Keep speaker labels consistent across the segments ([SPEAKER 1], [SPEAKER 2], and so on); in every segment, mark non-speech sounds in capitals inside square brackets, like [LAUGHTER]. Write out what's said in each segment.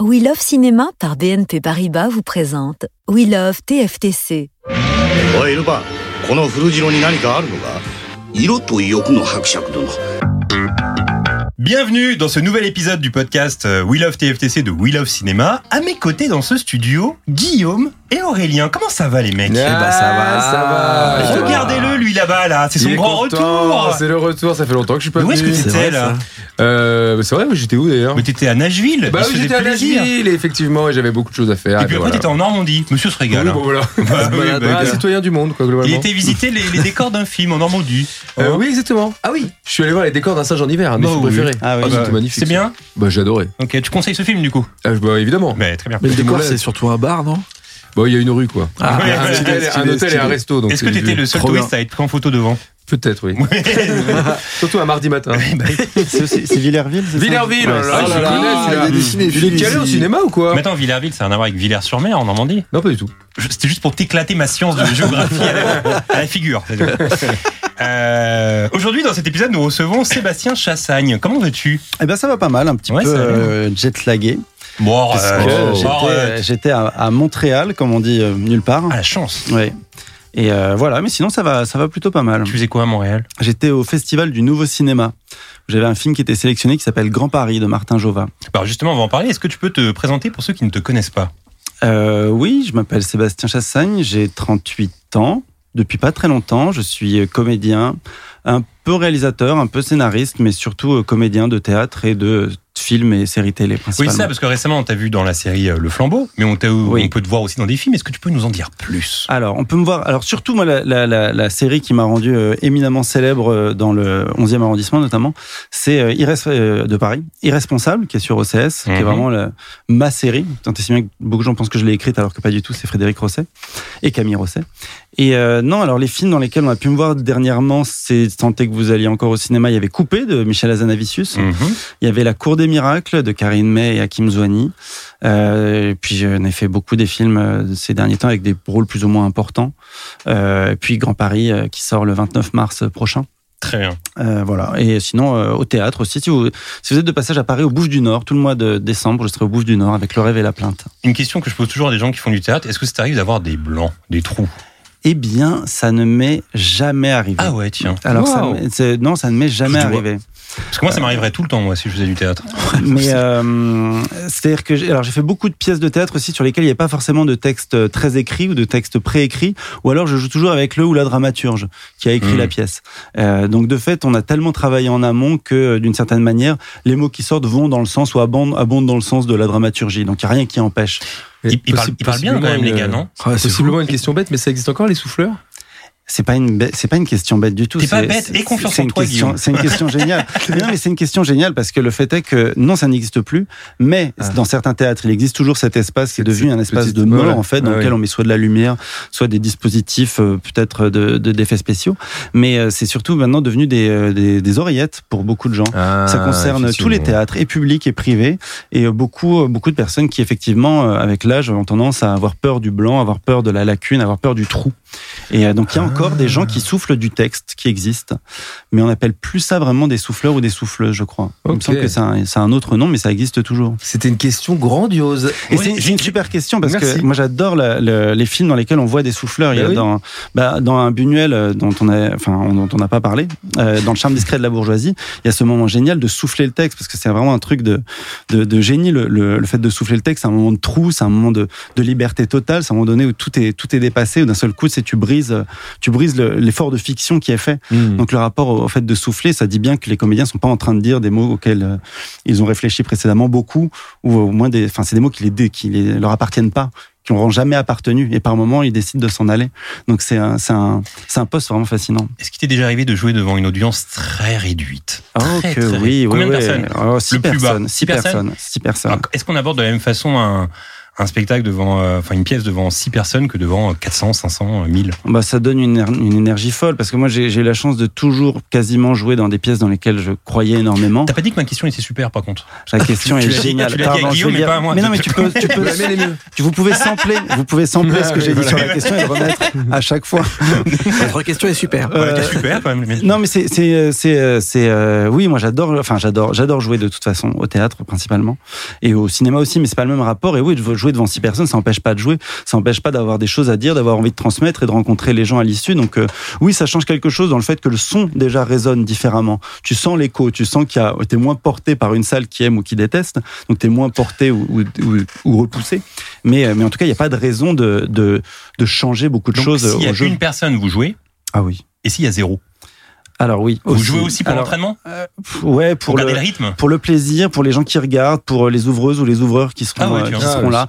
[SPEAKER 1] We Love Cinéma par BNP Paribas vous présente We Love TFTC.
[SPEAKER 2] おいルパンこの古城に何かあるのか
[SPEAKER 3] 色と欲の伯爵殿
[SPEAKER 4] Bienvenue dans ce nouvel épisode du podcast euh, We Love TFTC de We Love Cinéma. À mes côtés dans ce studio, Guillaume et Aurélien. Comment ça va les mecs
[SPEAKER 5] Eh ben, ça va,
[SPEAKER 6] Ah, ça va.
[SPEAKER 5] ça va.
[SPEAKER 4] Regardez-le lui là-bas là, c'est son
[SPEAKER 5] Il est
[SPEAKER 4] grand
[SPEAKER 5] content,
[SPEAKER 4] retour.
[SPEAKER 5] C'est le retour, ça fait longtemps que je suis pas
[SPEAKER 4] Mais où
[SPEAKER 5] venu.
[SPEAKER 4] est-ce que t'étais là
[SPEAKER 5] Euh, C'est vrai, mais j'étais où d'ailleurs
[SPEAKER 4] Mais t'étais à Nashville.
[SPEAKER 5] Bah
[SPEAKER 4] on se
[SPEAKER 5] oui,
[SPEAKER 4] faisait
[SPEAKER 5] j'étais à
[SPEAKER 4] plaisir.
[SPEAKER 5] Nashville, effectivement, et j'avais beaucoup de choses à faire.
[SPEAKER 4] Et puis après
[SPEAKER 5] voilà.
[SPEAKER 4] t'étais en Normandie. Monsieur se régale.
[SPEAKER 5] Oui,
[SPEAKER 4] hein.
[SPEAKER 5] bon, [LAUGHS] voilà.
[SPEAKER 4] Bah oui,
[SPEAKER 5] Voilà,
[SPEAKER 4] bah,
[SPEAKER 5] bah,
[SPEAKER 4] gars.
[SPEAKER 5] citoyen du monde, quoi, globalement.
[SPEAKER 4] Il était visiter les, les décors d'un film en Normandie.
[SPEAKER 5] [LAUGHS] Euh,
[SPEAKER 4] Hein
[SPEAKER 5] oui, exactement. Ah oui Je suis allé voir les décors d'un singe en hiver, un de mes
[SPEAKER 4] Bah
[SPEAKER 5] films
[SPEAKER 4] oui.
[SPEAKER 5] préférés.
[SPEAKER 6] Ah oui,
[SPEAKER 5] Ah,
[SPEAKER 4] bah,
[SPEAKER 5] c'était magnifique.
[SPEAKER 4] C'est bien.
[SPEAKER 5] Bah, j'ai adoré.
[SPEAKER 4] Ok, tu conseilles ce film du coup.
[SPEAKER 5] Ah, bah, évidemment.
[SPEAKER 4] Mais très bien.
[SPEAKER 6] Mais le
[SPEAKER 5] Tout le
[SPEAKER 6] décor,
[SPEAKER 5] monde
[SPEAKER 6] c'est
[SPEAKER 5] l'aime.
[SPEAKER 6] surtout un bar, non
[SPEAKER 5] Bon, il y a une rue, quoi.
[SPEAKER 6] Ah,
[SPEAKER 4] ouais,
[SPEAKER 5] un
[SPEAKER 4] ouais,
[SPEAKER 5] hôtel,
[SPEAKER 6] ouais,
[SPEAKER 5] un
[SPEAKER 6] stylé,
[SPEAKER 5] hôtel et
[SPEAKER 6] stylé.
[SPEAKER 5] un resto. donc
[SPEAKER 4] Est-ce que
[SPEAKER 5] c'est-
[SPEAKER 4] t'étais le seul
[SPEAKER 6] euh, Trop bien.
[SPEAKER 4] touriste à être pris en photo devant
[SPEAKER 5] [LAUGHS]
[SPEAKER 4] [LAUGHS]
[SPEAKER 5] Peut-être, oui. Surtout un mardi matin.
[SPEAKER 7] C'est aussi- c'est Villerville, c'est ça
[SPEAKER 5] Villerville,
[SPEAKER 7] Ouais,
[SPEAKER 6] Ah,
[SPEAKER 5] oh là
[SPEAKER 7] c'est-
[SPEAKER 5] là,
[SPEAKER 6] il
[SPEAKER 5] là.
[SPEAKER 6] y a des cinéphiles
[SPEAKER 5] Tu es allé au
[SPEAKER 6] ici.
[SPEAKER 5] cinéma ou quoi
[SPEAKER 4] Mais attends, Villerville, c'est un avoir avec Villers-sur-Mer en Normandie.
[SPEAKER 5] Non, pas du tout.
[SPEAKER 4] Je- C'était juste pour t'éclater ma science de géographie à la, à la figure. [LAUGHS] c'est tout. Euh, Aujourd'hui, dans cet épisode, nous recevons Sébastien Chassagne. Comment vas-tu
[SPEAKER 7] Eh ben ça va pas mal, un petit
[SPEAKER 4] Ouais,
[SPEAKER 7] peu
[SPEAKER 4] ça va.
[SPEAKER 7] euh, jetlagué.
[SPEAKER 5] Oh,
[SPEAKER 4] Bon,
[SPEAKER 7] Parce que j'étais-
[SPEAKER 4] euh,
[SPEAKER 7] J'étais à, à Montréal, comme on dit euh, nulle part.
[SPEAKER 4] à la chance.
[SPEAKER 7] Ouais. Et euh, voilà, mais sinon ça va, ça va plutôt pas mal.
[SPEAKER 4] Tu faisais quoi à Montréal
[SPEAKER 7] J'étais au festival du nouveau cinéma. J'avais un film qui était sélectionné qui s'appelle Grand Paris de Martin Jova.
[SPEAKER 4] Alors Bah, justement, on va en parler. Est-ce que tu peux te présenter pour ceux qui ne te connaissent pas
[SPEAKER 7] Euh, oui, je m'appelle Sébastien Chassagne, j'ai 38 ans. Depuis pas très longtemps, je suis euh, comédien, un peu réalisateur, un peu scénariste, mais surtout euh, comédien de théâtre et de euh, films et séries télé
[SPEAKER 4] Oui,
[SPEAKER 7] principalement.
[SPEAKER 4] ça, parce que récemment, on t'a vu dans la série euh, Le Flambeau, mais on, t'a-
[SPEAKER 7] Oui.
[SPEAKER 4] on peut te voir aussi dans des films. Est-ce que tu peux nous en dire plus
[SPEAKER 7] Alors, on peut me voir. Alors, surtout, moi, la, la- la- la série qui m'a rendu euh, éminemment célèbre euh, dans le 11e arrondissement, notamment, c'est euh, Irres- euh, de Paris, Irresponsable, qui est sur OCS, qui
[SPEAKER 4] Mhm.
[SPEAKER 7] est vraiment la- ma série. Tant et si bien que beaucoup de gens pensent que je l'ai écrite, alors que pas du tout, c'est Frédéric Rosset et Camille Rosset. Et euh, non, alors, les films dans lesquels on a pu me voir dernièrement, c'est tant est que vous alliez encore au cinéma, il y avait Coupé de Michel Azanavicius.
[SPEAKER 4] Mhm.
[SPEAKER 7] Il y avait La Cour des Miracles de Karine May et Hakim Zouani. Euh, et puis j'en ai fait beaucoup des films euh, ces derniers temps avec des rôles plus ou moins importants. Euh, et puis Grand Paris euh, qui sort le 29 mars euh, prochain.
[SPEAKER 4] Très bien.
[SPEAKER 7] Euh, voilà. Et sinon, euh, au théâtre aussi. Si vous, si vous êtes de passage à Paris, aux Bouches du Nord, tout le mois de décembre, je serai aux Bouches du Nord avec Le Rêve et la Plainte.
[SPEAKER 4] Une question que je pose toujours à des gens qui font du théâtre. Est-ce que ça t'arrive d'avoir des blancs, des trous
[SPEAKER 7] Eh bien, ça ne m'est jamais arrivé.
[SPEAKER 4] Ah ouais, tiens.
[SPEAKER 7] Alors, ça
[SPEAKER 6] Wow.
[SPEAKER 7] m'est- c'est- non, ça ne m'est jamais
[SPEAKER 4] Touche du bois.
[SPEAKER 7] arrivé.
[SPEAKER 4] Parce que moi, ça m'arriverait tout le temps, moi, si je faisais du théâtre.
[SPEAKER 7] [LAUGHS] Mais euh, c'est-à-dire que j'ai- alors j'ai fait beaucoup de pièces de théâtre aussi sur lesquelles il n'y a pas forcément de texte euh, très écrit ou de texte préécrit, ou alors je joue toujours avec le ou la dramaturge qui a écrit
[SPEAKER 4] Mhm.
[SPEAKER 7] la pièce. Euh, donc de fait, on a tellement travaillé en amont que euh, d'une certaine manière, les mots qui sortent vont dans le sens ou abondent, abondent dans le sens de la dramaturgie. Donc il n'y a rien qui empêche.
[SPEAKER 4] Ils- ils
[SPEAKER 5] Et
[SPEAKER 4] parlent- ils parlent bien quand même, les gars, non
[SPEAKER 6] Ah, c'est fou.
[SPEAKER 5] euh, Possiblement une question bête, mais ça existe encore les souffleurs
[SPEAKER 7] C'est pas une bête- c'est pas une question bête du tout.
[SPEAKER 4] T'es pas
[SPEAKER 7] c'est-
[SPEAKER 4] bête, aie
[SPEAKER 7] c'est-
[SPEAKER 4] confiance
[SPEAKER 7] c'est
[SPEAKER 4] en
[SPEAKER 7] une
[SPEAKER 4] toi,
[SPEAKER 7] question-
[SPEAKER 4] Guillaume.
[SPEAKER 7] C'est une question géniale. Mais non, mais c'est une question géniale parce que le fait est que non, ça n'existe plus. Mais
[SPEAKER 5] Ah.
[SPEAKER 7] dans certains théâtres, il existe toujours cet espace qui est
[SPEAKER 5] Cette-
[SPEAKER 7] devenu un
[SPEAKER 5] cette
[SPEAKER 7] espace
[SPEAKER 5] petite-
[SPEAKER 7] de mort
[SPEAKER 5] voilà.
[SPEAKER 7] en fait,
[SPEAKER 5] Ah
[SPEAKER 7] dans lequel
[SPEAKER 5] oui.
[SPEAKER 7] on met soit de la lumière, soit des dispositifs euh, peut-être de de- d'effets spéciaux. Mais euh, c'est surtout maintenant devenu des, euh, des des oreillettes pour beaucoup de
[SPEAKER 5] Ah
[SPEAKER 7] gens.
[SPEAKER 4] Ah,
[SPEAKER 7] Ça concerne tous les théâtres, et publics et privés, et euh, beaucoup, euh, beaucoup de personnes qui, effectivement, euh, avec l'âge, ont tendance à avoir peur du blanc, avoir peur de la lacune, avoir peur du trou. Et euh, donc, il y a encore des gens qui soufflent du texte qui existe, mais on n'appelle plus ça vraiment des souffleurs ou des souffleuses, je crois. Il me
[SPEAKER 5] Ok.
[SPEAKER 7] semble que c'est un, c'est un autre nom, mais ça existe toujours.
[SPEAKER 5] C'était une question grandiose.
[SPEAKER 7] Et
[SPEAKER 4] Oui,
[SPEAKER 7] c'est une-
[SPEAKER 4] j'ai-
[SPEAKER 7] c'est une super question parce
[SPEAKER 5] Merci.
[SPEAKER 7] que moi j'adore la- le- les films dans lesquels on voit des souffleurs. Il y
[SPEAKER 5] Bah
[SPEAKER 7] a
[SPEAKER 5] oui.
[SPEAKER 7] dans, bah, dans un Buñuel euh, dont on a, enfin on- dont on n'a pas parlé, euh, dans le charme discret de la bourgeoisie, il y a ce moment génial de souffler le texte parce que c'est vraiment un truc de de, de génie. Le, le- le fait de souffler le texte, c'est un moment de trou, c'est un moment de, de liberté totale, c'est un moment donné où tout est tout est dépassé où d'un seul coup c'est tu brises euh, tu brises le- l'effort de fiction qui est fait.
[SPEAKER 4] Mm. Hmm.
[SPEAKER 7] Donc le rapport au au fait de souffler, ça dit bien que les comédiens sont pas en train de dire des mots auxquels euh, ils ont réfléchi précédemment beaucoup, ou au moins des, enfin c'est des mots qui les, dé- qui les- leur appartiennent pas, qui n'auront jamais appartenu, et par moment ils décident de s'en aller. Donc c'est un, c'est un, c'est un poste vraiment fascinant.
[SPEAKER 4] Est-ce qu'il t'est déjà arrivé de jouer devant une audience très réduite
[SPEAKER 7] Oh
[SPEAKER 4] Très,
[SPEAKER 7] que
[SPEAKER 4] très
[SPEAKER 7] oui, oui,
[SPEAKER 4] Combien de
[SPEAKER 7] oui.
[SPEAKER 4] personnes
[SPEAKER 7] Oh, six
[SPEAKER 4] Le plus bas.
[SPEAKER 7] personnes, six
[SPEAKER 4] Six personnes Ah.
[SPEAKER 7] personnes, six personnes.
[SPEAKER 4] Alors, Est-ce qu'on aborde de la même façon un, un spectacle devant, euh, enfin une pièce devant 6 personnes que devant euh, 400, 500, euh, 1000.
[SPEAKER 7] Bah, ça donne une, éner- une énergie folle parce que moi j'ai j'ai eu la chance de toujours quasiment jouer dans des pièces dans lesquelles je croyais énormément.
[SPEAKER 4] T'as pas dit que ma question était super par contre.
[SPEAKER 7] La question
[SPEAKER 4] Ah, Tu
[SPEAKER 7] est
[SPEAKER 4] l'as dit-
[SPEAKER 7] géniale.
[SPEAKER 4] tu l'as dit à
[SPEAKER 7] Pardon, je vais
[SPEAKER 4] Guillaume, mais
[SPEAKER 7] dire-
[SPEAKER 4] pas à moi.
[SPEAKER 7] non mais tu peux, tu peux, tu- vous pouvez sampler, vous pouvez sampler ce que j'ai dit sur la question et le remettre à chaque fois.
[SPEAKER 6] Votre question est super.
[SPEAKER 7] Euh,
[SPEAKER 4] Ouais, t'es super quand même. mais-
[SPEAKER 7] Non, mais c'est, c'est, euh, c'est, euh, c'est, euh, oui, moi j'adore, enfin j'adore, j'adore jouer de toute façon au théâtre principalement et au cinéma aussi, mais c'est pas le même rapport. Et oui, de jouer devant six personnes, ça empêche pas de jouer, ça empêche pas d'avoir des choses à dire, d'avoir envie de transmettre et de rencontrer les gens à l'issue. Donc euh, oui, ça change quelque chose dans le fait que le son déjà résonne différemment. Tu sens l'écho, tu sens qu'il y a, t'es moins porté par une salle qui aime ou qui déteste, donc t'es moins porté ou, ou, ou- ou repoussé. Mais, euh, mais en tout cas, il n'y a pas de raison de, de, de changer beaucoup de
[SPEAKER 4] Donc,
[SPEAKER 7] choses
[SPEAKER 4] S'il y a
[SPEAKER 7] au jeu.
[SPEAKER 4] une personne, vous jouez.
[SPEAKER 7] Ah oui.
[SPEAKER 4] Et s'il y a zéro,
[SPEAKER 7] Alors oui.
[SPEAKER 4] vous jouez aussi pour
[SPEAKER 7] Alors,
[SPEAKER 4] l'entraînement,
[SPEAKER 7] pff, Ouais,
[SPEAKER 4] pour
[SPEAKER 7] pour
[SPEAKER 4] garder
[SPEAKER 7] le,
[SPEAKER 4] le
[SPEAKER 7] [LAUGHS]
[SPEAKER 4] rythme.
[SPEAKER 7] pour le plaisir, pour les gens qui regardent, pour euh, les ouvreuses ou les ouvreurs qui seront,
[SPEAKER 4] Ah ouais,
[SPEAKER 7] euh,
[SPEAKER 4] tu
[SPEAKER 7] qui
[SPEAKER 4] vois.
[SPEAKER 7] seront là.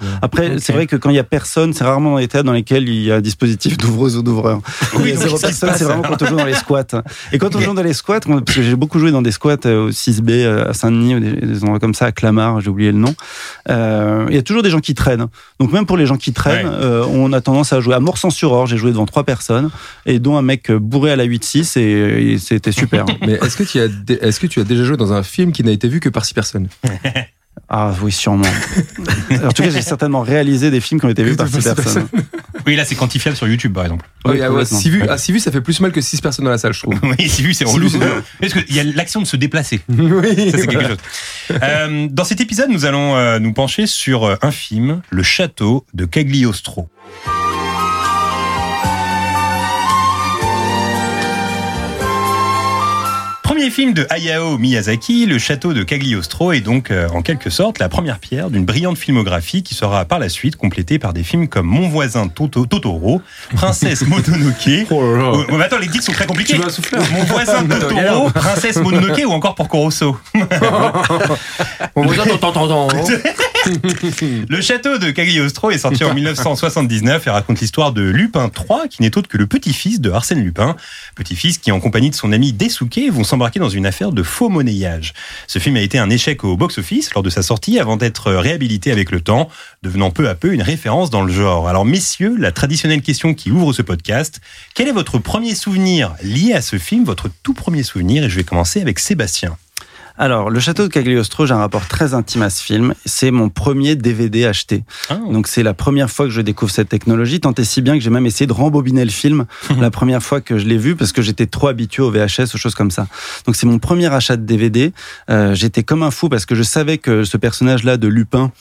[SPEAKER 4] Ok.
[SPEAKER 7] Après, c'est vrai que quand il y a personne, c'est rarement dans les théâtres dans lesquels il y a un dispositif d'ouvreuse ou d'ouvreur. Quand il y a
[SPEAKER 4] donc,
[SPEAKER 7] zéro
[SPEAKER 4] qu'est-ce qui se
[SPEAKER 7] personne,
[SPEAKER 4] passe,
[SPEAKER 7] c'est vraiment quand on joue dans les squats. Et quand on
[SPEAKER 4] Ok.
[SPEAKER 7] joue dans les squats, quand- parce que j'ai beaucoup joué dans des squats euh, au 6B euh, à Saint-Denis, ou des, des endroits comme ça, à Clamart, j'ai oublié le nom, euh, il y a toujours des gens qui traînent. Donc même pour les gens qui traînent,
[SPEAKER 4] Ouais.
[SPEAKER 7] euh, on a tendance à jouer. À Morsan-sur-Or, j'ai joué devant trois personnes, et dont un mec euh, bourré à la 8-6, et, et c'était super.
[SPEAKER 5] Mais est-ce que, tu as dé- est-ce que tu as déjà joué dans un film qui n'a été vu que par six personnes
[SPEAKER 7] Ah oui, sûrement. en tout cas, j'ai certainement réalisé des films qui ont été vus par ces personnes.
[SPEAKER 4] Oui, là c'est quantifiable sur YouTube par exemple. [LAUGHS]
[SPEAKER 7] Oui,
[SPEAKER 5] Oui, ah ouais,
[SPEAKER 7] complètement.
[SPEAKER 5] six vues, ah, six vues, ça fait plus mal que six personnes dans la salle, je trouve.
[SPEAKER 7] [LAUGHS]
[SPEAKER 4] Oui, c'est vu, c'est
[SPEAKER 5] C'est
[SPEAKER 4] relou.
[SPEAKER 5] vu, c'est relou.
[SPEAKER 4] Parce qu'il y a l'action de se déplacer.
[SPEAKER 5] oui,
[SPEAKER 4] Ça, c'est quelque chose. Euh, dans cet épisode, nous allons euh, nous pencher sur euh, un film, Le Château de Cagliostro. Premier film de Hayao Miyazaki, Le Château de Cagliostro est donc euh, en quelque sorte la première pierre d'une brillante filmographie qui sera par la suite complétée par des films comme Mon voisin Toto- Totoro,
[SPEAKER 5] [LAUGHS]
[SPEAKER 4] Princesse Motonoke,
[SPEAKER 5] Oh là là.
[SPEAKER 4] Ouais, mais attends, les titres sont très compliqués.
[SPEAKER 5] Tu veux un souffleur
[SPEAKER 4] Mon
[SPEAKER 5] [LAUGHS]
[SPEAKER 4] voisin Totoro, Princesse Mononoke ou encore Porco Rosso.
[SPEAKER 6] On vous entend, entend, entend.
[SPEAKER 4] Le château de Cagliostro est sorti en 1979 et raconte l'histoire de Lupin III, qui n'est autre que le petit-fils de Arsène Lupin. Petit-fils qui, en compagnie de son ami Desuke, vont s'embarquer dans une affaire de faux monnayage. Ce film a été un échec au box-office lors de sa sortie avant d'être réhabilité avec le temps, devenant peu à peu une référence dans le genre. Alors, messieurs, la traditionnelle question qui ouvre ce podcast, quel est votre premier souvenir lié à ce film, votre tout premier souvenir Et je vais commencer avec Sébastien.
[SPEAKER 7] Alors, le château de Cagliostro, j'ai un rapport très intime à ce film. C'est mon premier DVD acheté.
[SPEAKER 4] Hein,
[SPEAKER 7] Donc, c'est la première fois que je découvre cette technologie. Tant et si bien que j'ai même essayé de rembobiner le film la première fois que je l'ai vu parce que j'étais trop habitué au VHS, aux choses comme ça. Donc, c'est mon premier achat de DVD. Euh, j'étais comme un fou parce que je savais que ce personnage-là de Lupin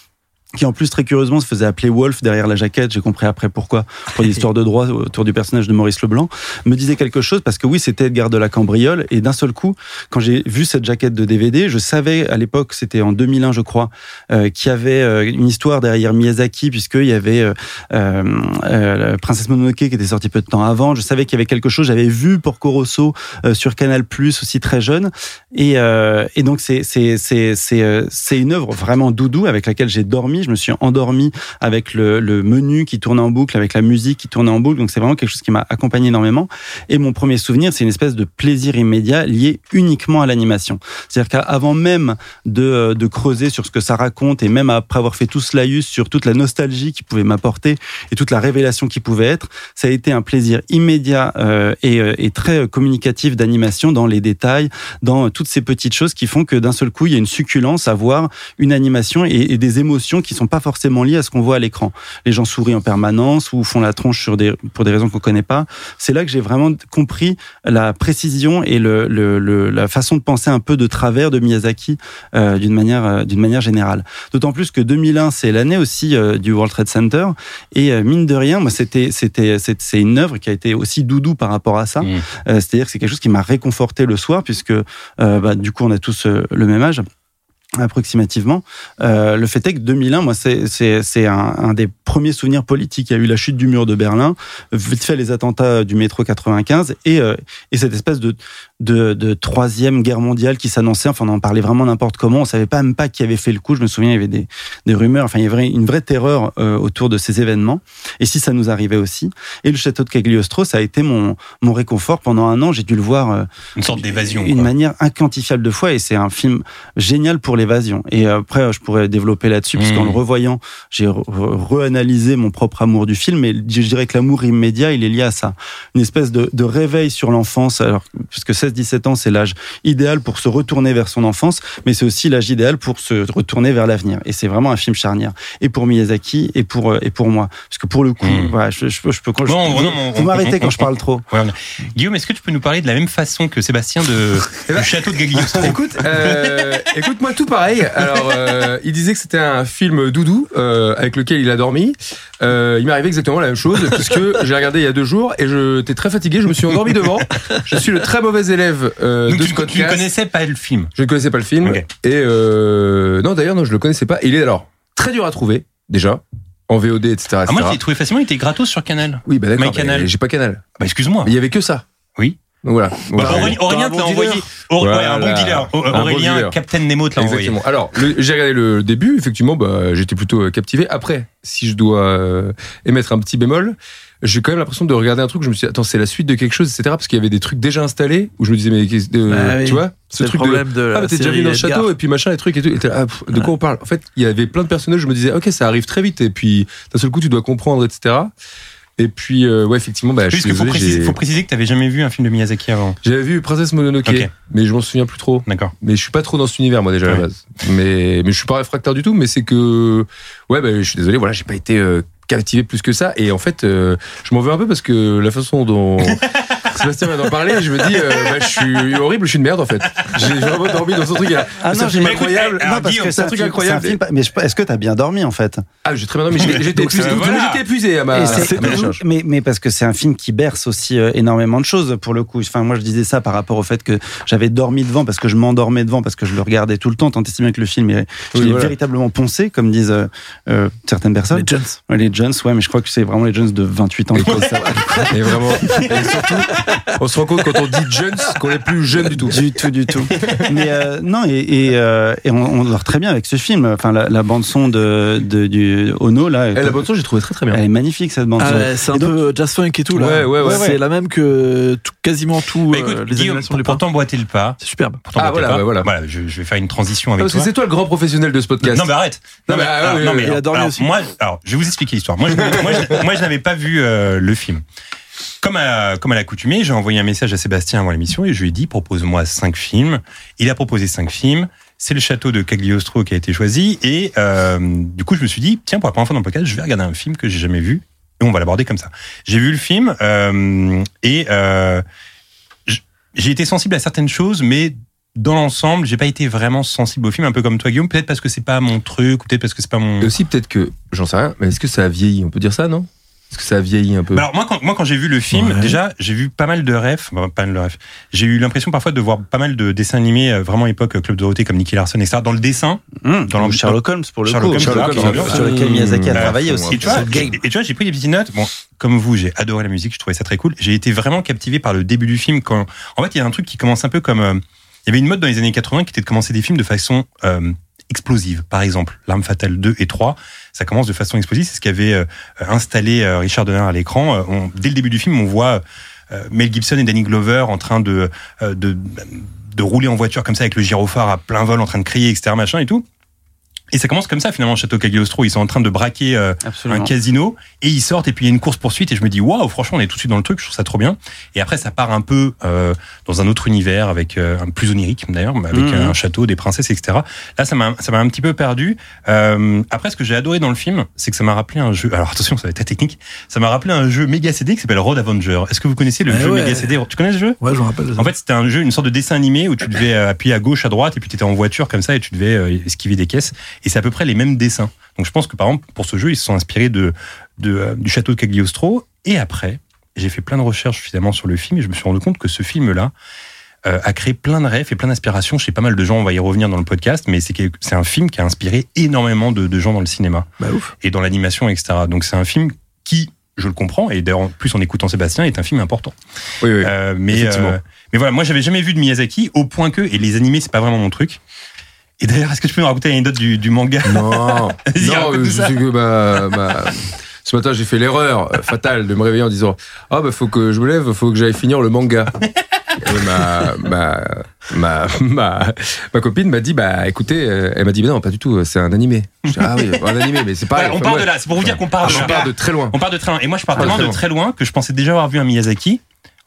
[SPEAKER 7] qui en plus très curieusement se faisait appeler Wolf derrière la jaquette, j'ai compris après pourquoi, pour des histoires de droit autour du personnage de Maurice Leblanc, me disait quelque chose parce que oui c'était Edgar de la Cambriole et d'un seul coup quand j'ai vu cette jaquette de DVD, je savais à l'époque, c'était en 2001 je crois, euh, qu'il y avait euh, une histoire derrière Miyazaki puisqu'il y avait euh, euh, euh, la Princesse Mononoke qui était sortie peu de temps avant, je savais qu'il y avait quelque chose, j'avais vu Porco Rosso euh, sur Canal+, aussi très jeune et, euh, et donc c'est c'est c'est c'est euh, c'est une œuvre vraiment doudou avec laquelle j'ai dormi. Je me suis endormi avec le, le menu qui tournait en boucle, avec la musique qui tournait en boucle. Donc c'est vraiment quelque chose qui m'a accompagné énormément. Et mon premier souvenir, c'est une espèce de plaisir immédiat lié uniquement à l'animation. C'est-à-dire qu'avant même de euh, de creuser sur ce que ça raconte et même après avoir fait tout ce laïus sur toute la nostalgie qui pouvait m'apporter et toute la révélation qui pouvait être, ça a été un plaisir immédiat euh, et, euh, et très communicatif d'animation dans les détails dans euh, toutes ces petites choses qui font que d'un seul coup, il y a une succulence à voir une animation et, et des émotions qui sont pas forcément liées à ce qu'on voit à l'écran. Les gens sourient en permanence ou font la tronche sur des, pour des raisons qu'on connaît pas. C'est là que j'ai vraiment compris la précision et le, le- le- la façon de penser un peu de travers de Miyazaki euh, d'une manière, euh, d'une manière générale. D'autant plus que 2001, c'est l'année aussi euh, du World Trade Center. Et euh, mine de rien, moi, c'était, c'était, c'est c'est une œuvre qui a été aussi doudou par rapport à ça.
[SPEAKER 4] Mmh.
[SPEAKER 7] Euh, c'est-à-dire que c'est quelque chose qui m'a réconforté le soir, puisque euh, bah, du coup, on a tous euh, le même âge approximativement. Euh, le fait est que 2001, moi, c'est c'est c'est un, un des premiers souvenirs politiques. Il y a eu la chute du mur de Berlin, vite fait les attentats du métro 95 et euh, et cette espèce de de, de troisième guerre mondiale qui s'annonçait. Enfin, on en parlait vraiment n'importe comment. On savait pas même pas qui avait fait le coup. Je me souviens, il y avait des des rumeurs. Enfin, il y avait une vraie terreur euh, autour de ces événements. Et si ça nous arrivait aussi. Et le château de Cagliostro, ça a été mon mon réconfort pendant un an. J'ai dû le voir. euh,
[SPEAKER 4] Une sorte d'évasion.
[SPEAKER 7] une
[SPEAKER 4] quoi.
[SPEAKER 7] manière inquantifiable de fois et c'est un film génial pour les évasion. Et après, je pourrais développer là-dessus,
[SPEAKER 6] Mmh.
[SPEAKER 7] puisqu'en le revoyant, j'ai re- re- reanalysé mon propre amour du film, et je dirais que l'amour immédiat, il est lié à ça. Une espèce de, de réveil sur l'enfance, alors, puisque 16-17 ans, c'est l'âge idéal pour se retourner vers son enfance, mais c'est aussi l'âge idéal pour se retourner vers l'avenir. Et c'est vraiment un film charnière. Et pour Miyazaki, et pour, euh, et pour moi. Parce que pour le coup,
[SPEAKER 4] Mmh.
[SPEAKER 7] voilà, je, je peux, je peux, je-
[SPEAKER 4] Bon, non, on-
[SPEAKER 7] vous m'arrêtez
[SPEAKER 4] on-
[SPEAKER 7] quand je parle trop.
[SPEAKER 4] Guillaume, est-ce que tu peux nous parler de la même façon que Sébastien de
[SPEAKER 5] [LAUGHS] Eh ben-
[SPEAKER 4] du château de Gagliostro
[SPEAKER 5] Écoute, euh, écoute-moi tout pareil. Alors, euh, il disait que c'était un film doudou euh, avec lequel il a dormi. Euh, il m'est arrivé exactement la même chose puisque j'ai regardé il y a deux jours et je t'étais très fatigué. Je me suis endormi devant. Je suis le très mauvais élève euh,
[SPEAKER 4] Donc
[SPEAKER 5] de
[SPEAKER 4] tu,
[SPEAKER 5] ce
[SPEAKER 4] ne- tu ne
[SPEAKER 5] podcast.
[SPEAKER 4] connaissais pas le film.
[SPEAKER 5] Je ne connaissais pas le film.
[SPEAKER 4] Ok.
[SPEAKER 5] Et euh, non, d'ailleurs, non, je le connaissais pas. Il est alors très dur à trouver déjà en VOD, etc.
[SPEAKER 4] Ah, moi, je
[SPEAKER 5] etc..
[SPEAKER 4] l'ai trouvé facilement, il était gratos sur Canal.
[SPEAKER 5] oui, bah
[SPEAKER 4] My
[SPEAKER 5] d'accord.
[SPEAKER 4] Canal.
[SPEAKER 5] mais J'ai pas Canal.
[SPEAKER 4] Bah, excuse-moi.
[SPEAKER 5] Mais il y avait que ça.
[SPEAKER 4] Oui.
[SPEAKER 5] Donc voilà.
[SPEAKER 4] Bah,
[SPEAKER 5] Voilà.
[SPEAKER 4] Aurélien, Aurélien te l'a
[SPEAKER 6] Un bon
[SPEAKER 4] envoyé.
[SPEAKER 6] dealer.
[SPEAKER 4] Aur- ouais,
[SPEAKER 5] Voilà.
[SPEAKER 4] un bon dealer. Au-
[SPEAKER 5] Un bon
[SPEAKER 4] Aurélien,
[SPEAKER 5] dealer.
[SPEAKER 4] Captain Nemo te l'a envoyé.
[SPEAKER 5] Exactement. Alors, le- j'ai regardé le début, effectivement, bah, j'étais plutôt euh, captivé. Après, si je dois euh, émettre un petit bémol, j'ai quand même l'impression de regarder un truc, je me suis dit, attends, c'est la suite de quelque chose, etc. Parce qu'il y avait des trucs déjà installés, où je me disais, mais qu'est-ce- euh,
[SPEAKER 6] Bah oui.
[SPEAKER 5] tu vois, ce
[SPEAKER 6] C'est le
[SPEAKER 5] truc de...
[SPEAKER 6] problème de. la
[SPEAKER 5] Ah, mais t'es déjà
[SPEAKER 6] série
[SPEAKER 5] venu dans le
[SPEAKER 6] Edgar.
[SPEAKER 5] château, et puis machin, les trucs et tout. Et t'es là, ah, pff, de quoi on parle En fait, il y avait plein de personnages, je me disais, ok, ça arrive très vite, et puis d'un seul coup, tu dois comprendre, etc. Et puis, euh, ouais, effectivement, bah, je
[SPEAKER 4] Juste
[SPEAKER 5] suis
[SPEAKER 4] qu'il faut,
[SPEAKER 5] désolé,
[SPEAKER 4] préciser-
[SPEAKER 5] j'ai-
[SPEAKER 4] faut préciser que tu n'avais jamais vu un film de Miyazaki avant.
[SPEAKER 5] j'avais vu Princesse Mononoke,
[SPEAKER 4] Ok.
[SPEAKER 5] mais je m'en souviens plus trop.
[SPEAKER 4] D'accord.
[SPEAKER 5] Mais je suis pas trop dans cet univers, moi, déjà, à
[SPEAKER 4] Ouais.
[SPEAKER 5] la base. Mais, mais je suis pas réfractaire du tout, mais c'est que. Ouais, bah, je suis désolé, voilà, j'ai pas été euh, captivé plus que ça. Et en fait, euh, je m'en veux un peu parce que la façon dont. Sébastien vient d'en parler, je me dis, euh, bah, je suis horrible, je suis une merde, en fait. J'ai vraiment dormi dans ce truc. là
[SPEAKER 7] Ah
[SPEAKER 5] c'est
[SPEAKER 7] non,
[SPEAKER 5] un film
[SPEAKER 4] j'ai-
[SPEAKER 5] incroyable.
[SPEAKER 4] Écoute, alors,
[SPEAKER 5] Non, parce
[SPEAKER 4] Guillaume,
[SPEAKER 5] que c'est un truc incroyable.
[SPEAKER 7] film- mais je- est-ce que t'as bien dormi en fait
[SPEAKER 5] Ah, j'ai très bien dormi, j'étais j'étais
[SPEAKER 4] Donc,
[SPEAKER 5] épuisé.
[SPEAKER 4] euh, voilà.
[SPEAKER 5] J'étais épuisé à ma.
[SPEAKER 7] Et
[SPEAKER 5] à
[SPEAKER 7] Bah, c'est-
[SPEAKER 5] ma charge.
[SPEAKER 7] mais, mais parce que c'est un film qui berce aussi euh, énormément de choses pour le coup. Enfin, moi je disais ça par rapport au fait que j'avais dormi devant parce que je m'endormais devant parce que je le regardais tout le temps. Tant et si bien que le film est, je
[SPEAKER 5] Oui,
[SPEAKER 7] l'ai
[SPEAKER 5] voilà.
[SPEAKER 7] véritablement poncé, comme disent euh, euh, certaines personnes.
[SPEAKER 6] Les Jones.
[SPEAKER 7] Ouais, Les Jones, ouais, mais je crois que c'est vraiment les Jones de 28 ans.
[SPEAKER 5] Et quand ça- et vraiment. Et surtout, on se rend compte quand on dit jeunes qu'on est plus jeune du tout.
[SPEAKER 7] Du tout, du tout. Mais euh, non, et, et, euh, et on, on dort très bien avec ce film. Enfin, la, la bande son de, de du Ono là,
[SPEAKER 5] Et Eh, la bande son, j'ai trouvé très très bien.
[SPEAKER 7] elle est magnifique cette bande
[SPEAKER 6] Ah
[SPEAKER 7] son.
[SPEAKER 6] ouais, c'est un
[SPEAKER 7] Et donc-
[SPEAKER 6] peu jazz funk et tout là.
[SPEAKER 5] Ouais, ouais, ouais,
[SPEAKER 6] C'est
[SPEAKER 5] ouais.
[SPEAKER 6] la même que tout- quasiment tout
[SPEAKER 4] Bah,
[SPEAKER 6] euh,
[SPEAKER 4] écoute,
[SPEAKER 6] les
[SPEAKER 4] Guillaume,
[SPEAKER 6] animations
[SPEAKER 4] pour,
[SPEAKER 6] du
[SPEAKER 4] pour
[SPEAKER 6] printemps.
[SPEAKER 4] t'emboîter le pas.
[SPEAKER 6] C'est superbe.
[SPEAKER 4] pour t'emboîter
[SPEAKER 5] Ah, voilà,
[SPEAKER 4] le pas,
[SPEAKER 5] bah, voilà.
[SPEAKER 4] je, je vais faire une transition
[SPEAKER 6] Ah,
[SPEAKER 4] avec
[SPEAKER 5] Parce que
[SPEAKER 4] toi.
[SPEAKER 5] c'est toi le grand professionnel de ce podcast.
[SPEAKER 4] Non mais arrête.
[SPEAKER 5] Non, mais, ah,
[SPEAKER 4] alors,
[SPEAKER 5] oui,
[SPEAKER 4] non,
[SPEAKER 5] oui,
[SPEAKER 4] mais
[SPEAKER 5] oui.
[SPEAKER 6] Il a
[SPEAKER 4] alors,
[SPEAKER 6] dormi
[SPEAKER 4] alors,
[SPEAKER 6] aussi.
[SPEAKER 4] moi, alors, je vais vous expliquer l'histoire. Moi, je, moi, je- moi, je n'avais pas vu euh, le film. Comme à, comme à l'accoutumée, j'ai envoyé un message à Sébastien avant l'émission et je lui ai dit propose-moi cinq films. Il a proposé cinq films. C'est le château de Cagliostro qui a été choisi et euh, du coup je me suis dit tiens pour la première fois dans le podcast je vais regarder un film que j'ai jamais vu et on va l'aborder comme ça. J'ai vu le film euh, et euh, j- j'ai été sensible à certaines choses, mais dans l'ensemble, j'ai pas été vraiment sensible au film, un peu comme toi, Guillaume. Peut-être parce que c'est pas mon truc, ou peut-être parce que c'est pas mon.
[SPEAKER 5] Et aussi, peut-être que, j'en sais rien, mais est-ce que ça a vieilli On peut dire ça, non Est-ce que ça a vieilli un peu
[SPEAKER 4] Bah alors moi quand, moi, quand j'ai vu le film,
[SPEAKER 6] Ouais.
[SPEAKER 4] déjà j'ai vu pas mal de refs, enfin, pas mal de refs. J'ai eu l'impression parfois de voir pas mal de dessins animés euh, vraiment époque euh, Club Dorothée comme Nicky Larson etc. Dans le dessin.
[SPEAKER 7] Mmh,
[SPEAKER 4] Dans
[SPEAKER 7] ou Sherlock Holmes pour le
[SPEAKER 4] Sherlock
[SPEAKER 7] coup,
[SPEAKER 4] Holmes,
[SPEAKER 5] Sherlock
[SPEAKER 7] sur-
[SPEAKER 5] Holmes,
[SPEAKER 7] sur lequel
[SPEAKER 5] Mmh.
[SPEAKER 7] Miyazaki a
[SPEAKER 4] Bah,
[SPEAKER 7] travaillé
[SPEAKER 5] c'est
[SPEAKER 7] aussi.
[SPEAKER 5] moi.
[SPEAKER 4] Et tu vois,
[SPEAKER 6] le
[SPEAKER 4] j'ai-
[SPEAKER 6] game.
[SPEAKER 4] et tu vois, j'ai pris des petites notes. Bon, comme vous, j'ai adoré la musique, je trouvais ça très cool. J'ai été vraiment captivé par le début du film. Quand, en fait, il y a un truc qui commence un peu comme, euh, il y avait une mode dans les années 80 qui était de commencer des films de façon euh, explosive. Par exemple, L'Arme fatale 2 et 3, ça commence de façon explosive. C'est ce qu'avait euh, installé euh, Richard Donner à l'écran. Euh, on- dès le début du film, on voit euh, Mel Gibson et Danny Glover en train de, euh, de de rouler en voiture comme ça avec le gyrophare à plein vol en train de crier etc machin et tout et ça commence comme ça finalement Château Cagliostro ils sont en train de braquer euh, un
[SPEAKER 7] Absolument.
[SPEAKER 4] casino et ils sortent et puis il y a une course poursuite et je me dis waouh franchement on est tout de suite dans le truc je trouve ça trop bien et après ça part un peu euh, dans un autre univers avec euh, un plus onirique d'ailleurs mais avec
[SPEAKER 7] Mhm.
[SPEAKER 4] un château des princesses etc là ça m'a ça m'a un petit peu perdu Euh, après ce que j'ai adoré dans le film c'est que ça m'a rappelé un jeu alors attention ça va être très technique ça m'a rappelé un jeu méga CD qui s'appelle Road Avenger est-ce que vous connaissez le
[SPEAKER 7] Ah
[SPEAKER 6] Eh
[SPEAKER 4] jeu
[SPEAKER 6] ouais.
[SPEAKER 4] méga CD tu connais ce jeu
[SPEAKER 6] Ouais, je me rappelle.
[SPEAKER 4] en fait, c'était un jeu, une sorte de dessin animé où tu devais euh, appuyer à gauche, à droite, et puis tu étais en voiture comme ça, et tu devais euh, esquiver des caisses. Et c'est à peu près les mêmes dessins. Donc je pense que par exemple, pour ce jeu, ils se sont inspirés de, de, euh, du château de Cagliostro. Et après, j'ai fait plein de recherches finalement sur le film, et je me suis rendu compte que ce film-là euh, a créé plein de rêves et plein d'inspirations chez pas mal de gens. On va y revenir dans le podcast, mais c'est quelque- c'est un film qui a inspiré énormément de, de gens dans le cinéma
[SPEAKER 6] Bah, ouf.
[SPEAKER 4] et dans l'animation, etc. Donc c'est un film qui, je le comprends, et d'ailleurs en plus en écoutant Sébastien, est un film important.
[SPEAKER 5] Oui, oui.
[SPEAKER 4] Euh, mais,
[SPEAKER 5] Effectivement.
[SPEAKER 4] euh, mais voilà, moi j'avais jamais vu de Miyazaki au point que, et les animés c'est pas vraiment mon truc. Et d'ailleurs, est-ce que tu peux me raconter l'anecdote du, du manga
[SPEAKER 5] Non,
[SPEAKER 4] [LAUGHS]
[SPEAKER 5] non,
[SPEAKER 4] Vas-y, raconte
[SPEAKER 5] euh, je
[SPEAKER 4] ça.
[SPEAKER 5] sais que bah, bah, ce matin j'ai fait l'erreur euh, fatale de me réveiller en disant ah bah faut que je me lève, faut que j'aille finir le manga. Et ma, ma, ma, ma, ma copine m'a dit, bah écoutez, euh, elle m'a dit, mais non, pas du tout, c'est un animé. Je dis, ah
[SPEAKER 4] [LAUGHS]
[SPEAKER 5] oui, un animé, mais c'est pas.
[SPEAKER 4] Voilà, on part de là, c'est pour vous dire qu'on part de
[SPEAKER 5] je
[SPEAKER 4] là.
[SPEAKER 5] pars de très loin.
[SPEAKER 4] Ah, On part de très loin. Et moi, je pars
[SPEAKER 5] Ah,
[SPEAKER 4] tellement
[SPEAKER 5] très
[SPEAKER 4] de
[SPEAKER 5] loin.
[SPEAKER 4] très loin que je pensais déjà avoir vu un Miyazaki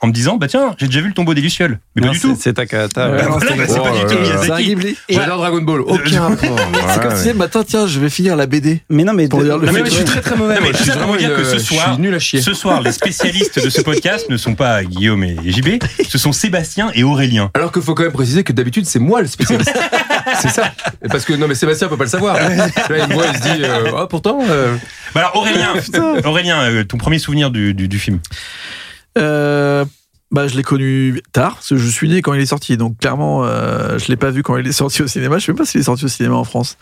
[SPEAKER 4] en me disant, bah tiens, j'ai déjà vu le tombeau des Lucioles. Mais
[SPEAKER 7] Non,
[SPEAKER 4] pas du
[SPEAKER 7] c'est-
[SPEAKER 4] tout.
[SPEAKER 7] C'est Takahata. ouais.
[SPEAKER 4] Bah voilà, bah, c'est
[SPEAKER 5] Oh
[SPEAKER 4] pas du
[SPEAKER 5] là
[SPEAKER 4] tout
[SPEAKER 5] là.
[SPEAKER 6] C'est un
[SPEAKER 4] Miyazaki.
[SPEAKER 6] Ghibli.
[SPEAKER 5] J'adore Dragon
[SPEAKER 4] [LAUGHS]
[SPEAKER 5] Ball, aucun rapport.
[SPEAKER 6] C'est comme
[SPEAKER 5] Voilà,
[SPEAKER 6] si
[SPEAKER 5] ouais.
[SPEAKER 6] disais, bah, attends, tiens, je vais finir la BD.
[SPEAKER 7] Mais non, mais.
[SPEAKER 6] Pour dire le
[SPEAKER 4] Non,
[SPEAKER 6] fait
[SPEAKER 4] mais
[SPEAKER 5] Je
[SPEAKER 6] que-
[SPEAKER 5] suis très très mauvais.
[SPEAKER 4] Non, mais
[SPEAKER 5] moi,
[SPEAKER 4] tout
[SPEAKER 5] je suis
[SPEAKER 4] ça pour
[SPEAKER 5] vraiment
[SPEAKER 4] dire
[SPEAKER 5] une-
[SPEAKER 4] que ce
[SPEAKER 5] je
[SPEAKER 4] soir-
[SPEAKER 5] suis nul à chier.
[SPEAKER 4] Ce soir, les spécialistes de ce podcast ne sont pas Guillaume et JB, ce sont Sébastien et Aurélien.
[SPEAKER 5] Alors qu'il faut quand même préciser que d'habitude, c'est moi le spécialiste. c'est ça. Et Parce que non, mais Sébastien peut pas le savoir. Là, il me voit, il se dit, euh, oh, pourtant. euh,
[SPEAKER 4] Bah alors [LAUGHS] Aurélien, Aurélien, euh, ton premier souvenir du, du- du film.
[SPEAKER 6] Euh, bah, je l'ai connu tard, parce que je suis né quand il est sorti. Donc, clairement, euh, je l'ai pas vu quand il est sorti au cinéma. Je sais même pas s'il est sorti au cinéma en France.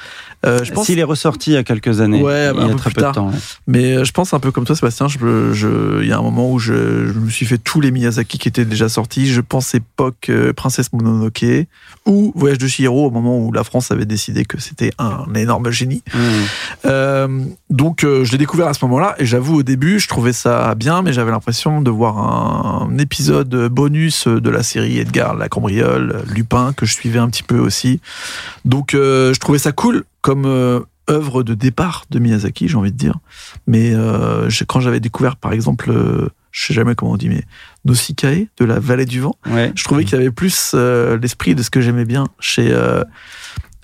[SPEAKER 6] Euh, je pense,
[SPEAKER 7] S'il est ressorti il y a quelques années,
[SPEAKER 6] Ouais, bah,
[SPEAKER 7] il
[SPEAKER 6] un
[SPEAKER 7] y a
[SPEAKER 6] peu
[SPEAKER 7] très
[SPEAKER 6] plus
[SPEAKER 7] peu de
[SPEAKER 6] tard.
[SPEAKER 7] temps. ouais.
[SPEAKER 6] mais euh, je pense un peu comme toi, Sébastien. Je, je, il y a un moment où je, je me suis fait tous les Miyazaki qui étaient déjà sortis. Je pense époque euh, Princesse Mononoke ou Voyage de Chihiro au moment où la France avait décidé que c'était un énorme génie.
[SPEAKER 7] Mmh.
[SPEAKER 6] Euh, donc euh, je l'ai découvert à ce moment-là et j'avoue au début je trouvais ça bien mais j'avais l'impression de voir un, épisode bonus de la série Edgar la cambriole Lupin que je suivais un petit peu aussi donc euh, je trouvais ça cool comme euh, œuvre de départ de Miyazaki j'ai envie de dire mais euh, je- quand j'avais découvert par exemple euh, je sais jamais comment on dit mais Nosikae de la vallée du vent
[SPEAKER 7] Ouais.
[SPEAKER 6] je trouvais qu'il y avait plus euh, l'esprit de ce que j'aimais bien chez euh,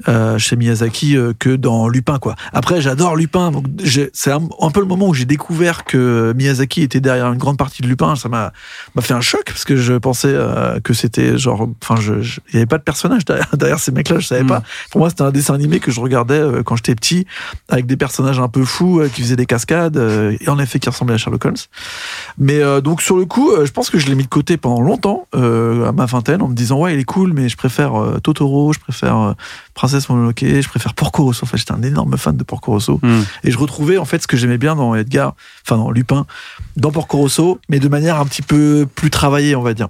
[SPEAKER 6] euh, chez Miyazaki euh, que dans Lupin quoi. Après j'adore Lupin donc j'ai- c'est un, un peu le moment où j'ai découvert que Miyazaki était derrière une grande partie de Lupin, ça m'a m'a fait un choc parce que je pensais euh, que c'était genre enfin je je- il y avait pas de personnage derrière, [LAUGHS] derrière ces mecs là, je savais
[SPEAKER 7] Mm.
[SPEAKER 6] pas. Pour moi c'était un dessin animé que je regardais euh, quand j'étais petit avec des personnages un peu fous euh, qui faisaient des cascades euh, et en effet qui ressemblaient à Sherlock Holmes. Mais euh, donc sur le coup, euh, je pense que je l'ai mis de côté pendant longtemps, euh, à ma vingtaine, en me disant ouais il est cool, mais je préfère euh, Totoro, je préfère euh, Princesse Mononoke, je préfère Porco Rosso. Enfin j'étais un énorme fan de Porco Rosso
[SPEAKER 7] Mmh.
[SPEAKER 6] et je retrouvais en fait ce que j'aimais bien dans Edgar, enfin dans Lupin, dans Porco Rosso, mais de manière un petit peu plus travaillée on va dire.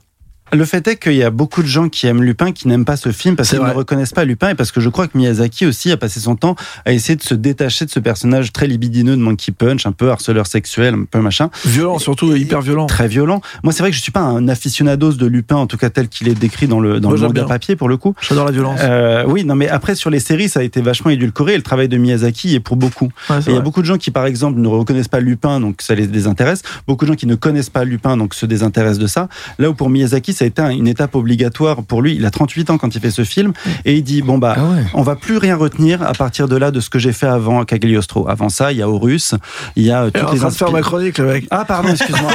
[SPEAKER 7] Le fait est qu'il y a beaucoup de gens qui aiment Lupin qui n'aiment pas ce film parce
[SPEAKER 6] C'est
[SPEAKER 7] qu'ils ne
[SPEAKER 6] vrai.
[SPEAKER 7] reconnaissent pas Lupin et parce que je crois que Miyazaki aussi a passé son temps à essayer de se détacher de ce personnage très libidineux de Monkey Punch, un peu harceleur sexuel, un peu machin,
[SPEAKER 6] Violent surtout, hyper violent.
[SPEAKER 7] très violent. Moi, c'est vrai que je suis pas un aficionados de Lupin, en tout cas tel qu'il est décrit dans le dans
[SPEAKER 6] Moi,
[SPEAKER 7] le
[SPEAKER 6] j'aime
[SPEAKER 7] manga
[SPEAKER 6] bien.
[SPEAKER 7] papier pour le coup.
[SPEAKER 6] J'adore la violence.
[SPEAKER 7] Euh, oui, non, mais après sur les séries, ça a été vachement édulcoré. Et le travail de Miyazaki y est pour beaucoup.
[SPEAKER 6] Ouais, c'est
[SPEAKER 7] Et il y a
[SPEAKER 6] vrai.
[SPEAKER 7] beaucoup de gens qui, par exemple, ne reconnaissent pas Lupin, donc ça les désintéresse. Beaucoup de gens qui ne connaissent pas Lupin, donc se désintéressent de ça. Là où pour Miyazaki, ça a été une étape obligatoire pour lui. Il a 38 ans quand il fait ce film et il dit bon bah.
[SPEAKER 5] Ah ouais.
[SPEAKER 7] On va plus rien retenir à partir de là de ce que j'ai fait avant Cagliostro. Avant ça, il y a Horus, il y a euh,
[SPEAKER 6] Elle est
[SPEAKER 7] toutes
[SPEAKER 6] en
[SPEAKER 7] les
[SPEAKER 6] train de faire
[SPEAKER 7] inspirations.
[SPEAKER 6] ma chronique le mec.
[SPEAKER 7] Ah pardon, excuse-moi.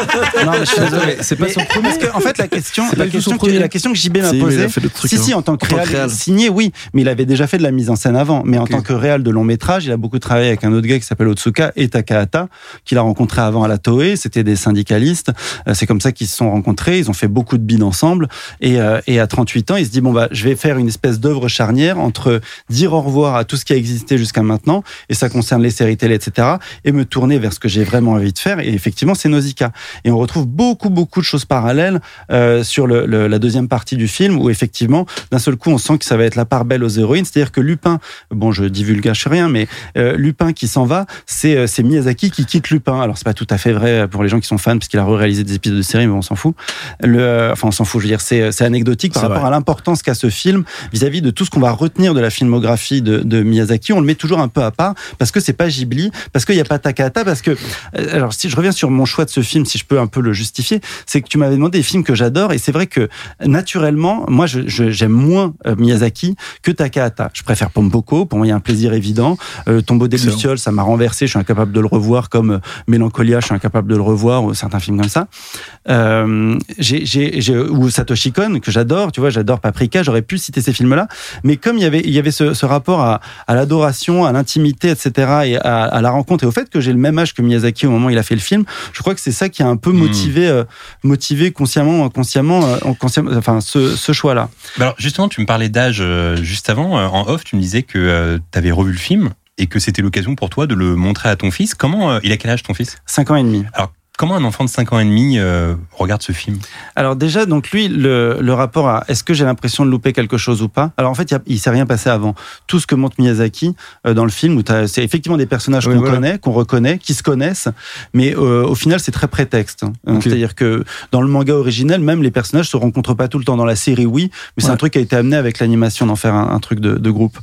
[SPEAKER 7] non, mais je suis
[SPEAKER 5] Attends,
[SPEAKER 7] désolé.
[SPEAKER 5] mais c'est pas
[SPEAKER 7] Mais-
[SPEAKER 5] son premier.
[SPEAKER 7] Parce que, en fait, la question,
[SPEAKER 5] C'est
[SPEAKER 7] la
[SPEAKER 5] pas du tout son
[SPEAKER 7] question, que,
[SPEAKER 5] premier.
[SPEAKER 7] la question que JB m'a
[SPEAKER 6] Si, mais il
[SPEAKER 7] posée,
[SPEAKER 6] a fait d'autres trucs,
[SPEAKER 7] si, si,
[SPEAKER 6] hein.
[SPEAKER 7] en tant que
[SPEAKER 6] En tant que
[SPEAKER 7] réal,
[SPEAKER 6] réal.
[SPEAKER 7] signé, oui, mais il avait déjà fait de la mise en scène avant. Mais en
[SPEAKER 5] Ok.
[SPEAKER 7] tant que réal de long métrage, il a beaucoup travaillé avec un autre gars qui s'appelle Otsuka et Takahata, qu'il a rencontré avant à la Toei. C'était des syndicalistes. Euh, C'est comme ça qu'ils se sont rencontrés. Ils ont fait beaucoup de bides ensemble. Et, euh, et à 38 ans, il se dit bon bah, je vais faire une espèce d'œuvre charnière entre dire au revoir à tout ce qui a existé jusqu'à maintenant, et ça concerne les séries télé, etc., et me tourner vers ce que j'ai vraiment envie de faire. Et effectivement, c'est Nausicaa. Et on retrouve beaucoup, beaucoup de choses parallèles euh, sur le, le- la deuxième partie du film où effectivement d'un seul coup on sent que ça va être la part belle aux héroïnes c'est à dire que Lupin bon je divulgage rien mais euh, Lupin qui s'en va c'est euh, c'est Miyazaki qui quitte Lupin alors c'est pas tout à fait vrai pour les gens qui sont fans parce qu'il a réalisé des épisodes de série mais on s'en fout le, euh, enfin on s'en fout je veux dire c'est c'est anecdotique par
[SPEAKER 6] C'est
[SPEAKER 7] rapport
[SPEAKER 6] vrai.
[SPEAKER 7] à l'importance qu'a ce film vis-à-vis de tout ce qu'on va retenir de la filmographie de, de Miyazaki on le met toujours un peu à part parce que c'est pas Ghibli parce qu'il n'y a pas Takahata parce que euh, alors si je reviens sur mon choix de ce film si je peux un peu le justifier c'est que tu m'avais demandé des films que j'adore et c'est vrai que naturellement, moi, je- je- j'aime moins euh, Miyazaki que Takahata. Je préfère Pompoko, pour moi, il y a un plaisir évident. Euh, Tombeau des
[SPEAKER 6] Excellent.
[SPEAKER 7] Lucioles, ça m'a renversé, je suis incapable de le revoir, comme euh, Mélancolia, je suis incapable de le revoir, ou certains films comme ça. Euh, j'ai- j'ai- j'ai- ou Satoshi Kon, que j'adore, tu vois, j'adore Paprika, j'aurais pu citer ces films-là, mais comme il y avait, il y avait ce, ce rapport à, à l'adoration, à l'intimité, etc., et à, à la rencontre, et au fait que j'ai le même âge que Miyazaki au moment où il a fait le film, je crois que c'est ça qui a un peu
[SPEAKER 4] Hmm.
[SPEAKER 7] motivé, euh, motivé consciemment ou inconsciemment, euh, inconsciemment- enfin, ce, ce choix-là.
[SPEAKER 4] Bah alors justement, tu me parlais d'âge euh, juste avant, euh, en off, tu me disais que tu avais revu le euh, film et que c'était l'occasion pour toi de le montrer à ton fils. Comment euh, il a quel âge ton fils
[SPEAKER 7] 5 ans et demi.
[SPEAKER 4] Comment un enfant de 5 ans et demi euh, regarde ce film
[SPEAKER 7] Alors déjà, donc lui, le, le rapport à est-ce que j'ai l'impression de louper quelque chose ou pas Alors en fait, il y a- il s'est rien passé avant. Tout ce que montre Miyazaki euh, dans le film, où t'as- c'est effectivement des personnages
[SPEAKER 5] Oui,
[SPEAKER 7] qu'on
[SPEAKER 5] voilà.
[SPEAKER 7] connaît, qu'on reconnaît, qui se connaissent, mais euh, au final, c'est très prétexte. hein.
[SPEAKER 5] Ok.
[SPEAKER 7] C'est-à-dire que dans le manga originel, même les personnages se rencontrent pas tout le temps. Dans la série, oui, mais c'est
[SPEAKER 6] Ouais.
[SPEAKER 7] un truc qui a été amené avec l'animation d'en faire un, un truc de, de groupe.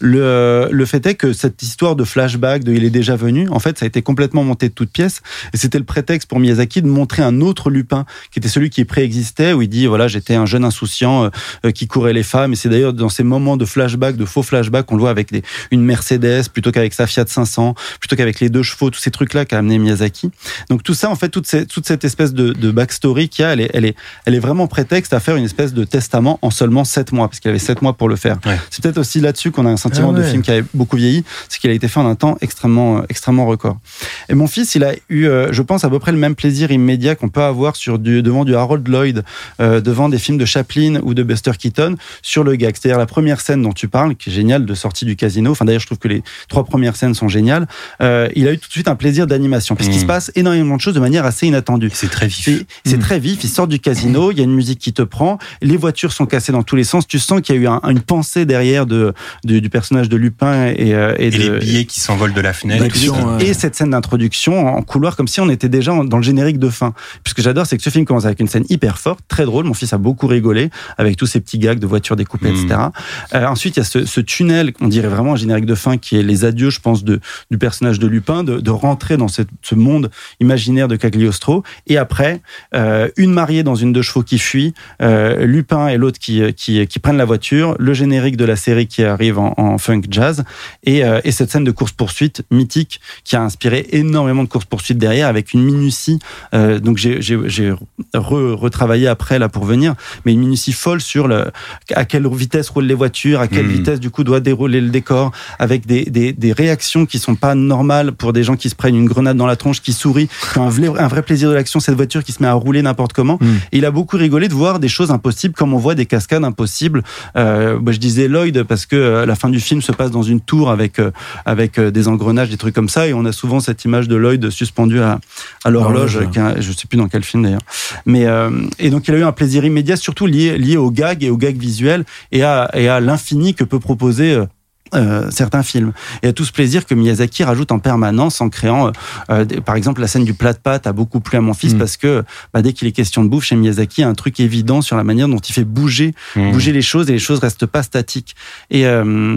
[SPEAKER 7] Le, le fait est que cette histoire de flashback, de il est déjà venu, en fait, ça a été complètement monté de toutes pièces. Et c'était le prétexte pour Miyazaki de montrer un autre Lupin, qui était celui qui préexistait, où il dit voilà, j'étais un jeune insouciant euh, euh, qui courait les femmes. Et c'est d'ailleurs dans ces moments de flashback, de faux flashback, qu'on le voit avec des, une Mercedes plutôt qu'avec sa Fiat 500, plutôt qu'avec les deux chevaux, tous ces trucs-là qu'a amené Miyazaki. Donc tout ça, en fait, toute, cette- toute cette espèce de, de backstory qu'il y a, elle est, elle, est, elle est vraiment prétexte à faire une espèce de testament en seulement 7 mois, parce qu'il avait 7 mois pour le faire.
[SPEAKER 4] Ouais.
[SPEAKER 7] C'est peut-être aussi là-dessus qu'on a un sentiment
[SPEAKER 5] Ah
[SPEAKER 7] de
[SPEAKER 5] ouais.
[SPEAKER 7] film qui a beaucoup vieilli, c'est qu'il a été fait en un temps extrêmement, euh, extrêmement record. Et mon fils, il a eu, euh, je pense, à peu près le même plaisir immédiat qu'on peut avoir sur du, devant du Harold Lloyd, euh, devant des films de Chaplin ou de Buster Keaton, sur le gag. C'est-à-dire la première scène dont tu parles, qui est géniale, de sortie du casino. Enfin, d'ailleurs, je trouve que les trois premières scènes sont géniales. Euh, il a eu tout de suite un plaisir d'animation, puisqu'il
[SPEAKER 4] Mm.
[SPEAKER 7] se passe énormément de choses de manière assez inattendue.
[SPEAKER 4] C'est Hmm. très vif.
[SPEAKER 7] C'est c'est très vif, il sort du casino, il y a une musique qui te prend, les voitures sont cassées dans tous les sens, tu sens qu'il y a eu un- une pensée derrière de, du- du personnage de Lupin et, euh, et
[SPEAKER 4] Et,
[SPEAKER 7] de, Bah,
[SPEAKER 4] les billets qui s'envolent de la fenêtre.
[SPEAKER 6] L'action,
[SPEAKER 4] tout ça.
[SPEAKER 6] euh,
[SPEAKER 7] et cette scène d'introduction en couloir, comme si on était déjà en- dans le générique de fin. Puis Ce que j'adore, c'est que ce film commence avec une scène hyper forte, très drôle. Mon fils a beaucoup rigolé avec tous ces petits gags de voitures découpées,
[SPEAKER 4] Mm.
[SPEAKER 7] etc. Euh, ensuite, il y a ce, ce tunnel, on dirait vraiment un générique de fin, qui est les adieux, je pense, de, du personnage de Lupin, de, de rentrer dans cette- ce monde imaginaire de Cagliostro. Et après, euh, une mariée dans une deux chevaux qui fuit, euh, Lupin et l'autre qui, qui, qui prennent la voiture, le générique de la série qui arrive en, en funk jazz, et, euh, et cette scène de course-poursuite mythique qui a inspiré énormément de courses-poursuites derrière avec une minutie. Euh, donc j'ai j'ai- j'ai re- retravaillé après là pour venir, mais une minutie folle sur le, à quelle vitesse roulent les voitures, à quelle
[SPEAKER 4] Mhm.
[SPEAKER 7] vitesse du coup doit dérouler le décor, avec des, des, des réactions qui sont pas normales pour des gens qui se prennent une grenade dans la tronche, qui sourient, qui ont un vrai, un vrai plaisir de l'action, cette voiture qui se met à rouler n'importe comment.
[SPEAKER 6] Mhm.
[SPEAKER 7] Et il a beaucoup rigolé de voir des choses impossibles comme on voit des cascades impossibles. Euh, bah, je disais Lloyd parce que euh, la fin du film se passe dans une tour avec euh, avec euh, des engrenages, des trucs comme ça. Et on a souvent cette image de Lloyd suspendu à, à l'horloge,
[SPEAKER 6] L'horloge.
[SPEAKER 7] qui est un- je sais plus dans quel film d'ailleurs. Mais euh, et donc il a eu un plaisir immédiat, surtout lié lié au gag et au gag visuel et à et à l'infini que peut proposer. euh, euh, certains films et à tout ce plaisir que Miyazaki rajoute en permanence en créant euh, euh, des- par exemple la scène du plat de pâte a beaucoup plu à mon fils
[SPEAKER 6] Mm.
[SPEAKER 7] parce que bah, dès qu'il est question de bouffe chez Miyazaki il y a un truc évident sur la manière dont il fait bouger
[SPEAKER 4] Mmh.
[SPEAKER 7] bouger les choses et les choses restent pas statiques. Et, euh,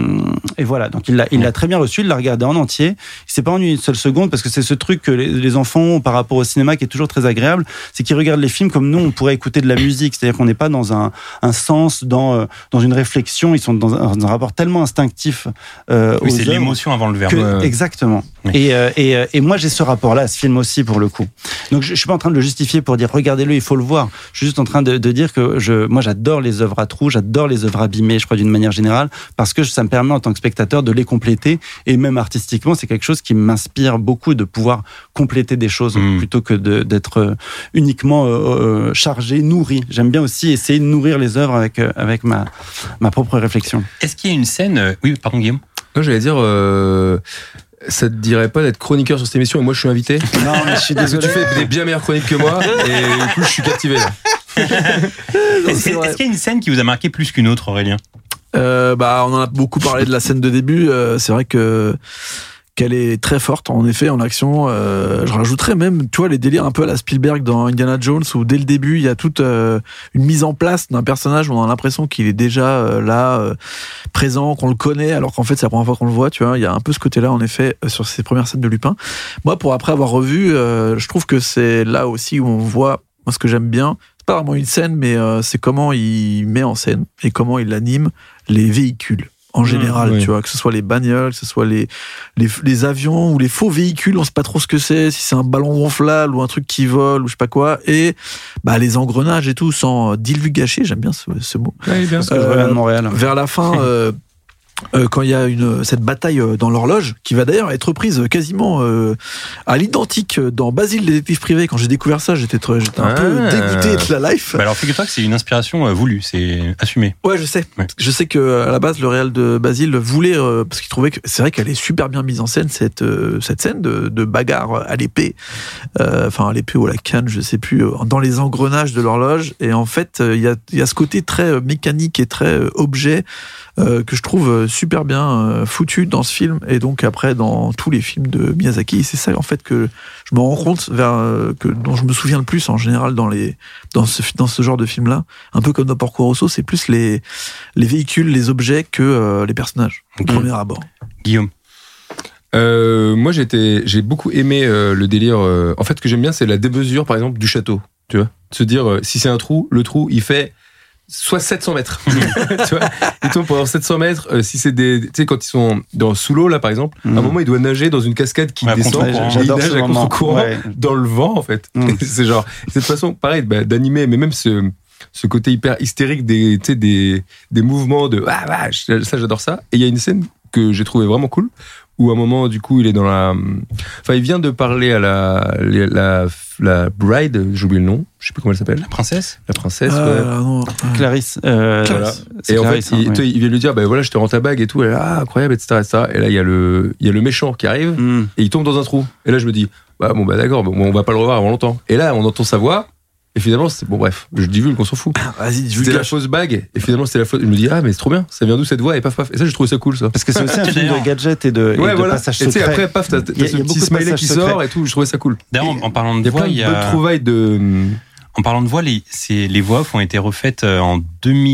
[SPEAKER 7] et voilà, donc il l'a
[SPEAKER 4] Mm.
[SPEAKER 7] il l'a très bien reçu, il l'a regardé en entier. Il s'est pas ennuyé une seule seconde parce que c'est ce truc que les, les enfants ont par rapport au cinéma qui est toujours très agréable, c'est qu'ils regardent les films comme nous on pourrait écouter de la musique, c'est-à-dire qu'on n'est pas dans un, un sens, dans, euh, dans une réflexion, ils sont dans un, dans un rapport tellement instinctif euh,
[SPEAKER 4] Oui,
[SPEAKER 7] aux
[SPEAKER 4] c'est
[SPEAKER 7] œuvres
[SPEAKER 4] l'émotion avant le verbe.
[SPEAKER 7] que- exactement.
[SPEAKER 4] Oui.
[SPEAKER 7] Et, euh, et, euh, et moi, j'ai ce rapport-là à ce film aussi, pour le coup. Donc, je, je suis pas en train de le justifier pour dire regardez-le, il faut le voir. Je suis juste en train de, de dire que je, moi, j'adore les œuvres à trous, j'adore les œuvres abîmées, je crois, d'une manière générale, parce que ça me permet en tant que spectateur de les compléter. Et même artistiquement, c'est quelque chose qui m'inspire beaucoup de pouvoir compléter des choses
[SPEAKER 4] Mm.
[SPEAKER 7] plutôt que de- d'être euh, uniquement euh, euh, chargé, nourri. J'aime bien aussi essayer de nourrir les œuvres avec, euh, avec ma, ma propre réflexion.
[SPEAKER 4] Est-ce qu'il y a une scène euh, Oui, pardon Guillaume.
[SPEAKER 5] Moi, j'allais dire, euh, ça te dirait pas d'être chroniqueur sur cette émission et moi je suis invité
[SPEAKER 7] Non, je suis
[SPEAKER 5] Parce que tu fais des bien meilleures chroniques que moi et du coup je suis captivé. là.
[SPEAKER 4] Est-ce que-
[SPEAKER 6] c'est vrai.
[SPEAKER 4] est-ce qu'il y a une scène qui vous a marqué plus qu'une autre, Aurélien
[SPEAKER 6] Euh, bah, on en a beaucoup parlé de la scène de début. euh, c'est vrai que qu'elle est très forte en effet en action. Euh, je rajouterais même, tu vois, les délires un peu à la Spielberg dans Indiana Jones où dès le début il y a toute euh, une mise en place d'un personnage où on a l'impression qu'il est déjà euh, là, euh, présent, qu'on le connaît, alors qu'en fait c'est la première fois qu'on le voit. Tu vois, il y a un peu ce côté-là en effet euh, sur ces premières scènes de Lupin. Moi, pour après avoir revu, euh, je trouve que c'est là aussi où on voit. Moi, ce que j'aime bien, c'est pas vraiment une scène, mais euh, c'est comment il met en scène et comment il anime les véhicules en général,
[SPEAKER 5] oui.
[SPEAKER 6] tu vois, que ce soit les bagnoles, que ce soit les, les, les avions ou les faux véhicules, on sait pas trop ce que c'est, si c'est un ballon gonflable ou un truc qui vole ou je sais pas quoi, et bah, les engrenages et tout, sans euh, divulgacher, j'aime bien ce, ce mot.
[SPEAKER 5] Ouais, bien
[SPEAKER 7] Parce que je reviens de Montréal.
[SPEAKER 6] Vers la fin, euh, euh, quand il y a une, cette bataille euh, dans l'horloge, qui va d'ailleurs être reprise quasiment euh, à l'identique dans Basile, détective privé. Quand j'ai découvert ça, j'étais très- j'étais un
[SPEAKER 5] Ah.
[SPEAKER 6] peu dégoûté de la life.
[SPEAKER 4] Bah alors figure-toi que c'est une inspiration euh, voulue, c'est assumé.
[SPEAKER 6] Ouais, je sais.
[SPEAKER 4] Ouais.
[SPEAKER 6] Je sais que euh, à la base, le réal de Basile voulait euh, parce qu'il trouvait que c'est vrai qu'elle est super bien mise en scène cette euh, cette scène de, de bagarre à l'épée, Euh, enfin à l'épée ou à la canne, je sais plus, euh, dans les engrenages de l'horloge. Et en fait, euh, il y a il y a ce côté très euh, mécanique et très euh, objet euh, que je trouve euh, super bien euh, foutu dans ce film et donc après dans tous les films de Miyazaki. Et C'est ça en fait que je me rends compte vers euh, que dont je me souviens le plus en général dans les dans ce dans ce genre de film là. Un peu comme dans Porco Rosso, c'est plus les les véhicules, les objets que euh, les personnages. Au premier abord.
[SPEAKER 4] Guillaume.
[SPEAKER 5] Euh, moi, j'étais, j'ai beaucoup aimé euh, le délire. euh, en fait, ce que j'aime bien, c'est la démesure, par exemple, du château. Tu vois, de se dire euh, si c'est un trou, le trou, il fait soit 700 mètres. [LAUGHS] tu vois, il tombe pendant 700 mètres. Euh, si c'est des, tu sais, quand ils sont dans sous l'eau là, par exemple,
[SPEAKER 7] Mhm.
[SPEAKER 5] à un moment, il doit nager dans une cascade qui
[SPEAKER 4] Ouais,
[SPEAKER 5] descend.
[SPEAKER 4] contre-
[SPEAKER 5] et il
[SPEAKER 7] J'adore
[SPEAKER 5] nage
[SPEAKER 7] ce
[SPEAKER 5] à
[SPEAKER 7] moment.
[SPEAKER 5] contre-courant
[SPEAKER 7] Ouais.
[SPEAKER 5] dans le vent, en fait.
[SPEAKER 7] Mhm.
[SPEAKER 5] [LAUGHS] c'est genre cette façon, pareil, bah, d'animer, mais même ce ce côté hyper hystérique des, tu sais, des, des mouvements de ah, ah, je- ça j'adore ça et il y a une scène que j'ai trouvé vraiment cool où à un moment du coup il est dans la enfin il vient de parler à la la, la, la bride j'oublie le nom je sais plus comment elle s'appelle
[SPEAKER 4] La princesse
[SPEAKER 5] la princesse
[SPEAKER 6] Ah,
[SPEAKER 5] ouais.
[SPEAKER 6] là, non. Ah.
[SPEAKER 7] Clarisse. euh,
[SPEAKER 5] Voilà.
[SPEAKER 7] c'est
[SPEAKER 5] Et en fait,
[SPEAKER 7] Clarisse, hein,
[SPEAKER 5] il,
[SPEAKER 7] oui.
[SPEAKER 5] tu sais, il vient lui dire, ben voilà, je te rends ta bague et tout. Elle, ah, incroyable, etc., etc. Et là, il y a le, il y a le méchant qui arrive
[SPEAKER 7] Mm.
[SPEAKER 5] et il tombe dans un trou. Et là, je me dis, bah bon, bah d'accord, bon, on va pas le revoir avant longtemps. Et là, on entend sa voix. Et finalement, c'est bon, bref, je divulgue qu'on s'en fout.
[SPEAKER 7] Ah,
[SPEAKER 6] Ah, Vas-y, je
[SPEAKER 5] C'était la
[SPEAKER 6] lâche.
[SPEAKER 5] fausse bague. Et finalement, c'était la fausse. Je me dis, ah, mais c'est trop bien. Ça vient d'où cette voix Et paf, paf. Et ça, j'ai trouvé ça cool, ça.
[SPEAKER 4] [LAUGHS]
[SPEAKER 7] Parce que c'est aussi un
[SPEAKER 4] Tu
[SPEAKER 7] film
[SPEAKER 4] d'ailleurs.
[SPEAKER 7] de gadgets et de, et
[SPEAKER 5] Ouais,
[SPEAKER 7] de
[SPEAKER 5] voilà.
[SPEAKER 7] passages
[SPEAKER 5] Et tu sais,
[SPEAKER 7] secrets.
[SPEAKER 5] après, paf, t'as t'as
[SPEAKER 7] Il y a-
[SPEAKER 5] ce
[SPEAKER 7] il y a beaucoup
[SPEAKER 5] petit
[SPEAKER 7] de
[SPEAKER 5] smiley
[SPEAKER 7] passages
[SPEAKER 5] qui
[SPEAKER 7] secrets.
[SPEAKER 5] sort et tout. Je trouvais ça cool.
[SPEAKER 4] D'ailleurs, en, en parlant
[SPEAKER 5] Il
[SPEAKER 4] de
[SPEAKER 5] y a
[SPEAKER 4] voix,
[SPEAKER 5] plein
[SPEAKER 4] il y
[SPEAKER 5] de bonnes
[SPEAKER 4] a,
[SPEAKER 5] trouvailles de.
[SPEAKER 4] en parlant de voix, les, c'est- les voix off ont été refaites euh, en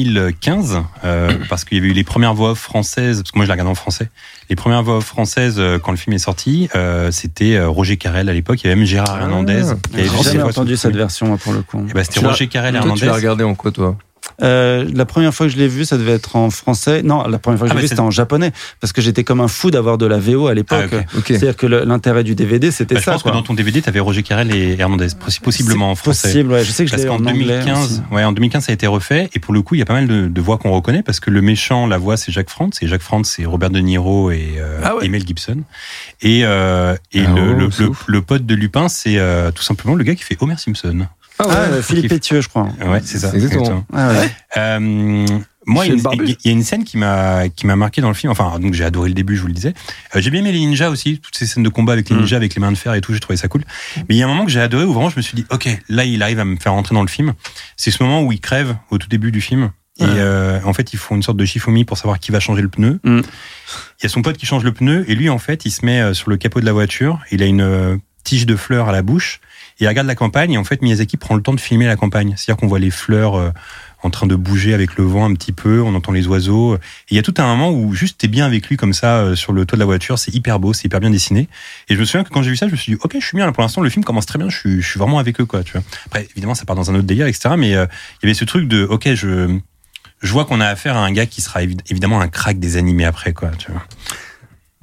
[SPEAKER 4] 2015
[SPEAKER 7] [CLEARS THROAT]
[SPEAKER 4] euh, parce qu'il y avait eu les premières voix off françaises. Parce que moi, je la regardais en français. Les premières voix off françaises euh, quand le film est sorti, euh, c'était euh, Roger Carrel à l'époque. Il y avait même Gérard
[SPEAKER 5] Ah.
[SPEAKER 4] Hernandez. Il y avait
[SPEAKER 7] J'ai
[SPEAKER 4] des
[SPEAKER 7] jamais
[SPEAKER 4] voix
[SPEAKER 7] entendu
[SPEAKER 4] sous-
[SPEAKER 7] cette version, moi, pour le coup.
[SPEAKER 4] Eh ben, c'était
[SPEAKER 5] Tu l'as-
[SPEAKER 4] Roger Carrel
[SPEAKER 5] Toi, tu l'as
[SPEAKER 4] Hernandez.
[SPEAKER 5] regardé en quoi, toi
[SPEAKER 7] Euh, la première fois que je l'ai vu, ça devait être en français. Non, la première fois que
[SPEAKER 4] Ah,
[SPEAKER 7] je
[SPEAKER 4] mais
[SPEAKER 7] l'ai vu,
[SPEAKER 4] c'est-
[SPEAKER 7] c'était en japonais. Parce que j'étais comme un fou d'avoir de la VO à l'époque.
[SPEAKER 4] Ah, ok.
[SPEAKER 5] Ok.
[SPEAKER 7] C'est-à-dire que le- l'intérêt du DVD, c'était
[SPEAKER 4] Bah, je
[SPEAKER 7] ça.
[SPEAKER 4] pense
[SPEAKER 7] quoi.
[SPEAKER 4] que dans ton DVD, tu avais Roger Carrel et Hernandez, possi- possiblement en
[SPEAKER 7] C'est
[SPEAKER 4] français.
[SPEAKER 7] Possible, ouais. Je sais que je
[SPEAKER 4] Parce
[SPEAKER 7] l'ai
[SPEAKER 4] qu'en
[SPEAKER 7] en anglais. aussi.
[SPEAKER 4] 2015, ouais, en 2015, ça a été refait. Et pour le coup, il y a pas mal de, de voix qu'on reconnaît parce que le méchant, la voix, c'est Jacques Frantz. Et Jacques Frantz, c'est Robert De Niro et, euh,
[SPEAKER 6] Ah ouais.
[SPEAKER 4] et Mel Gibson. Et, euh, et
[SPEAKER 5] Ah
[SPEAKER 4] le,
[SPEAKER 5] ouais,
[SPEAKER 4] le-
[SPEAKER 5] c'est
[SPEAKER 4] le-
[SPEAKER 5] ouf.
[SPEAKER 4] le pote de Lupin, c'est euh, tout simplement le gars qui fait Homer Simpson.
[SPEAKER 5] Ah
[SPEAKER 7] Ah, euh, Philippe
[SPEAKER 4] Kiff.
[SPEAKER 7] Pétieux, je crois.
[SPEAKER 4] Ouais, c'est ça.
[SPEAKER 5] Exactement.
[SPEAKER 7] Ah, ouais.
[SPEAKER 4] Euh, moi, il y,
[SPEAKER 6] Michel
[SPEAKER 4] a une-
[SPEAKER 6] Barbu.
[SPEAKER 4] il y a une scène qui m'a qui m'a marqué dans le film. Enfin, donc j'ai adoré le début, je vous le disais. Euh, j'ai bien aimé les ninjas aussi, toutes ces scènes de combat avec les
[SPEAKER 7] Mm.
[SPEAKER 4] ninjas, avec les mains de fer et tout. J'ai trouvé ça cool. Mais il y a un moment que j'ai adoré où vraiment je me suis dit, ok, là il arrive à me faire rentrer dans le film. C'est ce moment où il crève au tout début du film. Et
[SPEAKER 6] Ouais.
[SPEAKER 4] euh, en fait, ils font une sorte de chifoumi pour savoir qui va changer le pneu. Il
[SPEAKER 7] Mm.
[SPEAKER 4] y a son pote qui change le pneu et lui, en fait, il se met euh, sur le capot de la voiture. Il a une euh, tige de fleurs à la bouche et il regarde la campagne. Et en fait, Miyazaki prend le temps de filmer la campagne. C'est-à-dire qu'on voit les fleurs euh, en train de bouger avec le vent un petit peu, on entend les oiseaux. Et il y a tout un moment où juste t'es bien avec lui comme ça euh, sur le toit de la voiture. C'est hyper beau, c'est hyper bien dessiné. Et je me souviens que quand j'ai vu ça, je me suis dit, ok, je suis bien. Pour l'instant, le film commence très bien. Je suis, je suis vraiment avec eux, quoi. Tu vois. Après, évidemment, ça part dans un autre délire, etc. Mais euh, il y avait ce truc de, ok, je, je vois qu'on a affaire à un gars qui sera évi- évidemment un crack des animés après, quoi. Tu vois.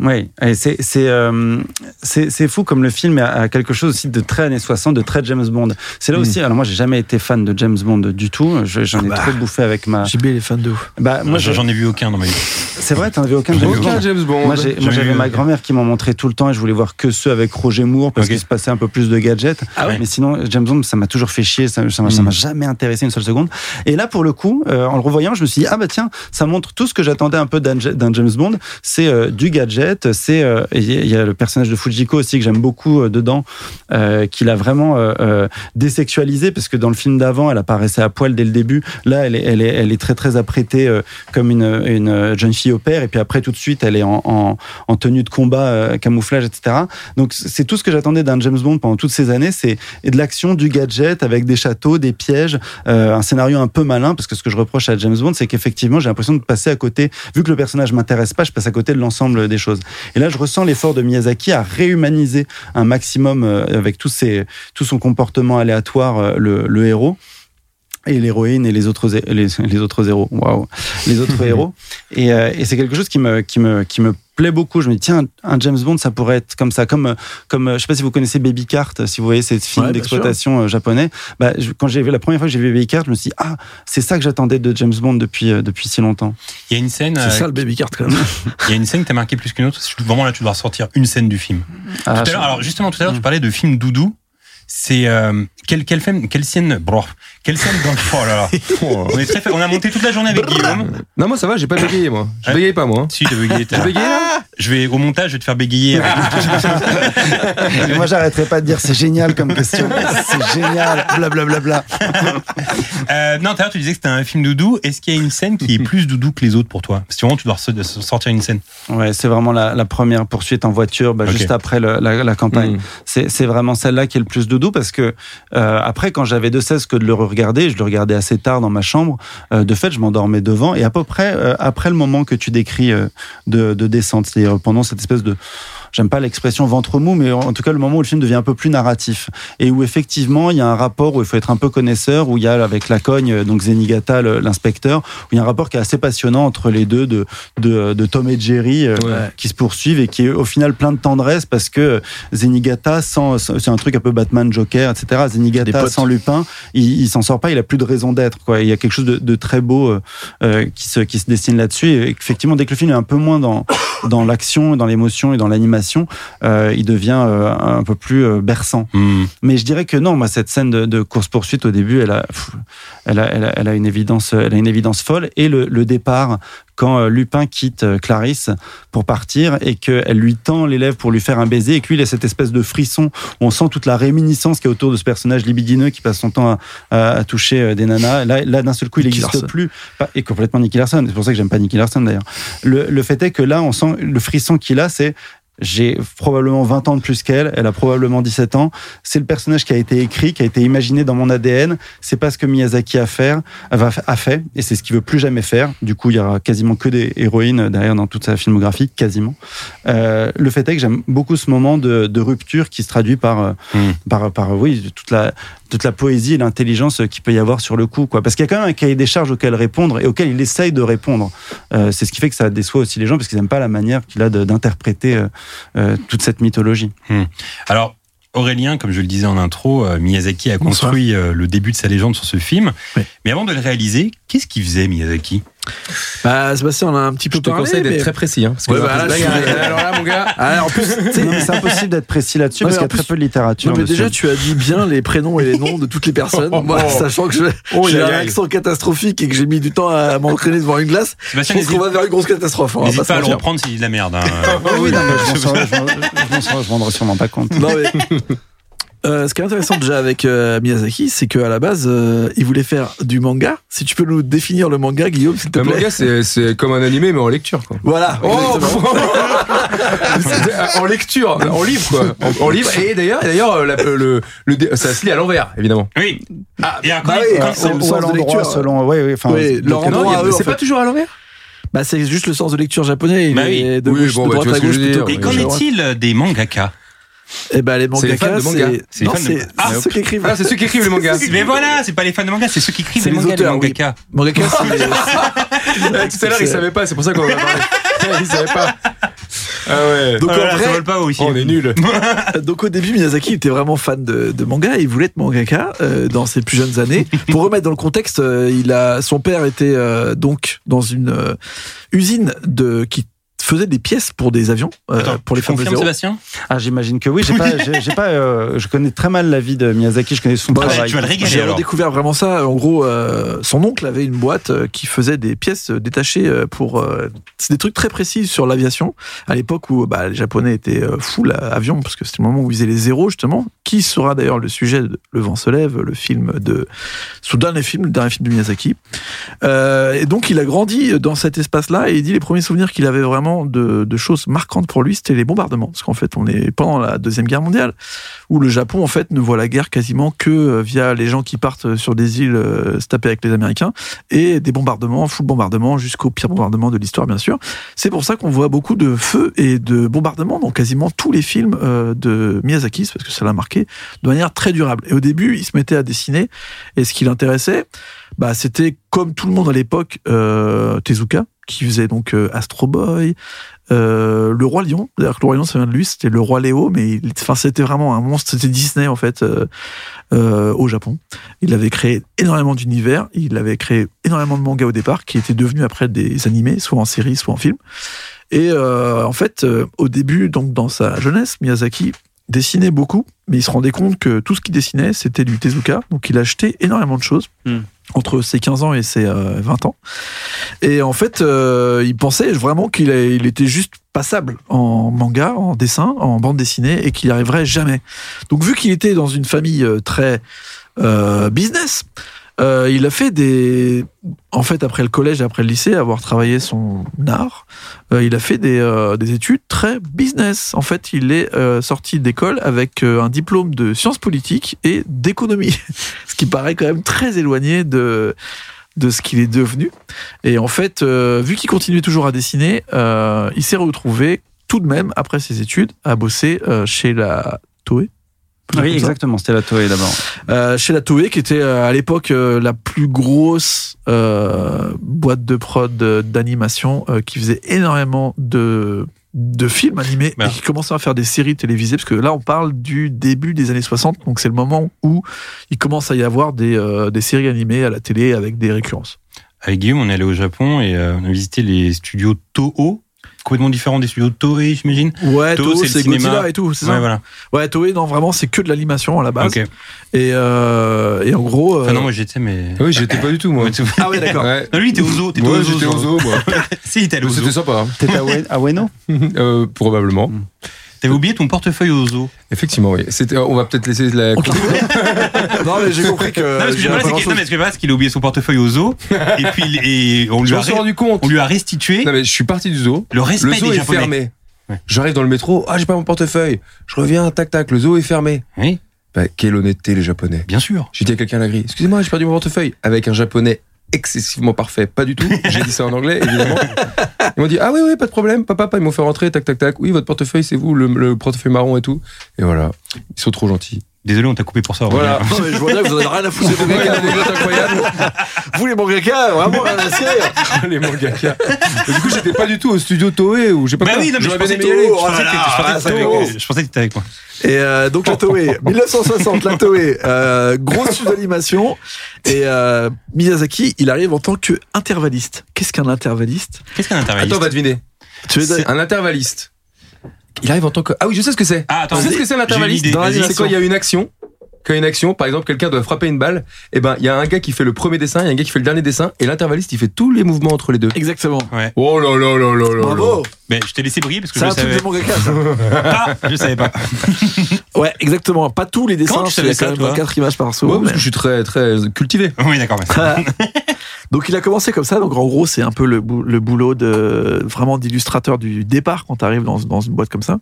[SPEAKER 7] Oui, et c'est c'est euh, c'est c'est fou comme le film a, a quelque chose aussi de très années 60, de très James Bond. C'est là
[SPEAKER 5] Mm.
[SPEAKER 7] aussi. Alors moi, j'ai jamais été fan de James Bond du tout. Je- J'en ai trop bouffé avec ma.
[SPEAKER 6] JB, il est fan de ouf.
[SPEAKER 7] Bah moi,
[SPEAKER 4] Moi,
[SPEAKER 7] je-
[SPEAKER 4] j'en ai vu aucun dans ma vie.
[SPEAKER 7] c'est vrai, t'en avais aucun. James Bond
[SPEAKER 5] Aucun James Bond.
[SPEAKER 7] Moi, j'ai- moi,
[SPEAKER 4] Jamais
[SPEAKER 7] j'avais
[SPEAKER 4] vu,
[SPEAKER 7] ma
[SPEAKER 4] ok.
[SPEAKER 7] grand-mère qui m'en montrait tout le temps et je voulais voir que ceux avec Roger Moore parce
[SPEAKER 4] Ok.
[SPEAKER 7] qu'il se passait un peu plus de gadgets.
[SPEAKER 4] Ah ouais.
[SPEAKER 7] Mais sinon, James Bond, ça m'a toujours fait chier, ça ça m'a ça m'a jamais intéressé une seule seconde. Et là, pour le coup, euh, en le revoyant, je me suis dit, ah bah tiens, ça montre tout ce que j'attendais un peu d'un d'un James Bond. C'est euh, du gadget, c'est euh, et il y a- il y a le personnage de Fujiko aussi que j'aime beaucoup euh, dedans, euh, qu'il a vraiment euh, euh, désexualisé parce que dans le film d'avant, elle apparaissait à poil dès le début. Là, elle est, elle est, elle est très très apprêtée euh, comme une, une jeune fille au père et puis après tout de suite, elle est en, en, en tenue de combat, euh, camouflage, etc. Donc c'est tout ce que j'attendais d'un James Bond pendant toutes ces années, c'est et de l'action, du gadget avec des châteaux, des pièges, euh, un scénario un peu malin parce que ce que je reproche à James Bond, c'est qu'effectivement j'ai l'impression de passer à côté. Vu que le personnage m'intéresse pas, je passe à côté de l'ensemble des choses. Et là, je ressens l'effort de Miyazaki à réhumaniser un maximum euh, avec tous ses, tout son comportement aléatoire euh, le, le héros et l'héroïne et les autres hé- les, les autres héros waouh les autres héros et, euh, et c'est quelque chose qui me qui me qui me plaît beaucoup. Je me dis, tiens, un James Bond, ça pourrait être comme ça. Comme, euh, comme euh, je sais pas si vous connaissez Baby Cart, si vous voyez ces films
[SPEAKER 6] Ouais, bien
[SPEAKER 7] d'exploitation euh, japonais. Bah, je- quand j'ai vu la première fois que j'ai vu Baby Cart, je me suis dit, ah, c'est ça que j'attendais de James Bond depuis, euh, depuis si longtemps.
[SPEAKER 4] Il y a une scène, euh,
[SPEAKER 6] C'est ça le baby card quand même. [LAUGHS]
[SPEAKER 4] il y a une scène que t'as marqué plus qu'une autre. parce que Vraiment là, tu dois ressortir une scène du film. Tout
[SPEAKER 7] Ah,
[SPEAKER 4] à l'heure,
[SPEAKER 7] je-
[SPEAKER 4] alors justement, tout à l'heure,
[SPEAKER 6] Hmm.
[SPEAKER 4] tu parlais de film doudou. C'est euh, quelle quelle film- quelle scène, bro, quelle scène dans le oh là là.
[SPEAKER 6] [LAUGHS]
[SPEAKER 5] Ah, hein.
[SPEAKER 4] On est très fa- on a monté toute la journée avec Guillaume.
[SPEAKER 5] Non, moi ça va, j'ai pas bégayé moi. Je
[SPEAKER 4] Ouais.
[SPEAKER 5] bégaye pas moi. hein.
[SPEAKER 4] Si, t'as bégayé, t'as-
[SPEAKER 5] J'ai bégayé là
[SPEAKER 4] Je vais au montage, je vais te faire bégayer.
[SPEAKER 6] Ah.
[SPEAKER 4] avec-
[SPEAKER 7] Et moi, j'arrêterai pas de dire, c'est génial comme question. C'est génial. Blablabla.
[SPEAKER 4] Euh, non, tout à l'heure, tu disais que c'était un film doudou. Est-ce qu'il y a une scène qui est plus doudou que les autres pour toi Parce que vraiment, tu dois re- sortir une scène.
[SPEAKER 7] Ouais, c'est vraiment la, la première poursuite en voiture, bah,
[SPEAKER 4] Ok.
[SPEAKER 7] juste après le- la, la campagne.
[SPEAKER 5] Mm.
[SPEAKER 7] C'est c'est vraiment celle-là qui est le plus doudou parce que euh, après, quand j'avais de cesse que de le regarder, je le regardais assez tard dans ma chambre. euh, de fait, je m'endormais devant et à peu près euh, après le moment que tu décris euh, de, de descente, c'est-à-dire pendant cette espèce de J'aime pas l'expression ventre mou, mais en tout cas le moment où le film devient un peu plus narratif et où effectivement il y a un rapport où il faut être un peu connaisseur, où il y a avec la cogne, euh, donc Zenigata, le- l'inspecteur, où il y a un rapport qui est assez passionnant entre les deux de, de, de Tom et Jerry euh,
[SPEAKER 5] Ouais.
[SPEAKER 7] qui se poursuivent et qui est au final plein de tendresse parce que Zenigata, sans, c'est un truc un peu Batman, Joker, etc.
[SPEAKER 6] Des
[SPEAKER 7] Zenigata
[SPEAKER 6] potes.
[SPEAKER 7] sans Lupin, il, il s'en sort pas, il a plus de raison d'être. quoi. Il y a quelque chose de, de très beau euh, euh, qui, se, qui se dessine là-dessus. Et effectivement, dès que le film est un peu moins dans, [COUGHS] dans l'action, dans l'émotion et dans l'animation, euh, il devient euh, un peu plus euh, berçant.
[SPEAKER 6] Hmm.
[SPEAKER 7] Mais je dirais que non, moi, cette scène de, de course-poursuite au début, elle a, pff, elle, a, elle, a, elle a une évidence, elle a une évidence folle. Et le, le départ, quand euh, Lupin quitte euh, Clarisse pour partir et qu'elle lui tend les lèvres pour lui faire un baiser et qu'il a cette espèce de frisson où on sent toute la réminiscence qu'il y a autour de ce personnage libidineux qui passe son temps à, à- à toucher euh, des nanas. Là, là d'un seul coup, il
[SPEAKER 6] Nicky
[SPEAKER 7] n'existe
[SPEAKER 6] Larson.
[SPEAKER 7] plus. Pas- Et complètement Nicky Larson. C'est pour ça que j'aime pas Nicky Larson d'ailleurs. Le, le fait est que là, on sent le frisson qu'il a, c'est j'ai probablement 20 ans de plus qu'elle, elle a probablement 17 ans. C'est le personnage qui a été écrit, qui a été imaginé dans mon ADN. C'est pas ce que Miyazaki a fait, va, a fait, et c'est ce qu'il veut plus jamais faire. Du coup, il y aura quasiment que des héroïnes derrière dans toute sa filmographie, quasiment. Euh, le fait est que j'aime beaucoup ce moment de, de rupture qui se traduit par, euh,
[SPEAKER 4] Mm.
[SPEAKER 7] par, par, euh, oui, toute la, toute la poésie et l'intelligence qu'il peut y avoir sur le coup, quoi. Parce qu'il y a quand même un cahier des charges auquel répondre et auquel il essaye de répondre. Euh, c'est ce qui fait que ça déçoit aussi les gens parce qu'ils n'aiment pas la manière qu'il a de- d'interpréter euh, euh, toute cette mythologie.
[SPEAKER 4] Alors, Aurélien, comme je le disais en intro, euh, Miyazaki a
[SPEAKER 6] Bonsoir.
[SPEAKER 4] construit euh, le début de sa légende sur ce film.
[SPEAKER 6] Oui.
[SPEAKER 4] Mais avant de le réaliser, qu'est-ce qu'il faisait, Miyazaki
[SPEAKER 6] Bah, Sébastien, on a un petit peu
[SPEAKER 5] Je te
[SPEAKER 6] parlé.
[SPEAKER 5] conseille d'être
[SPEAKER 6] mais-
[SPEAKER 5] très précis. Hein, parce
[SPEAKER 6] Ouais, bah,
[SPEAKER 5] après,
[SPEAKER 6] là,
[SPEAKER 5] c'est-
[SPEAKER 6] je suis-
[SPEAKER 5] là, [LAUGHS] alors là, mon gars.
[SPEAKER 6] Ah, en plus, [LAUGHS] tu sais,
[SPEAKER 7] Non, mais c'est impossible d'être précis là-dessus
[SPEAKER 6] Non, mais
[SPEAKER 7] parce qu'il y
[SPEAKER 6] en
[SPEAKER 7] a
[SPEAKER 6] plus-
[SPEAKER 7] très peu de littérature.
[SPEAKER 6] Non, mais
[SPEAKER 7] dessus.
[SPEAKER 6] déjà, tu as dit bien les prénoms et les noms de toutes les personnes. Moi, sachant que je- j'ai
[SPEAKER 5] aïe,
[SPEAKER 6] un
[SPEAKER 5] aïe.
[SPEAKER 6] accent catastrophique et que j'ai mis du temps à m'entraîner devant une glace, je
[SPEAKER 4] Sébastien,
[SPEAKER 6] pense qu'on
[SPEAKER 4] n'hésite
[SPEAKER 6] va vers une grosse catastrophe. hein, on va
[SPEAKER 4] n'hésite
[SPEAKER 6] pas se
[SPEAKER 4] pas à le
[SPEAKER 6] mentir.
[SPEAKER 4] reprendre s'il dit de la merde.
[SPEAKER 6] [LAUGHS]
[SPEAKER 4] hein.
[SPEAKER 7] Ah bah Oui, oui, non, mais je m'en sors- je m'en- je m'en sors- je m'en rendrai sûrement pas compte.
[SPEAKER 6] Non, mais- Euh, ce qui est intéressant déjà avec euh, Miyazaki, c'est qu'à la base, euh, il voulait faire du manga. Si tu peux nous définir le manga, Guillaume, s'il te
[SPEAKER 5] Le
[SPEAKER 6] plaît.
[SPEAKER 5] manga, Oh, c'est c'est comme un animé, mais en lecture. Quoi.
[SPEAKER 6] Voilà. exactement.
[SPEAKER 5] C'est- en lecture, en livre quoi, en, en livre. Et d'ailleurs, et d'ailleurs, euh, la- euh, le, le dé- ça se lit à l'envers, évidemment.
[SPEAKER 4] Oui. Et alors,
[SPEAKER 6] bah
[SPEAKER 4] quand-
[SPEAKER 6] oui,
[SPEAKER 4] quand
[SPEAKER 6] euh,
[SPEAKER 4] c'est-
[SPEAKER 6] on-
[SPEAKER 7] Ou
[SPEAKER 6] sens
[SPEAKER 7] à
[SPEAKER 6] de
[SPEAKER 7] l'endroit,
[SPEAKER 6] lecture.
[SPEAKER 7] selon. Oui, oui, enfin. euh,
[SPEAKER 6] Oui, leur
[SPEAKER 5] Non,
[SPEAKER 6] endroit
[SPEAKER 5] il y a-
[SPEAKER 6] à eux, en
[SPEAKER 5] c'est
[SPEAKER 6] fait.
[SPEAKER 5] pas toujours à l'envers.
[SPEAKER 6] Bah, c'est juste le sens de lecture japonais. Il
[SPEAKER 4] Bah oui.
[SPEAKER 6] est de
[SPEAKER 5] Oui,
[SPEAKER 6] gauche,
[SPEAKER 5] bon,
[SPEAKER 6] de
[SPEAKER 5] bah, tu
[SPEAKER 6] droite
[SPEAKER 5] vois
[SPEAKER 6] à
[SPEAKER 5] ce que
[SPEAKER 6] gauche
[SPEAKER 5] je veux
[SPEAKER 6] plutôt.
[SPEAKER 5] dire.
[SPEAKER 4] Et qu'en est-il des mangaka
[SPEAKER 6] Eh ben, les
[SPEAKER 5] C'est les fans
[SPEAKER 6] mangakas,
[SPEAKER 5] de manga.
[SPEAKER 6] c'est
[SPEAKER 4] C'est les
[SPEAKER 6] non,
[SPEAKER 4] fans de
[SPEAKER 6] c'est
[SPEAKER 4] manga.
[SPEAKER 6] ah,
[SPEAKER 5] Ah,
[SPEAKER 6] ceux qui écrivent.
[SPEAKER 5] Ah, c'est ceux qui écrivent les mangas.
[SPEAKER 4] Mais voilà, c'est pas les fans de manga, c'est ceux qui écrivent
[SPEAKER 6] C'est
[SPEAKER 4] les
[SPEAKER 6] les
[SPEAKER 4] mangas, les
[SPEAKER 6] auteurs, oui.
[SPEAKER 4] mangaka.
[SPEAKER 5] [LAUGHS]
[SPEAKER 6] Mangakas, c'est les-
[SPEAKER 5] Ouais, Tout à l'heure, ils
[SPEAKER 6] C'est-
[SPEAKER 5] savaient pas, c'est pour ça qu'on en a parlé. [LAUGHS] Ils savaient pas. Ah ouais.
[SPEAKER 6] Donc,
[SPEAKER 4] Ah
[SPEAKER 6] en
[SPEAKER 4] là là,
[SPEAKER 6] vrai- euh,
[SPEAKER 4] ça vole pas haut ici.
[SPEAKER 5] Oh, on est nuls.
[SPEAKER 6] [LAUGHS] Donc au début, Miyazaki était vraiment fan de, de manga et il voulait être mangaka euh, dans ses plus jeunes
[SPEAKER 4] [LAUGHS]
[SPEAKER 6] années. Pour remettre dans le contexte, euh, il a son père était euh, donc dans une euh, usine de qui faisait des pièces pour des avions euh,
[SPEAKER 4] Attends,
[SPEAKER 6] pour les
[SPEAKER 4] tu
[SPEAKER 6] femmes de
[SPEAKER 4] confirmes,
[SPEAKER 6] zéro.
[SPEAKER 4] Sébastien
[SPEAKER 7] Ah, j'imagine que oui. J'ai pas, j'ai- j'ai pas, euh, je connais très mal la vie de Miyazaki. Je connais son
[SPEAKER 6] Bah,
[SPEAKER 7] travail.
[SPEAKER 4] Ah, Tu vas le régaler
[SPEAKER 6] J'ai
[SPEAKER 4] alors.
[SPEAKER 6] redécouvert vraiment ça. En gros, euh, son oncle avait une boîte euh, qui faisait des pièces euh, détachées euh, pour euh, c'est des trucs très précis sur l'aviation. À l'époque où bah, les Japonais étaient euh, full à- avion, parce que c'était le moment où ils faisaient les zéros justement. Qui sera d'ailleurs le sujet de Le vent se lève, le film de son dernier film, le dernier film de Miyazaki. Euh, et donc il a grandi dans cet espace-là et il dit les premiers souvenirs qu'il avait vraiment de, de choses marquantes pour lui, c'était les bombardements. Parce qu'en fait, on est pendant la deuxième guerre mondiale où le Japon en fait ne voit la guerre quasiment que euh, via les gens qui partent sur des îles euh, se taper avec les Américains et des bombardements, full bombardement jusqu'au pire bombardement de l'histoire bien sûr. C'est pour ça qu'on voit beaucoup de feux et de bombardements dans quasiment tous les films euh, de Miyazaki c'est parce que ça l'a marqué de manière très durable. Et au début, il se mettait à dessiner et ce qui l'intéressait, bah c'était comme tout le monde à l'époque euh, Tezuka qui faisait donc euh, Astro Boy, euh, Le Roi Lion. D'ailleurs, Le Roi Lion, ça vient de lui, c'était Le Roi Léo, mais il- enfin, c'était vraiment un monstre. C'était Disney, en fait, euh, euh, au Japon. Il avait créé énormément d'univers, il avait créé énormément de mangas au départ, qui étaient devenus après des animés, soit en série, soit en film. Et euh, en fait, euh, au début, donc dans sa jeunesse, Miyazaki dessinait beaucoup, mais il se rendait compte que tout ce qu'il dessinait, c'était du Tezuka. Donc il achetait énormément de choses.
[SPEAKER 7] Hmm.
[SPEAKER 6] Entre ses 15 ans et ses euh, 20 ans. Et en fait, euh, il pensait vraiment qu'il a- il était juste passable en manga, en dessin, en bande dessinée, et qu'il n'y arriverait jamais. Donc, vu qu'il était dans une famille euh, très euh, business, euh, il a fait des. En fait, après le collège et après le lycée, avoir travaillé son art, euh, il a fait des, euh, des études très business. En fait, il est euh, sorti d'école avec euh, un diplôme de sciences politiques et d'économie, [LAUGHS] ce qui paraît quand même très éloigné de de ce qu'il est devenu. Et en fait, euh, vu qu'il continuait toujours à dessiner, euh, il s'est retrouvé tout de même, après ses études, à bosser euh, chez la Toei. Comme
[SPEAKER 7] Oui,
[SPEAKER 6] ça.
[SPEAKER 7] exactement. C'était la Toei d'abord.
[SPEAKER 6] Euh, chez la Toei, qui était euh, à l'époque euh, la plus grosse euh, boîte de prod euh, d'animation, euh, qui faisait énormément de de films animés
[SPEAKER 4] Bah.
[SPEAKER 6] et qui commençait à faire des séries télévisées parce que là on parle du début des années 60 donc c'est le moment où il commence à y avoir des, euh, des séries animées à la télé avec des récurrences
[SPEAKER 4] Avec Guillaume, on est allé au Japon et euh, on a visité les studios Toho, complètement différents des studios Toei, j'imagine.
[SPEAKER 6] ouais
[SPEAKER 4] Toho,
[SPEAKER 6] Toho
[SPEAKER 4] c'est le
[SPEAKER 6] c'est
[SPEAKER 4] cinéma.
[SPEAKER 6] Godzilla et tout c'est
[SPEAKER 4] Ouais,
[SPEAKER 6] ça Bah,
[SPEAKER 4] voilà.
[SPEAKER 6] ouais Toei non vraiment c'est que de l'animation à la base
[SPEAKER 4] Ok.
[SPEAKER 6] et, euh, et en gros euh,
[SPEAKER 4] Enfin, non, moi j'étais, mais.
[SPEAKER 5] Oui, j'étais pas du tout, moi.
[SPEAKER 4] Ouais, tout-
[SPEAKER 6] ah ouais d'accord
[SPEAKER 5] Ouais.
[SPEAKER 4] [LAUGHS] Non, lui, il était au zoo. T'étais
[SPEAKER 5] Ouais,
[SPEAKER 4] au zoo.
[SPEAKER 5] j'étais
[SPEAKER 4] genre.
[SPEAKER 5] au zoo, moi.
[SPEAKER 4] [LAUGHS] Si, t'es allé au zoo. Mm.
[SPEAKER 5] C'était sympa. hein.
[SPEAKER 7] T'étais à Ueno- à Ueno
[SPEAKER 5] Euh, probablement.
[SPEAKER 4] T'avais oublié ton portefeuille au zoo.
[SPEAKER 6] Euh,
[SPEAKER 5] Effectivement, oui. C'était- On va peut-être laisser la.
[SPEAKER 6] Ok. [LAUGHS] non mais j'ai compris que
[SPEAKER 4] non, parce que
[SPEAKER 6] j'ai
[SPEAKER 4] j'aimerais, c'est
[SPEAKER 6] pas
[SPEAKER 4] qu'il-
[SPEAKER 6] grand-chose.
[SPEAKER 4] non, mais ce que j'aimerais, c'est qu'il a oublié son portefeuille au
[SPEAKER 6] [LAUGHS]
[SPEAKER 4] zoo. et puis, il- et on, lui
[SPEAKER 5] Je
[SPEAKER 4] a,
[SPEAKER 5] me suis
[SPEAKER 4] ré-
[SPEAKER 5] rendu compte.
[SPEAKER 4] on lui a restitué
[SPEAKER 5] Non, mais je suis parti du zoo.
[SPEAKER 4] le respect
[SPEAKER 5] Le zoo
[SPEAKER 4] des
[SPEAKER 5] est
[SPEAKER 4] Japonais.
[SPEAKER 5] fermé.
[SPEAKER 4] Ouais.
[SPEAKER 5] J'arrive dans le métro. Ah, j'ai pas mon portefeuille. Je reviens, tac, tac. Le zoo est fermé.
[SPEAKER 4] Oui,
[SPEAKER 5] Bah, quelle honnêteté, les Japonais.
[SPEAKER 4] bien sûr.
[SPEAKER 5] J'ai dit à quelqu'un à la grille, excusez-moi, j'ai perdu mon portefeuille. Avec un japonais excessivement parfait, pas du tout. J'ai dit ça en anglais, évidemment. Ils m'ont dit, ah oui, oui, pas de problème, papa, papa, ils m'ont fait rentrer, tac, tac, tac. Oui, votre portefeuille, c'est vous, le, le portefeuille marron et tout. Et voilà, ils sont trop gentils.
[SPEAKER 4] Désolé, on t'a coupé pour ça. Aurélien.
[SPEAKER 5] Voilà.
[SPEAKER 6] Non, mais je vois bien que vous en avez rien à foutre.
[SPEAKER 5] C'est vrai qu'il y a des anecdotes incroyables,
[SPEAKER 4] [LAUGHS]
[SPEAKER 6] Vous, les mangaka, vraiment, rien à cirer.
[SPEAKER 5] les mangakas. Et Du coup, j'étais pas du tout au studio Toei ou j'ai pas
[SPEAKER 4] Bah oui, non, mais je
[SPEAKER 5] J'aurais
[SPEAKER 4] pensais
[SPEAKER 5] bien
[SPEAKER 4] que
[SPEAKER 5] aimé y aller.
[SPEAKER 6] Oh là là,
[SPEAKER 4] je pensais que t'étais
[SPEAKER 6] ah,
[SPEAKER 4] avec-
[SPEAKER 6] ça
[SPEAKER 4] je pensais que t'étais avec moi.
[SPEAKER 6] Et euh, donc,
[SPEAKER 4] [LAUGHS]
[SPEAKER 6] la Toei, 1960, la Toei, euh, gros studio d'animation. Et euh, Miyazaki, il arrive en tant qu'intervalliste. Qu'est-ce qu'un intervalliste
[SPEAKER 4] Qu'est-ce qu'un intervalliste
[SPEAKER 5] Attends, bah, on va deviner.
[SPEAKER 6] Tu veux dire-
[SPEAKER 5] Un intervalliste. Il arrive en tant que. Ah oui, je sais ce que c'est.
[SPEAKER 4] Ah, attends,
[SPEAKER 5] Tu sais ce
[SPEAKER 4] vas-y.
[SPEAKER 5] que c'est un
[SPEAKER 4] J'ai
[SPEAKER 5] intervalliste
[SPEAKER 4] une idée, vas-y.
[SPEAKER 5] C'est quand il y a une action. Quand il y a une action, par exemple, quelqu'un doit frapper une balle, et ben il y a un gars qui fait le premier dessin, il y a un gars qui fait le dernier dessin, et l'intervalliste il fait tous les mouvements entre les deux.
[SPEAKER 6] Exactement.
[SPEAKER 5] Oh là là là là là.
[SPEAKER 6] Bravo
[SPEAKER 4] Mais je t'ai laissé briller parce que
[SPEAKER 6] C'est
[SPEAKER 4] je
[SPEAKER 6] un
[SPEAKER 4] le
[SPEAKER 6] truc
[SPEAKER 4] savais
[SPEAKER 6] de mangaka, ça.
[SPEAKER 4] pas.
[SPEAKER 5] [LAUGHS]
[SPEAKER 4] Je savais pas.
[SPEAKER 6] Ouais, exactement. Pas tous les dessins,
[SPEAKER 4] tu
[SPEAKER 6] c'est
[SPEAKER 4] savais ça,
[SPEAKER 6] quand même
[SPEAKER 4] toi
[SPEAKER 6] 24 images par
[SPEAKER 5] là. Ouais,
[SPEAKER 6] seconde.
[SPEAKER 5] parce que je suis très très cultivé.
[SPEAKER 4] Oui, d'accord. mais-
[SPEAKER 6] [LAUGHS] Donc il a commencé comme ça. Donc en gros, c'est un peu le, bou- le boulot de vraiment d'illustrateur du départ quand tu arrives dans, dans une boîte comme ça.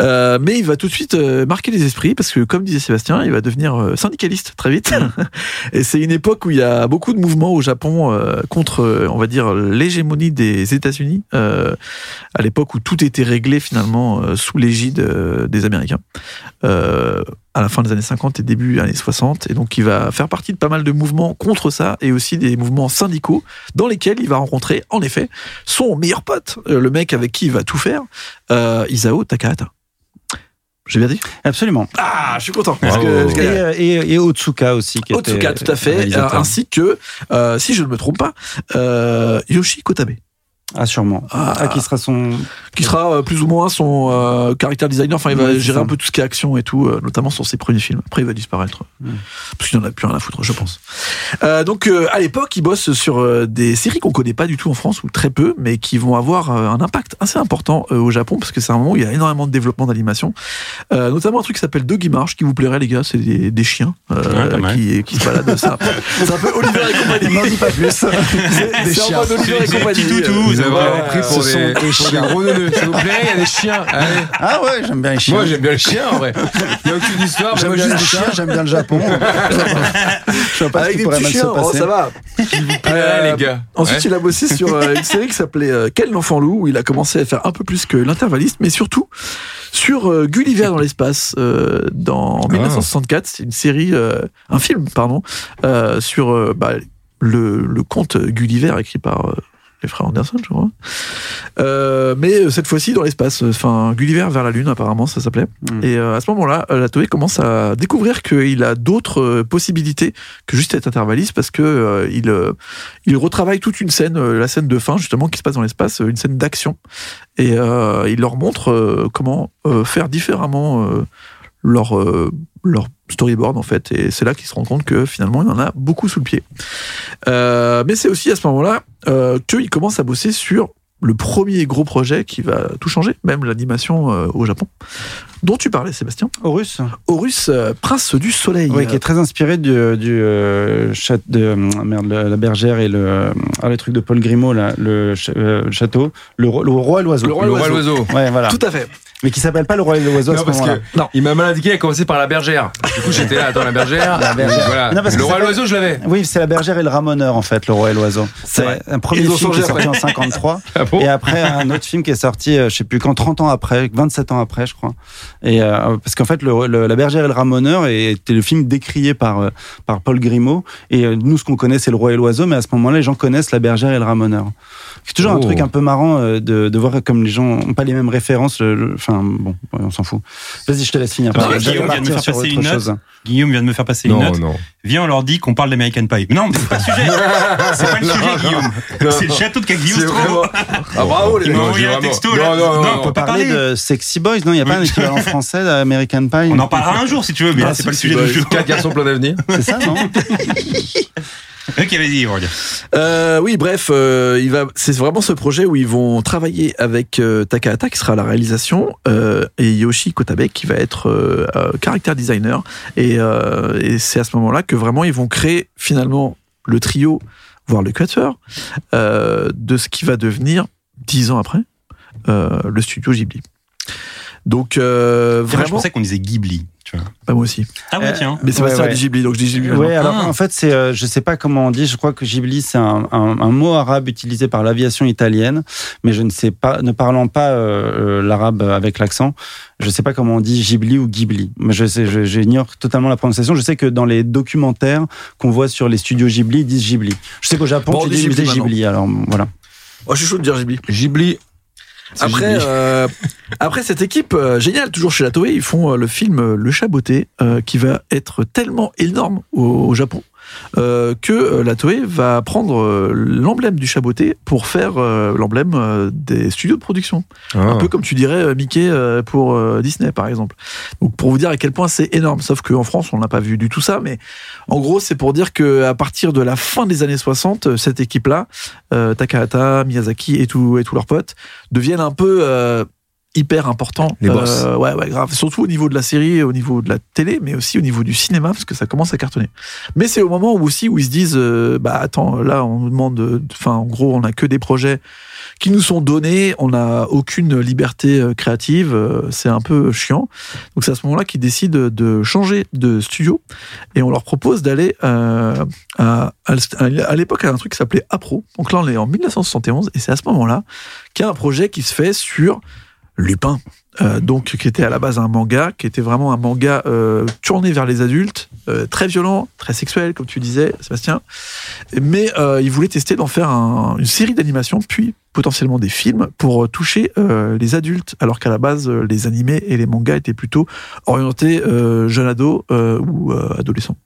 [SPEAKER 6] Euh, mais il va tout de suite euh, marquer les esprits parce que, comme disait Sébastien, il va devenir euh, syndicaliste très vite. [LAUGHS] Et c'est une époque où il y a beaucoup de mouvements au Japon euh, contre, euh, on va dire, l'hégémonie des États-Unis. euh, à l'époque où tout était réglé finalement euh, sous l'égide euh, des Américains. Euh, à la fin des années 50 et début des années 60. Et donc, il va faire partie de pas mal de mouvements contre ça et aussi des mouvements syndicaux dans lesquels il va rencontrer, en effet, son meilleur pote, euh, le mec avec qui il va tout faire, euh, Isao Takahata. J'ai bien dit
[SPEAKER 7] Absolument.
[SPEAKER 6] Ah, je suis content. Parce
[SPEAKER 5] Bravo.
[SPEAKER 6] que je
[SPEAKER 7] Et,
[SPEAKER 6] gagne.
[SPEAKER 7] euh, et, et Otsuka aussi. Qui
[SPEAKER 6] Otsuka,
[SPEAKER 7] était
[SPEAKER 6] tout à fait, euh,
[SPEAKER 7] réalisateur.
[SPEAKER 6] ainsi que, euh, si je ne me trompe pas, euh, Yoshi Kotabe,
[SPEAKER 7] Ah, sûrement.
[SPEAKER 6] Ah.
[SPEAKER 7] Ah, qui sera son.
[SPEAKER 6] qui sera euh, plus ou moins son euh, caractère designer. Enfin, il va
[SPEAKER 7] Ouais, c'est
[SPEAKER 6] gérer un
[SPEAKER 7] ça.
[SPEAKER 6] peu tout ce qui est action et tout, euh, notamment sur ses premiers films. Après, il va disparaître. Parce qu'il n'en a plus rien à foutre, je pense. Euh, donc, euh, à l'époque, il bosse sur euh, des séries qu'on connaît pas du tout en France, ou très peu, mais qui vont avoir euh, un impact assez important euh, au Japon, parce que c'est un moment où il y a énormément de développement d'animation. Euh, notamment un truc qui s'appelle Doggy March, qui vous plairait, les gars, c'est des, des chiens euh,
[SPEAKER 4] Ouais, pas mal.
[SPEAKER 6] qui, qui se baladent. C'est un, peu- c'est un peu Oliver et compagnie. N'en dis pas plus. Des
[SPEAKER 5] chiens.
[SPEAKER 6] chiens. Oliver et
[SPEAKER 4] C'est des
[SPEAKER 6] compagnie.
[SPEAKER 4] petits toutous.
[SPEAKER 5] Vous
[SPEAKER 4] Ouais,
[SPEAKER 5] avez vraiment
[SPEAKER 4] ouais,
[SPEAKER 5] pris pour
[SPEAKER 7] ce
[SPEAKER 5] des,
[SPEAKER 7] sont des
[SPEAKER 5] pour des
[SPEAKER 7] chiens.
[SPEAKER 5] gros neuneux. S'il vous plaît, il y a des chiens. Allez.
[SPEAKER 7] Ah ouais, j'aime bien les chiens.
[SPEAKER 5] Moi j'aime bien les chiens en vrai. Il y a aucune histoire, mais
[SPEAKER 3] J'aime
[SPEAKER 5] moi
[SPEAKER 3] bien
[SPEAKER 5] j'aime
[SPEAKER 3] les
[SPEAKER 5] les
[SPEAKER 3] chiens,
[SPEAKER 5] chiens.
[SPEAKER 3] j'aime bien le
[SPEAKER 6] [LAUGHS]
[SPEAKER 3] Japon. je vois pas ce
[SPEAKER 6] Avec
[SPEAKER 3] qui
[SPEAKER 6] des
[SPEAKER 3] pourrait
[SPEAKER 6] petits
[SPEAKER 3] mal se
[SPEAKER 6] chiens, oh,
[SPEAKER 3] passer. Euh,
[SPEAKER 6] ça va.
[SPEAKER 5] Allez, les gars.
[SPEAKER 6] Ensuite,
[SPEAKER 5] Ouais.
[SPEAKER 6] il a bossé sur euh,
[SPEAKER 5] [LAUGHS]
[SPEAKER 6] une série qui s'appelait euh, Quel enfant loup, où il a commencé à faire un peu plus que l'intervalliste, mais surtout sur euh, Gulliver dans l'espace euh, dans
[SPEAKER 5] Ah.
[SPEAKER 6] 1964. C'est une série, euh, un film, pardon, euh, sur euh, bah, le, le conte Gulliver écrit par euh, les frères Anderson, je crois. Euh, mais euh, cette fois-ci dans l'espace, enfin Gulliver vers la Lune apparemment ça s'appelait.
[SPEAKER 5] Hmm.
[SPEAKER 7] Mm.
[SPEAKER 6] Et euh, à ce moment-là, euh, la Toei commence à découvrir qu'il a d'autres euh, possibilités que juste être intervalliste parce que euh, il euh, il retravaille toute une scène, euh, la scène de fin justement qui se passe dans l'espace, euh, une scène d'action. Et euh, il leur montre euh, comment euh, faire différemment euh, leur euh, leur storyboard en fait. Et c'est là qu'ils se rendent compte que finalement il en a beaucoup sous le pied. Euh, mais c'est aussi à ce moment-là euh, qu'il commence à bosser sur le premier gros projet qui va tout changer, même l'animation euh, au Japon, dont tu parlais Sébastien.
[SPEAKER 7] Horus
[SPEAKER 6] Horus, euh, prince du soleil.
[SPEAKER 7] Oui, qui est très inspiré du, du euh, chat de euh, merde, le- la bergère et le euh, ah, le truc de Paul Grimaud là, le, ch- euh, le château, le, roi- le roi et l'oiseau.
[SPEAKER 5] Le roi à l'oiseau.
[SPEAKER 7] Ouais, voilà.
[SPEAKER 6] Tout à fait.
[SPEAKER 7] Mais qui s'appelle pas le roi et l'oiseau à
[SPEAKER 5] Non,
[SPEAKER 7] ce
[SPEAKER 5] parce
[SPEAKER 7] moment-là.
[SPEAKER 5] que
[SPEAKER 6] Non.
[SPEAKER 5] il m'a mal indiqué, il a commencé par la bergère. Du coup, j'étais là, attends, la bergère.
[SPEAKER 7] La bergère.
[SPEAKER 5] Voilà.
[SPEAKER 7] Non, parce que
[SPEAKER 5] le roi à
[SPEAKER 7] ça-
[SPEAKER 5] l'oiseau, je l'avais.
[SPEAKER 7] Oui, c'est la bergère et le ramoneur en fait, le roi et l'oiseau.
[SPEAKER 6] C'est vrai.
[SPEAKER 7] C'est un premier
[SPEAKER 5] Ils ont
[SPEAKER 7] film qui
[SPEAKER 5] changé
[SPEAKER 7] est sorti en 53
[SPEAKER 5] Ah bon
[SPEAKER 7] et après un autre film qui est sorti, euh, je sais plus quand, 30 ans après, 27 ans après, je crois. Et euh, parce qu'en fait, le, le- la bergère et le ramoneur était le film décrié par euh, par Paul Grimaud. Et euh, nous, ce qu'on connaît, c'est le roi et l'oiseau, mais à ce moment-là, les gens connaissent la bergère et le ramoneur. C'est toujours un
[SPEAKER 5] Oh.
[SPEAKER 7] truc un peu marrant euh, de, de voir comme les gens ont pas les mêmes références. le- le- Enfin, bon, ouais, on s'en fout. Vas-y, je te laisse finir.
[SPEAKER 4] Parce
[SPEAKER 7] Pardon,
[SPEAKER 4] que
[SPEAKER 7] je vais
[SPEAKER 4] Guillaume vient de me
[SPEAKER 7] partir
[SPEAKER 4] faire
[SPEAKER 7] sur
[SPEAKER 4] passer
[SPEAKER 7] autre
[SPEAKER 4] une note.
[SPEAKER 7] chose.
[SPEAKER 4] Guillaume vient de me faire passer une note.
[SPEAKER 5] non.
[SPEAKER 4] Viens, on leur dit qu'on parle d'American Pie. Mais non, mais c'est pas le
[SPEAKER 5] [LAUGHS]
[SPEAKER 4] sujet. C'est pas le sujet, Guillaume. C'est le château de Cagliostro.
[SPEAKER 5] C'est vraiment- Ah bravo, les
[SPEAKER 4] Il
[SPEAKER 5] gars.
[SPEAKER 4] m'a envoyé un
[SPEAKER 5] vraiment-
[SPEAKER 4] texto, là.
[SPEAKER 5] Non, non,
[SPEAKER 4] Non,
[SPEAKER 5] non.
[SPEAKER 4] on peut pas
[SPEAKER 7] parler
[SPEAKER 4] parler.
[SPEAKER 7] de Sexy Boys, non Il n'y a pas
[SPEAKER 4] Oui.
[SPEAKER 7] un équivalent français d'American Pie
[SPEAKER 4] On en parlera
[SPEAKER 5] [LAUGHS]
[SPEAKER 4] un jour si tu veux,
[SPEAKER 5] Ah,
[SPEAKER 4] mais là, c'est pas le
[SPEAKER 5] bah,
[SPEAKER 4] sujet du jour.
[SPEAKER 5] Quatre garçons plein d'avenir.
[SPEAKER 7] C'est ça, non
[SPEAKER 4] Ok, vas-y, on va dire.
[SPEAKER 6] Euh, oui, bref, euh, il va. C'est vraiment ce projet où ils vont travailler avec euh, Takahata qui sera à la réalisation euh, et Yoshi Kotabe qui va être euh, euh, character designer. Et, euh, et c'est à ce moment-là que vraiment ils vont créer finalement le trio, voire le quatuor, euh, de ce qui va devenir dix ans après euh, le studio Ghibli. Donc euh,
[SPEAKER 4] Vraiment, je
[SPEAKER 6] vraiment,
[SPEAKER 4] pensais qu'on disait Ghibli. Tu vois.
[SPEAKER 6] pas moi aussi.
[SPEAKER 4] Ah ouais,
[SPEAKER 7] Euh,
[SPEAKER 4] tiens.
[SPEAKER 6] Mais c'est
[SPEAKER 7] Ouais,
[SPEAKER 6] pas ça
[SPEAKER 7] ouais.
[SPEAKER 6] du Ghibli, donc je dis Ghibli.
[SPEAKER 7] Ouais,
[SPEAKER 6] maintenant.
[SPEAKER 7] alors
[SPEAKER 4] Ah.
[SPEAKER 7] en fait, c'est, euh, je sais pas comment on dit, je crois que Ghibli, c'est un, un- un mot arabe utilisé par l'aviation italienne, mais je ne sais pas, ne parlant pas euh, euh, l'arabe avec l'accent, je sais pas comment on dit Ghibli ou Ghibli. Mais je sais, je- j'ignore totalement la prononciation. Je sais que dans les documentaires qu'on voit sur les studios Ghibli, ils disent Ghibli. Je sais qu'au Japon,
[SPEAKER 6] Bon, on
[SPEAKER 7] tu
[SPEAKER 6] dit
[SPEAKER 7] dis
[SPEAKER 6] Ghibli
[SPEAKER 7] musée Ghibli, alors voilà.
[SPEAKER 6] Oh, je suis chaud de dire Ghibli.
[SPEAKER 5] Ghibli. C'est
[SPEAKER 6] Après,
[SPEAKER 5] Ghibli.
[SPEAKER 6] euh, après cette équipe euh, géniale, toujours chez la Toei, ils font euh, le film euh, Le Chat Beauté, euh, qui va être tellement énorme au, au Japon euh, que euh, la Toei va prendre euh, l'emblème du Chat Beauté pour faire euh, l'emblème euh, des studios de production. Un peu comme tu dirais euh, Mickey euh, pour euh, Disney, par exemple. Donc pour vous dire à quel point c'est énorme, sauf qu'en France, on n'a pas vu du tout ça, mais en gros, c'est pour dire que à partir de la fin des années 60, euh, cette équipe-là, euh, Takahata, Miyazaki et tous et tous leurs potes, deviennent un peu euh, hyper importants.
[SPEAKER 5] Les boss.
[SPEAKER 6] Euh, ouais, ouais, grave. Surtout au niveau de la série, au niveau de la télé, mais aussi au niveau du cinéma, parce que ça commence à cartonner. Mais c'est au moment où aussi où ils se disent, euh, bah attends, là, on nous demande, euh, enfin, en gros, on a que des projets qui nous sont donnés, on n'a aucune liberté euh, créative, euh, c'est un peu chiant. Donc c'est à ce moment-là qu'ils décident de changer de studio et on leur propose d'aller euh, à, à à l'époque à un truc qui s'appelait APRO. Donc là on est en 1971 et c'est à ce moment-là qu'il y a un projet qui se fait sur Lupin. Euh, donc qui était à la base un manga, qui était vraiment un manga euh, tourné vers les adultes, euh, très violent, très sexuel comme tu disais Sébastien. Mais euh, ils voulaient tester d'en faire un- une série d'animation puis potentiellement des films pour euh, toucher euh, les adultes alors qu'à la base euh, les animés et les mangas étaient plutôt orienté euh, jeune ado euh, ou euh, adolescent.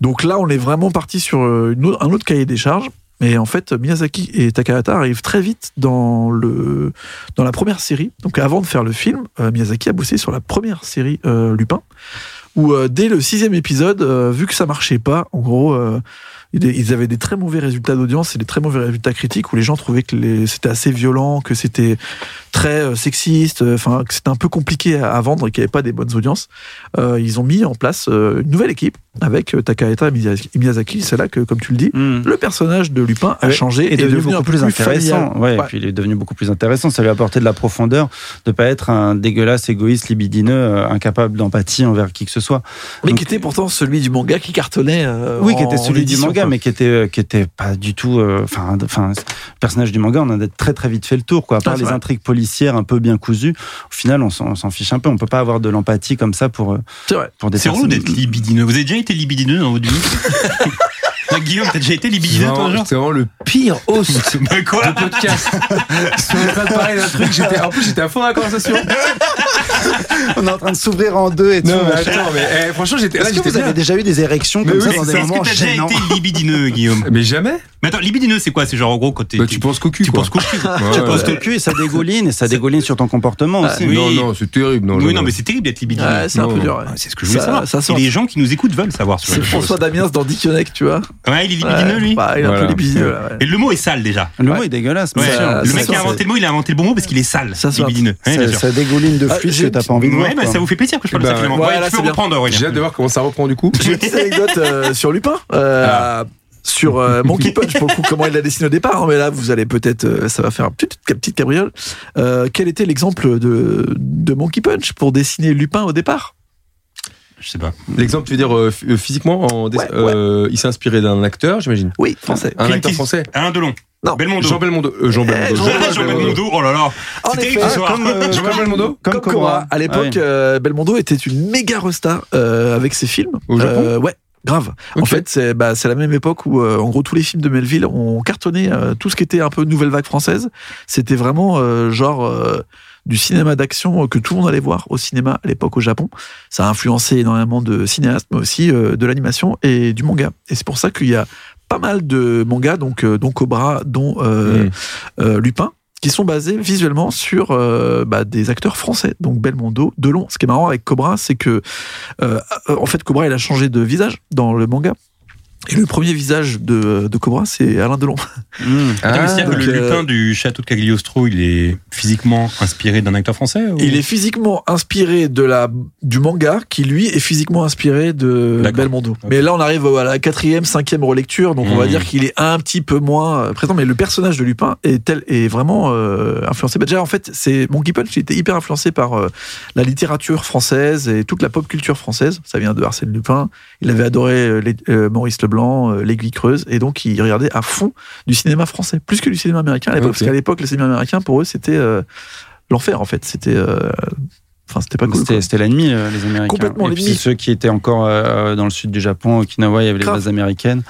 [SPEAKER 6] Donc là, on est vraiment parti sur euh, une au- un autre cahier des charges. Mais en fait, Miyazaki et Takahata arrivent très vite dans, le, dans la première série. Donc avant de faire le film, euh, Miyazaki a bossé sur la première série euh, Lupin, où euh, dès le sixième épisode, euh, vu que ça marchait pas, en gros, euh, ils ils avaient des très mauvais résultats d'audience et des très mauvais résultats critiques, où les gens trouvaient que les- c'était assez violent, que c'était très euh, sexiste, euh, enfin que c'était un peu compliqué à, à vendre et qu'il n'y avait pas des bonnes audiences, euh, ils ont mis en place euh, une nouvelle équipe avec euh, Takahata et Miyazaki- et Miyazaki. C'est là que, comme tu le dis, le personnage de Lupin a
[SPEAKER 7] Ouais,
[SPEAKER 6] changé
[SPEAKER 7] Hmm. et
[SPEAKER 6] et est
[SPEAKER 7] devenu,
[SPEAKER 6] un
[SPEAKER 7] beaucoup
[SPEAKER 6] peu
[SPEAKER 7] plus intéressant.
[SPEAKER 6] familial.
[SPEAKER 7] Ouais,
[SPEAKER 6] Ouais.
[SPEAKER 7] Et puis il est devenu beaucoup plus intéressant. Ça lui a apporté de la profondeur, de pas être un dégueulasse, égoïste, libidineux, euh, incapable d'empathie envers qui que ce soit.
[SPEAKER 6] Mais
[SPEAKER 7] Donc-
[SPEAKER 6] qui était pourtant celui du manga qui cartonnait. euh,
[SPEAKER 7] Oui, qui
[SPEAKER 6] en
[SPEAKER 7] était celui du
[SPEAKER 6] édition,
[SPEAKER 7] manga,
[SPEAKER 6] quoi.
[SPEAKER 7] mais qui était, euh, qui était pas du tout. euh, Enfin, de- enfin, le personnage du manga, on en a très très vite fait le tour. Quoi. À part
[SPEAKER 6] Ah, c'est
[SPEAKER 7] les
[SPEAKER 6] vrai.
[SPEAKER 7] intrigues policières un peu bien cousues, au final, on s'en on s'en fiche un peu. On peut pas avoir de l'empathie comme ça pour euh,
[SPEAKER 6] C'est vrai.
[SPEAKER 7] pour des
[SPEAKER 4] C'est
[SPEAKER 7] personnes.
[SPEAKER 4] relou d'être libidineux. Vous avez déjà été libidineux dans votre vie Guillaume, t'as déjà été
[SPEAKER 5] C'est
[SPEAKER 4] libidineux, toi,
[SPEAKER 5] vraiment,
[SPEAKER 4] genre
[SPEAKER 5] c'est vraiment [LAUGHS] le pire host
[SPEAKER 4] Bah quoi
[SPEAKER 5] de podcast. Je suis en train de parler d'un truc, j'étais, en plus j'étais à fond dans la conversation.
[SPEAKER 7] On est en train de s'ouvrir en deux et tout.
[SPEAKER 5] Non, mais attends, mais eh, franchement, j'étais là,
[SPEAKER 3] Est-ce que
[SPEAKER 5] j'étais
[SPEAKER 3] vous
[SPEAKER 5] bien.
[SPEAKER 3] avez déjà eu des érections
[SPEAKER 5] Mais
[SPEAKER 3] comme
[SPEAKER 5] oui,
[SPEAKER 3] ça
[SPEAKER 5] c'est
[SPEAKER 3] dans des
[SPEAKER 5] ça,
[SPEAKER 4] Est-ce que
[SPEAKER 3] moments
[SPEAKER 4] t'as déjà
[SPEAKER 3] gênants
[SPEAKER 4] été libidineux, Guillaume
[SPEAKER 5] Mais jamais
[SPEAKER 4] Mais attends, libidineux, c'est quoi C'est genre, en gros, quand t'es-
[SPEAKER 5] Bah,
[SPEAKER 4] t'es-
[SPEAKER 5] tu penses qu'au cul,
[SPEAKER 4] tu
[SPEAKER 5] quoi.
[SPEAKER 4] penses qu'au cul.
[SPEAKER 5] Ouais,
[SPEAKER 7] Tu
[SPEAKER 5] ouais.
[SPEAKER 7] poses ton cul et ça dégouline et ça dégouline sur ton comportement aussi.
[SPEAKER 4] oui.
[SPEAKER 5] Non, non, c'est terrible. Non,
[SPEAKER 4] Oui,
[SPEAKER 5] jamais.
[SPEAKER 4] non, mais c'est terrible d'être libidineux.
[SPEAKER 6] Ouais, c'est un
[SPEAKER 5] Non.
[SPEAKER 6] peu dur. ouais.
[SPEAKER 4] Ah, C'est ce que je voulais
[SPEAKER 6] Ça-
[SPEAKER 4] savoir.
[SPEAKER 6] ça sort.
[SPEAKER 4] Et les gens qui nous écoutent veulent savoir. ce genre [LAUGHS]
[SPEAKER 6] C'est
[SPEAKER 4] de choses.
[SPEAKER 6] François Damiens dans Dictionec, tu vois.
[SPEAKER 4] Ouais, il est libidineux,
[SPEAKER 6] Ouais,
[SPEAKER 4] lui.
[SPEAKER 6] bah, il est un
[SPEAKER 5] Voilà.
[SPEAKER 6] peu libidineux, là, ouais.
[SPEAKER 4] Et le mot est sale déjà.
[SPEAKER 7] Le mot est dégueulasse.
[SPEAKER 4] Ouais,
[SPEAKER 7] bien sûr.
[SPEAKER 4] le
[SPEAKER 6] ça
[SPEAKER 4] mec qui a
[SPEAKER 6] sort,
[SPEAKER 4] inventé le mot, il a inventé le bon mot parce qu'il est sale.
[SPEAKER 6] Ça sort.
[SPEAKER 4] libidineux. Ouais, bien
[SPEAKER 3] ça,
[SPEAKER 4] sûr.
[SPEAKER 3] ça dégouline de
[SPEAKER 6] Ah,
[SPEAKER 3] fluide
[SPEAKER 6] j'ai
[SPEAKER 3] que
[SPEAKER 6] une
[SPEAKER 3] t'as
[SPEAKER 6] petite-
[SPEAKER 3] pas envie de voir.
[SPEAKER 4] Ouais, bah,
[SPEAKER 7] quoi.
[SPEAKER 4] ça vous fait plaisir que je parle de
[SPEAKER 5] Eh
[SPEAKER 4] ça
[SPEAKER 5] ben,
[SPEAKER 4] finalement.
[SPEAKER 6] voilà,
[SPEAKER 4] ouais, tu
[SPEAKER 6] c'est
[SPEAKER 4] peux
[SPEAKER 6] bien.
[SPEAKER 4] reprendre, Aurélien.
[SPEAKER 5] J'ai hâte de voir comment ça reprend
[SPEAKER 4] [LAUGHS]
[SPEAKER 5] du coup.
[SPEAKER 6] J'ai une petite anecdote euh, sur Lupin. euh, Sur euh, Monkey Punch, pour le coup, comment il la dessiné au départ, hein, mais là, vous allez peut-être, euh, ça va faire une petite, petite cabriole. Euh, quel était l'exemple de, de Monkey Punch pour dessiner Lupin au départ
[SPEAKER 4] Je sais pas.
[SPEAKER 5] L'exemple, tu veux dire euh, f- euh, physiquement en dess-
[SPEAKER 6] Ouais, ouais.
[SPEAKER 5] euh, Il s'est inspiré d'un acteur, j'imagine.
[SPEAKER 6] Oui, français.
[SPEAKER 5] Un
[SPEAKER 4] Clint
[SPEAKER 5] acteur
[SPEAKER 4] Eastwood.
[SPEAKER 5] français.
[SPEAKER 4] Alain Delon.
[SPEAKER 6] Non.
[SPEAKER 4] Belmondo.
[SPEAKER 5] Jean Belmondo. Euh, Jean Belmondo.
[SPEAKER 6] Jean
[SPEAKER 4] Jean- Jean Belmondo. Oh là là.
[SPEAKER 6] En
[SPEAKER 4] C'est terrible
[SPEAKER 6] effet.
[SPEAKER 4] ce soir.
[SPEAKER 7] comme, euh,
[SPEAKER 5] Jean Belmondo
[SPEAKER 6] Comme Cobra. À l'époque,
[SPEAKER 7] Ah oui.
[SPEAKER 6] euh, Belmondo était une méga resta euh, avec ses films.
[SPEAKER 5] Au Japon
[SPEAKER 6] Euh, ouais. Grave. En
[SPEAKER 5] Ok.
[SPEAKER 6] fait, c'est bah, c'est la même époque où, euh, en gros, tous les films de Melville ont cartonné euh, tout ce qui était un peu nouvelle vague française. C'était vraiment euh, genre euh, du cinéma d'action euh, que tout le monde allait voir au cinéma à l'époque au Japon. Ça a influencé énormément de cinéastes, mais aussi euh, de l'animation et du manga. Et c'est pour ça qu'il y a pas mal de mangas, donc euh, dont Cobra, dont euh,
[SPEAKER 5] Mm.
[SPEAKER 6] euh, Lupin, qui sont basés visuellement sur euh, bah, des acteurs français, donc Belmondo, Delon. Ce qui est marrant avec Cobra, c'est que euh, euh, en fait Cobra il a changé de visage dans le manga. Et le premier visage de, de Cobra, c'est Alain Delon.
[SPEAKER 7] Mmh.
[SPEAKER 5] Ah.
[SPEAKER 4] Attends, mais c'est-à-dire
[SPEAKER 6] donc,
[SPEAKER 4] que le
[SPEAKER 6] euh,
[SPEAKER 4] lupin du château de Cagliostro, il est physiquement inspiré d'un acteur français ou-
[SPEAKER 6] Il est physiquement inspiré de la, du manga, qui lui est physiquement inspiré de
[SPEAKER 4] D'accord.
[SPEAKER 6] Belmondo. Mais là, on arrive à la quatrième, cinquième relecture, donc on va
[SPEAKER 4] Mhm.
[SPEAKER 6] dire qu'il est un petit peu moins euh, présent. Mais le personnage de Lupin est, tel, est vraiment euh, influencé. Bah, déjà, en fait, c'est Monkey Punch, il était hyper influencé par euh, la littérature française et toute la pop culture française. Ça vient de Arsène Lupin. Il avait adoré euh, les- euh, Maurice Leblanc, euh, l'Aiguille Creuse, et donc il regardait à fond du cinéma français, plus que du cinéma américain à l'époque,
[SPEAKER 5] Ok.
[SPEAKER 6] parce qu'à l'époque, le cinéma américain, pour eux, c'était euh, l'enfer, en fait. C'était. euh, Enfin, c'était pas cool. quoi.
[SPEAKER 7] C'était c'était l'ennemi, euh, les Américains.
[SPEAKER 6] Complètement
[SPEAKER 7] Et puis,
[SPEAKER 6] l'ennemi.
[SPEAKER 7] Ceux qui étaient encore euh, dans le sud du Japon, Okinawa, il y avait les
[SPEAKER 6] Grave.
[SPEAKER 7] bases américaines.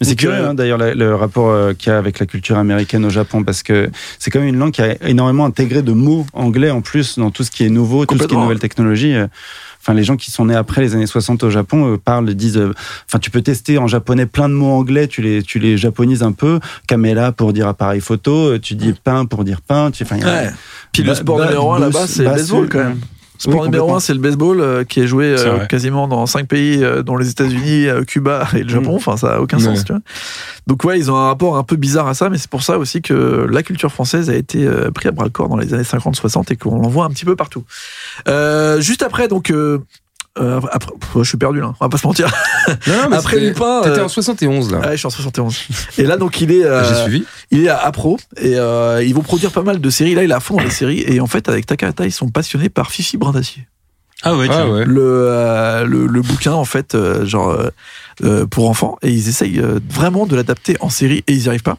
[SPEAKER 7] Mais c'est
[SPEAKER 6] Donc,
[SPEAKER 7] curieux,
[SPEAKER 6] euh,
[SPEAKER 7] hein, d'ailleurs, la- le rapport euh, qu'il y a avec la culture américaine au Japon, parce que c'est quand même une langue qui a énormément intégré de mots anglais en plus dans tout ce qui est nouveau, tout ce qui est
[SPEAKER 6] Complètement.
[SPEAKER 7] nouvelle technologie. euh. Enfin, les gens qui sont nés après les années 60 au Japon euh, parlent, disent. euh, Enfin, tu peux tester en japonais plein de mots anglais, tu les, tu les japonises un peu. Caméra pour dire appareil photo, euh, tu dis pain pour dire pain. Tu, enfin, il y a-
[SPEAKER 6] Ouais. Bah, Puis
[SPEAKER 7] Ba-
[SPEAKER 6] le sport
[SPEAKER 7] ba-
[SPEAKER 6] numéro 1
[SPEAKER 7] bus-
[SPEAKER 6] là-bas, bah, c'est le
[SPEAKER 7] basse-
[SPEAKER 6] baseball quand même. Sport
[SPEAKER 7] Oui,
[SPEAKER 6] numéro
[SPEAKER 7] complètement.
[SPEAKER 6] 1, c'est le baseball euh, qui est joué euh,
[SPEAKER 4] C'est vrai.
[SPEAKER 6] quasiment dans cinq pays, euh, dont les États-Unis, euh, Cuba et le Japon. Enfin, ça a aucun
[SPEAKER 5] Ouais.
[SPEAKER 6] sens, tu vois. Donc, ouais, ils ont un rapport un peu bizarre à ça, mais c'est pour ça aussi que la culture française a été euh, prise à bras le corps dans les années 50-60 et qu'on l'en voit un petit peu partout. Euh, juste après, donc. euh, euh, après, pff, je suis perdu là, on va pas se mentir.
[SPEAKER 5] Non, non, mais
[SPEAKER 6] Après
[SPEAKER 5] c'était-
[SPEAKER 6] Lupin,
[SPEAKER 5] T'étais
[SPEAKER 6] euh,
[SPEAKER 5] en 71 là.
[SPEAKER 6] [LAUGHS] ouais, je suis en 71. Et là, donc, il est. euh,
[SPEAKER 5] J'ai suivi.
[SPEAKER 6] il est à Apro et euh, ils vont produire pas mal de séries. Là, il est à fond dans les séries. Et en fait, avec Takahata, ils sont passionnés par Fifi Brindacier.
[SPEAKER 4] Ah ouais,
[SPEAKER 5] Ah ouais.
[SPEAKER 6] Le, euh, le, le bouquin, en fait, euh, genre euh, euh, pour enfants. Et ils essayent euh, vraiment de l'adapter en série et ils n'y arrivent pas.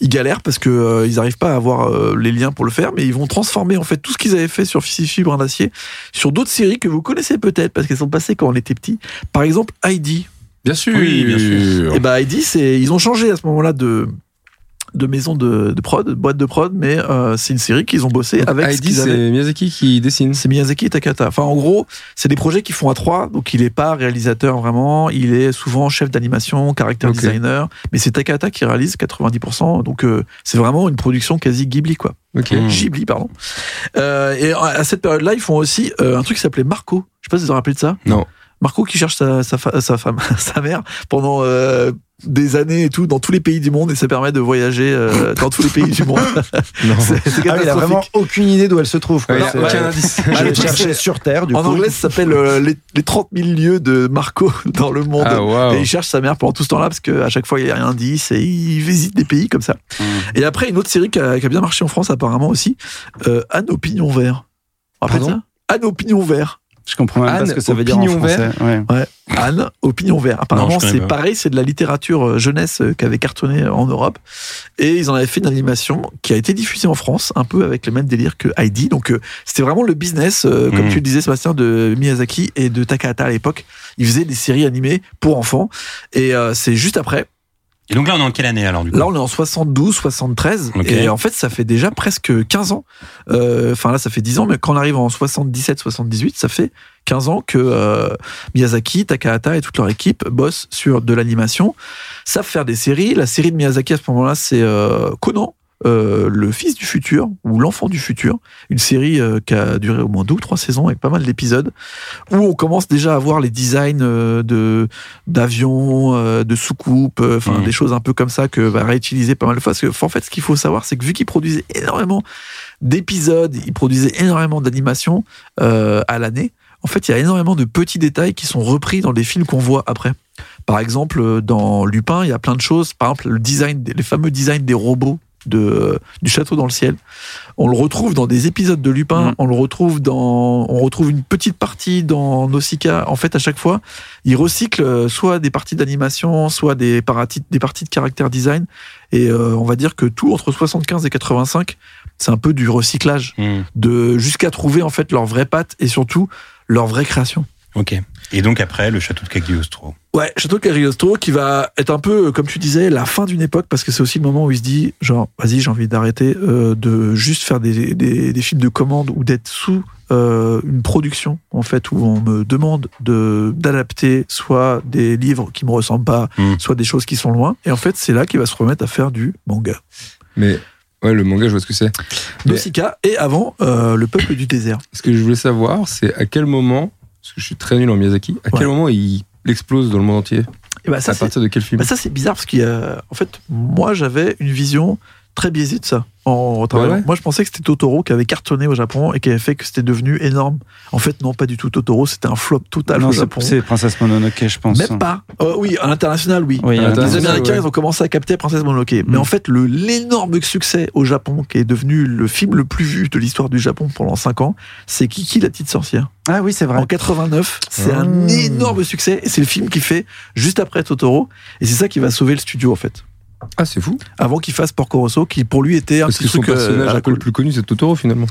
[SPEAKER 6] Ils galèrent parce que euh, ils n'arrivent pas à avoir euh, les liens pour le faire. Mais ils vont transformer, en fait, tout ce qu'ils avaient fait sur Fifi Brindacier sur d'autres séries que vous connaissez peut-être parce qu'elles sont passées quand on était petit. Par exemple, Heidi.
[SPEAKER 5] Bien sûr.
[SPEAKER 4] Oui, bien
[SPEAKER 6] Et bah Heidi, c'est ils ont changé à ce moment-là de de maison de, de prod, de boîte de prod, mais euh, c'est une série qu'ils ont bossé avec ce
[SPEAKER 5] Heidi,
[SPEAKER 6] qu'ils avaient.
[SPEAKER 5] c'est Miyazaki qui dessine.
[SPEAKER 6] C'est Miyazaki et Takata. Enfin, en gros, c'est des projets qu'ils font à trois, donc il n'est pas réalisateur vraiment, il est souvent chef d'animation, caractère
[SPEAKER 5] Ok.
[SPEAKER 6] designer, mais c'est Takata qui réalise 90%, donc euh, c'est vraiment une production quasi Ghibli, quoi.
[SPEAKER 5] Ok.
[SPEAKER 4] Mm.
[SPEAKER 6] Ghibli, pardon. Euh, et à cette période-là, ils font aussi euh, un truc qui s'appelait Marco. Je sais pas si vous vous rappelez de ça.
[SPEAKER 5] Non.
[SPEAKER 6] Marco qui cherche sa, sa, fa- sa femme, [LAUGHS] sa mère pendant euh, des années et tout, dans tous les pays du monde, et ça permet de voyager euh, dans tous les pays du monde.
[SPEAKER 5] Non.
[SPEAKER 6] C'est c'est
[SPEAKER 3] Ah oui, il a vraiment
[SPEAKER 6] catastrophique.
[SPEAKER 3] aucune idée d'où elle se trouve. quoi.
[SPEAKER 5] Ouais,
[SPEAKER 7] euh,
[SPEAKER 3] C'est-
[SPEAKER 5] aucun indice. [LAUGHS]
[SPEAKER 3] Je
[SPEAKER 6] Ah, le
[SPEAKER 3] vais
[SPEAKER 6] truc,
[SPEAKER 3] chercher
[SPEAKER 6] c'est-
[SPEAKER 3] sur Terre, du
[SPEAKER 6] En
[SPEAKER 3] coup.
[SPEAKER 6] anglais, ça s'appelle euh, les, les 30 000 lieux de Marco [LAUGHS] dans le monde.
[SPEAKER 5] Ah
[SPEAKER 6] Et
[SPEAKER 5] waouh.
[SPEAKER 6] il cherche sa mère pendant tout ce temps-là parce qu'à chaque fois il y a un indice et il visite des pays comme ça.
[SPEAKER 7] Mmh.
[SPEAKER 6] Et après, une autre série qui a, qui a bien marché en France apparemment aussi, euh, Anne au pignon vert. Vous vous rappelez de
[SPEAKER 5] Pardon
[SPEAKER 6] ça Anne au pignon vert.
[SPEAKER 7] Je comprends même
[SPEAKER 5] Anne
[SPEAKER 7] pas ce que ça veut dire en
[SPEAKER 5] Opinion
[SPEAKER 7] français. Ouais.
[SPEAKER 6] Anne au pignon vert.
[SPEAKER 4] Non,
[SPEAKER 6] Apparemment,
[SPEAKER 4] je connais
[SPEAKER 6] c'est
[SPEAKER 4] pas.
[SPEAKER 6] pareil, c'est de la littérature euh, jeunesse euh, qu'avait cartonné en Europe. Et ils en avaient fait une animation qui a été diffusée en France, un peu avec le même délire que Heidi. Donc, euh, c'était vraiment le business, euh, comme
[SPEAKER 4] Mhm.
[SPEAKER 6] tu le disais, Sébastien, de Miyazaki et de Takahata à l'époque. Ils faisaient des séries animées pour enfants. Et euh, c'est juste après
[SPEAKER 4] Et donc là, on est en quelle année alors du coup
[SPEAKER 6] Là, on est en 72, 73.
[SPEAKER 4] Ok.
[SPEAKER 6] Et en fait, ça fait déjà presque 15 ans. Euh, Enfin, là, ça fait 10 ans, mais quand on arrive en 77, 78, ça fait 15 ans que euh, Miyazaki, Takahata et toute leur équipe bossent sur de l'animation, savent faire des séries. La série de Miyazaki à ce moment-là, c'est euh, Conan. euh, le fils du futur ou l'enfant du futur, une série euh, qui a duré au moins deux ou trois saisons avec pas mal d'épisodes, où on commence déjà à voir les designs euh, de d'avions, euh, de soucoupes, euh, enfin
[SPEAKER 4] Mhm.
[SPEAKER 6] des choses un peu comme ça que va réutiliser pas mal de fois. Parce que en fait, ce qu'il faut savoir, c'est que vu qu'ils produisaient énormément d'épisodes, ils produisaient énormément d'animations euh, à l'année. En fait, il y a énormément de petits détails qui sont repris dans les films qu'on voit après. Par exemple, euh, dans Lupin, il y a plein de choses. Par exemple, le design, des- les fameux designs des robots de, euh, du château dans le ciel. On le retrouve dans des épisodes de Lupin. On le retrouve dans, on retrouve une petite partie dans Nausicaa. En fait, à chaque fois, ils recyclent euh, soit des parties d'animation, soit des, parati- des parties de caractère design. Et euh, on va dire que tout entre 75 et 85, c'est un peu du recyclage
[SPEAKER 4] Hmm,
[SPEAKER 6] de jusqu'à trouver en fait leur vraie patte et surtout leur vraie création.
[SPEAKER 4] Ok. Et donc après, le château de Cagliostro.
[SPEAKER 6] Ouais, Château de Cagliostro qui va être un peu, euh, comme tu disais, la fin d'une époque parce que c'est aussi le moment où il se dit, genre, vas-y, j'ai envie d'arrêter euh, de juste faire des, des, des films de commande ou d'être sous euh, une production en fait où on me demande de d'adapter soit des livres qui me ressemblent pas,
[SPEAKER 4] Mm.
[SPEAKER 6] soit des choses qui sont loin. Et en fait, c'est là qu'il va se remettre à faire du manga.
[SPEAKER 5] Mais ouais, le manga, je vois ce que c'est. Mais-
[SPEAKER 6] Nausicaa et avant euh, le peuple du désert.
[SPEAKER 5] Ce que je voulais savoir, c'est à quel moment, parce que je suis très nul en Miyazaki, à
[SPEAKER 6] Ouais.
[SPEAKER 5] quel moment il explose dans le monde entier
[SPEAKER 6] Et bah ça,
[SPEAKER 5] À
[SPEAKER 6] c'est
[SPEAKER 5] partir de quel film
[SPEAKER 6] Bah ça c'est bizarre parce qu'il y a... En fait, moi j'avais une vision très biaisée de ça. En travaillant.
[SPEAKER 5] ouais
[SPEAKER 6] Moi je pensais que c'était Totoro qui avait cartonné au Japon et qui avait fait que c'était devenu énorme. En fait non, pas du tout. Totoro c'était un flop total
[SPEAKER 7] Non,
[SPEAKER 6] au
[SPEAKER 7] c'est-
[SPEAKER 6] Japon.
[SPEAKER 7] c'est Princesse Mononoke, je pense. hein.
[SPEAKER 6] Même pas. Euh, oui, à l'international, oui.
[SPEAKER 7] Oui, à
[SPEAKER 6] les
[SPEAKER 5] l'international,
[SPEAKER 6] Américains,
[SPEAKER 5] ouais.
[SPEAKER 6] ils ont commencé à capter Princesse Mononoke. Mais
[SPEAKER 7] Mm.
[SPEAKER 6] en fait, le- l'énorme succès au Japon, qui est devenu le film le plus vu de l'histoire du Japon pendant 5 ans, c'est Kiki la petite sorcière.
[SPEAKER 7] Ah oui, c'est vrai.
[SPEAKER 6] En 89, c'est
[SPEAKER 5] Ah.
[SPEAKER 6] un énorme succès et c'est le film qui fait juste après Totoro. Et c'est ça qui va sauver le studio en fait.
[SPEAKER 5] Ah, c'est fou.
[SPEAKER 6] Avant qu'il fasse Porco Rosso, qui pour lui était un
[SPEAKER 5] Parce que
[SPEAKER 6] petit
[SPEAKER 5] son
[SPEAKER 6] truc. euh, à
[SPEAKER 5] personnage
[SPEAKER 6] la
[SPEAKER 5] un peu le
[SPEAKER 6] cool.
[SPEAKER 5] plus connu, c'est Totoro finalement.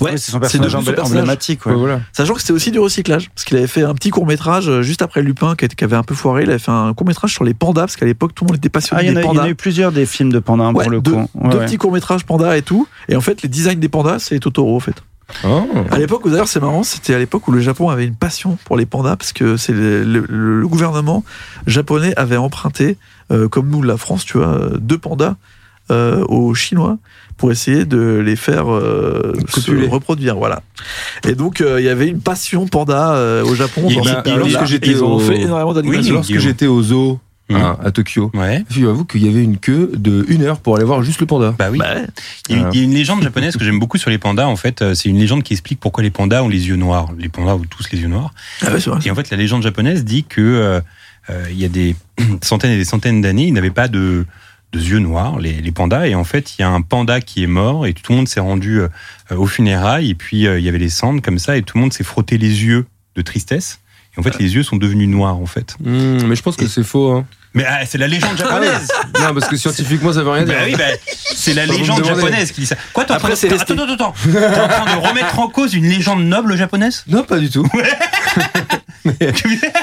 [SPEAKER 7] Ouais, c'est son
[SPEAKER 6] c'est
[SPEAKER 7] personnage
[SPEAKER 6] devenu son
[SPEAKER 7] embl-
[SPEAKER 6] personnage.
[SPEAKER 7] emblématique. ouais.
[SPEAKER 5] Ouais, voilà.
[SPEAKER 6] Sachant que c'était aussi du recyclage, parce qu'il avait fait un petit court métrage euh, juste après Lupin, qui était- qui avait un peu foiré. Il avait fait un court métrage sur les pandas, parce qu'à l'époque tout le monde était passionné
[SPEAKER 7] Ah, il y, en
[SPEAKER 6] des
[SPEAKER 7] a, il y en
[SPEAKER 6] pandas.
[SPEAKER 7] a eu plusieurs des films de Panda hein,
[SPEAKER 6] Ouais,
[SPEAKER 7] pour le
[SPEAKER 6] deux-
[SPEAKER 7] coup. Ouais,
[SPEAKER 6] Deux
[SPEAKER 7] ouais.
[SPEAKER 6] petits courts métrages pandas et tout. Et en fait, les designs des pandas, c'est Totoro en fait.
[SPEAKER 5] Oh.
[SPEAKER 6] À l'époque, où, d'ailleurs, c'est marrant, c'était à l'époque où le Japon avait une passion pour les pandas, parce que c'est le, le- le gouvernement japonais avait emprunté, euh, comme nous, la France, tu vois, euh, deux pandas euh, aux Chinois pour essayer de les faire euh, se
[SPEAKER 5] Copuler.
[SPEAKER 6] reproduire. Voilà. Et donc, euh, il y avait une passion panda euh, au Japon.
[SPEAKER 4] Il-
[SPEAKER 6] dans
[SPEAKER 4] il-
[SPEAKER 6] cette
[SPEAKER 4] il-
[SPEAKER 6] période-là.
[SPEAKER 4] lorsque
[SPEAKER 6] Et
[SPEAKER 5] j'étais
[SPEAKER 6] ils ont
[SPEAKER 5] au-
[SPEAKER 6] fait énormément d'animations.
[SPEAKER 4] Oui,
[SPEAKER 5] Lorsque
[SPEAKER 4] Guillaume.
[SPEAKER 5] j'étais au zoo
[SPEAKER 4] Mhm.
[SPEAKER 5] à, à Tokyo,
[SPEAKER 4] Ouais.
[SPEAKER 5] figurez-vous qu'il y avait une queue de une heure pour aller voir juste le panda.
[SPEAKER 4] Bah oui.
[SPEAKER 6] Bah ouais.
[SPEAKER 4] Il y a-
[SPEAKER 5] Euh.
[SPEAKER 4] il y a une légende japonaise que j'aime beaucoup sur les pandas. En fait, euh, c'est une légende qui explique pourquoi les pandas ont les yeux noirs. Les pandas ont tous les yeux noirs.
[SPEAKER 6] Ah ouais, c'est vrai.
[SPEAKER 4] Et en fait, la légende japonaise dit que euh, euh, il y a des [CLEARS THROAT] centaines et des centaines d'années, ils n'avaient pas de, de yeux noirs, les, les pandas. Et en fait, il y a un panda qui est mort et tout le monde s'est rendu euh, aux funérailles. Et puis, euh, il y avait les cendres comme ça et tout le monde s'est frotté les yeux de tristesse. Et en
[SPEAKER 5] Euh.
[SPEAKER 4] fait, les yeux sont devenus noirs, en fait.
[SPEAKER 5] Hmm, mais je pense que c'est faux. hein.
[SPEAKER 4] Mais ah, c'est la légende japonaise
[SPEAKER 5] Non, parce que scientifiquement, ça veut rien dire.
[SPEAKER 4] Bah oui, bah, c'est la
[SPEAKER 5] Vous me
[SPEAKER 4] légende
[SPEAKER 5] demandez.
[SPEAKER 4] japonaise qui dit ça. Quoi, t'es en train
[SPEAKER 6] Après,
[SPEAKER 4] de...
[SPEAKER 6] c'est
[SPEAKER 4] Attends,
[SPEAKER 6] resté.
[SPEAKER 4] attends, attends, attends. T'es en train de remettre en cause une légende noble
[SPEAKER 5] [LAUGHS]
[SPEAKER 4] japonaise
[SPEAKER 5] Non, pas du tout. Mais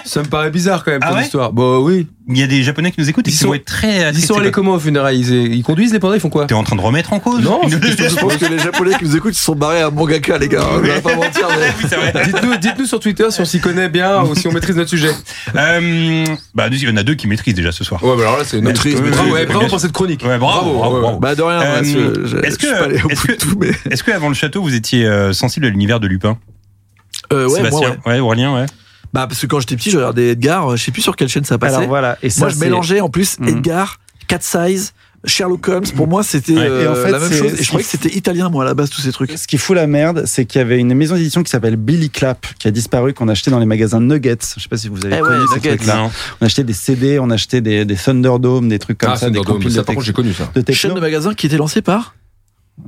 [SPEAKER 5] ça me paraît bizarre quand même,
[SPEAKER 4] Ah
[SPEAKER 5] ton
[SPEAKER 4] ouais Ah,
[SPEAKER 5] histoire. Bah oui.
[SPEAKER 4] Il y a des japonais qui nous écoutent et
[SPEAKER 5] Ils
[SPEAKER 4] qui
[SPEAKER 5] sont-
[SPEAKER 4] vont être très...
[SPEAKER 5] Ils sont
[SPEAKER 4] très-
[SPEAKER 5] allés comment aux funérailles ils, ils conduisent les pandas, ils font quoi
[SPEAKER 4] T'es en train de remettre en cause
[SPEAKER 5] Non,
[SPEAKER 4] une-
[SPEAKER 5] c'est
[SPEAKER 6] Je pense que les Japonais qui nous écoutent ils se sont barrés à Mangaka, les gars. hein, On va pas mentir. mais-
[SPEAKER 4] Oui, c'est vrai.
[SPEAKER 5] Dites-nous dites-nous sur Twitter si on s'y connaît bien ou si on maîtrise notre sujet.
[SPEAKER 4] Euh, bah, il y en a deux qui maîtrisent déjà ce soir.
[SPEAKER 5] Ouais, bah alors là, c'est notre
[SPEAKER 6] Maîtrise,
[SPEAKER 5] Bravo,
[SPEAKER 4] maîtrise,
[SPEAKER 5] ouais, bravo
[SPEAKER 4] bien
[SPEAKER 5] pour cette chronique.
[SPEAKER 4] Ouais, bravo, bravo,
[SPEAKER 5] ouais,
[SPEAKER 4] bravo.
[SPEAKER 5] ouais.
[SPEAKER 6] Bah de rien,
[SPEAKER 4] Euh,
[SPEAKER 6] parce que je,
[SPEAKER 4] est-ce
[SPEAKER 6] je suis
[SPEAKER 4] que-
[SPEAKER 6] pas allé au
[SPEAKER 4] est-ce
[SPEAKER 6] bout de
[SPEAKER 4] que-
[SPEAKER 6] tout, mais...
[SPEAKER 4] Est-ce qu'avant le château, vous étiez euh, sensible à l'univers de Lupin
[SPEAKER 6] Euh, ouais, moi, ouais.
[SPEAKER 4] Sébastien Ouais, Aurélien, ouais.
[SPEAKER 6] Bah parce que quand j'étais petit, je regardais Edgar, euh, je sais plus sur quelle chaîne ça passait.
[SPEAKER 7] Alors voilà, et ça,
[SPEAKER 6] moi je
[SPEAKER 7] c'est-
[SPEAKER 6] mélangeais en plus
[SPEAKER 7] Mhm.
[SPEAKER 6] Edgar, Cat Size, Sherlock Holmes. Pour moi c'était
[SPEAKER 4] Ouais.
[SPEAKER 6] euh,
[SPEAKER 7] Et en fait,
[SPEAKER 6] la même
[SPEAKER 7] c'est-
[SPEAKER 6] chose. Et
[SPEAKER 7] c'est-
[SPEAKER 6] je croyais que c'était italien moi à la base tous ces trucs.
[SPEAKER 7] Ce qui fout la merde, c'est qu'il y avait une maison d'édition qui s'appelle Billy Clap, qui a disparu, qu'on achetait dans les magasins Nuggets. Je sais pas si vous avez
[SPEAKER 6] Eh
[SPEAKER 7] connu
[SPEAKER 6] ouais,
[SPEAKER 7] ces
[SPEAKER 6] Nuggets.
[SPEAKER 7] trucs-là.
[SPEAKER 4] Non.
[SPEAKER 7] On achetait des CD, on achetait des, des Thunderdome, des trucs comme
[SPEAKER 5] Ah,
[SPEAKER 7] ça,
[SPEAKER 5] c'est
[SPEAKER 7] des
[SPEAKER 5] Thunderdome,
[SPEAKER 7] compiles
[SPEAKER 5] ça
[SPEAKER 7] de,
[SPEAKER 5] par contre, j'ai connu ça.
[SPEAKER 7] de techno. Euh,
[SPEAKER 6] Chaîne de magasin qui était lancée par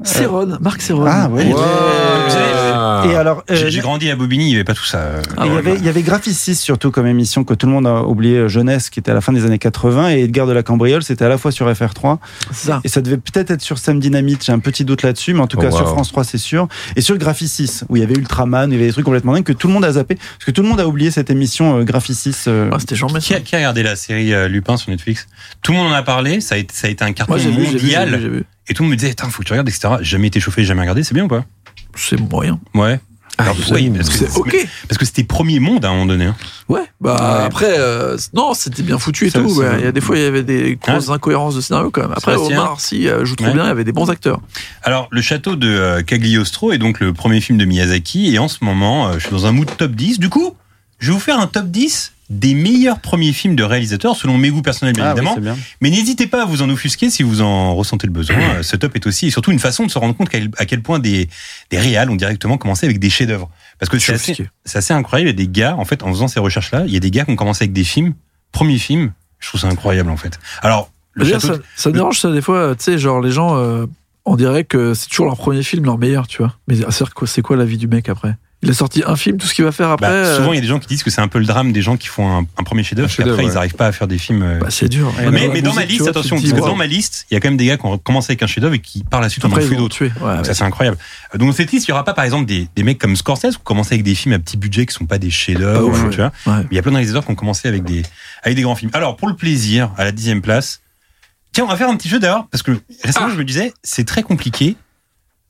[SPEAKER 6] Céron, Marc Céron.
[SPEAKER 7] Ah, ouais.
[SPEAKER 5] Wow.
[SPEAKER 4] Vous savez,
[SPEAKER 5] Ah.
[SPEAKER 7] Et alors, euh,
[SPEAKER 4] J'ai j'ai grandi à Bobigny, il n'y avait pas tout ça. euh,
[SPEAKER 6] Ah
[SPEAKER 7] Et il, y
[SPEAKER 6] ouais,
[SPEAKER 7] avait, il y avait Graphicis surtout comme émission que tout le monde a oublié euh, jeunesse qui était à la fin des années 80 et Edgar de la Cambriole c'était à la fois sur FR3
[SPEAKER 6] C'est ça.
[SPEAKER 7] et ça devait peut-être être sur Sam Dynamite j'ai un petit doute là-dessus mais en tout
[SPEAKER 5] Oh,
[SPEAKER 7] cas sur
[SPEAKER 5] wow.
[SPEAKER 7] France 3 c'est sûr et sur Graphicis où il y avait Ultraman il y avait des trucs complètement dingues que tout le monde a zappé parce que tout le monde a oublié cette émission euh, Graphicis euh,
[SPEAKER 6] Ah, c'était jean
[SPEAKER 4] Qui a, qui a regardé la série euh, Lupin sur Netflix Tout le monde en a parlé, ça a été, ça a été un carton
[SPEAKER 6] Moi, j'ai vu, j'ai vu, j'ai
[SPEAKER 4] mondial.
[SPEAKER 6] vu, j'ai vu.
[SPEAKER 4] Et tout le monde me disait, Attends, faut que tu regardes, etc. Jamais été chauffé, jamais regardé, c'est bien ou pas
[SPEAKER 6] C'est moyen.
[SPEAKER 4] Ouais. Alors, Ah, oui, parce que
[SPEAKER 6] C'est ok.
[SPEAKER 4] parce que c'était premier monde à un moment donné. hein.
[SPEAKER 6] Ouais, bah après, euh, non, c'était bien foutu et
[SPEAKER 7] Ça,
[SPEAKER 6] tout.
[SPEAKER 7] ça-
[SPEAKER 6] ouais. Il y a des fois, il y avait des grosses incohérences de scénario quand même. Après,
[SPEAKER 4] Hein Sébastien
[SPEAKER 6] Omar, si euh, joue trop
[SPEAKER 4] Ouais.
[SPEAKER 6] bien, il y avait des bons acteurs.
[SPEAKER 4] Alors, le château de euh, Cagliostro est donc le premier film de Miyazaki, et en ce moment, euh, je suis dans un mood top 10. Du coup, je vais vous faire un top 10 des meilleurs premiers films de réalisateurs, selon mes goûts personnels, bien
[SPEAKER 7] ah oui,
[SPEAKER 4] évidemment.
[SPEAKER 7] c'est bien.
[SPEAKER 4] Mais n'hésitez pas à vous en offusquer si vous en ressentez le
[SPEAKER 7] [CLEARS THROAT]
[SPEAKER 4] besoin. Euh, Ce top est aussi et surtout une façon de se rendre compte quel- à quel point des, des réals ont directement commencé avec des chefs-d'œuvre. Parce que c'est assez,
[SPEAKER 6] Choufsky.
[SPEAKER 4] c'est assez incroyable. Il y a des gars, en fait, en faisant ces recherches-là, il y a des gars qui ont commencé avec des films, premiers films. Je trouve ça incroyable, en fait. Alors, le
[SPEAKER 6] D'ailleurs,
[SPEAKER 4] château.
[SPEAKER 6] ça, ça me dérange ça des fois, euh, tu sais, genre les gens, euh, on dirait que c'est toujours leur premier film, leur meilleur, tu vois. Mais ah, c'est quoi, c'est quoi la vie du mec après Il a sorti un film, tout ce qu'il va faire après.
[SPEAKER 4] bah,
[SPEAKER 6] euh,
[SPEAKER 4] souvent, il y a des gens qui disent que c'est un peu le drame des gens qui font un, un premier chef-d'œuvre,
[SPEAKER 5] Un
[SPEAKER 4] puis
[SPEAKER 5] chef-d'œuvre,
[SPEAKER 4] après, ils
[SPEAKER 5] ouais.
[SPEAKER 4] n'arrivent pas à faire des films. euh,
[SPEAKER 6] bah, c'est dur.
[SPEAKER 7] Mais-
[SPEAKER 6] Même
[SPEAKER 4] mais
[SPEAKER 6] la
[SPEAKER 4] mais dans
[SPEAKER 6] musique,
[SPEAKER 4] ma
[SPEAKER 6] tu
[SPEAKER 4] liste,
[SPEAKER 6] vois, tu
[SPEAKER 4] attention,
[SPEAKER 6] te
[SPEAKER 4] parce
[SPEAKER 6] dis,
[SPEAKER 4] que
[SPEAKER 6] waouh.
[SPEAKER 4] dans ma liste, il y a quand même des gars qui ont commencé avec un chef-d'œuvre et qui par la suite en ont
[SPEAKER 6] Après,
[SPEAKER 4] fait
[SPEAKER 6] ils vont
[SPEAKER 4] d'autres.
[SPEAKER 6] tuer. Ouais,
[SPEAKER 4] Donc
[SPEAKER 6] ouais.
[SPEAKER 4] ça c'est incroyable. Euh, Donc dans cette liste, il y aura pas par exemple des, des mecs comme Scorsese qui ont commencé avec des films à petit budget qui sont pas des
[SPEAKER 6] Pas
[SPEAKER 4] chefs-d'œuvre,
[SPEAKER 6] ouf,
[SPEAKER 4] tu vois.
[SPEAKER 6] Ah Ouais.
[SPEAKER 4] Mais Il y a plein de réalisateurs qui ont commencé avec des avec des grands films. Alors pour le plaisir, à la dixième place, tiens, on va faire un petit jeu d'ailleurs parce que récemment je me disais c'est très compliqué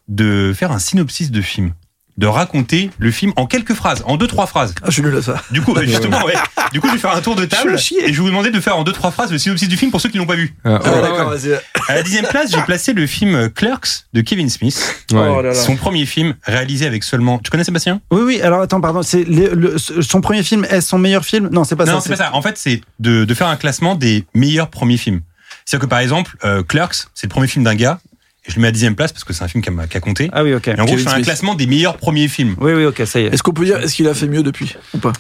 [SPEAKER 4] de faire un synopsis de film, de raconter le film en quelques phrases, en deux trois phrases.
[SPEAKER 6] Ah, je suis nul à ça.
[SPEAKER 4] Du coup euh, justement ouais. Du coup je vais faire un tour de
[SPEAKER 6] Je
[SPEAKER 4] table
[SPEAKER 6] suis le chier.
[SPEAKER 4] et je vais vous demander de faire en deux trois phrases le synopsis du film pour ceux qui l'ont pas vu.
[SPEAKER 5] Ah,
[SPEAKER 6] Ah,
[SPEAKER 5] ouais,
[SPEAKER 6] d'accord, vas-y.
[SPEAKER 4] À la dixième place, j'ai placé le film Clerks de Kevin Smith.
[SPEAKER 5] ouais.
[SPEAKER 6] Oh là là.
[SPEAKER 4] Son premier film réalisé avec seulement. Tu connais Sébastien
[SPEAKER 7] oui oui alors attends pardon c'est les- le- son premier film est son meilleur film non c'est pas
[SPEAKER 4] Non,
[SPEAKER 7] ça
[SPEAKER 4] c'est pas ça. En fait, c'est de, de faire un classement des meilleurs premiers films. C'est-à-dire que par exemple, euh, Clerks, c'est le premier film d'un gars, et je le mets à dixième place parce que c'est un film qui m'a- qui a compté.
[SPEAKER 7] ah oui ok
[SPEAKER 4] Et en gros,
[SPEAKER 6] Kevin
[SPEAKER 4] je fais un
[SPEAKER 6] Smith.
[SPEAKER 4] classement des meilleurs premiers films.
[SPEAKER 7] oui oui ok ça y est
[SPEAKER 6] Est-ce qu'on peut dire, est-ce qu'il a fait mieux depuis ou pas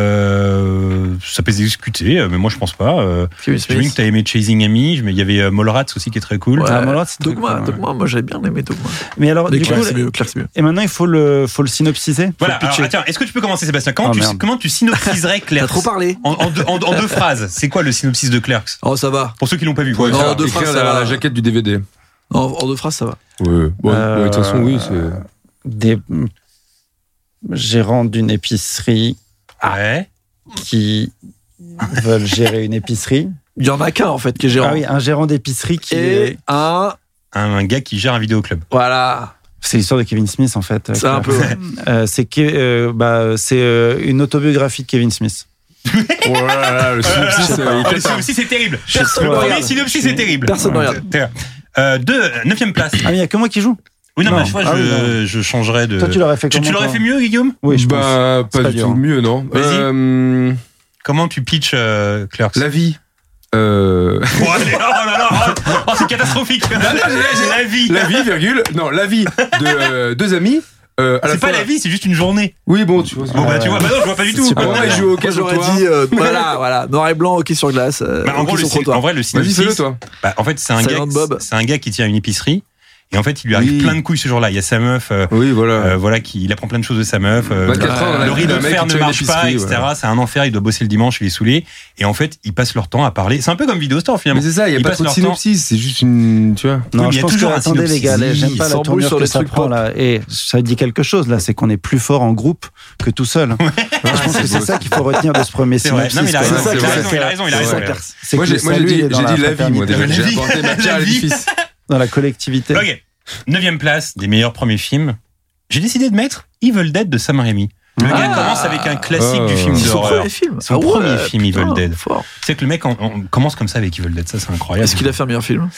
[SPEAKER 4] Euh, ça peut se discuter, mais moi je pense pas. Euh,
[SPEAKER 6] Kevin
[SPEAKER 4] j'ai vu que t'as aimé Chasing Amy, mais il y avait euh, Mallrats aussi qui est très cool.
[SPEAKER 6] Ouais.
[SPEAKER 7] Ah, Malraux, c'est très
[SPEAKER 6] Dogma,
[SPEAKER 7] cool, ouais.
[SPEAKER 6] Dogma, moi j'avais bien aimé Dogma.
[SPEAKER 7] mais alors
[SPEAKER 6] Mais
[SPEAKER 7] du coup
[SPEAKER 6] Claire, c'est mieux, Claire, c'est mieux.
[SPEAKER 7] et maintenant il faut le faut le synopsiser
[SPEAKER 4] Voilà,
[SPEAKER 7] Faut le
[SPEAKER 4] alors
[SPEAKER 7] pitcher.
[SPEAKER 4] tiens, est-ce que tu peux commencer Sébastien comment,
[SPEAKER 7] Oh,
[SPEAKER 4] tu,
[SPEAKER 7] merde.
[SPEAKER 4] comment tu synopsiserais Clerks
[SPEAKER 6] T'as trop parlé
[SPEAKER 4] en, en deux, en- en deux phrases, c'est quoi le synopsis de Clerks
[SPEAKER 6] Oh, ça va.
[SPEAKER 4] Pour ceux qui l'ont pas vu.
[SPEAKER 5] Faut
[SPEAKER 6] Non,
[SPEAKER 5] écrire-
[SPEAKER 6] deux
[SPEAKER 5] écrire
[SPEAKER 6] phrases,
[SPEAKER 5] la,
[SPEAKER 6] ça va.
[SPEAKER 5] la jaquette du DVD.
[SPEAKER 6] En, en deux phrases, ça va.
[SPEAKER 5] Ouais. Bon,
[SPEAKER 7] Euh,
[SPEAKER 5] ouais, de toute façon, oui. c'est-
[SPEAKER 7] des gérants d'une épicerie
[SPEAKER 4] Ah. Ouais.
[SPEAKER 7] qui veulent gérer une épicerie.
[SPEAKER 6] Il y en a qu'un en fait qui est gérant.
[SPEAKER 7] Ah oui, un gérant d'épicerie qui
[SPEAKER 6] Et
[SPEAKER 7] est...
[SPEAKER 4] Ah
[SPEAKER 6] un.
[SPEAKER 4] un, un gars qui gère un vidéoclub.
[SPEAKER 6] Voilà.
[SPEAKER 7] C'est l'histoire de Kevin Smith en fait.
[SPEAKER 6] C'est un peu. ouais.
[SPEAKER 7] [LAUGHS] Euh, c'est que- euh, bah, c'est euh, une autobiographie de Kevin Smith.
[SPEAKER 5] Oh là là là, le synopsis, euh, il
[SPEAKER 4] Ah,
[SPEAKER 5] fait
[SPEAKER 4] le
[SPEAKER 5] pas.
[SPEAKER 4] synopsis c'est terrible.
[SPEAKER 6] Personne
[SPEAKER 4] le
[SPEAKER 6] ne
[SPEAKER 4] premier
[SPEAKER 6] regarde.
[SPEAKER 4] synopsis c'est terrible.
[SPEAKER 6] Personne ne
[SPEAKER 4] Ouais.
[SPEAKER 6] regarde.
[SPEAKER 4] Euh, deux, euh, neuvième place.
[SPEAKER 7] Ah mais il n'y a que moi qui joue.
[SPEAKER 4] Oui non,
[SPEAKER 7] Non.
[SPEAKER 4] mais je, crois que
[SPEAKER 7] Ah oui,
[SPEAKER 4] je, je changerais de.
[SPEAKER 7] Toi tu l'aurais fait
[SPEAKER 4] Tu-
[SPEAKER 7] comment
[SPEAKER 4] tu l'aurais
[SPEAKER 7] toi
[SPEAKER 4] fait mieux, Guillaume
[SPEAKER 7] Oui, je pense.
[SPEAKER 5] bah,
[SPEAKER 7] C'est
[SPEAKER 5] pas
[SPEAKER 7] pas
[SPEAKER 5] du
[SPEAKER 7] dur,
[SPEAKER 5] tout
[SPEAKER 7] hein.
[SPEAKER 5] mieux, non.
[SPEAKER 4] Vas-y.
[SPEAKER 5] Euh,
[SPEAKER 4] Comment tu pitches euh, Clerks
[SPEAKER 5] la vie. Euh, [LAUGHS]
[SPEAKER 4] Oh, allez, oh là là, oh, oh, c'est catastrophique. Oh, la vie.
[SPEAKER 5] la vie, virgule. Non, la vie de euh, deux amis. euh, à
[SPEAKER 4] Ah, C'est pas
[SPEAKER 5] fois-
[SPEAKER 4] la vie, c'est juste une journée.
[SPEAKER 5] Oui, bon, tu vois.
[SPEAKER 4] Bon bah
[SPEAKER 7] ouais.
[SPEAKER 4] tu vois, bah non, je vois pas du tout.
[SPEAKER 7] super.
[SPEAKER 5] Avant,
[SPEAKER 7] Ouais,
[SPEAKER 5] il joue au
[SPEAKER 6] Moi
[SPEAKER 5] casse
[SPEAKER 6] j'aurais dit, euh, [LAUGHS] voilà, voilà, noir et blanc, hockey sur glace, euh,
[SPEAKER 4] Bah, en,
[SPEAKER 6] hockey
[SPEAKER 4] gros, le
[SPEAKER 6] sur
[SPEAKER 4] syn-
[SPEAKER 6] trottoir.
[SPEAKER 4] en vrai, le
[SPEAKER 5] Vas-y, fais-le,
[SPEAKER 4] synopsis,
[SPEAKER 5] toi.
[SPEAKER 4] bah, en fait, c'est un, gars,
[SPEAKER 6] Silent Bob.
[SPEAKER 4] c'est un gars qui tient une épicerie et en fait, il lui arrive
[SPEAKER 5] Oui.
[SPEAKER 4] plein de couilles ce jour-là. Il y a sa meuf, euh,
[SPEAKER 5] Oui, voilà.
[SPEAKER 4] Euh, voilà, qui, il apprend plein de choses de sa meuf. euh,
[SPEAKER 5] 24
[SPEAKER 6] ans, on
[SPEAKER 4] le
[SPEAKER 6] a vu
[SPEAKER 4] rideau
[SPEAKER 5] le
[SPEAKER 4] de
[SPEAKER 5] mec
[SPEAKER 4] fer
[SPEAKER 5] qui
[SPEAKER 4] ne
[SPEAKER 5] tient une
[SPEAKER 4] marche pas,
[SPEAKER 5] épicerie,
[SPEAKER 4] etc. C'est un enfer, il doit bosser le dimanche, il est saoulé. Et en fait, ils passent leur temps à parler. C'est un peu comme Vidéo Store
[SPEAKER 5] Mais
[SPEAKER 4] finalement.
[SPEAKER 5] c'est ça, il n'y
[SPEAKER 4] Ils
[SPEAKER 5] a pas
[SPEAKER 4] passent
[SPEAKER 5] trop de
[SPEAKER 4] leur temps.
[SPEAKER 5] synopsis, c'est juste une. Tu vois.
[SPEAKER 4] Oui,
[SPEAKER 7] Non,
[SPEAKER 4] mais il y
[SPEAKER 7] je
[SPEAKER 4] a
[SPEAKER 7] pense que
[SPEAKER 4] toujours un
[SPEAKER 7] attendez les gars, là,
[SPEAKER 4] synopsis.
[SPEAKER 7] j'aime pas
[SPEAKER 6] Il
[SPEAKER 7] la
[SPEAKER 6] s'embrouille
[SPEAKER 7] tournure
[SPEAKER 6] sur
[SPEAKER 7] que
[SPEAKER 6] les
[SPEAKER 7] ça
[SPEAKER 6] trucs
[SPEAKER 7] prend
[SPEAKER 6] pop.
[SPEAKER 7] là. Et ça dit quelque chose là, c'est qu'on est plus fort en groupe que tout seul. je pense que c'est ça qu'il faut retenir de ce premier
[SPEAKER 4] C'est vrai.
[SPEAKER 7] synopsis.
[SPEAKER 4] Non, mais il a raison,
[SPEAKER 7] quoi.
[SPEAKER 5] c'est
[SPEAKER 4] il a
[SPEAKER 5] vrai,
[SPEAKER 4] raison,
[SPEAKER 5] c'est
[SPEAKER 4] il a raison, il a
[SPEAKER 5] vrai.
[SPEAKER 4] raison.
[SPEAKER 5] Ouais.
[SPEAKER 7] C'est
[SPEAKER 5] Moi,
[SPEAKER 7] que
[SPEAKER 5] j'ai
[SPEAKER 7] le
[SPEAKER 5] moi, j'ai
[SPEAKER 7] salut,
[SPEAKER 5] dit,
[SPEAKER 7] il est
[SPEAKER 5] j'ai
[SPEAKER 7] dans
[SPEAKER 5] dit la vie, moi,
[SPEAKER 7] fraternité,
[SPEAKER 5] déjà.
[SPEAKER 4] La
[SPEAKER 5] J'ai
[SPEAKER 4] vie.
[SPEAKER 5] apporté ma pierre à
[SPEAKER 4] La vie.
[SPEAKER 5] l'édifice.
[SPEAKER 7] Dans la collectivité.
[SPEAKER 4] Ok. Neuvième place des meilleurs premiers films. J'ai décidé de mettre Evil Dead de Sam Raimi. Le
[SPEAKER 6] Ah.
[SPEAKER 4] gars commence avec un classique
[SPEAKER 5] Ah.
[SPEAKER 4] du film
[SPEAKER 5] C'est
[SPEAKER 6] C'est son
[SPEAKER 4] d'horreur.
[SPEAKER 6] premier film.
[SPEAKER 4] Son premier film, Evil
[SPEAKER 6] Ah putain,
[SPEAKER 4] Dead.
[SPEAKER 6] Fort.
[SPEAKER 4] C'est que le mec en- on commence comme ça avec Evil Dead, ça c'est incroyable.
[SPEAKER 6] Est-ce qu'il a fait un meilleur film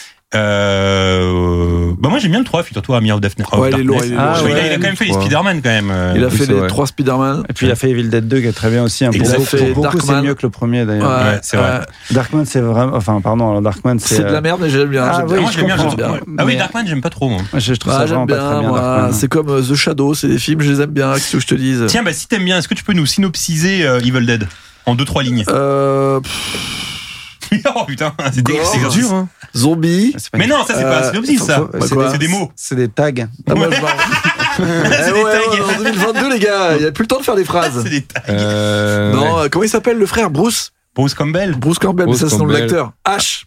[SPEAKER 4] Euh, Bah moi j'aime bien le 3, figure-toi, Army of Daphne.
[SPEAKER 6] Ouais, il est lourd, il est
[SPEAKER 7] lourd.
[SPEAKER 4] il, a, il a quand même fait les
[SPEAKER 5] Ouais.
[SPEAKER 4] Spider-Man quand même. euh,
[SPEAKER 6] Il a
[SPEAKER 5] oui,
[SPEAKER 6] fait
[SPEAKER 5] c'est
[SPEAKER 6] les
[SPEAKER 5] vrai.
[SPEAKER 6] trois Spider-Man.
[SPEAKER 7] Et puis il a fait Evil Dead 2 qui est très bien aussi. hein. Pour
[SPEAKER 4] Et il a
[SPEAKER 7] beaucoup,
[SPEAKER 6] fait
[SPEAKER 7] pour beaucoup, c'est
[SPEAKER 6] Darkman.
[SPEAKER 7] mieux que le premier d'ailleurs.
[SPEAKER 4] Ouais, c'est vrai.
[SPEAKER 6] ouais. euh,
[SPEAKER 7] Darkman, c'est vraiment. Enfin, pardon, alors Darkman, c'est.
[SPEAKER 6] C'est de la merde, mais j'aime bien.
[SPEAKER 7] Ah
[SPEAKER 6] j'aime
[SPEAKER 7] oui,
[SPEAKER 4] Ah,
[SPEAKER 6] bien.
[SPEAKER 4] moi
[SPEAKER 7] je
[SPEAKER 4] j'aime bien.
[SPEAKER 7] comprends.
[SPEAKER 4] j'aime- ouais. Ah oui,
[SPEAKER 7] Mais-
[SPEAKER 4] Darkman, j'aime pas trop moi.
[SPEAKER 7] euh, Je, je trouve
[SPEAKER 6] Ah,
[SPEAKER 7] ça
[SPEAKER 6] j'aime
[SPEAKER 7] vraiment pas
[SPEAKER 6] bien,
[SPEAKER 7] très bien.
[SPEAKER 6] moi.
[SPEAKER 7] Darkman. hein.
[SPEAKER 6] C'est comme euh, The Shadow, c'est des films, je les aime bien. Qu'est-ce que je te dise
[SPEAKER 4] Tiens, bah, si t'aimes bien, est-ce que tu peux nous synopsiser euh, Evil Dead en deux trois lignes
[SPEAKER 6] Euh, pff,
[SPEAKER 4] [LAUGHS] Oh putain, c'est dé-
[SPEAKER 6] Gore.
[SPEAKER 4] c'est
[SPEAKER 5] C'est dur, hein.
[SPEAKER 6] Zombie.
[SPEAKER 7] C'est pas
[SPEAKER 4] Mais
[SPEAKER 7] une-
[SPEAKER 4] non, ça [LAUGHS] c'est pas un
[SPEAKER 6] Euh,
[SPEAKER 4] synopsis,
[SPEAKER 6] faut-
[SPEAKER 4] ça.
[SPEAKER 6] faut- bah, quoi
[SPEAKER 4] c'est des mots.
[SPEAKER 7] C'est des tags.
[SPEAKER 6] Ah, moi, je m'en-
[SPEAKER 4] C'est
[SPEAKER 6] [LAUGHS]
[SPEAKER 4] des
[SPEAKER 6] Eh ouais, ouais,
[SPEAKER 4] tags.
[SPEAKER 6] en 2022, les gars, il n'y a plus le temps de faire des phrases.
[SPEAKER 4] [LAUGHS] C'est des tags.
[SPEAKER 5] Euh,
[SPEAKER 6] Non,
[SPEAKER 5] ouais.
[SPEAKER 6] euh, comment il s'appelle le frère Bruce
[SPEAKER 4] Bruce Campbell.
[SPEAKER 6] Bruce Campbell,
[SPEAKER 5] Bruce
[SPEAKER 6] mais ça c'est le nom de
[SPEAKER 5] Campbell.
[SPEAKER 6] l'acteur. H.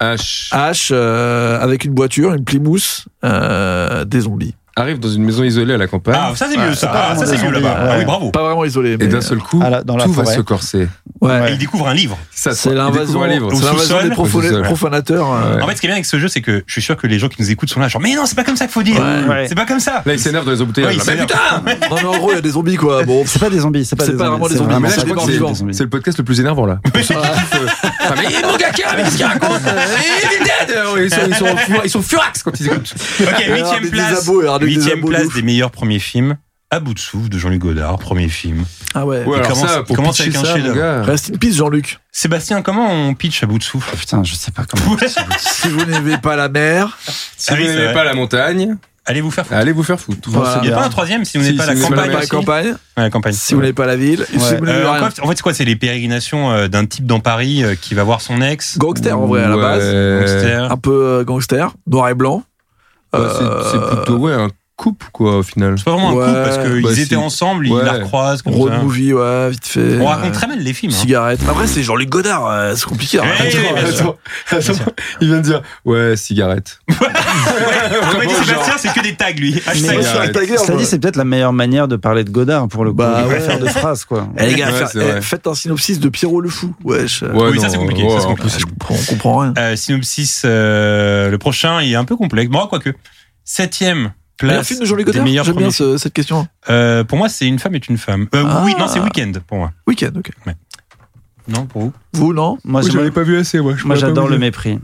[SPEAKER 5] H
[SPEAKER 6] H euh, avec une voiture, une plymouth, euh, des zombies.
[SPEAKER 5] arrive dans une maison isolée à la campagne.
[SPEAKER 4] Ah, ça c'est mieux, ça. Ah,
[SPEAKER 7] pas
[SPEAKER 4] ça
[SPEAKER 7] vraiment
[SPEAKER 4] c'est
[SPEAKER 7] des
[SPEAKER 4] mieux là-bas.
[SPEAKER 7] zombies,
[SPEAKER 4] Ah oui,
[SPEAKER 7] ouais.
[SPEAKER 4] bravo.
[SPEAKER 6] Pas vraiment isolé, mais
[SPEAKER 5] Et d'un seul coup,
[SPEAKER 7] à la- dans la
[SPEAKER 5] tout va
[SPEAKER 7] forêt.
[SPEAKER 5] se corser.
[SPEAKER 6] ouais.
[SPEAKER 4] Et il découvre un livre.
[SPEAKER 5] Ça,
[SPEAKER 6] C'est
[SPEAKER 5] il
[SPEAKER 6] l'invasion
[SPEAKER 5] découvre un livre.
[SPEAKER 6] c'est
[SPEAKER 4] Au
[SPEAKER 6] l'invasion
[SPEAKER 4] sous-sol.
[SPEAKER 6] des
[SPEAKER 5] Au
[SPEAKER 6] profa-
[SPEAKER 5] sous-sol.
[SPEAKER 6] profanateurs. euh.
[SPEAKER 5] Ouais.
[SPEAKER 4] En fait, ce qui est bien avec ce jeu, c'est que je suis sûr que les gens qui nous écoutent sont là, genre, mais non, c'est pas comme ça qu'il faut dire.
[SPEAKER 6] Ouais.
[SPEAKER 7] Ouais.
[SPEAKER 4] C'est pas comme ça.
[SPEAKER 5] Là, il s'énerve dans les
[SPEAKER 4] Ouais,
[SPEAKER 5] embouteillages.
[SPEAKER 4] il
[SPEAKER 5] là. Mais
[SPEAKER 4] s'énerve.
[SPEAKER 6] Non mais en gros, il y a des zombies quoi. Bon,
[SPEAKER 7] C'est pas des zombies, c'est pas
[SPEAKER 6] C'est
[SPEAKER 7] des
[SPEAKER 6] pas
[SPEAKER 7] zombies.
[SPEAKER 6] vraiment des
[SPEAKER 7] c'est
[SPEAKER 6] zombies,
[SPEAKER 5] putain, Ah, mais
[SPEAKER 7] vraiment
[SPEAKER 5] là, je
[SPEAKER 6] c'est
[SPEAKER 5] crois
[SPEAKER 6] des
[SPEAKER 5] que
[SPEAKER 6] morts-vivants.
[SPEAKER 5] c'est- c'est le podcast le plus énervant là. Ah, mais mon gars, mais qu'est-ce qu'il raconte Il est dead ils sont, ils, sont, fur- ils sont furax quand ils écoutent.
[SPEAKER 4] Ok,
[SPEAKER 6] il y a
[SPEAKER 4] huitième
[SPEAKER 6] [LAUGHS] des,
[SPEAKER 4] place.
[SPEAKER 6] abos, il y a des, des
[SPEAKER 4] Huitième
[SPEAKER 6] abos de
[SPEAKER 4] place
[SPEAKER 6] ouf.
[SPEAKER 4] des meilleurs premiers films. À bout de souffle de Jean-Luc Godard, premier film.
[SPEAKER 6] Ah ouais.
[SPEAKER 5] Ouais, alors
[SPEAKER 4] commence-
[SPEAKER 5] ça, pour
[SPEAKER 4] commence avec
[SPEAKER 5] pitcher
[SPEAKER 4] un
[SPEAKER 5] ça, mon
[SPEAKER 4] chef-d'œuvre.
[SPEAKER 5] gars.
[SPEAKER 6] Reste in peace Jean-Luc.
[SPEAKER 4] Sébastien, comment on pitch à bout de
[SPEAKER 6] [LAUGHS]
[SPEAKER 4] souffle
[SPEAKER 7] Oh, Putain, je sais pas comment.
[SPEAKER 6] Si vous n'aimez pas la mer,
[SPEAKER 5] Si
[SPEAKER 4] Ah oui,
[SPEAKER 5] vous
[SPEAKER 4] c'est
[SPEAKER 5] n'aimez
[SPEAKER 4] vrai.
[SPEAKER 5] pas la montagne,
[SPEAKER 4] Allez vous faire foutre.
[SPEAKER 5] allez vous faire foutre.
[SPEAKER 6] Voilà.
[SPEAKER 4] Il n'y a pas un troisième si vous
[SPEAKER 5] Si,
[SPEAKER 4] n'êtes pas
[SPEAKER 5] si
[SPEAKER 4] à la
[SPEAKER 5] vous
[SPEAKER 6] si vous
[SPEAKER 5] n'aimez
[SPEAKER 4] campagne.
[SPEAKER 6] n'aimez pas la
[SPEAKER 4] aussi
[SPEAKER 6] campagne,
[SPEAKER 4] Ouais, la campagne.
[SPEAKER 6] si vous n'aimez pas la ville, si
[SPEAKER 7] Ouais.
[SPEAKER 6] vous n'aimez
[SPEAKER 4] Euh, en,
[SPEAKER 6] rien.
[SPEAKER 4] fait, en fait, c'est quoi C'est les pérégrinations euh, d'un type dans Paris euh, qui va voir son ex.
[SPEAKER 6] Gangster en vrai à la
[SPEAKER 5] Ouais.
[SPEAKER 6] base,
[SPEAKER 5] Ouais,
[SPEAKER 4] Gangster.
[SPEAKER 6] un peu euh, gangster, noir et blanc.
[SPEAKER 5] c'est- C'est
[SPEAKER 6] Euh,
[SPEAKER 5] plutôt ouais, un couple, quoi, au final.
[SPEAKER 4] C'est pas vraiment
[SPEAKER 6] Ouais,
[SPEAKER 4] un couple parce qu'ils
[SPEAKER 5] bah,
[SPEAKER 4] étaient
[SPEAKER 5] si.
[SPEAKER 4] ensemble, ils
[SPEAKER 5] Ouais.
[SPEAKER 4] la recroisent. Comme
[SPEAKER 6] Road
[SPEAKER 4] ça.
[SPEAKER 6] movie, ouais, vite fait.
[SPEAKER 4] On
[SPEAKER 6] Ouais.
[SPEAKER 4] raconte très mal les films. hein.
[SPEAKER 6] Cigarette. Après, c'est Jean-Luc Godard, euh, c'est compliqué. hein.
[SPEAKER 4] Eh,
[SPEAKER 6] Attends,
[SPEAKER 4] oui, bien
[SPEAKER 6] attends.
[SPEAKER 4] sûr.
[SPEAKER 5] Attends,
[SPEAKER 4] sûr.
[SPEAKER 5] il vient de dire ouais, cigarette.
[SPEAKER 4] Comme a dit
[SPEAKER 5] Vraiment,
[SPEAKER 4] Ah, Sébastien, c'est que des tags lui. Hashtag.
[SPEAKER 5] Mais-
[SPEAKER 6] Sur la tagueur,
[SPEAKER 7] Cela
[SPEAKER 6] moi.
[SPEAKER 7] dit, c'est peut-être la meilleure manière de parler de Godard pour le coup.
[SPEAKER 6] Bah,
[SPEAKER 7] de pas
[SPEAKER 6] ouais.
[SPEAKER 7] faire de phrases quoi.
[SPEAKER 6] Eh, les gars,
[SPEAKER 5] Ouais,
[SPEAKER 6] faire-
[SPEAKER 5] c'est
[SPEAKER 6] eh,
[SPEAKER 5] vrai.
[SPEAKER 6] faites un synopsis de Pierrot le Fou. Wesh.
[SPEAKER 5] Ouais,
[SPEAKER 4] Oui, ça, c'est compliqué, ça, c'est
[SPEAKER 5] en
[SPEAKER 4] compliqué.
[SPEAKER 5] plus,
[SPEAKER 6] Je comprends, on comprend rien.
[SPEAKER 4] Euh, synopsis, euh, le prochain, il est un peu complexe. Bon, quoique. Septième
[SPEAKER 6] Mais
[SPEAKER 4] place.
[SPEAKER 6] un film de Jean-Luc
[SPEAKER 4] des
[SPEAKER 6] Godard,
[SPEAKER 4] meilleurs
[SPEAKER 6] j'aime bien
[SPEAKER 4] premiers
[SPEAKER 6] ce- cette question.
[SPEAKER 4] Euh, pour moi, c'est Une femme est une femme. Euh,
[SPEAKER 6] Ah.
[SPEAKER 4] Oui, non, c'est Weekend pour moi.
[SPEAKER 6] Week-end, ok.
[SPEAKER 4] Non, pour vous
[SPEAKER 6] Vous, non
[SPEAKER 7] Moi,
[SPEAKER 5] Oui,
[SPEAKER 7] j'aime-
[SPEAKER 5] je l'avais pas vu assez, moi. je
[SPEAKER 7] moi,
[SPEAKER 5] pourrais pas
[SPEAKER 7] j'adore
[SPEAKER 5] vous
[SPEAKER 7] le
[SPEAKER 5] dire.
[SPEAKER 7] mépris.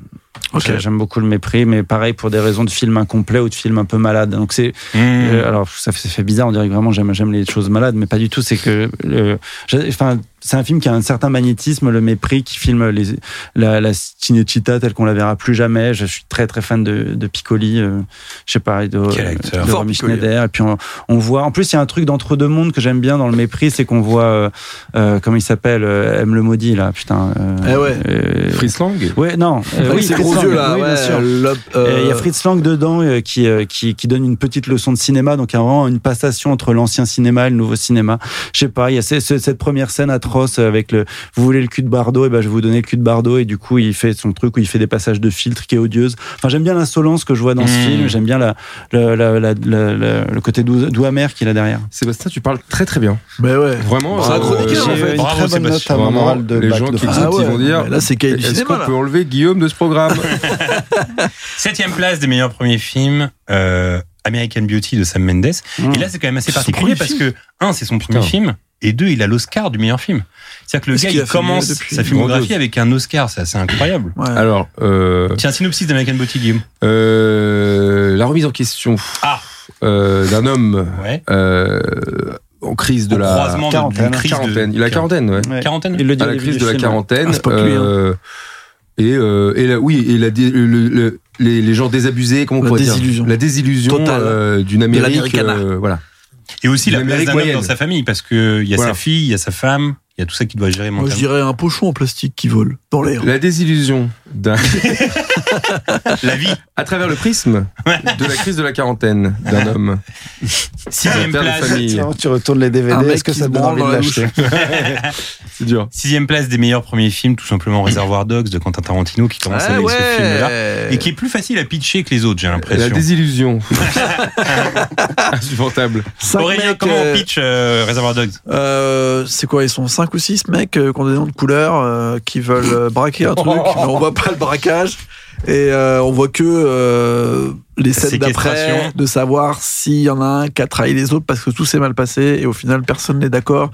[SPEAKER 6] Ok.
[SPEAKER 7] J'ai- J'aime beaucoup le mépris, mais pareil pour des raisons de films incomplets ou de films un peu malades. Donc c'est
[SPEAKER 4] Mhm. Hmm.
[SPEAKER 7] Euh, alors, ça fait, ça fait bizarre, on dirait que vraiment j'aime, j'aime les choses malades, mais pas du tout. C'est que. euh, j'ai- Enfin, c'est un film qui a un certain magnétisme, le mépris, qui filme les, la, la Cinecittà telle qu'on la verra plus jamais. Je suis très très fan de, de Piccoli, euh, je sais pas, et de,
[SPEAKER 4] Quel acteur.
[SPEAKER 7] de
[SPEAKER 6] Fort
[SPEAKER 7] Romy
[SPEAKER 6] Piccoli.
[SPEAKER 7] Schneider. Et puis on, on voit. En plus, il y a un truc d'entre deux mondes que j'aime bien dans le mépris, c'est qu'on voit. Euh, euh, comment il s'appelle euh, M. le maudit, là, putain. euh,
[SPEAKER 6] Eh ouais.
[SPEAKER 7] euh,
[SPEAKER 5] Fritz Lang.
[SPEAKER 7] Ouais, non. euh,
[SPEAKER 6] Avec
[SPEAKER 7] oui,
[SPEAKER 6] ses
[SPEAKER 7] Fritz
[SPEAKER 6] gros
[SPEAKER 7] Lang,
[SPEAKER 6] yeux, là.
[SPEAKER 7] oui, bien
[SPEAKER 6] ouais,
[SPEAKER 7] sûr.
[SPEAKER 6] l'op-
[SPEAKER 7] Et Il y
[SPEAKER 6] euh,
[SPEAKER 7] a Fritz Lang dedans euh, qui, euh, qui, qui donne une petite leçon de cinéma, donc il y a vraiment une passation entre l'ancien cinéma et le nouveau cinéma. Je sais pas, il y a ce- ce- cette première scène atroce avec le « vous voulez le cul de Bardot, et ben je vais vous donner le cul de Bardot », et du coup il fait son truc où il fait des passages de filtre qui est odieuse. Enfin j'aime bien l'insolence que je vois dans ce
[SPEAKER 4] Mmh.
[SPEAKER 7] film, j'aime bien la, la- la- la- la- la- le côté doux, doux amer qu'il a derrière.
[SPEAKER 5] Sébastien, tu parles très très bien.
[SPEAKER 6] Mais ouais.
[SPEAKER 5] Vraiment.
[SPEAKER 6] C'est un chroniqueur,
[SPEAKER 5] Oh, j'ai-
[SPEAKER 6] en fait.
[SPEAKER 7] une
[SPEAKER 4] Bravo,
[SPEAKER 7] très bonne note
[SPEAKER 4] Sébastien.
[SPEAKER 7] à mon
[SPEAKER 5] Vraiment,
[SPEAKER 7] moral de
[SPEAKER 5] les
[SPEAKER 7] bac
[SPEAKER 5] gens
[SPEAKER 7] de
[SPEAKER 5] qui Ah
[SPEAKER 7] phase.
[SPEAKER 5] écoutent, ils vont dire,
[SPEAKER 6] Ah mais Là, c'est cahier du
[SPEAKER 5] Est-ce
[SPEAKER 6] cinéma,
[SPEAKER 5] qu'on
[SPEAKER 6] là.
[SPEAKER 5] peut enlever Guillaume de ce [LAUGHS] programme
[SPEAKER 4] Septième place des meilleurs premiers films. euh, American Beauty de Sam Mendes.
[SPEAKER 6] Hmm.
[SPEAKER 4] Et là, c'est quand même assez
[SPEAKER 5] C'est son
[SPEAKER 4] particulier
[SPEAKER 5] premier
[SPEAKER 4] parce que, un, c'est son premier
[SPEAKER 5] Putain.
[SPEAKER 4] film. Et deux, il a l'Oscar du meilleur film. C'est-à-dire que le
[SPEAKER 6] Qu'est-ce
[SPEAKER 4] gars,
[SPEAKER 6] qu'il
[SPEAKER 4] il
[SPEAKER 6] a fait
[SPEAKER 4] commence
[SPEAKER 6] mieux depuis
[SPEAKER 4] sa filmographie avec un Oscar. C'est assez incroyable.
[SPEAKER 6] Ouais.
[SPEAKER 5] Alors, euh,
[SPEAKER 4] Tiens, synopsis d'American Beauty, Guillaume.
[SPEAKER 5] euh, la remise en question
[SPEAKER 4] Ah.
[SPEAKER 5] euh, d'un homme
[SPEAKER 4] Ouais.
[SPEAKER 5] euh, en crise de
[SPEAKER 4] Au
[SPEAKER 5] la
[SPEAKER 4] croisement de-
[SPEAKER 7] quarantaine.
[SPEAKER 4] d'une crise de-
[SPEAKER 5] quarantaine. Il a la quarantaine, ouais.
[SPEAKER 7] Ouais.
[SPEAKER 4] Quarantaine
[SPEAKER 7] Il le dit
[SPEAKER 5] à
[SPEAKER 7] au
[SPEAKER 5] la
[SPEAKER 7] début
[SPEAKER 5] crise
[SPEAKER 7] du
[SPEAKER 5] de la
[SPEAKER 7] film,
[SPEAKER 5] quarantaine.
[SPEAKER 6] Ah, c'est pas que lui, hein.
[SPEAKER 5] euh, et, euh, et la- oui, et la dé- le- le- les, les gens désabusés, comment on
[SPEAKER 6] La
[SPEAKER 5] pourrait
[SPEAKER 6] désillusion.
[SPEAKER 5] dire La désillusion
[SPEAKER 6] Totale. hein.
[SPEAKER 5] euh, d'une Amérique.
[SPEAKER 6] l'Americana.
[SPEAKER 5] euh, voilà.
[SPEAKER 4] Et aussi la
[SPEAKER 5] Une
[SPEAKER 4] place d'un homme
[SPEAKER 5] Américaine.
[SPEAKER 4] dans sa famille, parce que il y a
[SPEAKER 5] Voilà.
[SPEAKER 4] sa fille, il y a sa femme, il y a tout ça qu'il doit gérer
[SPEAKER 6] Moi, je
[SPEAKER 4] mentalement.
[SPEAKER 6] dirais un pochon en plastique qui vole dans l'air.
[SPEAKER 5] La désillusion d'un. [LAUGHS]
[SPEAKER 4] la vie.
[SPEAKER 5] à travers le prisme de la crise de la quarantaine d'un homme.
[SPEAKER 4] Sixième
[SPEAKER 5] Père de
[SPEAKER 4] place.
[SPEAKER 5] famille.
[SPEAKER 3] Tiens, tu retournes les
[SPEAKER 6] Un
[SPEAKER 3] DVD,
[SPEAKER 6] mec
[SPEAKER 3] est-ce que
[SPEAKER 6] qui
[SPEAKER 3] ça
[SPEAKER 6] se
[SPEAKER 3] te donne
[SPEAKER 6] branle
[SPEAKER 3] envie
[SPEAKER 6] dans
[SPEAKER 3] de
[SPEAKER 6] la
[SPEAKER 3] l'acheter
[SPEAKER 5] C'est dur.
[SPEAKER 4] Sixième place des meilleurs premiers films, tout simplement Reservoir Dogs de Quentin Tarantino qui
[SPEAKER 5] Ah
[SPEAKER 4] commence avec ce film-là. Et qui est plus facile à pitcher que les autres, j'ai
[SPEAKER 5] La
[SPEAKER 4] l'impression. [LAUGHS]
[SPEAKER 5] désillusion. Insupportable.
[SPEAKER 6] Cinq
[SPEAKER 4] Aurélien,
[SPEAKER 6] mecs,
[SPEAKER 4] comment
[SPEAKER 6] euh,
[SPEAKER 4] on pitch euh, Reservoir Dogs
[SPEAKER 6] Euh, c'est quoi Ils sont 5 ou 6 mecs euh, qui ont des noms de couleurs, euh, qui veulent euh, braquer un truc, mais on voit pas le braquage. Et euh, on voit que euh, les scènes d'après,
[SPEAKER 4] séquestration.
[SPEAKER 6] de savoir s'il y en a un qui a trahi les autres parce que tout s'est mal passé et au final personne n'est d'accord.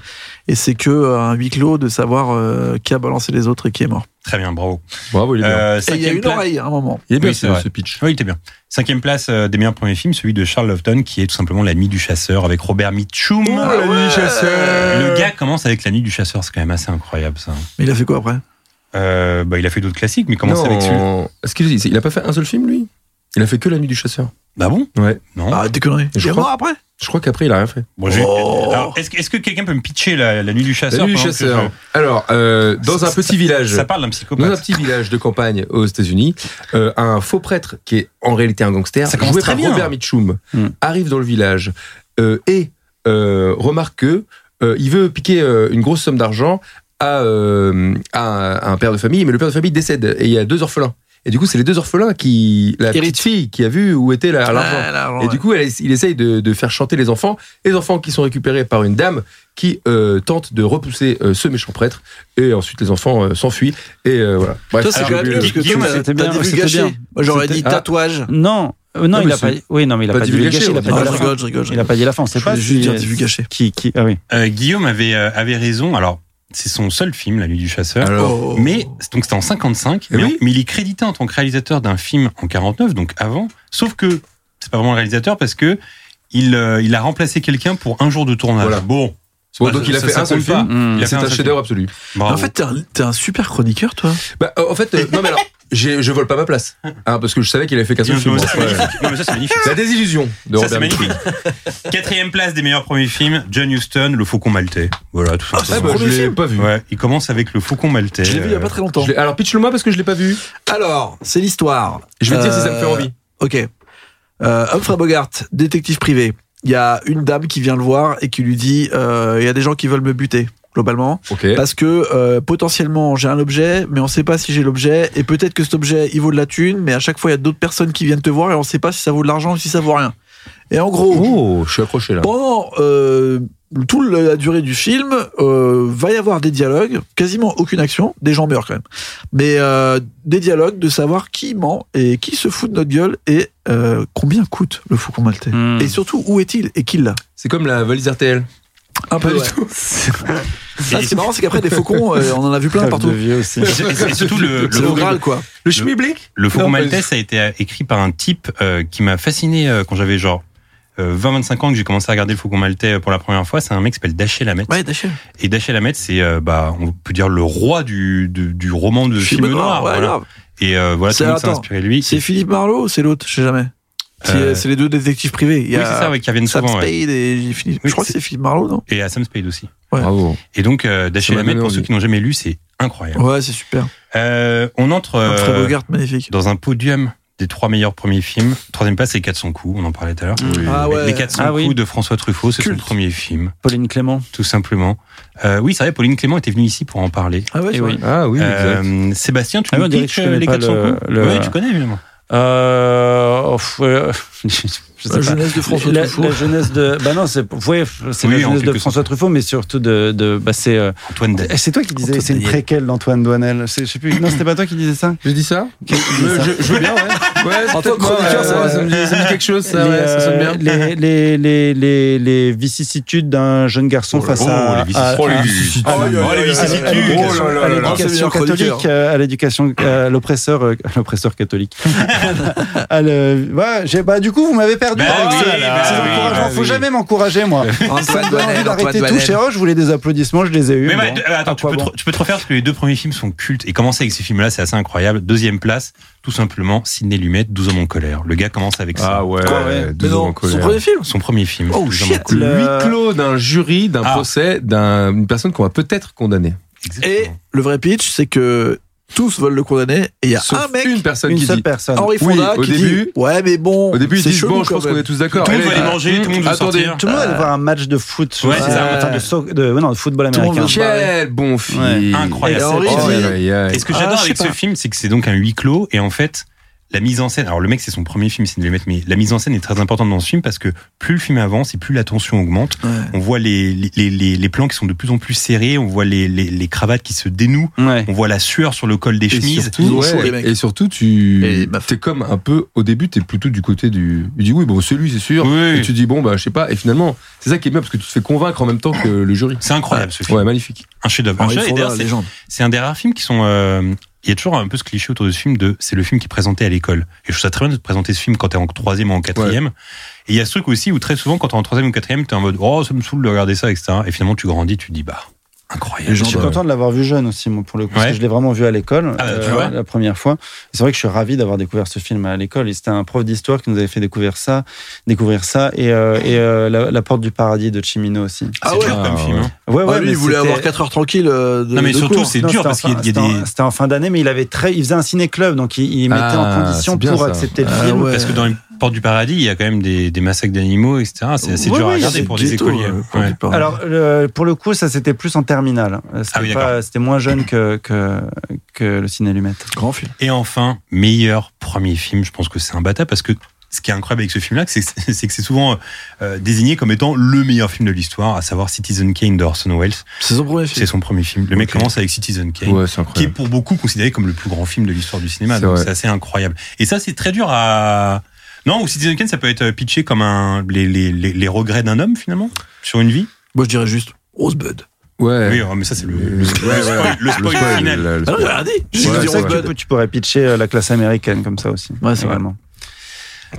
[SPEAKER 6] Et c'est que euh, un huis clos de savoir euh, qui a balancé les autres et qui est mort.
[SPEAKER 4] Très bien, bravo.
[SPEAKER 5] Bravo, il est bien.
[SPEAKER 4] Euh,
[SPEAKER 6] Et il y a
[SPEAKER 4] cinquième
[SPEAKER 6] une
[SPEAKER 4] place-
[SPEAKER 6] oreille à un moment.
[SPEAKER 5] il est bien
[SPEAKER 4] oui, c'est
[SPEAKER 5] ce,
[SPEAKER 4] vrai.
[SPEAKER 5] ce pitch.
[SPEAKER 4] Oui, il était bien. Cinquième place euh, des meilleurs premiers films, celui de Charles Lofton, qui est tout simplement l'ami du chasseur avec Robert Mitchum.
[SPEAKER 6] Ah ouais.
[SPEAKER 4] Le gars commence avec la nuit du chasseur, c'est quand même assez incroyable ça.
[SPEAKER 6] Mais il a fait quoi après
[SPEAKER 4] Euh, bah, il a fait d'autres classiques, mais il commence
[SPEAKER 5] Non,
[SPEAKER 4] avec celui.
[SPEAKER 5] Est-ce qu'il il a pas fait un seul film, lui Il a fait que la nuit du chasseur.
[SPEAKER 4] Bah bon
[SPEAKER 5] Ouais.
[SPEAKER 4] Non.
[SPEAKER 6] Ah, des conneries.
[SPEAKER 5] Je
[SPEAKER 6] Il est
[SPEAKER 5] crois-
[SPEAKER 6] mort après
[SPEAKER 5] Je crois qu'après, il a rien fait.
[SPEAKER 4] Bon, je-
[SPEAKER 6] Oh.
[SPEAKER 4] Alors, est-ce que, est-ce que quelqu'un peut me pitcher la, la nuit du chasseur
[SPEAKER 5] La nuit du
[SPEAKER 4] pendant que
[SPEAKER 5] chasseur. Alors, euh, dans
[SPEAKER 4] Ça-
[SPEAKER 5] un petit
[SPEAKER 4] je-
[SPEAKER 5] village.
[SPEAKER 4] Ça parle d'un
[SPEAKER 5] Dans un
[SPEAKER 4] psychopathe.
[SPEAKER 5] petit village de campagne aux États-Unis, euh, un faux prêtre qui est en réalité un gangster,
[SPEAKER 4] Ça commence
[SPEAKER 5] joué
[SPEAKER 4] très
[SPEAKER 5] par
[SPEAKER 4] bien.
[SPEAKER 5] Robert Mitchum,
[SPEAKER 7] Hmm.
[SPEAKER 5] arrive dans le village euh, et euh, remarque que euh, il veut piquer euh, une grosse somme d'argent à, euh, à un- à un père de famille, mais le père de famille décède et il y a deux orphelins. Et du coup, c'est les deux orphelins qui la
[SPEAKER 6] Hérite.
[SPEAKER 5] petite fille qui a vu où était la- l'argent.
[SPEAKER 6] Ah, l'argent,
[SPEAKER 5] Et
[SPEAKER 6] ouais.
[SPEAKER 5] du coup, elle- il essaye de, de faire chanter les enfants, les enfants qui sont récupérés par une dame qui euh, tente de repousser euh, ce méchant prêtre, et ensuite les enfants euh, s'enfuient, et euh, voilà. Bref,
[SPEAKER 6] Toi, c'est
[SPEAKER 5] je-
[SPEAKER 6] quand même
[SPEAKER 5] je-
[SPEAKER 6] bien parce que
[SPEAKER 4] Guillaume,
[SPEAKER 6] tu-
[SPEAKER 7] c'était
[SPEAKER 6] t'as
[SPEAKER 7] bien,
[SPEAKER 6] divulgué.
[SPEAKER 7] c'était bien.
[SPEAKER 6] Moi, J'aurais
[SPEAKER 7] C'était-
[SPEAKER 6] dit
[SPEAKER 7] Ah.
[SPEAKER 6] tatouage.
[SPEAKER 7] Non, euh, non,
[SPEAKER 5] Non,
[SPEAKER 7] il
[SPEAKER 5] mais
[SPEAKER 7] a pas.
[SPEAKER 5] c'est-
[SPEAKER 7] Oui, non, mais il a
[SPEAKER 5] pas
[SPEAKER 7] pas dit
[SPEAKER 5] divulgaché,
[SPEAKER 7] gâché, il a
[SPEAKER 5] on dit.
[SPEAKER 7] pas dit
[SPEAKER 6] Ah, je
[SPEAKER 7] la
[SPEAKER 5] d'accord.
[SPEAKER 7] fin.
[SPEAKER 6] rigole, je rigole. je
[SPEAKER 7] Il a
[SPEAKER 6] rigole.
[SPEAKER 7] pas dit la fin. C'est
[SPEAKER 4] Je sais pas
[SPEAKER 7] pas
[SPEAKER 4] si
[SPEAKER 6] Je viens
[SPEAKER 7] juste
[SPEAKER 6] de vous gâcher.
[SPEAKER 7] qui, qui. Ah oui.
[SPEAKER 4] Euh, Guillaume avait, euh, avait raison. Alors, c'est son seul film, La nuit du chasseur.
[SPEAKER 5] Alors,
[SPEAKER 4] Mais donc c'était en 55,
[SPEAKER 5] Eh
[SPEAKER 4] mais,
[SPEAKER 5] oui.
[SPEAKER 4] mais il est crédité en tant que réalisateur d'un film en 49, donc avant. Sauf que c'est pas vraiment le réalisateur parce que il, euh, il a remplacé quelqu'un pour un jour de tournage.
[SPEAKER 5] Voilà.
[SPEAKER 4] Bon,
[SPEAKER 5] Bon,
[SPEAKER 4] Bah,
[SPEAKER 5] donc il a
[SPEAKER 4] ça-
[SPEAKER 5] fait
[SPEAKER 4] ça
[SPEAKER 5] un seul
[SPEAKER 4] compte pas.
[SPEAKER 5] film,
[SPEAKER 7] Mmh.
[SPEAKER 4] Il a fait
[SPEAKER 5] c'est
[SPEAKER 4] un
[SPEAKER 5] un
[SPEAKER 4] seul
[SPEAKER 5] chef-d'œuvre absolu.
[SPEAKER 4] bravo.
[SPEAKER 6] En fait, t'es un, t'es un super chroniqueur, toi.
[SPEAKER 5] Bah, euh, en fait, euh, non mais alors, [LAUGHS] j'ai- je vole pas ma place, hein, parce que je savais qu'il avait fait qu'un
[SPEAKER 4] Non,
[SPEAKER 5] seul film.
[SPEAKER 4] mais ça, c'est
[SPEAKER 5] Ouais.
[SPEAKER 4] magnifique. Non, mais ça, c'est
[SPEAKER 5] [LAUGHS]
[SPEAKER 4] magnifique.
[SPEAKER 5] La désillusion de
[SPEAKER 4] Ça, c'est
[SPEAKER 5] Robert Mitchum.
[SPEAKER 4] magnifique. Quatrième place des meilleurs premiers films, John Huston, Le Faucon Maltais. Voilà, tout
[SPEAKER 5] Ah,
[SPEAKER 4] simplement.
[SPEAKER 5] bah, je
[SPEAKER 6] premier
[SPEAKER 5] l'ai
[SPEAKER 6] film.
[SPEAKER 5] pas vu.
[SPEAKER 4] Ouais, il commence avec Le Faucon Maltais.
[SPEAKER 6] Je l'ai vu il y a pas très longtemps.
[SPEAKER 5] Je l'ai- Alors pitch-le-moi parce que je l'ai pas vu.
[SPEAKER 6] Alors, c'est l'histoire.
[SPEAKER 5] Je vais te dire si ça me
[SPEAKER 6] Euh,
[SPEAKER 5] fait envie.
[SPEAKER 6] Ok. Euh, Humphrey Bogart, détective privé. Il y a une dame qui vient le voir et qui lui dit euh, il y a des gens qui veulent me buter, globalement.
[SPEAKER 5] Ok.
[SPEAKER 6] Parce que euh, potentiellement, j'ai un objet, mais on sait pas si j'ai l'objet. Et peut-être que cet objet, il vaut de la thune, mais à chaque fois, il y a d'autres personnes qui viennent te voir et on sait pas si ça vaut de l'argent ou si ça vaut rien. Et en gros,
[SPEAKER 5] Oh, je suis accroché
[SPEAKER 4] Hein.
[SPEAKER 5] là.
[SPEAKER 6] pendant euh, toute la durée du film, euh, va y avoir des dialogues, quasiment aucune action, des gens meurent quand même, mais euh, des dialogues de savoir qui ment et qui se fout de notre gueule et euh, combien coûte le faucon maltais.
[SPEAKER 4] Hmm.
[SPEAKER 7] Mmh.
[SPEAKER 6] Et surtout, où est-il et qui l'a
[SPEAKER 5] C'est comme la valise RTL.
[SPEAKER 6] Un peu. [LAUGHS] ouais. Là, ce qui est marrant, c'est qu'après, des faucons, euh, on en a vu plein
[SPEAKER 7] Partout.
[SPEAKER 6] partout.
[SPEAKER 7] vieux aussi. [LAUGHS]
[SPEAKER 4] euh, Et c'est- et c'est surtout le,
[SPEAKER 6] C'est
[SPEAKER 4] le-
[SPEAKER 6] le Graal, quoi.
[SPEAKER 5] Le schmiblick
[SPEAKER 4] Le Faucon
[SPEAKER 5] Non, pas
[SPEAKER 4] Maltais, ça a été euh, écrit par un type euh, qui m'a fasciné euh, quand j'avais genre euh, 20-25 ans que j'ai commencé à regarder le Faucon Maltais euh, pour la première fois. C'est un mec qui s'appelle Daché Lamet.
[SPEAKER 6] Ouais, Dachel.
[SPEAKER 4] Et Daché Lamet, c'est euh, bah, on peut dire le roi du, du, du roman de film noir.
[SPEAKER 6] Ah, ouais,
[SPEAKER 4] voilà.
[SPEAKER 6] grave.
[SPEAKER 4] Et euh, voilà, tout
[SPEAKER 6] C'est-
[SPEAKER 4] le monde s'est
[SPEAKER 6] attends,
[SPEAKER 4] inspiré de lui.
[SPEAKER 6] C'est
[SPEAKER 4] Et-
[SPEAKER 6] Philippe Marlowe ou c'est l'autre Je sais jamais. C'est
[SPEAKER 4] Euh,
[SPEAKER 6] c'est les deux détectives privés. Il
[SPEAKER 4] oui,
[SPEAKER 6] y a
[SPEAKER 4] c'est ça, ouais, qui reviennent
[SPEAKER 6] Sam
[SPEAKER 4] souvent. ouais.
[SPEAKER 6] Spade et Philippe.
[SPEAKER 4] Oui,
[SPEAKER 6] je crois que
[SPEAKER 4] c'est-
[SPEAKER 6] c'est Philippe Marlowe, non
[SPEAKER 4] Et à Sam Spade aussi.
[SPEAKER 5] Bravo.
[SPEAKER 4] Et donc, euh, Daché
[SPEAKER 5] Ça m'a
[SPEAKER 4] Lamet,
[SPEAKER 5] donné
[SPEAKER 4] pour ceux
[SPEAKER 5] envie.
[SPEAKER 4] qui n'ont jamais lu, c'est incroyable.
[SPEAKER 6] Ouais, c'est super.
[SPEAKER 4] Euh, on entre euh,
[SPEAKER 6] Humphrey Bogart, magnifique.
[SPEAKER 4] dans un podium des trois meilleurs premiers films. Troisième place, c'est 400 coups, on en parlait tout à l'heure.
[SPEAKER 6] Ah ouais.
[SPEAKER 4] Les 400
[SPEAKER 7] Mm. Ah oui.
[SPEAKER 4] coups de François Truffaut, c'est son
[SPEAKER 7] Culte.
[SPEAKER 4] premier film.
[SPEAKER 7] Pauline Clément.
[SPEAKER 4] tout simplement. Euh, oui, c'est vrai, Pauline Clément était venue ici pour en parler.
[SPEAKER 6] Ah ouais,
[SPEAKER 7] Eh
[SPEAKER 6] c'est
[SPEAKER 7] oui.
[SPEAKER 6] vrai.
[SPEAKER 5] Ah oui, exact.
[SPEAKER 4] Euh, Sébastien, tu
[SPEAKER 7] Ah oui,
[SPEAKER 4] nous
[SPEAKER 7] on dirait
[SPEAKER 4] pitches
[SPEAKER 7] que je connais
[SPEAKER 4] les
[SPEAKER 7] pas
[SPEAKER 4] 400
[SPEAKER 7] le-
[SPEAKER 4] coups
[SPEAKER 7] le-
[SPEAKER 4] Oui, tu connais, évidemment.
[SPEAKER 7] Euh, oh, pff, euh, [LAUGHS] je sais
[SPEAKER 6] La
[SPEAKER 7] pas.
[SPEAKER 6] jeunesse de François
[SPEAKER 7] la,
[SPEAKER 6] Truffaut.
[SPEAKER 7] la jeunesse de bah non c'est ouais, c'est
[SPEAKER 4] Oui, en
[SPEAKER 7] la jeunesse de
[SPEAKER 4] quelque
[SPEAKER 7] François Truffaut mais surtout de, de bah c'est euh,
[SPEAKER 4] Antoine Daniel.
[SPEAKER 7] c'est toi qui disais
[SPEAKER 6] Antoine
[SPEAKER 7] c'est une
[SPEAKER 6] Daniel.
[SPEAKER 7] préquelle d'antoine Douanel c'est- je sais plus non c'était pas toi qui disais ça
[SPEAKER 5] J'ai dit ça
[SPEAKER 7] Qui- qui disait
[SPEAKER 5] Euh,
[SPEAKER 7] ça
[SPEAKER 5] je, je veux bien,
[SPEAKER 7] [LAUGHS]
[SPEAKER 5] ouais. Ouais, c'est
[SPEAKER 6] En tant que
[SPEAKER 5] peut-être moi,
[SPEAKER 6] chroniqueur, ça va,
[SPEAKER 5] ça, me dit, ça me dit quelque chose, ça,
[SPEAKER 7] les,
[SPEAKER 5] ouais, ça sonne bien.
[SPEAKER 7] euh, les, les, les, les, les vicissitudes d'un jeune garçon
[SPEAKER 4] Oh,
[SPEAKER 7] face à,
[SPEAKER 4] les
[SPEAKER 7] à,
[SPEAKER 4] vicissitudes. Oh, les
[SPEAKER 7] à-
[SPEAKER 4] vicissitudes.
[SPEAKER 7] à-
[SPEAKER 4] Oh, les vicissitudes.
[SPEAKER 5] Oh là là là là.
[SPEAKER 6] C'est
[SPEAKER 7] à l'éducation
[SPEAKER 6] meilleur chroniqueur.
[SPEAKER 7] catholique, euh, à l'éducation, euh, à l'oppresseur, euh, à l'oppresseur catholique. À le- ouais, j'ai- bah, du coup, vous m'avez perdu.
[SPEAKER 4] Bah
[SPEAKER 7] avec
[SPEAKER 4] oui,
[SPEAKER 7] ça.
[SPEAKER 4] bah
[SPEAKER 7] Ces
[SPEAKER 4] oui,
[SPEAKER 7] encouragements,
[SPEAKER 5] bah
[SPEAKER 7] faut
[SPEAKER 5] oui.
[SPEAKER 7] jamais m'encourager, moi.
[SPEAKER 6] Antoine
[SPEAKER 7] J'ai
[SPEAKER 6] Douanel,
[SPEAKER 7] envie
[SPEAKER 6] Antoine
[SPEAKER 7] d'arrêter tout
[SPEAKER 6] Douanel.
[SPEAKER 7] chez Roche, je voulais des applaudissements, je les ai eus.
[SPEAKER 4] Mais bah,
[SPEAKER 7] bon.
[SPEAKER 4] euh, attends,
[SPEAKER 7] À
[SPEAKER 4] tu
[SPEAKER 7] quoi
[SPEAKER 4] peux, te,
[SPEAKER 7] bon
[SPEAKER 4] tu peux te refaire parce que les deux premiers films sont cultes. Et commencer avec ces films-là, c'est assez incroyable. Deuxième place, tout simplement, Sidney Lumet, 12 hommes en colère. Le gars commence avec ça.
[SPEAKER 5] Ah ouais,
[SPEAKER 7] Quoi, ouais.
[SPEAKER 5] 12
[SPEAKER 6] Mais
[SPEAKER 5] ans
[SPEAKER 6] non,
[SPEAKER 5] en
[SPEAKER 6] son
[SPEAKER 5] colère.
[SPEAKER 6] premier film.
[SPEAKER 4] Son premier film.
[SPEAKER 6] Oh,
[SPEAKER 4] 12 hommes en
[SPEAKER 6] shit.
[SPEAKER 4] colère.
[SPEAKER 5] Le
[SPEAKER 7] Le-
[SPEAKER 5] huis clos d'un jury, d'un
[SPEAKER 4] Ah.
[SPEAKER 5] procès, d'un- d'une personne qu'on va peut-être condamner.
[SPEAKER 6] Et
[SPEAKER 4] Exactement.
[SPEAKER 6] le vrai pitch, c'est que tous veulent le condamner et il y a
[SPEAKER 5] Sauf
[SPEAKER 6] un mec,
[SPEAKER 5] une personne
[SPEAKER 7] Une
[SPEAKER 5] qui
[SPEAKER 7] seule
[SPEAKER 5] dit.
[SPEAKER 7] personne.
[SPEAKER 6] Henri
[SPEAKER 5] Oui,
[SPEAKER 6] Fonda,
[SPEAKER 5] au
[SPEAKER 6] qui
[SPEAKER 5] début-
[SPEAKER 6] dit Ouais, mais bon,
[SPEAKER 5] Au début, ils
[SPEAKER 6] c'est
[SPEAKER 5] disent
[SPEAKER 6] chelou
[SPEAKER 5] bon, je
[SPEAKER 6] quand
[SPEAKER 5] pense
[SPEAKER 6] même.
[SPEAKER 5] qu'on est tous d'accord.
[SPEAKER 4] Tout le
[SPEAKER 5] Et
[SPEAKER 4] monde
[SPEAKER 5] là,
[SPEAKER 4] va
[SPEAKER 5] il
[SPEAKER 4] aller
[SPEAKER 5] dit,
[SPEAKER 4] manger, tout le monde veut
[SPEAKER 5] Attendez.
[SPEAKER 4] sortir.
[SPEAKER 7] Tout le monde allait voir un match de foot.
[SPEAKER 4] Ouais, c'est ça.
[SPEAKER 7] Enfin, de, soc- de, ouais, non, de football
[SPEAKER 6] Tout le
[SPEAKER 7] américain.
[SPEAKER 6] monde veut chier.
[SPEAKER 5] Quel bon film.
[SPEAKER 7] Ouais.
[SPEAKER 4] Incroyable.
[SPEAKER 6] Et Henri
[SPEAKER 5] Oh,
[SPEAKER 6] dit-
[SPEAKER 5] aïe, aïe, aïe.
[SPEAKER 4] Et ce que
[SPEAKER 7] Ah,
[SPEAKER 4] j'adore
[SPEAKER 7] je
[SPEAKER 4] avec
[SPEAKER 7] sais
[SPEAKER 4] ce
[SPEAKER 7] pas.
[SPEAKER 4] film, c'est que c'est donc un huis clos et en fait, la mise en scène. Alors le mec, c'est son premier film Sidney Lumet, mais la mise en scène est très importante dans ce film parce que plus le film avance et plus la tension augmente.
[SPEAKER 6] Ouais.
[SPEAKER 4] On voit les les, les les plans qui sont de plus en plus serrés, on voit les les, les cravates qui se dénouent,
[SPEAKER 7] Ouais.
[SPEAKER 4] on voit la sueur sur le col des
[SPEAKER 5] Et
[SPEAKER 4] chemises.
[SPEAKER 5] surtout,
[SPEAKER 6] Ils ont chaud, les mecs.
[SPEAKER 5] et surtout, tu
[SPEAKER 6] Et ma-
[SPEAKER 5] es comme un peu au début, tu es plutôt du côté du. Tu dis oui, bon, c'est lui, c'est sûr.
[SPEAKER 4] Oui.
[SPEAKER 5] Et tu dis bon, bah, je sais pas. Et finalement, c'est ça qui est bien parce que tu te fais convaincre en même temps que le jury.
[SPEAKER 4] C'est incroyable ce film,
[SPEAKER 5] Ouais, magnifique.
[SPEAKER 4] un chef-d'œuvre. Un
[SPEAKER 6] Henri
[SPEAKER 4] chef- et
[SPEAKER 6] Fonda,
[SPEAKER 4] d'ailleurs, c'est-
[SPEAKER 6] légende.
[SPEAKER 4] C'est un des rares films qui sont. euh, il y a toujours un peu ce cliché autour de ce film de c'est le film qui est présenté à l'école. Et je trouve ça très bien de présenter ce film quand t'es en troisième ou en quatrième. Et il y a ce truc aussi où très souvent quand t'es en troisième ou quatrième, t'es en mode oh ça me saoule de regarder ça, etc. Et finalement tu grandis, tu te dis bah
[SPEAKER 5] Incroyable.
[SPEAKER 7] Et je suis content de l'avoir vu jeune aussi, moi, pour le coup, parce
[SPEAKER 4] Ouais.
[SPEAKER 7] que je l'ai vraiment vu à l'école
[SPEAKER 4] Ah, bah, tu
[SPEAKER 7] euh,
[SPEAKER 4] vois.
[SPEAKER 7] la première fois. Et C'est vrai que je suis ravi d'avoir découvert ce film à l'école. Et C'était un prof d'histoire qui nous avait fait découvrir ça, découvrir ça, et, euh, et, euh, la, La Porte du Paradis de Chimino aussi.
[SPEAKER 6] Ah
[SPEAKER 4] C'est
[SPEAKER 6] ouais.
[SPEAKER 4] dur comme
[SPEAKER 5] Ah
[SPEAKER 4] film.
[SPEAKER 5] ouais.
[SPEAKER 4] hein.
[SPEAKER 7] Ouais,
[SPEAKER 6] Ah, lui,
[SPEAKER 7] mais
[SPEAKER 6] il voulait
[SPEAKER 7] c'était-
[SPEAKER 6] avoir 4 heures tranquilles. euh, de-
[SPEAKER 4] Non, mais
[SPEAKER 6] de
[SPEAKER 4] surtout,
[SPEAKER 6] cours.
[SPEAKER 4] c'est
[SPEAKER 7] Non,
[SPEAKER 4] dur
[SPEAKER 7] c'était en
[SPEAKER 4] parce
[SPEAKER 7] fin-
[SPEAKER 4] qu'il y a- il y a
[SPEAKER 7] c'était en-
[SPEAKER 4] des.
[SPEAKER 7] C'était en fin d'année, mais il avait très, il faisait un ciné-club, donc il, il mettait
[SPEAKER 5] Ah,
[SPEAKER 7] en condition
[SPEAKER 5] c'est bien,
[SPEAKER 7] pour
[SPEAKER 5] ça.
[SPEAKER 7] accepter le
[SPEAKER 6] Ah,
[SPEAKER 7] film.
[SPEAKER 6] ouais.
[SPEAKER 4] Parce que dans les portes du paradis, il y a quand même des, des massacres d'animaux, etc. C'est assez
[SPEAKER 6] Ouais,
[SPEAKER 4] dur à
[SPEAKER 6] ouais, il y a
[SPEAKER 4] regarder
[SPEAKER 6] des
[SPEAKER 4] pour des
[SPEAKER 6] ghettos,
[SPEAKER 4] écoliers.
[SPEAKER 6] euh, quand
[SPEAKER 4] Ouais.
[SPEAKER 6] tu parles.
[SPEAKER 7] Alors, le- pour le coup, ça c'était plus en terminale. Euh, C'était
[SPEAKER 4] Ah oui,
[SPEAKER 7] pas-
[SPEAKER 4] d'accord.
[SPEAKER 7] c'était moins jeune que, que, que le ciné-lumette.
[SPEAKER 6] grand film.
[SPEAKER 4] Et enfin, meilleur premier film, je pense que c'est un bata parce que ce qui est incroyable avec ce film-là, c'est [LAUGHS] que c'est que c'est souvent euh, désigné comme étant le meilleur film de l'histoire, à savoir Citizen Kane de Orson Welles.
[SPEAKER 6] C'est son premier
[SPEAKER 4] C'est
[SPEAKER 6] film.
[SPEAKER 4] son premier film. Le mec commence avec Citizen Kane.
[SPEAKER 5] Ouais, c'est
[SPEAKER 4] qui est
[SPEAKER 5] incroyable.
[SPEAKER 4] pour beaucoup considéré comme le plus grand film de l'histoire du cinéma.
[SPEAKER 5] C'est
[SPEAKER 4] Donc
[SPEAKER 5] vrai.
[SPEAKER 4] c'est assez incroyable. Et ça, c'est très dur à. Non, ou Citizen Kane, ça peut être pitché comme un, les, les, les, les regrets d'un homme, finalement, sur une vie.
[SPEAKER 6] Moi, je dirais juste Rosebud.
[SPEAKER 5] Ouais.
[SPEAKER 4] Oui, oh, mais ça, c'est le, le,
[SPEAKER 5] Ouais,
[SPEAKER 4] spoil,
[SPEAKER 5] ouais, ouais.
[SPEAKER 4] le spoil final.
[SPEAKER 5] là, le
[SPEAKER 6] Ah non,
[SPEAKER 5] spoil.
[SPEAKER 6] j'ai rien dit. J'ai
[SPEAKER 5] Ouais,
[SPEAKER 6] dit
[SPEAKER 5] c'est
[SPEAKER 7] Ça, tu,
[SPEAKER 6] Rosebud.
[SPEAKER 7] peux- tu pourrais pitcher euh, la classe américaine comme ça aussi.
[SPEAKER 6] Ouais, c'est vrai.
[SPEAKER 7] également.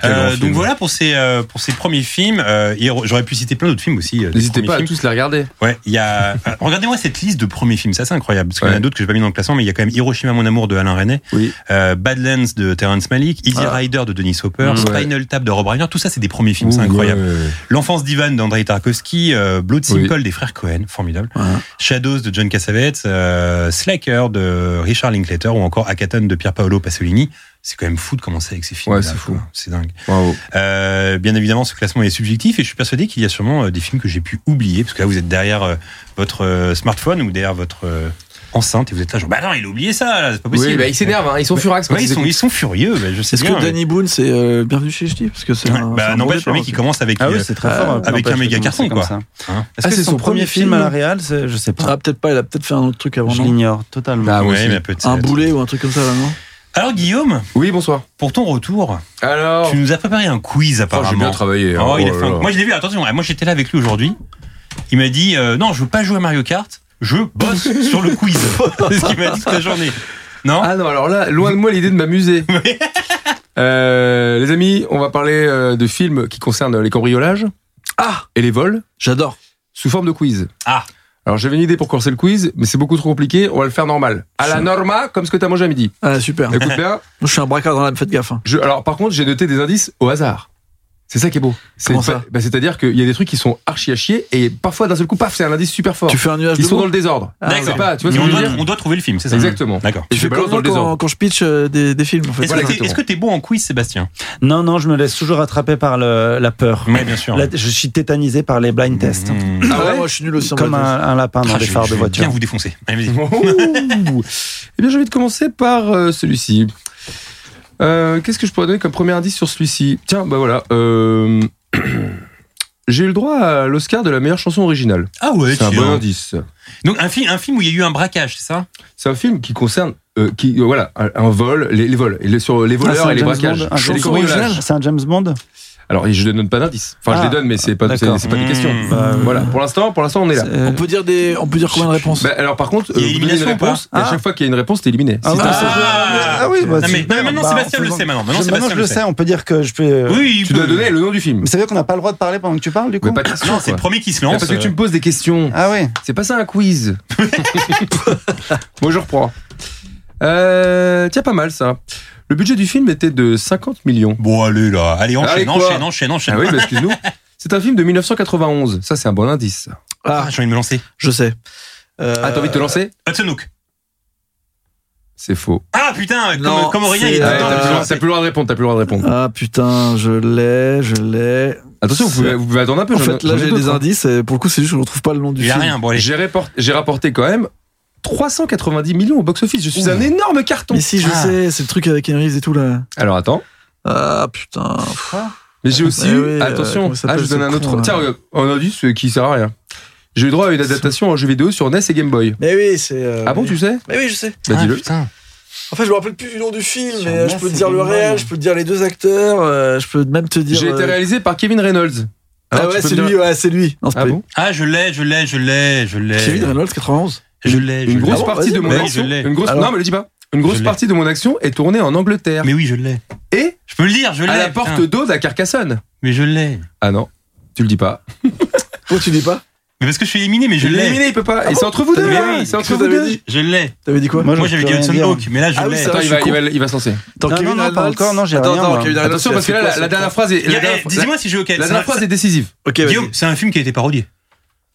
[SPEAKER 5] Quel grand
[SPEAKER 4] Euh,
[SPEAKER 5] film.
[SPEAKER 4] donc voilà pour ces, euh, pour ces premiers films. Euh, et re- J'aurais pu citer plein d'autres films aussi. euh, des
[SPEAKER 5] N'hésitez
[SPEAKER 4] premiers
[SPEAKER 5] pas à
[SPEAKER 4] films.
[SPEAKER 5] tous les regarder.
[SPEAKER 4] Ouais, il y
[SPEAKER 5] [LAUGHS]
[SPEAKER 4] a. ah, Regardez-moi cette liste de premiers films, ça c'est incroyable. Parce qu'il y en a
[SPEAKER 5] Ouais.
[SPEAKER 4] d'autres que j'ai pas mis dans le classement, mais il y a quand même Hiroshima mon amour de Alain René,
[SPEAKER 5] Oui.
[SPEAKER 4] euh, Badlands de Terrence Malick, Easy
[SPEAKER 6] Ah.
[SPEAKER 4] Rider de Denis Hopper,
[SPEAKER 5] Mmh, ouais.
[SPEAKER 4] Spinal Tap de Rob Reiner. Tout ça c'est des premiers films, c'est
[SPEAKER 5] Ouh,
[SPEAKER 4] incroyable.
[SPEAKER 5] ouais, ouais.
[SPEAKER 4] L'enfance d'Ivan d'Andrei Tarkovsky, euh, Blood
[SPEAKER 5] Oui.
[SPEAKER 4] Simple des frères Cohen, formidable.
[SPEAKER 6] Ouais.
[SPEAKER 4] Shadows de John Cassavetes, euh, Slacker de Richard Linklater ou encore Hackathon de Pier Paolo Pasolini. C'est quand même fou de commencer avec ces films.
[SPEAKER 5] Ouais, c'est fou.
[SPEAKER 4] C'est dingue.
[SPEAKER 5] Bravo.
[SPEAKER 4] Euh, bien évidemment, ce classement est subjectif et je suis persuadé qu'il y a sûrement euh, des films que j'ai pu oublier parce que là, vous êtes derrière euh, votre euh, smartphone ou derrière votre euh, enceinte et vous êtes là genre bah non, il a oublié ça, là, c'est pas possible.
[SPEAKER 5] Oui, bah, ils s'énervent, hein, ils sont furax. quand
[SPEAKER 4] Ouais, ils sont, ils sont furieux. bah, je sais
[SPEAKER 6] Est-ce
[SPEAKER 4] bien,
[SPEAKER 6] que
[SPEAKER 4] mais-
[SPEAKER 6] Danny Boone, c'est euh, Bienvenue chez Ch'ti Parce que c'est
[SPEAKER 4] Ouais,
[SPEAKER 6] un. c'est
[SPEAKER 4] bah,
[SPEAKER 6] un
[SPEAKER 4] n'empêche
[SPEAKER 6] bon
[SPEAKER 4] le mec qui
[SPEAKER 6] départ,
[SPEAKER 4] commence avec.
[SPEAKER 7] Ah
[SPEAKER 4] euh,
[SPEAKER 7] oui, c'est très
[SPEAKER 6] euh,
[SPEAKER 7] fort. hein,
[SPEAKER 4] avec
[SPEAKER 7] n'empêche
[SPEAKER 4] un
[SPEAKER 7] que
[SPEAKER 4] méga
[SPEAKER 7] tout le monde
[SPEAKER 4] carton,
[SPEAKER 7] fait comme
[SPEAKER 4] quoi.
[SPEAKER 7] ça.
[SPEAKER 4] Hein
[SPEAKER 7] Est-ce
[SPEAKER 5] Ah,
[SPEAKER 7] que c'est son, premier film hein. à la Real C'est- Je sais
[SPEAKER 6] aussi.
[SPEAKER 7] pas.
[SPEAKER 6] Ah, peut-être pas, il a peut-être fait un autre truc avant.
[SPEAKER 7] Je
[SPEAKER 6] non
[SPEAKER 7] l'ignore totalement.
[SPEAKER 5] Ah, moi
[SPEAKER 4] ouais,
[SPEAKER 5] aussi.
[SPEAKER 4] mais peut-être.
[SPEAKER 6] un boulet ou un truc comme ça, là, non
[SPEAKER 4] Alors Guillaume,
[SPEAKER 5] Oui, bonsoir.
[SPEAKER 4] pour ton retour,
[SPEAKER 5] Alors.
[SPEAKER 4] tu nous as préparé un quiz
[SPEAKER 5] Oh, J'ai bien
[SPEAKER 4] apparemment.
[SPEAKER 5] travaillé. hein.
[SPEAKER 4] Oh, il a
[SPEAKER 5] Oh
[SPEAKER 4] fait
[SPEAKER 5] là
[SPEAKER 4] un-
[SPEAKER 5] là.
[SPEAKER 4] Moi je l'ai vu. Attention, ouais, moi j'étais là avec lui aujourd'hui. Il m'a dit euh, non, je veux pas jouer à Mario Kart, je bosse sur le
[SPEAKER 5] [LAUGHS]
[SPEAKER 4] quiz. C'est ce qu'il m'a dit toute la journée. Non.
[SPEAKER 5] Ah non,
[SPEAKER 4] [LAUGHS]
[SPEAKER 5] alors là, loin de moi l'idée de m'amuser. Euh, les amis, on va parler euh, de films qui concernent les cambriolages
[SPEAKER 6] Ah
[SPEAKER 5] et les vols
[SPEAKER 6] J'adore.
[SPEAKER 5] sous forme de quiz.
[SPEAKER 4] Ah.
[SPEAKER 5] Alors j'avais une idée pour corser le quiz, mais c'est beaucoup trop compliqué, on va le faire normal. À la norma, comme ce que t'as mangé à
[SPEAKER 6] [LAUGHS]
[SPEAKER 5] midi.
[SPEAKER 6] Ah, super. Moi,
[SPEAKER 5] Écoute bien,
[SPEAKER 6] je suis un braqueur dans l'âme, faites gaffe. hein.
[SPEAKER 5] je- alors par contre j'ai noté des indices au hasard. C'est ça qui est beau. C'est
[SPEAKER 6] Comment ça
[SPEAKER 5] bah, C'est-à-dire qu'il y a des trucs qui sont archi à chier et parfois d'un seul coup, paf, c'est un indice super fort.
[SPEAKER 6] Tu fais un nuage
[SPEAKER 5] Ils
[SPEAKER 6] de
[SPEAKER 5] sont
[SPEAKER 6] mots
[SPEAKER 5] dans le désordre.
[SPEAKER 6] Ah,
[SPEAKER 5] C'est
[SPEAKER 4] D'accord.
[SPEAKER 5] pas, tu vois
[SPEAKER 4] Mais
[SPEAKER 5] ce que
[SPEAKER 4] on,
[SPEAKER 5] je veux
[SPEAKER 4] doit,
[SPEAKER 5] dire
[SPEAKER 4] on doit trouver le film, c'est ça
[SPEAKER 6] [LAUGHS]
[SPEAKER 5] Exactement.
[SPEAKER 4] D'accord.
[SPEAKER 5] Et
[SPEAKER 6] Tu
[SPEAKER 5] je
[SPEAKER 6] fais
[SPEAKER 5] balance
[SPEAKER 6] comme
[SPEAKER 5] dans
[SPEAKER 6] moi
[SPEAKER 5] le désordre.
[SPEAKER 6] quand, quand je pitch euh, des, des films, en fait.
[SPEAKER 4] Est-ce
[SPEAKER 5] Voilà,
[SPEAKER 4] que t'es-
[SPEAKER 5] exactement.
[SPEAKER 4] est-ce que t'es bon en quiz, Sébastien
[SPEAKER 7] Non, non, je me laisse toujours attraper par le- la peur.
[SPEAKER 4] Oui, bien sûr.
[SPEAKER 7] La- je suis tétanisé par les blind tests.
[SPEAKER 4] Mmh.
[SPEAKER 5] Ah ouais
[SPEAKER 6] moi, je suis nul aussi en
[SPEAKER 7] Comme
[SPEAKER 6] blind
[SPEAKER 7] un, un lapin dans
[SPEAKER 4] Ah,
[SPEAKER 7] des
[SPEAKER 4] je-
[SPEAKER 7] phares
[SPEAKER 4] je
[SPEAKER 7] de
[SPEAKER 4] vais
[SPEAKER 7] voiture.
[SPEAKER 4] Bien vous défoncer. Allez, vas-y.
[SPEAKER 5] Ouh. Eh bien, j'ai envie de commencer par euh, celui-ci. Euh, Qu'est-ce que je pourrais donner comme premier indice sur celui-ci Tiens, bah voilà. euh, [CLEARS THROAT] J'ai eu le droit à l'Oscar de la meilleure chanson originale.
[SPEAKER 4] [LAUGHS] Ah ouais,
[SPEAKER 5] c'est un
[SPEAKER 4] tiens.
[SPEAKER 6] hein
[SPEAKER 5] bon indice.
[SPEAKER 4] Donc un film, un film où il y a eu un braquage, c'est ça
[SPEAKER 5] C'est un film qui concerne, euh, qui, euh, voilà, un, un vol, les, les vols, et les- sur les
[SPEAKER 7] Ah, c'est
[SPEAKER 5] voleurs
[SPEAKER 7] un
[SPEAKER 5] et les
[SPEAKER 7] James
[SPEAKER 5] braquages.
[SPEAKER 7] Bond, un
[SPEAKER 5] Et les
[SPEAKER 7] James Bond
[SPEAKER 5] cambriolages.
[SPEAKER 7] original C'est un James Bond
[SPEAKER 5] Alors, je ne donne pas d'indice. Enfin, je
[SPEAKER 7] Ah,
[SPEAKER 5] les donne, mais c'est pas, c'est
[SPEAKER 7] d'accord.
[SPEAKER 5] c'est pas des
[SPEAKER 4] Mmh.
[SPEAKER 5] questions. Hmm.
[SPEAKER 7] Bah,
[SPEAKER 5] Voilà. Pour l'instant, pour l'instant, on est là.
[SPEAKER 7] Euh,
[SPEAKER 6] On peut dire des, on peut dire combien de réponses
[SPEAKER 5] Bah, alors, par contre,
[SPEAKER 4] Il y a
[SPEAKER 5] euh, vous donnez une
[SPEAKER 4] élimination ou pas
[SPEAKER 5] réponse, et à
[SPEAKER 7] Ah.
[SPEAKER 5] chaque fois qu'il y a une réponse, t'es éliminé.
[SPEAKER 7] Ah,
[SPEAKER 5] Si
[SPEAKER 7] ouais.
[SPEAKER 5] t'as-
[SPEAKER 4] Ah,
[SPEAKER 7] Ah oui,
[SPEAKER 4] Non,
[SPEAKER 7] bah,
[SPEAKER 4] mais-
[SPEAKER 7] super.
[SPEAKER 4] mais maintenant,
[SPEAKER 7] Bah,
[SPEAKER 4] Sébastien le
[SPEAKER 7] faisons-
[SPEAKER 4] sait, maintenant. Maintenant,
[SPEAKER 7] Je-
[SPEAKER 4] Sébastien
[SPEAKER 7] je
[SPEAKER 4] le
[SPEAKER 7] le
[SPEAKER 4] sait.
[SPEAKER 7] sais, on peut dire que je peux.
[SPEAKER 4] Oui, il
[SPEAKER 5] tu
[SPEAKER 4] peut-
[SPEAKER 5] dois donner le nom du film.
[SPEAKER 7] Mais ça veut dire qu'on n'a pas le droit de parler pendant que tu parles, du coup
[SPEAKER 5] Mais pas de question,
[SPEAKER 4] Non, c'est le
[SPEAKER 5] quoi.
[SPEAKER 4] premier qui se
[SPEAKER 5] Ah,
[SPEAKER 4] lance.
[SPEAKER 5] parce que tu me poses des questions.
[SPEAKER 7] Ah oui.
[SPEAKER 5] C'est pas ça un
[SPEAKER 7] [LAUGHS]
[SPEAKER 5] quiz. Moi, je reprends. Euh, tiens, pas mal ça. Le budget du film était de 50 millions.
[SPEAKER 4] Bon, allez là. Allez,
[SPEAKER 5] Allez,
[SPEAKER 4] enchaîne,
[SPEAKER 5] quoi
[SPEAKER 4] enchaîne, enchaîne, enchaîne.
[SPEAKER 5] Ah oui, bah, excuse-nous. C'est un film de 1991. Ça, c'est un bon indice. ça.
[SPEAKER 6] Ah,
[SPEAKER 4] Ah, j'ai envie de me lancer.
[SPEAKER 6] je sais. Euh,
[SPEAKER 5] Ah, t'as envie de te lancer
[SPEAKER 4] Hudson Hook.
[SPEAKER 5] C'est faux.
[SPEAKER 4] Ah putain, comme,
[SPEAKER 6] Non,
[SPEAKER 4] comme rien,
[SPEAKER 6] c'est,
[SPEAKER 4] il
[SPEAKER 5] Ouais,
[SPEAKER 4] était dans
[SPEAKER 6] euh,
[SPEAKER 5] t'as
[SPEAKER 4] le
[SPEAKER 5] plus le droit-
[SPEAKER 4] silence.
[SPEAKER 5] t'as plus le droit de répondre. T'as plus le droit de répondre.
[SPEAKER 6] Ah putain, je l'ai, je l'ai.
[SPEAKER 5] Attention, vous pouvez, vous pouvez attendre un peu.
[SPEAKER 6] En
[SPEAKER 5] j'en-
[SPEAKER 6] fait,
[SPEAKER 5] j'en
[SPEAKER 6] là,
[SPEAKER 5] ai
[SPEAKER 6] j'ai
[SPEAKER 5] d'autres,
[SPEAKER 6] des
[SPEAKER 5] hein.
[SPEAKER 6] indices et pour le coup, c'est juste que je ne retrouve pas le nom du
[SPEAKER 4] Il a
[SPEAKER 6] film.
[SPEAKER 4] rien, bon allez.
[SPEAKER 5] J'ai rapporté, j'ai rapporté quand même 390 millions au box-office. Je suis un énorme carton.
[SPEAKER 6] Mais si, je
[SPEAKER 4] Ah.
[SPEAKER 6] sais, c'est le truc avec Henry Reeves et tout là.
[SPEAKER 5] Alors attends.
[SPEAKER 6] Ah putain.
[SPEAKER 5] Mais j'ai aussi
[SPEAKER 6] Ouais,
[SPEAKER 5] eu.
[SPEAKER 6] ouais,
[SPEAKER 5] attention,
[SPEAKER 6] euh, Ah, comment ça
[SPEAKER 5] ah,
[SPEAKER 6] s'appelle
[SPEAKER 5] je donne
[SPEAKER 6] ce
[SPEAKER 5] un
[SPEAKER 6] con,
[SPEAKER 5] autre.
[SPEAKER 6] là
[SPEAKER 5] Tiens, regarde, un indice qui sert à rien. J'ai eu droit à une adaptation en jeu vidéo sur NES et Game Boy.
[SPEAKER 6] Mais oui, c'est. euh,
[SPEAKER 5] Ah bon, tu sais
[SPEAKER 6] Mais oui, je sais.
[SPEAKER 5] Bah
[SPEAKER 4] Ah,
[SPEAKER 5] dis-le.
[SPEAKER 4] putain.
[SPEAKER 6] En fait, je me rappelle plus du nom du film,
[SPEAKER 7] Sur
[SPEAKER 6] mais euh, je
[SPEAKER 7] Mass
[SPEAKER 6] peux te dire le
[SPEAKER 7] Effect.
[SPEAKER 6] réel, je peux te dire les deux acteurs, euh, je peux même te dire.
[SPEAKER 5] J'ai été
[SPEAKER 6] euh,
[SPEAKER 5] réalisé par Kevin Reynolds.
[SPEAKER 6] Ah
[SPEAKER 5] tu
[SPEAKER 6] ouais,
[SPEAKER 5] peux
[SPEAKER 6] c'est
[SPEAKER 5] me
[SPEAKER 6] lui,
[SPEAKER 5] dire-
[SPEAKER 6] ouais, c'est lui. Non, c'est
[SPEAKER 5] Ah
[SPEAKER 6] pas
[SPEAKER 5] bon
[SPEAKER 4] Ah, je l'ai, je l'ai, je l'ai, je l'ai.
[SPEAKER 6] lui. Kevin Reynolds, 91.
[SPEAKER 4] Je l'ai. je
[SPEAKER 5] Une
[SPEAKER 4] l'ai. Ah
[SPEAKER 5] grosse
[SPEAKER 6] bon,
[SPEAKER 5] partie
[SPEAKER 6] vas-y,
[SPEAKER 5] de mon
[SPEAKER 4] mais je
[SPEAKER 5] action.
[SPEAKER 4] l'ai.
[SPEAKER 5] Une grosse.
[SPEAKER 6] Alors
[SPEAKER 5] Non, mais le dis pas. Une grosse
[SPEAKER 4] Je l'ai.
[SPEAKER 5] partie de mon action est tournée en Angleterre
[SPEAKER 4] Mais oui, je l'ai.
[SPEAKER 5] et
[SPEAKER 4] Je peux le dire, je l'ai.
[SPEAKER 5] à la
[SPEAKER 4] putain.
[SPEAKER 5] porte d'Aude à Carcassonne.
[SPEAKER 4] Mais je l'ai.
[SPEAKER 5] Ah non, tu le dis pas.
[SPEAKER 6] Pourquoi tu dis pas
[SPEAKER 4] Mais parce que je suis éliminé, mais je
[SPEAKER 5] Il est
[SPEAKER 4] l'ai.
[SPEAKER 5] éliminé, il peut pas. Et c'est entre vous deux,
[SPEAKER 4] Mais
[SPEAKER 5] là,
[SPEAKER 4] oui.
[SPEAKER 5] C'est entre
[SPEAKER 6] Qu'est-ce
[SPEAKER 5] vous
[SPEAKER 6] que t'avais
[SPEAKER 5] deux.
[SPEAKER 6] dit
[SPEAKER 4] Je l'ai.
[SPEAKER 6] T'avais dit quoi
[SPEAKER 7] Moi,
[SPEAKER 4] Moi,
[SPEAKER 7] je
[SPEAKER 4] j'avais
[SPEAKER 7] peux
[SPEAKER 4] dit
[SPEAKER 7] rien
[SPEAKER 4] Hudson
[SPEAKER 7] dire.
[SPEAKER 4] Hawk, mais là, je
[SPEAKER 6] Ah oui,
[SPEAKER 4] l'ai.
[SPEAKER 6] ça-
[SPEAKER 5] Attends,
[SPEAKER 6] je
[SPEAKER 5] il
[SPEAKER 6] suis
[SPEAKER 5] va, il
[SPEAKER 6] con.
[SPEAKER 5] va, il va se lancer.
[SPEAKER 6] Tant
[SPEAKER 7] Non, non, non, pas encore, non, j'ai
[SPEAKER 6] Attends,
[SPEAKER 7] rien,
[SPEAKER 6] attends,
[SPEAKER 7] moi.
[SPEAKER 6] Kevin Reynolds,
[SPEAKER 5] Attention,
[SPEAKER 6] c'est
[SPEAKER 5] parce que là,
[SPEAKER 6] quoi,
[SPEAKER 5] la-
[SPEAKER 6] c'est
[SPEAKER 5] la
[SPEAKER 6] quoi
[SPEAKER 5] dernière phrase est.
[SPEAKER 4] Il y
[SPEAKER 5] La
[SPEAKER 4] a- eh,
[SPEAKER 5] dernière-
[SPEAKER 4] Dis-moi si j'ai OK.
[SPEAKER 5] la- la
[SPEAKER 4] C'est un-
[SPEAKER 5] dernière phrase est décisive.
[SPEAKER 6] Ok, vas-y.
[SPEAKER 4] Guillaume, c'est un film qui a été parodié.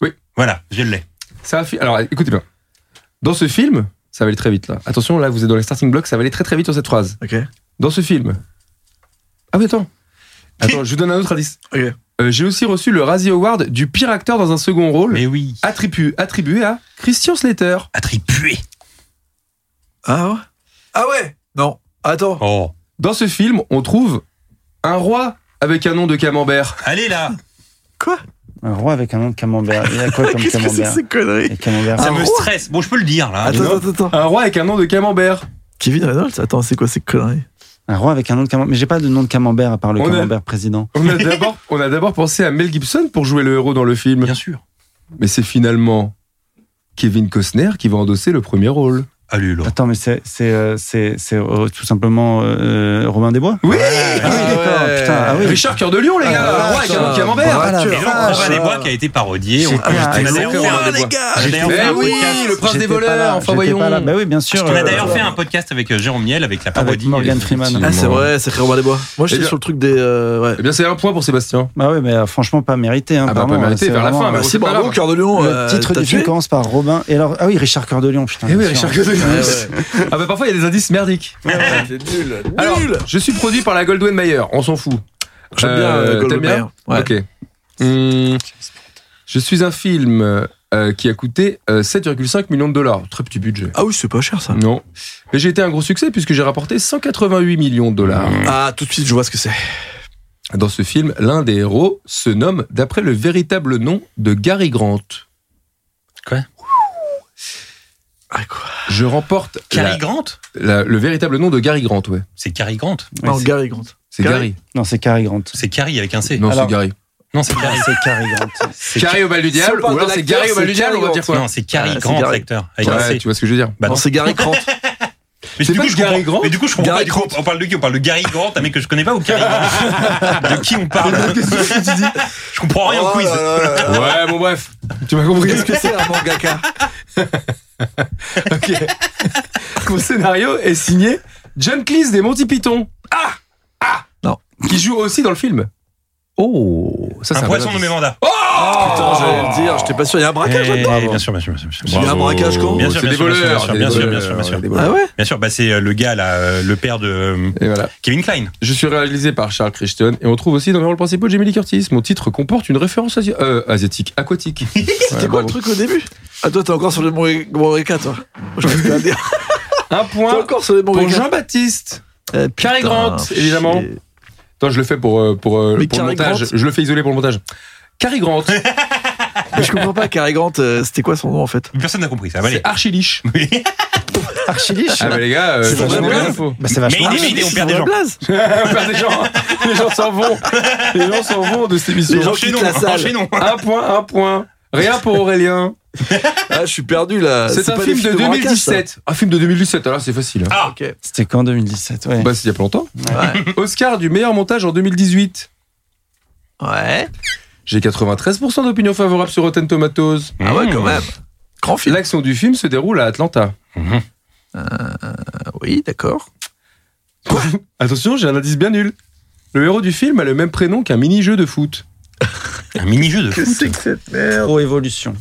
[SPEAKER 5] Oui.
[SPEAKER 4] Voilà, je l'ai.
[SPEAKER 5] C'est un film. Alors, écoutez bien. Dans ce film, ça va aller très vite là. Attention, là, vous êtes dans les starting blocks, ça va aller très très vite sur cette phrase.
[SPEAKER 6] Ok.
[SPEAKER 5] Dans ce film. Ah oui, attends. Attends, je vous donne un autre indice.
[SPEAKER 6] Ok.
[SPEAKER 5] Euh, J'ai aussi reçu le Razzie Award du pire acteur dans un second rôle,
[SPEAKER 4] Mais oui.
[SPEAKER 5] attribu- attribué à Christian Slater.
[SPEAKER 4] Attribué.
[SPEAKER 6] Ah ouais Ah ouais Non. Attends.
[SPEAKER 4] Oh.
[SPEAKER 5] Dans ce film, on trouve un roi avec un nom de camembert.
[SPEAKER 4] Allez là.
[SPEAKER 7] Un roi avec un nom de camembert. Il y a quoi
[SPEAKER 6] [LAUGHS]
[SPEAKER 7] comme
[SPEAKER 6] Qu'est-ce que c'est que
[SPEAKER 7] camembert
[SPEAKER 6] ces conneries
[SPEAKER 7] Les camemberts.
[SPEAKER 4] Ça
[SPEAKER 6] Un
[SPEAKER 4] me
[SPEAKER 6] roi
[SPEAKER 4] stresse. Bon, je peux le dire là.
[SPEAKER 6] Attends,
[SPEAKER 4] Non.
[SPEAKER 6] attends, attends.
[SPEAKER 5] Un roi avec un nom de camembert.
[SPEAKER 6] Kevin Reynolds, attends, c'est quoi ces conneries
[SPEAKER 7] Un roi avec un nom de camembert. Mais j'ai pas de nom de camembert à part le
[SPEAKER 5] On a-
[SPEAKER 7] camembert président.
[SPEAKER 5] On a d'abord, on a d'abord pensé à Mel Gibson pour jouer le héros dans le film,
[SPEAKER 4] Bien sûr.
[SPEAKER 5] mais c'est finalement Kevin Costner qui va endosser le premier rôle.
[SPEAKER 4] Allez là.
[SPEAKER 7] Attends, mais c'est c'est euh, c'est c'est, euh, tout simplement euh, Robin des Bois.
[SPEAKER 5] Oui,
[SPEAKER 7] Ah oui, d'accord, putain, ah oui.
[SPEAKER 5] Richard Cœur de Lion, les gars,
[SPEAKER 6] Ah,
[SPEAKER 5] un roi avec un nom
[SPEAKER 6] putain,
[SPEAKER 5] de camembert.
[SPEAKER 6] bravo.
[SPEAKER 4] Et donc,
[SPEAKER 6] vache.
[SPEAKER 4] Robin des Bois qui a été parodié. On
[SPEAKER 7] J'étais
[SPEAKER 4] on a
[SPEAKER 7] là,
[SPEAKER 4] d'ailleurs fait
[SPEAKER 5] Robin
[SPEAKER 4] un-
[SPEAKER 5] des Bois.
[SPEAKER 4] on a d'ailleurs
[SPEAKER 5] Mais
[SPEAKER 4] fait un
[SPEAKER 5] Eh oui,
[SPEAKER 4] podcast.
[SPEAKER 5] le prince des
[SPEAKER 7] J'étais pas là,
[SPEAKER 5] voleurs, enfin
[SPEAKER 7] j'étais
[SPEAKER 5] voyons.
[SPEAKER 7] pas là. Bah oui, bien sûr.
[SPEAKER 4] On a
[SPEAKER 7] euh,
[SPEAKER 4] d'ailleurs fait un podcast avec euh, Jérôme Miel avec la
[SPEAKER 5] hein.
[SPEAKER 7] avec
[SPEAKER 4] parodie.
[SPEAKER 7] Morgan
[SPEAKER 4] euh,
[SPEAKER 7] Freeman.
[SPEAKER 5] effectivement.
[SPEAKER 6] Ah, c'est vrai, c'est Robin des Bois. Moi,
[SPEAKER 5] Eh
[SPEAKER 6] j'étais
[SPEAKER 5] bien-
[SPEAKER 6] sur le truc des. euh, ouais.
[SPEAKER 5] Eh bien, c'est un point pour Sébastien.
[SPEAKER 7] Bah ouais, mais euh, franchement pas mérité. Hein,
[SPEAKER 5] Ah bah,
[SPEAKER 7] pardon,
[SPEAKER 5] pas mérité,
[SPEAKER 7] c'est
[SPEAKER 5] vers la
[SPEAKER 7] vraiment,
[SPEAKER 5] fin, mais
[SPEAKER 7] euh,
[SPEAKER 5] aussi,
[SPEAKER 6] C'est
[SPEAKER 5] pas
[SPEAKER 6] bravo,
[SPEAKER 5] grave.
[SPEAKER 6] cœur de lion. euh,
[SPEAKER 7] Le titre
[SPEAKER 6] t'as
[SPEAKER 7] du film
[SPEAKER 6] tué
[SPEAKER 7] commence par Robin. Et alors, ah oui, Richard Cœur de Lion, putain.
[SPEAKER 5] Eh oui,
[SPEAKER 7] bien sûr.
[SPEAKER 5] Richard Cœur de
[SPEAKER 6] [LAUGHS]
[SPEAKER 5] Lion.
[SPEAKER 6] Ouais, ouais.
[SPEAKER 5] Ah bah parfois il y a des indices merdiques.
[SPEAKER 6] Ah, Ouais, T'es nul.
[SPEAKER 5] Alors,
[SPEAKER 6] Nul
[SPEAKER 5] je suis produit par la Goldwyn Mayer, on s'en fout.
[SPEAKER 6] J'aime bien
[SPEAKER 5] Euh,
[SPEAKER 6] euh, Golden
[SPEAKER 5] t'aimes bien
[SPEAKER 6] Mayer. Ouais.
[SPEAKER 5] Ok. Hum, je suis un film euh, qui a coûté euh, 7,5 millions de dollars. Très petit budget.
[SPEAKER 6] Ah oui, c'est pas cher ça.
[SPEAKER 5] Non. Mais j'ai été un gros succès puisque j'ai rapporté 188 millions de dollars.
[SPEAKER 6] Ah, tout de suite, je vois ce que c'est.
[SPEAKER 5] Dans ce film, l'un des héros se nomme d'après le véritable nom de Gary Grant.
[SPEAKER 6] Ah quoi
[SPEAKER 5] Je remporte
[SPEAKER 4] Cary
[SPEAKER 5] la-
[SPEAKER 4] Grant
[SPEAKER 5] la- le véritable nom de Gary Grant, ouais.
[SPEAKER 4] C'est Cary Grant.
[SPEAKER 7] Ouais,
[SPEAKER 6] Non,
[SPEAKER 7] c'est-
[SPEAKER 6] Gary Grant.
[SPEAKER 5] C'est Gary.
[SPEAKER 7] Non, c'est
[SPEAKER 5] [LAUGHS]
[SPEAKER 7] Cary Grant.
[SPEAKER 4] C'est Cary avec un C.
[SPEAKER 5] Non, c'est
[SPEAKER 7] Alors-
[SPEAKER 5] Gary.
[SPEAKER 4] Non, c'est
[SPEAKER 7] Ah,
[SPEAKER 4] Cary.
[SPEAKER 7] C'est Cary Grant.
[SPEAKER 4] C'est
[SPEAKER 5] Gary au bal du
[SPEAKER 6] Si on
[SPEAKER 5] diable
[SPEAKER 6] parle
[SPEAKER 5] ou
[SPEAKER 6] de
[SPEAKER 5] alors c'est
[SPEAKER 6] l'acteur,
[SPEAKER 5] Bah, Gary au bal
[SPEAKER 6] c'est
[SPEAKER 5] du diable, on va
[SPEAKER 6] Cary
[SPEAKER 5] dire
[SPEAKER 4] Grant.
[SPEAKER 5] quoi
[SPEAKER 4] Non, c'est Cary
[SPEAKER 6] Ah, c'est
[SPEAKER 4] Grant,
[SPEAKER 6] Gary.
[SPEAKER 4] l'acteur. Avec un
[SPEAKER 5] Ouais,
[SPEAKER 4] C.
[SPEAKER 5] tu vois ce que je veux dire.
[SPEAKER 4] Bah
[SPEAKER 6] non,
[SPEAKER 4] non.
[SPEAKER 6] Oh, c'est Gary Grant. [LAUGHS]
[SPEAKER 4] Mais
[SPEAKER 5] C'est
[SPEAKER 4] du
[SPEAKER 5] pas
[SPEAKER 4] coup, je
[SPEAKER 5] Gary
[SPEAKER 4] comprends-
[SPEAKER 5] Grant
[SPEAKER 4] Mais du coup, je comprends
[SPEAKER 6] Gary
[SPEAKER 4] pas. du coup, on parle de qui On parle de Gary Grant, un mec que je connais pas ou Cary Grant De qui on parle Je comprends
[SPEAKER 6] Oh
[SPEAKER 4] rien au quiz.
[SPEAKER 5] Ouais, bon bref, tu m'as compris. [LAUGHS]
[SPEAKER 6] Qu'est-ce que c'est un mangaka
[SPEAKER 5] Ok. [LAUGHS] Mon scénario est signé John Cleese des Monty Python. Ah Ah
[SPEAKER 6] Non.
[SPEAKER 5] Qui joue aussi dans le film. Oh Ça,
[SPEAKER 4] Un
[SPEAKER 5] bon
[SPEAKER 4] poisson Oh,
[SPEAKER 5] indice.
[SPEAKER 4] nommé Vanda.
[SPEAKER 6] Putain, j'allais le dire, j'étais pas Oh. sûr. Il y a un braquage là-dedans.
[SPEAKER 4] Eh, Bien sûr, bien sûr, bien sûr, bien sûr.
[SPEAKER 6] Il y a un braquage quand
[SPEAKER 4] Bien
[SPEAKER 5] Oh, C'est
[SPEAKER 4] sûr, bien
[SPEAKER 5] des
[SPEAKER 4] sûr, bien
[SPEAKER 5] voleurs.
[SPEAKER 4] sûr,
[SPEAKER 5] des
[SPEAKER 4] bien sûr,
[SPEAKER 5] voleurs,
[SPEAKER 4] bien sûr, bien sûr.
[SPEAKER 5] des voleurs.
[SPEAKER 6] Ah ouais
[SPEAKER 4] Bien sûr, bah, c'est euh, le gars là, euh, le père de euh,
[SPEAKER 5] Et voilà.
[SPEAKER 4] Kevin Klein.
[SPEAKER 5] Je suis réalisé par Charles Crichton et on trouve aussi dans les rôles principaux Jamie Lee Curtis. Mon titre comporte une référence asi- euh, asiatique, aquatique. [LAUGHS]
[SPEAKER 6] C'était quoi le truc au début Ah, toi, t'es encore sur les Moreka, toi. Je peux te le [LAUGHS] dire.
[SPEAKER 5] Un
[SPEAKER 6] T'es
[SPEAKER 5] point
[SPEAKER 6] encore sur les
[SPEAKER 5] pour
[SPEAKER 6] Moreka.
[SPEAKER 5] Jean-Baptiste.
[SPEAKER 6] Euh,
[SPEAKER 5] Cary
[SPEAKER 6] putain,
[SPEAKER 5] Grant,
[SPEAKER 6] chier.
[SPEAKER 5] évidemment. Attends, je le fais pour, euh, pour, euh,
[SPEAKER 6] Mais
[SPEAKER 5] pour le
[SPEAKER 6] Cary
[SPEAKER 5] montage.
[SPEAKER 6] Grant
[SPEAKER 5] Je le fais isoler pour le montage. Cary Grant,
[SPEAKER 4] Ah,
[SPEAKER 6] Mais je comprends pas, Cary Grant, euh, c'était quoi son nom en fait
[SPEAKER 4] Personne n'a compris ça. bah, Allez.
[SPEAKER 5] c'est archiliche.
[SPEAKER 7] Archiliche
[SPEAKER 5] Ah bah les gars,
[SPEAKER 6] C'est
[SPEAKER 5] euh,
[SPEAKER 6] vachement
[SPEAKER 5] j'ai des
[SPEAKER 6] bien.
[SPEAKER 5] infos.
[SPEAKER 7] Bah, c'est
[SPEAKER 4] Mais
[SPEAKER 7] vachement.
[SPEAKER 4] il est- mais il est- on perd des
[SPEAKER 6] Sur la
[SPEAKER 4] gens.
[SPEAKER 6] blaze.
[SPEAKER 5] [LAUGHS] On perd des gens. Les gens s'en vont. Les gens s'en vont de cette émission.
[SPEAKER 6] Les gens
[SPEAKER 4] Enchaînons,
[SPEAKER 6] quittent la salle.
[SPEAKER 4] enchaînons.
[SPEAKER 5] Un point, un point. Rien pour Aurélien.
[SPEAKER 6] Ah, je suis perdu là.
[SPEAKER 5] C'est un
[SPEAKER 6] pas
[SPEAKER 5] film
[SPEAKER 6] des
[SPEAKER 5] de
[SPEAKER 6] films braquage,
[SPEAKER 5] 2017. Un film de 2017, alors c'est facile. hein.
[SPEAKER 4] Ah,
[SPEAKER 6] ça. Ok.
[SPEAKER 7] C'était quand 2017
[SPEAKER 6] Ah.
[SPEAKER 7] ouais.
[SPEAKER 5] Bah c'est il y a pas longtemps.
[SPEAKER 6] Ouais.
[SPEAKER 5] Oscar du meilleur montage en 2018.
[SPEAKER 6] Ouais.
[SPEAKER 5] J'ai 93% d'opinion favorable sur Rotten Tomatoes.
[SPEAKER 6] Ah ouais,
[SPEAKER 7] Mmh.
[SPEAKER 6] quand même. Grand film.
[SPEAKER 5] L'action du film se déroule à Atlanta.
[SPEAKER 6] Ah Oui, d'accord.
[SPEAKER 5] Attention, j'ai un indice bien nul. Le héros du film a le même prénom qu'un mini-jeu de foot.
[SPEAKER 4] Un mini-jeu de foot.
[SPEAKER 7] Pro-évolution.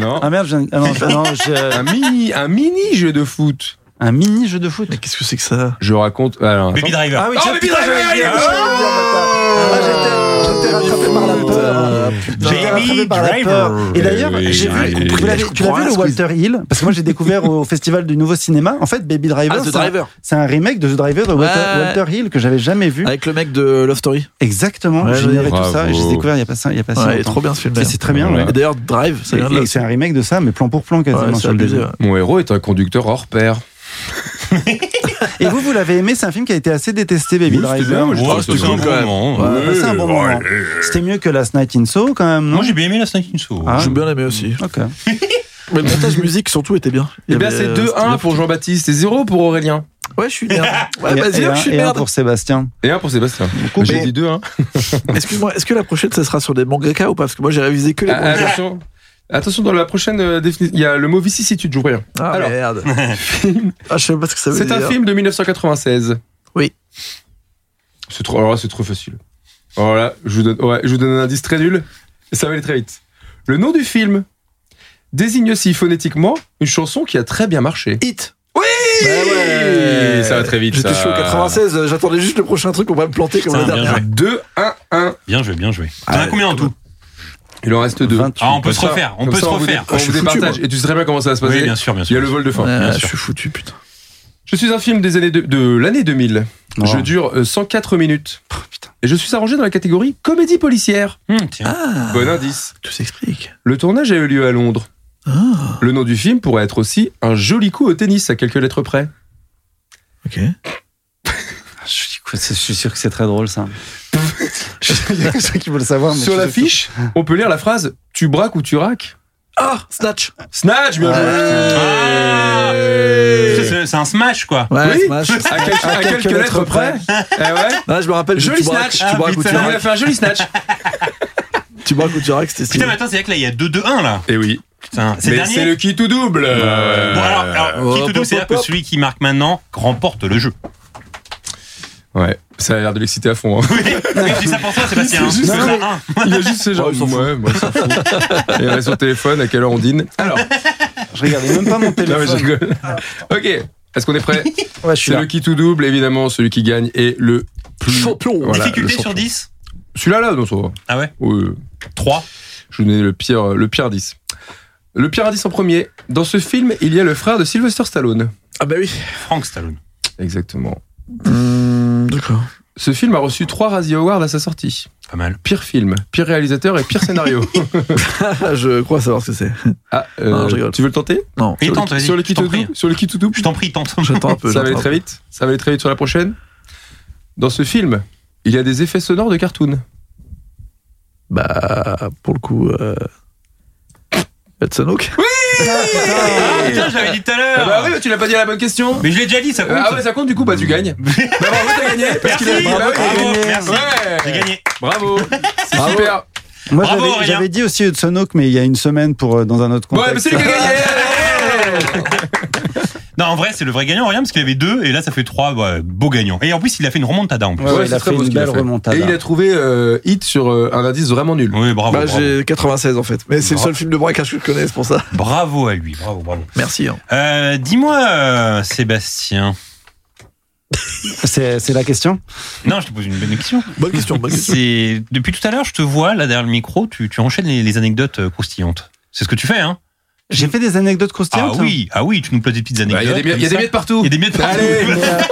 [SPEAKER 5] non.
[SPEAKER 7] Ah merde, je viens- ah non, je- non, je-
[SPEAKER 5] Un mini, un mini jeu de foot.
[SPEAKER 7] un mini jeu de foot.
[SPEAKER 6] Mais qu'est-ce que c'est que ça
[SPEAKER 5] Je raconte. Alors, attends.
[SPEAKER 4] Baby Driver.
[SPEAKER 7] Ah oui,
[SPEAKER 5] Oh,
[SPEAKER 6] Ah,
[SPEAKER 7] tiens,
[SPEAKER 5] Baby
[SPEAKER 7] putain,
[SPEAKER 5] Driver,
[SPEAKER 7] j'allais
[SPEAKER 5] il est
[SPEAKER 7] dire,
[SPEAKER 5] bon.
[SPEAKER 7] j'allais dire, putain. Ah, j'étais- j'étais rattrapé par la peur.
[SPEAKER 6] Euh, putain.
[SPEAKER 7] J'étais rattrapé par la
[SPEAKER 4] Driver.
[SPEAKER 7] peur. Et d'ailleurs,
[SPEAKER 5] Eh oui,
[SPEAKER 7] j'ai
[SPEAKER 5] ah,
[SPEAKER 7] vu,
[SPEAKER 5] il est-
[SPEAKER 7] vous l'avez-
[SPEAKER 6] je
[SPEAKER 7] tu l'as
[SPEAKER 6] comprends
[SPEAKER 7] vu
[SPEAKER 6] rien,
[SPEAKER 7] le
[SPEAKER 6] ce quiz.
[SPEAKER 7] Walter Hill Parce que moi j'ai découvert au Festival du Nouveau Cinéma, en fait Baby
[SPEAKER 6] Ah,
[SPEAKER 7] Driver,
[SPEAKER 6] The
[SPEAKER 7] c'est un-
[SPEAKER 6] Driver.
[SPEAKER 7] c'est un remake de The Driver de Walter,
[SPEAKER 6] Ouais.
[SPEAKER 7] Walter Hill que j'avais jamais vu.
[SPEAKER 6] Avec le mec de Love Story.
[SPEAKER 7] Exactement,
[SPEAKER 6] Ouais,
[SPEAKER 7] j'ignorais
[SPEAKER 5] ouais.
[SPEAKER 7] tout ça et j'ai
[SPEAKER 5] Bravo.
[SPEAKER 7] découvert il n'y a pas, ça- il y a pas si
[SPEAKER 6] Ouais, il est
[SPEAKER 7] longtemps.
[SPEAKER 6] trop bien ce film
[SPEAKER 7] Et
[SPEAKER 6] là.
[SPEAKER 7] C'est très bien,
[SPEAKER 5] Ouais.
[SPEAKER 7] ouais.
[SPEAKER 6] Et D'ailleurs, Drive, ça vient de là.
[SPEAKER 7] Et- et C'est un remake de ça, mais plan pour plan quasiment
[SPEAKER 6] Ouais, c'est
[SPEAKER 7] sur le
[SPEAKER 6] abusé,
[SPEAKER 7] début.
[SPEAKER 6] ouais.
[SPEAKER 5] Mon héros est un conducteur hors pair.
[SPEAKER 7] Et vous, vous l'avez aimé, c'est un film qui a été assez détesté, Baby
[SPEAKER 5] Oui, c'était bien,
[SPEAKER 7] Driver.
[SPEAKER 5] moi, je trouve
[SPEAKER 4] Ouais,
[SPEAKER 5] que
[SPEAKER 4] c'était
[SPEAKER 5] c'est
[SPEAKER 4] un
[SPEAKER 5] cool,
[SPEAKER 4] bon
[SPEAKER 5] quand même.
[SPEAKER 4] moment.
[SPEAKER 7] On a passé un bon moment. C'était mieux que Last Night in Soho quand même, non
[SPEAKER 4] Moi, j'ai bien aimé la Snake Inso.
[SPEAKER 7] Ah,
[SPEAKER 6] J'ai bien aimé aussi.
[SPEAKER 7] Ok.
[SPEAKER 6] Mais le montage musique surtout était bien. Il
[SPEAKER 5] Eh
[SPEAKER 6] y
[SPEAKER 5] bien,
[SPEAKER 6] avait,
[SPEAKER 5] c'est
[SPEAKER 6] euh,
[SPEAKER 5] 2-1 pour Jean-Baptiste et 0 pour Aurélien.
[SPEAKER 6] Ouais, je suis une merde. Ouais,
[SPEAKER 7] Et-
[SPEAKER 6] vas-y,
[SPEAKER 7] et
[SPEAKER 6] hop,
[SPEAKER 7] un-
[SPEAKER 6] je suis une
[SPEAKER 7] et un
[SPEAKER 6] merde.
[SPEAKER 7] pour Sébastien.
[SPEAKER 5] Et 1 pour Sébastien.
[SPEAKER 7] Coupé.
[SPEAKER 5] J'ai dit hein. 2-1.
[SPEAKER 6] Excuse-moi, est-ce que la prochaine, ça sera sur des mangas ou pas Parce que moi, j'ai révisé que les
[SPEAKER 5] Ah,
[SPEAKER 6] mangas.
[SPEAKER 5] Attention. Attention, dans la prochaine euh, définition, il y a le mot vicissitude, je vous préviens.
[SPEAKER 6] Ah
[SPEAKER 5] Alors. [LAUGHS]
[SPEAKER 6] merde. ah, je sais pas ce que ça veut
[SPEAKER 5] C'est
[SPEAKER 6] dire.
[SPEAKER 5] un film de 1996.
[SPEAKER 6] Oui.
[SPEAKER 5] C'est trop, alors là, c'est trop facile. Alors là, je vous, donne, ouais, je vous donne un indice très nul, et ça va aller très vite. Le nom du film désigne aussi phonétiquement une chanson qui a très bien marché.
[SPEAKER 6] Hit.
[SPEAKER 5] Bah ouais, ça va très vite.
[SPEAKER 6] J'étais
[SPEAKER 5] ça.
[SPEAKER 6] chaud au 96, euh, j'attendais juste le prochain truc pour pas me planter comme
[SPEAKER 4] Ça,
[SPEAKER 6] la
[SPEAKER 4] bien
[SPEAKER 6] dernière.
[SPEAKER 4] joué.
[SPEAKER 5] 2, 1, 1.
[SPEAKER 4] Bien joué, bien joué. T'en as combien en tout
[SPEAKER 5] Il en reste deux.
[SPEAKER 7] 28.
[SPEAKER 4] Ah, on peut
[SPEAKER 5] Comme
[SPEAKER 4] se
[SPEAKER 5] ça,
[SPEAKER 4] refaire, on
[SPEAKER 5] comme
[SPEAKER 4] peut
[SPEAKER 5] ça,
[SPEAKER 4] se
[SPEAKER 5] on vous dé-
[SPEAKER 4] refaire.
[SPEAKER 5] On
[SPEAKER 6] je
[SPEAKER 5] vous
[SPEAKER 6] suis foutu,
[SPEAKER 5] départage. Et tu sais très bien comment ça va se passer.
[SPEAKER 4] Oui, bien sûr, bien
[SPEAKER 5] Il y
[SPEAKER 4] sûr.
[SPEAKER 5] a le vol de fin.
[SPEAKER 6] Ouais,
[SPEAKER 4] bien
[SPEAKER 6] Ah, je
[SPEAKER 4] sûr.
[SPEAKER 6] suis foutu, putain.
[SPEAKER 5] Je suis un film des années de, de l'année 2000.
[SPEAKER 7] Oh.
[SPEAKER 5] Je dure euh, 104 minutes. Et je suis arrangé dans la catégorie comédie policière.
[SPEAKER 4] Hum, tiens.
[SPEAKER 6] Ah,
[SPEAKER 5] Bon indice.
[SPEAKER 6] tout s'explique.
[SPEAKER 5] Le tournage a eu lieu à Londres.
[SPEAKER 6] Ah,
[SPEAKER 5] Le nom du film pourrait être aussi un joli coup au tennis à quelques lettres près.
[SPEAKER 6] ok.
[SPEAKER 7] Je suis je suis sûr que c'est très drôle ça. [LAUGHS] Il y a ceux qui veulent le savoir. mais
[SPEAKER 5] Sur
[SPEAKER 7] je-
[SPEAKER 5] l'affiche, on peut lire la phrase Tu braques ou tu raques
[SPEAKER 6] Ah, Snatch.
[SPEAKER 5] Snatch, bien joué.
[SPEAKER 4] Ah. C'est- C'est c'est un smash, quoi.
[SPEAKER 6] Ouais,
[SPEAKER 5] Oui.
[SPEAKER 6] Smash.
[SPEAKER 5] À, quel- à quelques, lettres près. Eh ouais.
[SPEAKER 6] Ah, je me rappelle.
[SPEAKER 5] Joli
[SPEAKER 6] tu braques-
[SPEAKER 5] Snatch. Ah,
[SPEAKER 6] Tu braques ou tu
[SPEAKER 5] Il a
[SPEAKER 6] raques.
[SPEAKER 5] fait un joli snatch.
[SPEAKER 6] Tu braques ou tu raques, c'était
[SPEAKER 4] Putain,
[SPEAKER 6] stylé.
[SPEAKER 4] mais attends, c'est vrai que là, il y a 2-2-1, là.
[SPEAKER 5] Et oui.
[SPEAKER 4] Putain, c'est le
[SPEAKER 5] Mais c'est
[SPEAKER 4] dernier. Euh,
[SPEAKER 5] le Oh, qui tout double.
[SPEAKER 4] Bon, alors, alors, qui
[SPEAKER 6] hop,
[SPEAKER 4] tout doux,
[SPEAKER 6] hop,
[SPEAKER 4] c'est-à-dire
[SPEAKER 6] hop,
[SPEAKER 4] que
[SPEAKER 6] hop.
[SPEAKER 4] celui qui marque maintenant remporte le
[SPEAKER 5] [LAUGHS]
[SPEAKER 4] jeu.
[SPEAKER 5] Ouais, ça a l'air de l'exciter à fond. hein.
[SPEAKER 4] Oui, je dis ça pour toi, Sébastien.
[SPEAKER 5] C'est juste
[SPEAKER 4] hein.
[SPEAKER 5] ça.
[SPEAKER 4] Un, un.
[SPEAKER 5] Il a juste ces gens.
[SPEAKER 6] Ouais, il s'en fout.
[SPEAKER 5] ouais, moi, ça fout. Et il reste au téléphone, à quelle heure on dîne Alors,
[SPEAKER 7] Je regardais même
[SPEAKER 6] [LAUGHS]
[SPEAKER 7] pas mon
[SPEAKER 5] non, mais je
[SPEAKER 7] téléphone.
[SPEAKER 5] rigole. Ok, est-ce qu'on est prêt
[SPEAKER 7] Ouais, je suis
[SPEAKER 5] C'est
[SPEAKER 7] là.
[SPEAKER 5] le qui tout double, évidemment, celui qui gagne est le plus.
[SPEAKER 6] Champion.
[SPEAKER 5] Voilà,
[SPEAKER 4] Difficulté
[SPEAKER 5] le
[SPEAKER 4] sur
[SPEAKER 5] champion.
[SPEAKER 4] 10
[SPEAKER 5] Celui-là, là, non, ça va.
[SPEAKER 4] Ah ouais
[SPEAKER 5] Oui,
[SPEAKER 4] 3.
[SPEAKER 5] je vous donne le pire, le pire 10. Le pire 10 en premier. Dans ce film, il y a le frère de Sylvester Stallone.
[SPEAKER 6] Ah, bah oui.
[SPEAKER 4] Frank Stallone.
[SPEAKER 5] Exactement.
[SPEAKER 6] Hum, D'accord.
[SPEAKER 5] Ce film a reçu trois Razzie Awards à sa sortie.
[SPEAKER 4] Pas mal.
[SPEAKER 5] Pire film, pire réalisateur et pire scénario.
[SPEAKER 6] Ah, [LAUGHS] je crois savoir ce que c'est.
[SPEAKER 5] ah, euh,
[SPEAKER 6] Non, je rigole.
[SPEAKER 5] tu veux le tenter
[SPEAKER 6] Non.
[SPEAKER 4] Et
[SPEAKER 5] Sur le-
[SPEAKER 4] tente, vas-y.
[SPEAKER 5] Sur le
[SPEAKER 4] Je
[SPEAKER 5] qui
[SPEAKER 4] t'en
[SPEAKER 5] tout
[SPEAKER 4] prie.
[SPEAKER 5] double Sur le qui tout double
[SPEAKER 4] Je t'en prie,
[SPEAKER 5] [LAUGHS]
[SPEAKER 4] tente. Ah,
[SPEAKER 6] J'attends un peu.
[SPEAKER 5] Ça va aller
[SPEAKER 6] j'attends
[SPEAKER 5] très
[SPEAKER 6] un peu.
[SPEAKER 5] vite. Ça va aller très vite sur la prochaine. Dans ce film, il y a des effets sonores de cartoon.
[SPEAKER 6] Bah, pour le coup. euh, Hudson Hawk
[SPEAKER 4] Ah putain, je l'avais dit tout à
[SPEAKER 5] Ah bah oui,
[SPEAKER 4] l'heure
[SPEAKER 5] mais tu l'as pas dit la bonne question.
[SPEAKER 4] Mais je l'ai déjà dit, ça compte.
[SPEAKER 5] Ah ouais, ça compte du coup, bah tu gagnes. bah bravo, t'as gagné.
[SPEAKER 4] [LAUGHS]
[SPEAKER 5] Parce
[SPEAKER 4] Merci,
[SPEAKER 5] qu'il a dit, bah oui,
[SPEAKER 4] bravo,
[SPEAKER 5] t'as
[SPEAKER 4] merci. J'ai
[SPEAKER 5] gagné. Ouais.
[SPEAKER 4] gagné.
[SPEAKER 5] Bravo. C'est super.
[SPEAKER 7] Moi,
[SPEAKER 4] Bravo,
[SPEAKER 7] j'avais-
[SPEAKER 4] Aurélien.
[SPEAKER 7] j'avais dit aussi Hudson Hawk, mais il y a une semaine pour euh, dans un autre
[SPEAKER 5] Ouais, mais
[SPEAKER 7] contexte.
[SPEAKER 5] c'est lui qui a gagné.
[SPEAKER 4] Non, en vrai, c'est le vrai gagnant, Aurélien, parce qu'il avait deux, et là, ça fait trois. ouais, beau gagnant. Et en plus, il a fait une remontada en plus.
[SPEAKER 7] Ouais, ouais, il
[SPEAKER 5] c'est
[SPEAKER 7] a
[SPEAKER 5] très
[SPEAKER 7] fait
[SPEAKER 5] beau ce
[SPEAKER 7] une
[SPEAKER 5] qu'il a
[SPEAKER 7] belle
[SPEAKER 5] fait.
[SPEAKER 7] remontada.
[SPEAKER 5] Et il a trouvé euh, hit sur euh, un indice vraiment nul.
[SPEAKER 4] Oui, bravo.
[SPEAKER 6] Bah,
[SPEAKER 4] bravo.
[SPEAKER 6] j'ai 96 en fait. Mais c'est le seul film de braquage que je connais, c'est pour ça.
[SPEAKER 4] Bravo à lui, bravo, bravo.
[SPEAKER 6] Merci. hein.
[SPEAKER 4] Euh, Dis-moi, euh, Sébastien.
[SPEAKER 7] C'est c'est la question.
[SPEAKER 4] Non, je te pose une bonne question.
[SPEAKER 6] Bonne question, bonne question.
[SPEAKER 4] C'est depuis tout à l'heure, je te vois là derrière le micro, tu, tu enchaînes les, les anecdotes euh, croustillantes. C'est ce que tu fais, hein
[SPEAKER 7] J'ai fait des anecdotes
[SPEAKER 4] Ah
[SPEAKER 7] croustillantes. hein.
[SPEAKER 4] oui, ah oui, tu nous places des petites
[SPEAKER 5] hein. Bah,
[SPEAKER 4] anecdotes.
[SPEAKER 5] Il y a des miettes-
[SPEAKER 4] comme
[SPEAKER 5] il y a des
[SPEAKER 4] ça.
[SPEAKER 5] miettes partout.
[SPEAKER 4] Il y a des miettes partout. [LAUGHS]
[SPEAKER 5] Allez.
[SPEAKER 7] Mais, euh,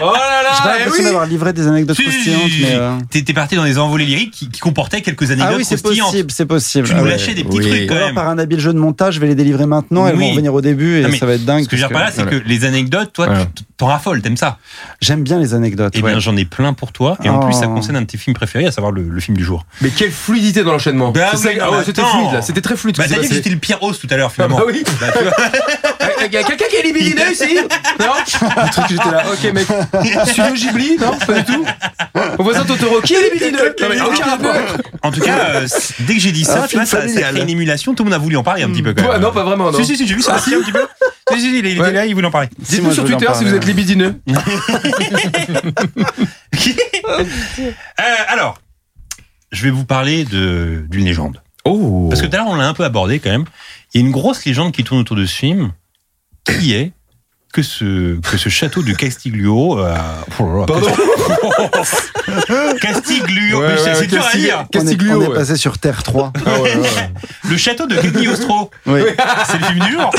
[SPEAKER 5] Oh là
[SPEAKER 7] J'ai pas
[SPEAKER 5] là. eh
[SPEAKER 7] l'impression
[SPEAKER 5] oui.
[SPEAKER 7] d'avoir livré des anecdotes
[SPEAKER 4] Si,
[SPEAKER 7] croustillantes, mais. euh,
[SPEAKER 4] T'es t'es parti dans des envolées lyriques qui, qui comportaient quelques anecdotes
[SPEAKER 7] Ah oui, c'est
[SPEAKER 4] croustillantes.
[SPEAKER 7] possible, c'est possible.
[SPEAKER 4] Tu nous
[SPEAKER 7] Ah ouais.
[SPEAKER 4] lâchais des petits
[SPEAKER 5] Oui.
[SPEAKER 4] trucs quand
[SPEAKER 7] Ou alors,
[SPEAKER 4] même.
[SPEAKER 7] par un habile jeu de montage, je vais les délivrer maintenant, elles
[SPEAKER 4] Oui.
[SPEAKER 7] vont revenir au début et
[SPEAKER 4] Non, mais
[SPEAKER 7] ça va être dingue.
[SPEAKER 4] Ce que je veux dire
[SPEAKER 7] parce
[SPEAKER 4] par là, c'est
[SPEAKER 5] voilà.
[SPEAKER 4] que les anecdotes, toi,
[SPEAKER 5] Voilà.
[SPEAKER 4] tu- t'en raffoles, t'aimes ça.
[SPEAKER 7] J'aime bien les anecdotes.
[SPEAKER 4] Eh
[SPEAKER 7] ouais.
[SPEAKER 4] bien, j'en ai plein pour toi. Et en plus, ça
[SPEAKER 7] Oh.
[SPEAKER 4] concerne un de tes films préférés, à savoir le, le film du jour.
[SPEAKER 5] Mais quelle fluidité dans l'enchaînement.
[SPEAKER 4] Bah
[SPEAKER 5] C'est ça-
[SPEAKER 4] oui, non,
[SPEAKER 5] ah ouais,
[SPEAKER 4] mais
[SPEAKER 5] C'était
[SPEAKER 4] attends.
[SPEAKER 5] fluide là. C'était très fluide. ce
[SPEAKER 4] Bah,
[SPEAKER 5] qui
[SPEAKER 4] t'as
[SPEAKER 5] s'est
[SPEAKER 4] dit que
[SPEAKER 5] passé.
[SPEAKER 4] j'étais le pire host tout à l'heure,
[SPEAKER 5] Ah
[SPEAKER 4] finalement.
[SPEAKER 5] bah oui.
[SPEAKER 4] Bah, tu vois.
[SPEAKER 5] [LAUGHS] Il y a quelqu'un qui est libidineux ici Non Le truc, j'étais là, ok mec, studio Ghibli Non, pas du tout Mon voisin Totoro, qui est libidineux Non mais aucun rapport
[SPEAKER 4] En tout
[SPEAKER 5] [LAUGHS]
[SPEAKER 4] cas, euh, c- dès que j'ai dit ça,
[SPEAKER 5] Ah,
[SPEAKER 4] tu vois, ça, ça a créé une émulation. Tout le monde a voulu en parler un petit peu quand même.
[SPEAKER 5] Ouais, Non, pas vraiment, non. Ah,
[SPEAKER 4] Si, si, si, j'ai vu ça aussi un petit peu. Si, si, si, il était
[SPEAKER 5] Ouais.
[SPEAKER 4] là, il voulait en
[SPEAKER 5] [LAUGHS]
[SPEAKER 4] parler.
[SPEAKER 7] Si,
[SPEAKER 5] Dites-nous
[SPEAKER 7] moi,
[SPEAKER 5] sur
[SPEAKER 7] je voulais en
[SPEAKER 5] Twitter si
[SPEAKER 7] parler, hein.
[SPEAKER 5] vous êtes
[SPEAKER 7] ouais.
[SPEAKER 5] libidineux.
[SPEAKER 4] Euh, alors, je vais vous parler de- d'une légende.
[SPEAKER 5] Oh
[SPEAKER 4] Parce que tout à l'heure, on l'a un peu abordé quand même. Il y a une grosse légende qui tourne autour de ce film qui est que ce, que ce château de Castiglio. euh, oh là là,
[SPEAKER 5] Pardon
[SPEAKER 4] Castiglio,
[SPEAKER 5] Ouais,
[SPEAKER 4] mais c'est
[SPEAKER 5] ouais,
[SPEAKER 4] c'est dur à
[SPEAKER 5] Castig-
[SPEAKER 4] dire.
[SPEAKER 7] On est, on
[SPEAKER 5] Castiglio
[SPEAKER 7] est
[SPEAKER 5] ouais.
[SPEAKER 7] passé sur Terre 3.
[SPEAKER 5] Ah ouais, ouais.
[SPEAKER 4] [LAUGHS] Le château de Cagliostro,
[SPEAKER 7] Oui.
[SPEAKER 4] c'est le film du [LAUGHS] jour.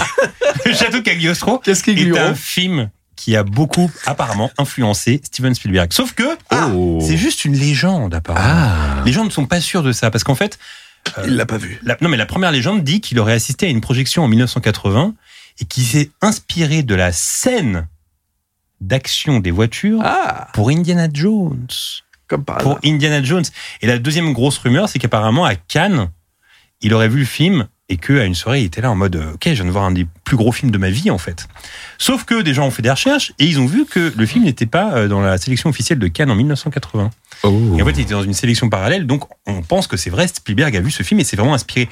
[SPEAKER 4] Le château de Cagliostro
[SPEAKER 5] Castiglio
[SPEAKER 4] est un film qui a beaucoup apparemment influencé Steven Spielberg. Sauf que
[SPEAKER 5] Oh.
[SPEAKER 4] Ah, c'est juste une légende apparemment.
[SPEAKER 5] Ah
[SPEAKER 4] Les gens ne sont pas sûrs de ça parce qu'en fait,
[SPEAKER 6] Il l'a pas vu.
[SPEAKER 4] la- non mais la première légende dit qu'il aurait assisté à une projection en 1980 et qu'il s'est inspiré de la scène d'action des voitures
[SPEAKER 6] Ah
[SPEAKER 4] pour Indiana Jones.
[SPEAKER 6] Comme par
[SPEAKER 4] Ah pour
[SPEAKER 6] hasard.
[SPEAKER 4] Indiana Jones. Et la deuxième grosse rumeur, c'est qu'apparemment à Cannes, il aurait vu le film et qu'à une soirée, il était là en mode euh, Ok, je viens de voir un des plus gros films de ma vie, en fait. Sauf que des gens ont fait des recherches et ils ont vu que le film n'était pas euh, dans la sélection officielle de Cannes en 1980.
[SPEAKER 5] Oh
[SPEAKER 4] Et en fait, il était dans une sélection parallèle, donc on pense que c'est vrai, Spielberg a vu ce film et c'est vraiment inspiré.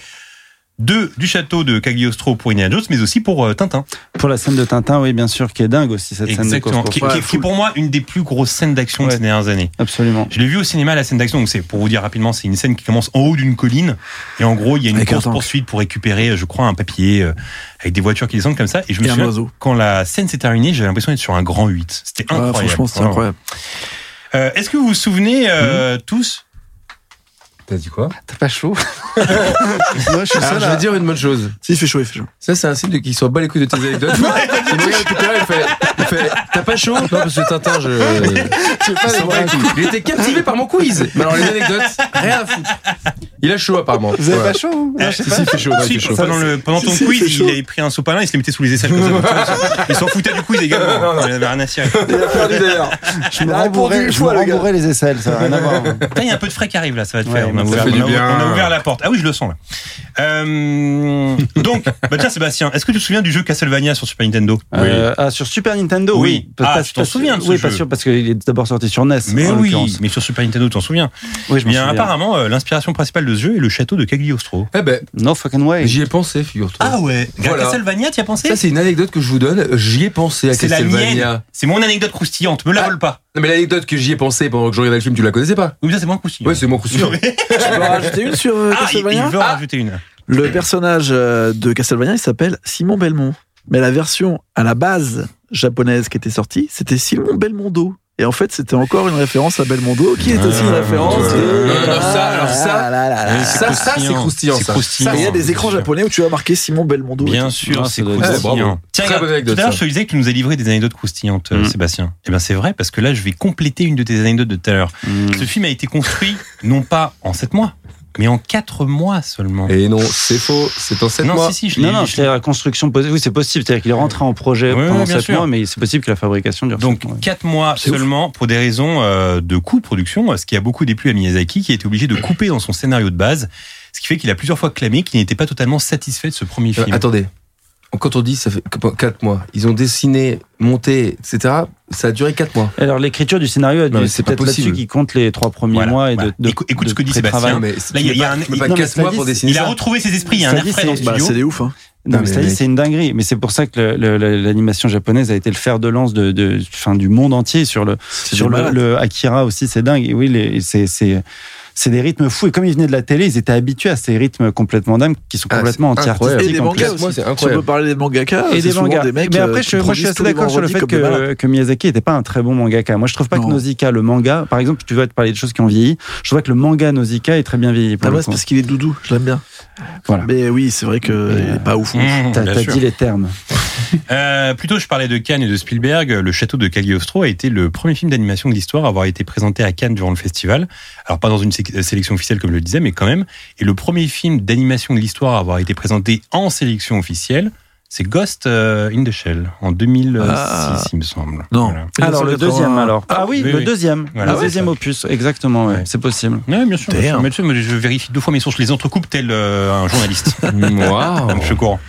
[SPEAKER 4] de, du château de Cagliostro pour Indiana Jones, mais aussi pour euh, Tintin.
[SPEAKER 7] Pour la scène de Tintin, oui, bien sûr, qui est dingue aussi, cette scène de
[SPEAKER 4] Exactement.
[SPEAKER 7] course.
[SPEAKER 4] Qui,
[SPEAKER 6] Ouais,
[SPEAKER 4] qui- qui est
[SPEAKER 6] full.
[SPEAKER 4] pour moi une des plus grosses scènes d'action de
[SPEAKER 7] Ouais.
[SPEAKER 4] ces dernières années.
[SPEAKER 7] Absolument.
[SPEAKER 4] Je l'ai vu au cinéma, la scène d'action. Donc, c'est pour vous dire rapidement, c'est une scène qui commence en haut d'une colline. Et en gros, il y a une
[SPEAKER 6] Avec un
[SPEAKER 4] course
[SPEAKER 6] tank.
[SPEAKER 4] poursuite pour récupérer, je crois, un papier euh, avec des voitures qui descendent comme ça. Et je me
[SPEAKER 6] Et un
[SPEAKER 4] souviens,
[SPEAKER 6] oiseau.
[SPEAKER 4] quand la scène s'est terminée, j'avais l'impression d'être sur un grand 8. C'était
[SPEAKER 6] Ouais,
[SPEAKER 4] incroyable.
[SPEAKER 6] franchement, c'était
[SPEAKER 4] Vraiment.
[SPEAKER 6] incroyable.
[SPEAKER 7] Oh.
[SPEAKER 6] Hmm
[SPEAKER 4] Euh, Est-ce que vous vous souvenez euh, tous Euh,
[SPEAKER 5] T'as dit quoi
[SPEAKER 7] T'as
[SPEAKER 6] [LAUGHS]
[SPEAKER 7] pas chaud
[SPEAKER 3] Moi, je suis
[SPEAKER 6] Ah,
[SPEAKER 5] Alors,
[SPEAKER 3] seul
[SPEAKER 5] Ah, Je vais
[SPEAKER 3] à-
[SPEAKER 5] dire une bonne chose.
[SPEAKER 6] Si, il fait chaud, il fait chaud.
[SPEAKER 5] Ça, c'est un signe de- qui s'en bat les couilles de tes anecdotes. il me regarde depuis tout à l'heure, il fait, il fait T'as pas chaud Non, parce que Tintin, je. [LAUGHS] je sais pas, il, il était captivé par mon quiz. Mais alors, les anecdotes, rien à foutre. Il a chaud, apparemment.
[SPEAKER 7] Vous avez
[SPEAKER 5] Ouais.
[SPEAKER 7] pas chaud vous
[SPEAKER 4] Euh,
[SPEAKER 5] Si, si, il fait chaud, ouais, il
[SPEAKER 4] Si,
[SPEAKER 5] fait chaud.
[SPEAKER 4] pendant, le- pendant ton
[SPEAKER 6] Si, si,
[SPEAKER 4] quiz,
[SPEAKER 6] c'est chaud.
[SPEAKER 4] il avait pris un sopalin, il se le mettait sous les aisselles. comme ça.
[SPEAKER 6] [LAUGHS]
[SPEAKER 4] il s'en foutait du quiz également. Il avait rien à cirer.
[SPEAKER 6] Il a perdu d'ailleurs.
[SPEAKER 3] je me
[SPEAKER 6] Il a répondu
[SPEAKER 3] rembourrais
[SPEAKER 6] une
[SPEAKER 3] je me
[SPEAKER 6] fois, le gars.
[SPEAKER 3] rembourrais les aisselles, ça n'a rien à voir.
[SPEAKER 7] hein.
[SPEAKER 4] Putain, il y a un peu de frais qui arrive là, ça va te
[SPEAKER 7] Ouais,
[SPEAKER 4] faire. On a,
[SPEAKER 7] ça
[SPEAKER 4] ouvert,
[SPEAKER 5] fait
[SPEAKER 4] on
[SPEAKER 5] du
[SPEAKER 4] a-
[SPEAKER 5] bien.
[SPEAKER 4] on a ouvert la porte. Ah oui, je le sens là. Euh, donc, bah tiens, Sébastien, est-ce que tu te souviens du jeu Castlevania sur Super Nintendo
[SPEAKER 7] Euh, ah, sur Super Nintendo,
[SPEAKER 4] Oui.
[SPEAKER 7] oui.
[SPEAKER 4] Ah,
[SPEAKER 7] Pas-
[SPEAKER 4] tu t'en
[SPEAKER 7] pas-
[SPEAKER 4] souviens de ce
[SPEAKER 7] Oui, pas
[SPEAKER 4] jeu.
[SPEAKER 7] sûr, parce qu'il est d'abord sorti sur NES.
[SPEAKER 4] Mais
[SPEAKER 7] en
[SPEAKER 4] oui,
[SPEAKER 7] l'occurrence.
[SPEAKER 4] mais sur Super Nintendo, tu t'en souviens.
[SPEAKER 7] Oui, je me
[SPEAKER 4] Bien,
[SPEAKER 7] souviens.
[SPEAKER 4] apparemment, euh, l'inspiration principale de ce jeu est le château de Cagliostro.
[SPEAKER 5] Eh ben,
[SPEAKER 7] No fucking way.
[SPEAKER 5] j'y ai pensé, figure-toi.
[SPEAKER 4] Ah ouais
[SPEAKER 5] Voilà.
[SPEAKER 4] Castlevania, tu as pensé
[SPEAKER 5] Ça, c'est une anecdote que je vous donne. J'y ai pensé à
[SPEAKER 4] C'est la mienne.
[SPEAKER 5] Castlevania.
[SPEAKER 4] C'est mon anecdote croustillante, me la
[SPEAKER 5] Ah.
[SPEAKER 4] vole pas.
[SPEAKER 5] Non, mais l'anecdote que j'y ai pensé pendant que je regardais le film, tu la connaissais pas
[SPEAKER 4] Oui, mais ça, c'est moins croustillant.
[SPEAKER 5] Ouais, c'est mon
[SPEAKER 4] [LAUGHS]
[SPEAKER 5] coup sûr.
[SPEAKER 6] Tu peux en rajouter une sur euh,
[SPEAKER 4] ah, il, il
[SPEAKER 6] Castlevania
[SPEAKER 4] veut en rajouter une.
[SPEAKER 6] Le personnage euh, de Castlevania, il s'appelle Simon Belmont. Mais la version à la base japonaise qui était sortie, c'était Simon Belmondo. Et en fait, c'était encore une référence à Belmondo, qui est aussi une
[SPEAKER 7] Ah,
[SPEAKER 6] référence.
[SPEAKER 5] ouais.
[SPEAKER 6] de-
[SPEAKER 5] Non, non, ça, alors ça,
[SPEAKER 6] Ah, là, là, là, là.
[SPEAKER 5] ça, ça, c'est croustillant,
[SPEAKER 4] C'est
[SPEAKER 5] ça.
[SPEAKER 4] croustillant.
[SPEAKER 6] Ça, il y a des écrans japonais où tu as marqué Simon Belmondo. et
[SPEAKER 4] Bien
[SPEAKER 6] tout.
[SPEAKER 4] sûr,
[SPEAKER 7] Ah,
[SPEAKER 4] c'est
[SPEAKER 7] ça doit être-
[SPEAKER 5] Ah,
[SPEAKER 4] croustillant.
[SPEAKER 5] bravo.
[SPEAKER 4] Tiens,
[SPEAKER 5] Très
[SPEAKER 4] regarde,
[SPEAKER 5] bonne anecdote,
[SPEAKER 4] Tout à l'heure,
[SPEAKER 5] ça.
[SPEAKER 4] je te disais que tu nous as livré des anecdotes croustillantes, euh,
[SPEAKER 7] Mm.
[SPEAKER 4] Sébastien. Eh bien, c'est vrai, parce que là, je vais compléter une de tes anecdotes de tout à l'heure.
[SPEAKER 7] Mm.
[SPEAKER 4] Ce film a été construit,
[SPEAKER 5] [LAUGHS]
[SPEAKER 4] non pas en 7 mois, mais en 4 mois seulement.
[SPEAKER 5] Et non, c'est faux. C'est en 7
[SPEAKER 4] non,
[SPEAKER 5] mois.
[SPEAKER 4] si, si, je l'ai
[SPEAKER 7] Non, non,
[SPEAKER 4] je
[SPEAKER 7] c'est la construction posée. Oui, c'est possible. C'est-à-dire qu'il est rentré en projet
[SPEAKER 4] Ouais, ouais,
[SPEAKER 7] pendant
[SPEAKER 4] bien
[SPEAKER 7] 7
[SPEAKER 4] sûr.
[SPEAKER 7] mois, mais c'est possible que la fabrication dure
[SPEAKER 4] Donc
[SPEAKER 7] sept mois.
[SPEAKER 4] 4 mois
[SPEAKER 5] C'est ouf.
[SPEAKER 4] seulement pour des raisons euh, de coût de production, ce qui a beaucoup déplu à Miyazaki, qui a été obligé de
[SPEAKER 5] Mm.
[SPEAKER 4] couper dans son scénario de base, ce qui fait qu'il a plusieurs fois clamé qu'il n'était pas totalement satisfait de ce premier
[SPEAKER 5] Euh,
[SPEAKER 4] film.
[SPEAKER 5] attendez. Quand on dit ça fait 4 mois, ils ont dessiné, monté, etc. Ça a duré 4 mois.
[SPEAKER 7] Alors l'écriture du scénario, a dû-
[SPEAKER 5] Non, mais c'est
[SPEAKER 7] c'est
[SPEAKER 5] pas
[SPEAKER 7] peut-être là-dessus
[SPEAKER 5] possible.
[SPEAKER 7] qu'ils comptent les trois premiers
[SPEAKER 4] Voilà,
[SPEAKER 7] mois et
[SPEAKER 4] voilà.
[SPEAKER 7] de, de-
[SPEAKER 4] Écou- écoute
[SPEAKER 7] de
[SPEAKER 4] ce que dit
[SPEAKER 7] pré-travail.
[SPEAKER 4] Sébastien.
[SPEAKER 5] mais
[SPEAKER 4] Là, il y a- il y a un-
[SPEAKER 5] tu peux pas
[SPEAKER 7] non, mais
[SPEAKER 5] 4
[SPEAKER 7] ça
[SPEAKER 5] mois
[SPEAKER 7] dit,
[SPEAKER 5] pour dessiner
[SPEAKER 4] Il a
[SPEAKER 5] ça.
[SPEAKER 4] retrouvé ses esprits, il y a un
[SPEAKER 7] Ça
[SPEAKER 4] air
[SPEAKER 7] dit,
[SPEAKER 4] frais dans le
[SPEAKER 7] c'est-
[SPEAKER 6] Bah,
[SPEAKER 4] studio.
[SPEAKER 6] c'est des ouf. Hein.
[SPEAKER 7] Non,
[SPEAKER 5] Non,
[SPEAKER 7] mais
[SPEAKER 5] mais
[SPEAKER 7] c'est-à-dire,
[SPEAKER 5] mec.
[SPEAKER 7] c'est une dinguerie. Mais c'est pour ça que le- le- le- l'animation japonaise a été le fer de lance de, de- enfin, du monde entier sur le, sur
[SPEAKER 6] des
[SPEAKER 7] le,
[SPEAKER 6] malades.
[SPEAKER 7] le Akira aussi. C'est dingue. Et oui, les- c'est, c'est, c'est des rythmes fous. Et comme ils venaient de la télé, ils étaient habitués à ces rythmes complètement dingues qui sont
[SPEAKER 5] Ah,
[SPEAKER 7] complètement
[SPEAKER 5] c'est
[SPEAKER 7] anti-artistiques.
[SPEAKER 6] Et des
[SPEAKER 7] en plus.
[SPEAKER 6] mangas
[SPEAKER 5] Quatre mois,
[SPEAKER 6] aussi.
[SPEAKER 5] c'est
[SPEAKER 6] Si on
[SPEAKER 5] incroyable.
[SPEAKER 6] peut parler des mangaka,
[SPEAKER 7] Et
[SPEAKER 6] c'est
[SPEAKER 7] des
[SPEAKER 6] souvent
[SPEAKER 7] mangas.
[SPEAKER 6] des mecs.
[SPEAKER 7] mais
[SPEAKER 6] euh,
[SPEAKER 7] après,
[SPEAKER 6] qui
[SPEAKER 7] je, moi, je suis
[SPEAKER 6] produisent
[SPEAKER 7] assez
[SPEAKER 6] tous les
[SPEAKER 7] d'accord sur le
[SPEAKER 6] vendredis
[SPEAKER 7] fait
[SPEAKER 6] comme des malades.
[SPEAKER 7] que, que Miyazaki n'était pas un très bon mangaka. Moi, je trouve pas
[SPEAKER 6] Non.
[SPEAKER 7] que Nausicaa, le manga, par exemple, tu vois, te parler de choses qui ont vieilli. Je trouve que le manga Nausicaa est très bien vieilli. pour
[SPEAKER 6] Ah,
[SPEAKER 7] le
[SPEAKER 6] moi, c'est
[SPEAKER 7] coup.
[SPEAKER 6] parce qu'il est doudou, je l'aime bien.
[SPEAKER 7] Voilà. euh,
[SPEAKER 6] Mais oui, c'est vrai qu'il est pas ouf. hein.
[SPEAKER 4] Mmh,
[SPEAKER 7] T'as
[SPEAKER 4] bien
[SPEAKER 7] t'as
[SPEAKER 4] sûr.
[SPEAKER 7] dit les termes.
[SPEAKER 4] Euh, plutôt, je parlais de Cannes et de Spielberg. Le château de Cagliostro a été le premier film d'animation de l'histoire à avoir été présenté à Cannes durant le festival. Alors, pas dans une sé- euh, sélection officielle, comme je le disais, mais quand même. Et le premier film d'animation de l'histoire à avoir été présenté en sélection officielle, c'est Ghost euh, in the Shell, en 2006,
[SPEAKER 6] Ah.
[SPEAKER 4] il me semble.
[SPEAKER 6] Non.
[SPEAKER 4] Voilà.
[SPEAKER 7] Alors le
[SPEAKER 6] 1980.
[SPEAKER 7] deuxième alors. Ah, oui,
[SPEAKER 4] oui,
[SPEAKER 7] le
[SPEAKER 4] oui.
[SPEAKER 7] deuxième.
[SPEAKER 4] Voilà,
[SPEAKER 7] le
[SPEAKER 4] c'est
[SPEAKER 7] deuxième
[SPEAKER 4] ça.
[SPEAKER 7] opus, exactement, ouais,
[SPEAKER 4] Ouais.
[SPEAKER 7] c'est possible.
[SPEAKER 4] Ouais, bien sûr. bien sûr.
[SPEAKER 6] Damn.
[SPEAKER 4] Mais tu sais, moi, je vérifie deux fois mes sources, je les entrecoupe tel euh, un journaliste.
[SPEAKER 5] Waouh.
[SPEAKER 4] Je suis au courant.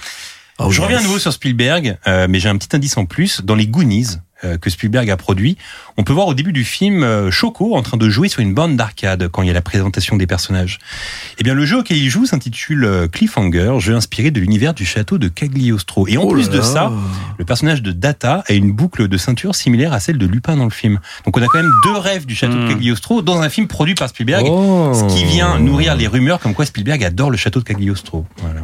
[SPEAKER 6] Ah,
[SPEAKER 4] Je
[SPEAKER 6] ouais.
[SPEAKER 4] reviens à nouveau sur Spielberg, euh, mais j'ai un petit indice en plus. Dans les Goonies euh, que Spielberg a produit, on peut voir au début du film euh, Choco en train de jouer sur une bande d'arcade quand il y a la présentation des personnages. Eh bien, le jeu auquel il joue s'intitule euh, Cliffhanger, jeu inspiré de l'univers du château de Cagliostro. Et en
[SPEAKER 6] Oh
[SPEAKER 4] plus
[SPEAKER 6] là
[SPEAKER 4] de
[SPEAKER 6] là.
[SPEAKER 4] ça, le personnage de Data a une boucle de ceinture similaire à celle de Lupin dans le film. Donc, on a quand même deux rêves du château de
[SPEAKER 7] Hmm.
[SPEAKER 4] Cagliostro dans un film produit par Spielberg.
[SPEAKER 5] Oh.
[SPEAKER 4] Ce qui vient nourrir les rumeurs comme quoi Spielberg adore le château de Cagliostro. Voilà.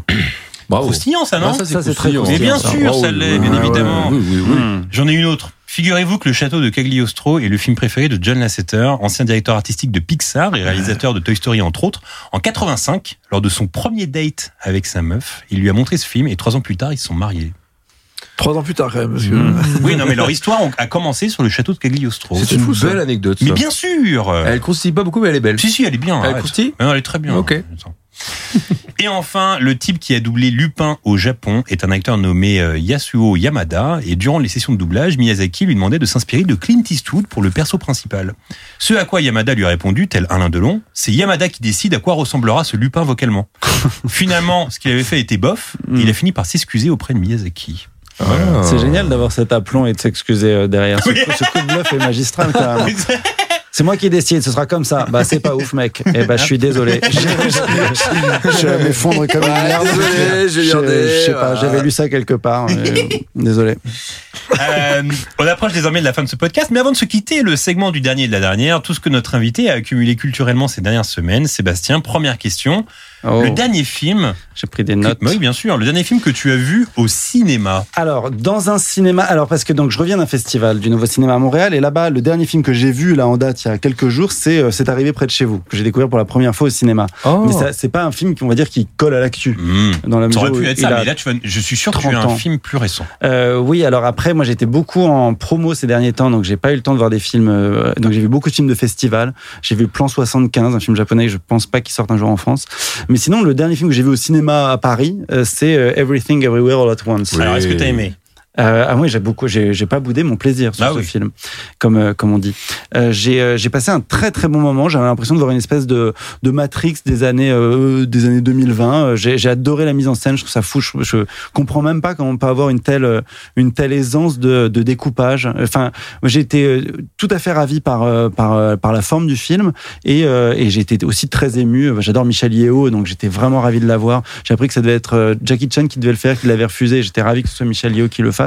[SPEAKER 5] Bravo.
[SPEAKER 4] Croustillant, ça, non
[SPEAKER 5] Ah,
[SPEAKER 7] Ça, c'est très
[SPEAKER 5] croustillant.
[SPEAKER 4] Mais bien sûr,
[SPEAKER 5] Bravo.
[SPEAKER 4] ça l'est, bien
[SPEAKER 5] Ah, Ouais, ouais,
[SPEAKER 4] évidemment.
[SPEAKER 5] oui, oui, oui.
[SPEAKER 7] Hmm.
[SPEAKER 4] J'en ai une autre. Figurez-vous que Le Château de Cagliostro est le film préféré de John Lasseter, ancien directeur artistique de Pixar et réalisateur de Toy Story entre autres. En 85, lors de son premier date avec sa meuf, il lui a montré ce film et trois ans plus tard, ils se sont mariés.
[SPEAKER 5] [LAUGHS]
[SPEAKER 6] Trois ans plus tard, quand même. Parce que...
[SPEAKER 7] Mmh.
[SPEAKER 6] [LAUGHS]
[SPEAKER 4] Oui, non, mais leur histoire a commencé sur le Château de Cagliostro.
[SPEAKER 5] C'est une belle anecdote.
[SPEAKER 4] Mais
[SPEAKER 5] ça.
[SPEAKER 4] bien sûr
[SPEAKER 5] Elle croustille pas beaucoup, mais elle est belle.
[SPEAKER 4] Si, si, elle est bien.
[SPEAKER 5] Elle
[SPEAKER 4] arrête.
[SPEAKER 5] croustille
[SPEAKER 4] Ah non, elle est très bien.
[SPEAKER 5] Ok.
[SPEAKER 4] Attends. [LAUGHS] Et enfin, le type qui a doublé Lupin au Japon est un acteur nommé euh, Yasuo Yamada. Et durant les sessions de doublage, Miyazaki lui demandait de s'inspirer de Clint Eastwood pour le perso principal. Ce à quoi Yamada lui a répondu, tel Alain Delon, c'est Yamada qui décide à quoi ressemblera ce Lupin
[SPEAKER 5] [LAUGHS]
[SPEAKER 4] vocalement. Finalement, ce qu'il avait fait était bof. et il a fini par s'excuser auprès de Miyazaki.
[SPEAKER 5] Hmm. Ah.
[SPEAKER 7] Oh. C'est génial d'avoir cet aplomb et de s'excuser euh, derrière. Ce,
[SPEAKER 4] Oui.
[SPEAKER 7] [LAUGHS] coup, ce coup de bluff est magistral quand même. c'est moi qui décide, ce sera comme ça. Bah, c'est pas ouf, mec. Eh bah, [LAUGHS] je suis désolé.
[SPEAKER 3] Je suis à m'effondrer comme une merde.
[SPEAKER 5] désolé, j'ai regardé,
[SPEAKER 7] Je sais pas,
[SPEAKER 5] voilà.
[SPEAKER 7] j'avais lu ça quelque part. mais, euh, Désolé.
[SPEAKER 4] Euh, on approche désormais de la fin de ce podcast, mais avant de se quitter, le segment du dernier et de la dernière, tout ce que notre invité a accumulé culturellement ces dernières semaines. Sébastien, première question.
[SPEAKER 7] Oh,
[SPEAKER 4] Le dernier film.
[SPEAKER 7] J'ai pris des
[SPEAKER 4] que-
[SPEAKER 7] notes.
[SPEAKER 4] Bah oui, bien sûr. Le dernier film que tu as vu au cinéma.
[SPEAKER 7] Alors, dans un cinéma, alors parce que donc je reviens d'un festival du Nouveau Cinéma à Montréal et là-bas, le dernier film que j'ai vu là en date il y a quelques jours, c'est euh, C'est arrivé près de chez vous que j'ai découvert pour la première fois au cinéma. Mais ça, c'est pas un film qu'on va dire qui colle à l'actu
[SPEAKER 4] Mmh.
[SPEAKER 7] dans la
[SPEAKER 4] Ça
[SPEAKER 7] mesure
[SPEAKER 4] aurait pu
[SPEAKER 7] où
[SPEAKER 4] être
[SPEAKER 7] il
[SPEAKER 4] ça,
[SPEAKER 7] a-
[SPEAKER 4] mais là, tu vas, je suis sûr que tu as
[SPEAKER 7] 30
[SPEAKER 4] un
[SPEAKER 7] ans.
[SPEAKER 4] film plus récent.
[SPEAKER 7] Euh, oui, alors après, moi j'étais beaucoup en promo ces derniers temps, donc j'ai pas eu le temps de voir des films. euh, donc j'ai vu beaucoup de films de festival. J'ai vu Plan 75, un film japonais que je pense pas qu'il sorte un jour en France. Mais sinon, le dernier film que j'ai vu au cinéma à Paris, euh, c'est euh, Everything Everywhere All at Once.
[SPEAKER 5] Oui.
[SPEAKER 4] Alors, est-ce que t'as aimé
[SPEAKER 7] Euh, ah oui, j'ai beaucoup, j'ai j'ai pas boudé mon plaisir sur
[SPEAKER 4] Ah
[SPEAKER 7] ce
[SPEAKER 4] oui.
[SPEAKER 7] film, comme euh, comme on dit. Euh, j'ai euh, j'ai passé un très très bon moment. J'avais l'impression de voir une espèce de de Matrix des années euh, des années 2020. Euh, J'ai j'ai adoré la mise en scène. Je trouve ça fou. Je, je comprends même pas comment on peut avoir une telle euh, une telle aisance de de découpage. Enfin, moi, j'ai été euh, tout à fait ravi par euh, par euh, par la forme du film et euh, et j'ai été aussi très ému. J'adore Michel Yeo, donc j'étais vraiment ravi de l'avoir. J'ai appris que ça devait être euh, Jackie Chan qui devait le faire, qui l'avait refusé. J'étais ravi que ce soit Michel Yeo qui le fasse.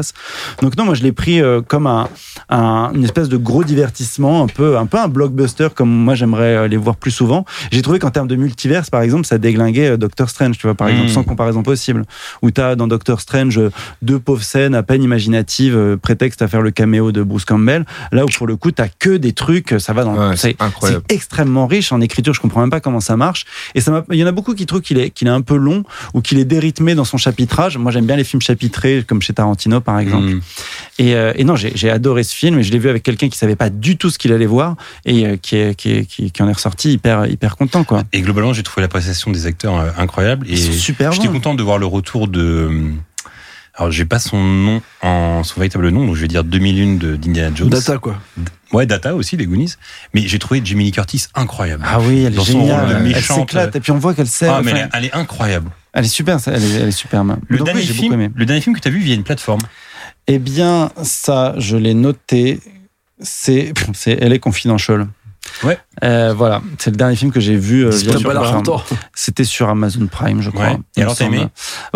[SPEAKER 7] Donc non, moi je l'ai pris euh, comme un, un- une espèce de gros divertissement, un peu un peu un blockbuster comme moi j'aimerais euh, les voir plus souvent. J'ai trouvé qu'en termes de multiverse, par exemple, ça déglinguait euh, Doctor Strange, tu vois, par
[SPEAKER 4] Mm.
[SPEAKER 7] exemple, sans comparaison possible. Où t'as dans Doctor Strange euh, deux pauvres scènes à peine imaginatives, euh, prétexte à faire le caméo de Bruce Campbell. Là où pour le coup t'as que des trucs, ça va dans le
[SPEAKER 5] Ouais,
[SPEAKER 7] c'est-
[SPEAKER 5] c'est incroyable.
[SPEAKER 7] c'est extrêmement riche en écriture, je comprends même pas comment ça marche. Et ça m'a- il y en a beaucoup qui trouvent qu'il est, qu'il est un peu long ou qu'il est dérythmé dans son chapitrage. Moi, j'aime bien les films chapitrés, comme chez Tarantino, par exemple.
[SPEAKER 4] Mmh.
[SPEAKER 7] Et, euh, et non, j'ai j'ai adoré ce film et je l'ai vu avec quelqu'un qui savait pas du tout ce qu'il allait voir et euh, qui, est- qui, est- qui, qui en est ressorti hyper, hyper content, quoi.
[SPEAKER 4] Et globalement, j'ai trouvé la prestation des acteurs euh, incroyable. Et
[SPEAKER 7] Ils sont super
[SPEAKER 4] j'étais
[SPEAKER 7] bons.
[SPEAKER 4] content de voir le retour de. hmm, Alors, j'ai pas son nom en son véritable nom, donc je vais dire 2001 de- d'Indiana
[SPEAKER 7] Mmh.
[SPEAKER 4] Jones.
[SPEAKER 6] Data, quoi.
[SPEAKER 7] Euh,
[SPEAKER 4] Ouais, Data aussi, des Goonies. Mais j'ai trouvé Jimmy Lee Curtis incroyable.
[SPEAKER 7] Ah oui, elle est
[SPEAKER 4] Dans son
[SPEAKER 7] géniale.
[SPEAKER 4] rôle de
[SPEAKER 7] elle
[SPEAKER 4] méchante,
[SPEAKER 7] s'éclate et puis on voit qu'elle sait.
[SPEAKER 4] Ah, mais elle
[SPEAKER 7] enfin,
[SPEAKER 4] est, elle est incroyable.
[SPEAKER 7] elle est super, ça, elle est, elle est superbe.
[SPEAKER 4] Le,
[SPEAKER 7] Donc oui,
[SPEAKER 4] dernier
[SPEAKER 7] j'ai beaucoup aimé.
[SPEAKER 4] film, le dernier film que tu as vu via une plateforme.
[SPEAKER 7] Eh bien, ça, je l'ai noté. C'est, c'est Elle est Confidential.
[SPEAKER 4] Ouais.
[SPEAKER 7] Euh, voilà, c'est le dernier film que j'ai vu. euh, via
[SPEAKER 6] T'as
[SPEAKER 7] sur
[SPEAKER 6] pas l'air
[SPEAKER 7] Prime.
[SPEAKER 6] content.
[SPEAKER 7] C'était sur Amazon Prime, je crois.
[SPEAKER 4] Ouais. Et
[SPEAKER 7] il
[SPEAKER 4] alors,
[SPEAKER 7] me
[SPEAKER 4] t'as
[SPEAKER 7] semble. Ah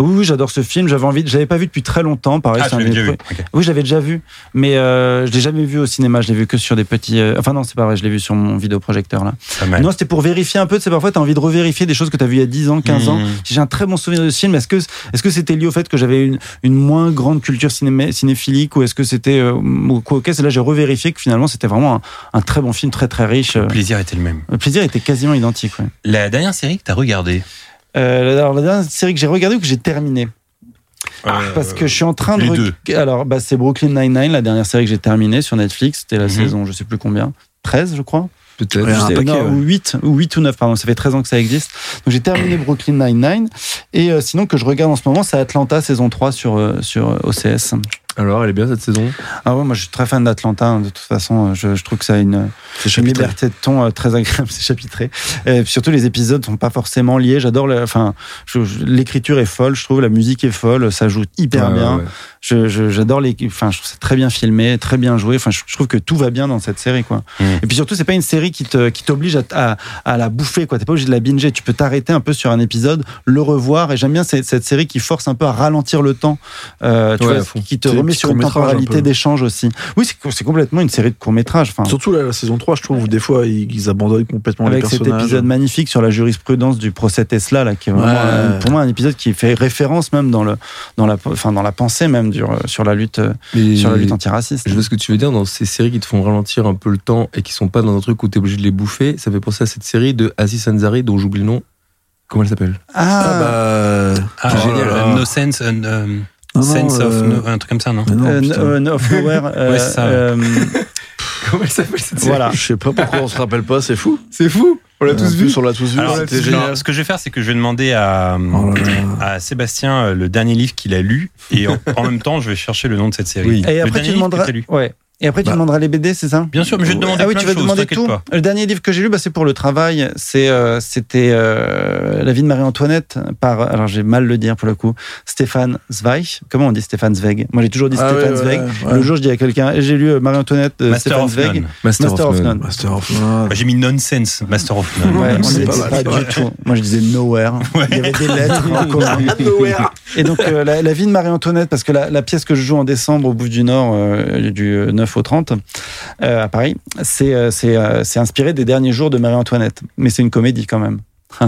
[SPEAKER 4] aimé
[SPEAKER 7] Oui, oui, j'adore ce film. J'avais envie, de- je l'avais pas vu depuis très longtemps. Pareil,
[SPEAKER 4] Ah,
[SPEAKER 7] c'est
[SPEAKER 4] tu
[SPEAKER 7] un
[SPEAKER 4] l'avais
[SPEAKER 7] des
[SPEAKER 4] déjà vu.
[SPEAKER 7] premiers-
[SPEAKER 4] Ok.
[SPEAKER 7] Oui, j'avais déjà vu, mais euh, je l'ai jamais vu au cinéma. Je l'ai vu que sur des petits. euh, Enfin non, c'est pas vrai. Je l'ai vu sur mon vidéoprojecteur là.
[SPEAKER 4] Pas mal.
[SPEAKER 7] Non, c'était pour vérifier un peu. C'est parfois t'as envie de revérifier des choses que t'as vu il y a 10 ans, 15 ans.
[SPEAKER 4] Mmh.
[SPEAKER 7] J'ai un très bon souvenir de ce film. Est-ce que est-ce que c'était lié au fait que j'avais une, une moins grande culture cinéma- cinéphilique ou est-ce que c'était euh, ou quoi Ok, c'est là j'ai revérifié que finalement c'était vraiment un, un très bon film, très très riche. euh.
[SPEAKER 4] Le plaisir était le même.
[SPEAKER 7] Le plaisir était quasiment identique. ouais.
[SPEAKER 4] La dernière série que tu as regardée.
[SPEAKER 7] Euh, alors la dernière série que j'ai regardée ou que j'ai terminée.
[SPEAKER 4] Euh,
[SPEAKER 7] Ah, Parce que je suis en train de.
[SPEAKER 4] les
[SPEAKER 7] rec- Alors, bah, c'est Brooklyn Nine-Nine, la dernière série que j'ai terminée sur Netflix. C'était la
[SPEAKER 4] Mhm.
[SPEAKER 7] saison, je sais plus combien. 13, je crois.
[SPEAKER 5] Peut-être.
[SPEAKER 6] Ouais, un
[SPEAKER 7] C'était-
[SPEAKER 6] paquet, ouais.
[SPEAKER 7] non, ou 8, ou 8 ou 9, pardon. Ça fait 13 ans que ça existe. Donc, j'ai terminé Brooklyn Nine-Nine. Et euh, sinon, que je regarde en ce moment, c'est Atlanta, saison 3 sur, euh, sur euh, OCS.
[SPEAKER 5] Alors, elle est bien cette saison
[SPEAKER 7] Ah ouais, moi, je suis très fan d'Atlanta. hein. De toute façon, euh, je, je trouve que ça a une, une liberté de ton euh, très agréable, [LAUGHS] c'est chapitré. Et puis surtout, les épisodes sont pas forcément liés. J'adore, le- enfin, je- je- l'écriture est folle, je trouve, la musique est folle, ça joue hyper
[SPEAKER 5] Ouais,
[SPEAKER 7] bien.
[SPEAKER 5] ouais, ouais.
[SPEAKER 7] Je, je- j'adore les, enfin, je trouve ça très bien filmé, très bien joué. Enfin, je, je trouve que tout va bien dans cette série, quoi.
[SPEAKER 4] Mm.
[SPEAKER 7] Et puis surtout, c'est pas une série qui te, qui t'oblige à, t- à, à la bouffer, quoi. T'es pas obligé de la binger. Tu peux t'arrêter un peu sur un épisode, le revoir. Et j'aime bien cette, cette série qui force un peu à ralentir le temps, euh, tu
[SPEAKER 5] Ouais, à
[SPEAKER 7] vois,
[SPEAKER 5] fond.
[SPEAKER 7] qui te
[SPEAKER 6] C'est des
[SPEAKER 7] remet
[SPEAKER 6] petits
[SPEAKER 7] sur une
[SPEAKER 6] courts-métrages un
[SPEAKER 7] temporalité
[SPEAKER 6] peu.
[SPEAKER 7] d'échange aussi. Oui, c'est, c'est complètement une série de court métrage. Enfin,
[SPEAKER 6] Surtout là, la saison 3, je trouve, où des fois, ils ils abandonnent complètement les
[SPEAKER 7] avec cet
[SPEAKER 6] personnages.
[SPEAKER 7] épisode magnifique sur la jurisprudence du procès Tesla là qui est vraiment,
[SPEAKER 6] Ouais.
[SPEAKER 7] euh, pour moi un épisode qui fait référence même dans le dans la enfin dans la pensée même du, sur la lutte euh,
[SPEAKER 5] Mais
[SPEAKER 7] sur la lutte antiraciste
[SPEAKER 5] Je vois ce que tu veux dire dans ces séries qui te font ralentir un peu le temps et qui sont pas dans un truc où t'es obligé de les bouffer. Ça fait penser à cette série de Aziz Ansari dont j'oublie le nom. Comment elle s'appelle
[SPEAKER 6] Ah
[SPEAKER 7] ah,
[SPEAKER 6] bah.
[SPEAKER 4] Ah,
[SPEAKER 5] Oh
[SPEAKER 4] génial.
[SPEAKER 5] là là.
[SPEAKER 4] No Sense, euh, euh,
[SPEAKER 6] non, non,
[SPEAKER 4] sense of
[SPEAKER 6] euh,
[SPEAKER 4] no- un truc comme ça, non
[SPEAKER 6] mais non,
[SPEAKER 7] euh,
[SPEAKER 6] putain.
[SPEAKER 7] no- no-
[SPEAKER 4] [LAUGHS]
[SPEAKER 7] of nowhere euh,
[SPEAKER 4] Ouais, c'est ça, ouais.
[SPEAKER 7] euh,
[SPEAKER 5] [LAUGHS] Comment elle s'appelle cette série
[SPEAKER 7] voilà
[SPEAKER 6] Je sais pas pourquoi on se rappelle pas, c'est fou.
[SPEAKER 5] C'est fou On l'a
[SPEAKER 6] En
[SPEAKER 5] tous
[SPEAKER 6] plus,
[SPEAKER 5] vu.
[SPEAKER 6] On l'a tous vu,
[SPEAKER 4] Ah, Alors,
[SPEAKER 6] c'était
[SPEAKER 4] alors,
[SPEAKER 6] génial.
[SPEAKER 4] ce que je vais faire, c'est que je vais demander à,
[SPEAKER 6] Oh là là.
[SPEAKER 4] à Sébastien
[SPEAKER 7] [LAUGHS]
[SPEAKER 4] euh, le dernier livre qu'il a lu et en, en même temps, je vais chercher le nom de cette série.
[SPEAKER 5] Oui.
[SPEAKER 4] Le
[SPEAKER 7] et après
[SPEAKER 4] dernier
[SPEAKER 7] tu
[SPEAKER 4] livre que
[SPEAKER 7] demanderas
[SPEAKER 4] t'as lu.
[SPEAKER 7] ouais Et après, tu
[SPEAKER 6] Bah.
[SPEAKER 7] demanderas les BD, c'est ça
[SPEAKER 4] Bien sûr, mais je vais te demander
[SPEAKER 7] ah oui,
[SPEAKER 4] plein
[SPEAKER 7] tu
[SPEAKER 4] de
[SPEAKER 7] vas
[SPEAKER 4] choses,
[SPEAKER 7] demander
[SPEAKER 4] t'inquiète
[SPEAKER 7] tout.
[SPEAKER 4] pas.
[SPEAKER 7] Le dernier livre que j'ai lu, bah, c'est pour le travail. C'est, euh, c'était euh, La vie de Marie-Antoinette par, alors j'ai mal le dire pour le coup, Stéphane Zweig. Comment on dit Stéphane Zweig Moi, j'ai toujours dit
[SPEAKER 6] Ah ouais,
[SPEAKER 7] Stéphane
[SPEAKER 6] ouais,
[SPEAKER 7] Zweig.
[SPEAKER 6] ouais.
[SPEAKER 7] Le jour, je dis à quelqu'un, j'ai lu euh, Marie-Antoinette de
[SPEAKER 4] Master
[SPEAKER 7] Stéphane
[SPEAKER 4] of None.
[SPEAKER 7] Zweig.
[SPEAKER 5] Master,
[SPEAKER 7] Master
[SPEAKER 5] of
[SPEAKER 7] of
[SPEAKER 5] None.
[SPEAKER 7] None.
[SPEAKER 6] Master of None.
[SPEAKER 4] Bah, J'ai mis Nonsense, Master of None.
[SPEAKER 7] Ouais, on
[SPEAKER 6] c'est
[SPEAKER 7] ne le
[SPEAKER 6] pas
[SPEAKER 7] dit
[SPEAKER 6] mal,
[SPEAKER 7] pas
[SPEAKER 6] c'est
[SPEAKER 7] du
[SPEAKER 6] vrai.
[SPEAKER 7] tout. Moi, je
[SPEAKER 4] [LAUGHS]
[SPEAKER 7] disais nowhere. Il y avait des lettres
[SPEAKER 5] Ah, [LAUGHS]
[SPEAKER 7] en commun. Et donc, euh, la, la vie de Marie-Antoinette, parce que la, la pièce que je joue en décembre au Bouffe du Nord, euh, du euh, 9 au 30, euh, à Paris, c'est euh, c'est, euh, c'est inspiré des derniers jours de Marie-Antoinette. Mais c'est une comédie quand même. [LAUGHS]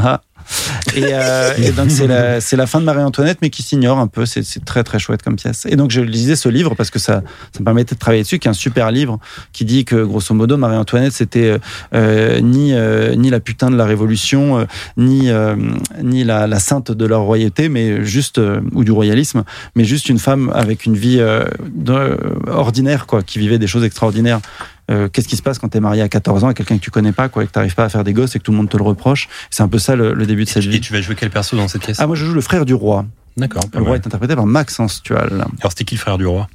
[SPEAKER 7] et, euh, et donc, c'est la, c'est la fin de Marie-Antoinette, mais qui s'ignore un peu. C'est c'est très, très chouette comme pièce. Et donc, je lisais ce livre parce que ça, ça me permettait de travailler dessus, qui est un super livre qui dit que, grosso modo, Marie-Antoinette, c'était euh, euh, ni, euh, ni la putain de la Révolution, euh, ni, euh, ni la, la sainte de leur royauté, mais juste, euh, ou du royalisme, mais juste une femme avec une vie euh, de- euh, ordinaire, quoi, qui vivait des choses extraordinaires. Euh, Qu'est-ce qui se passe quand t'es marié à 14 ans à quelqu'un que tu connais pas, quoi, et que t'arrives pas à faire des gosses et que tout le monde te le reproche C'est un peu ça le, le début de cette
[SPEAKER 4] Et
[SPEAKER 7] vie.
[SPEAKER 4] tu vas jouer quel perso dans cette pièce
[SPEAKER 7] Ah, moi je joue le frère du roi.
[SPEAKER 4] D'accord. pas
[SPEAKER 7] Le roi
[SPEAKER 4] mal.
[SPEAKER 7] est interprété par Maxence Tual.
[SPEAKER 4] Alors, c'était qui le frère du roi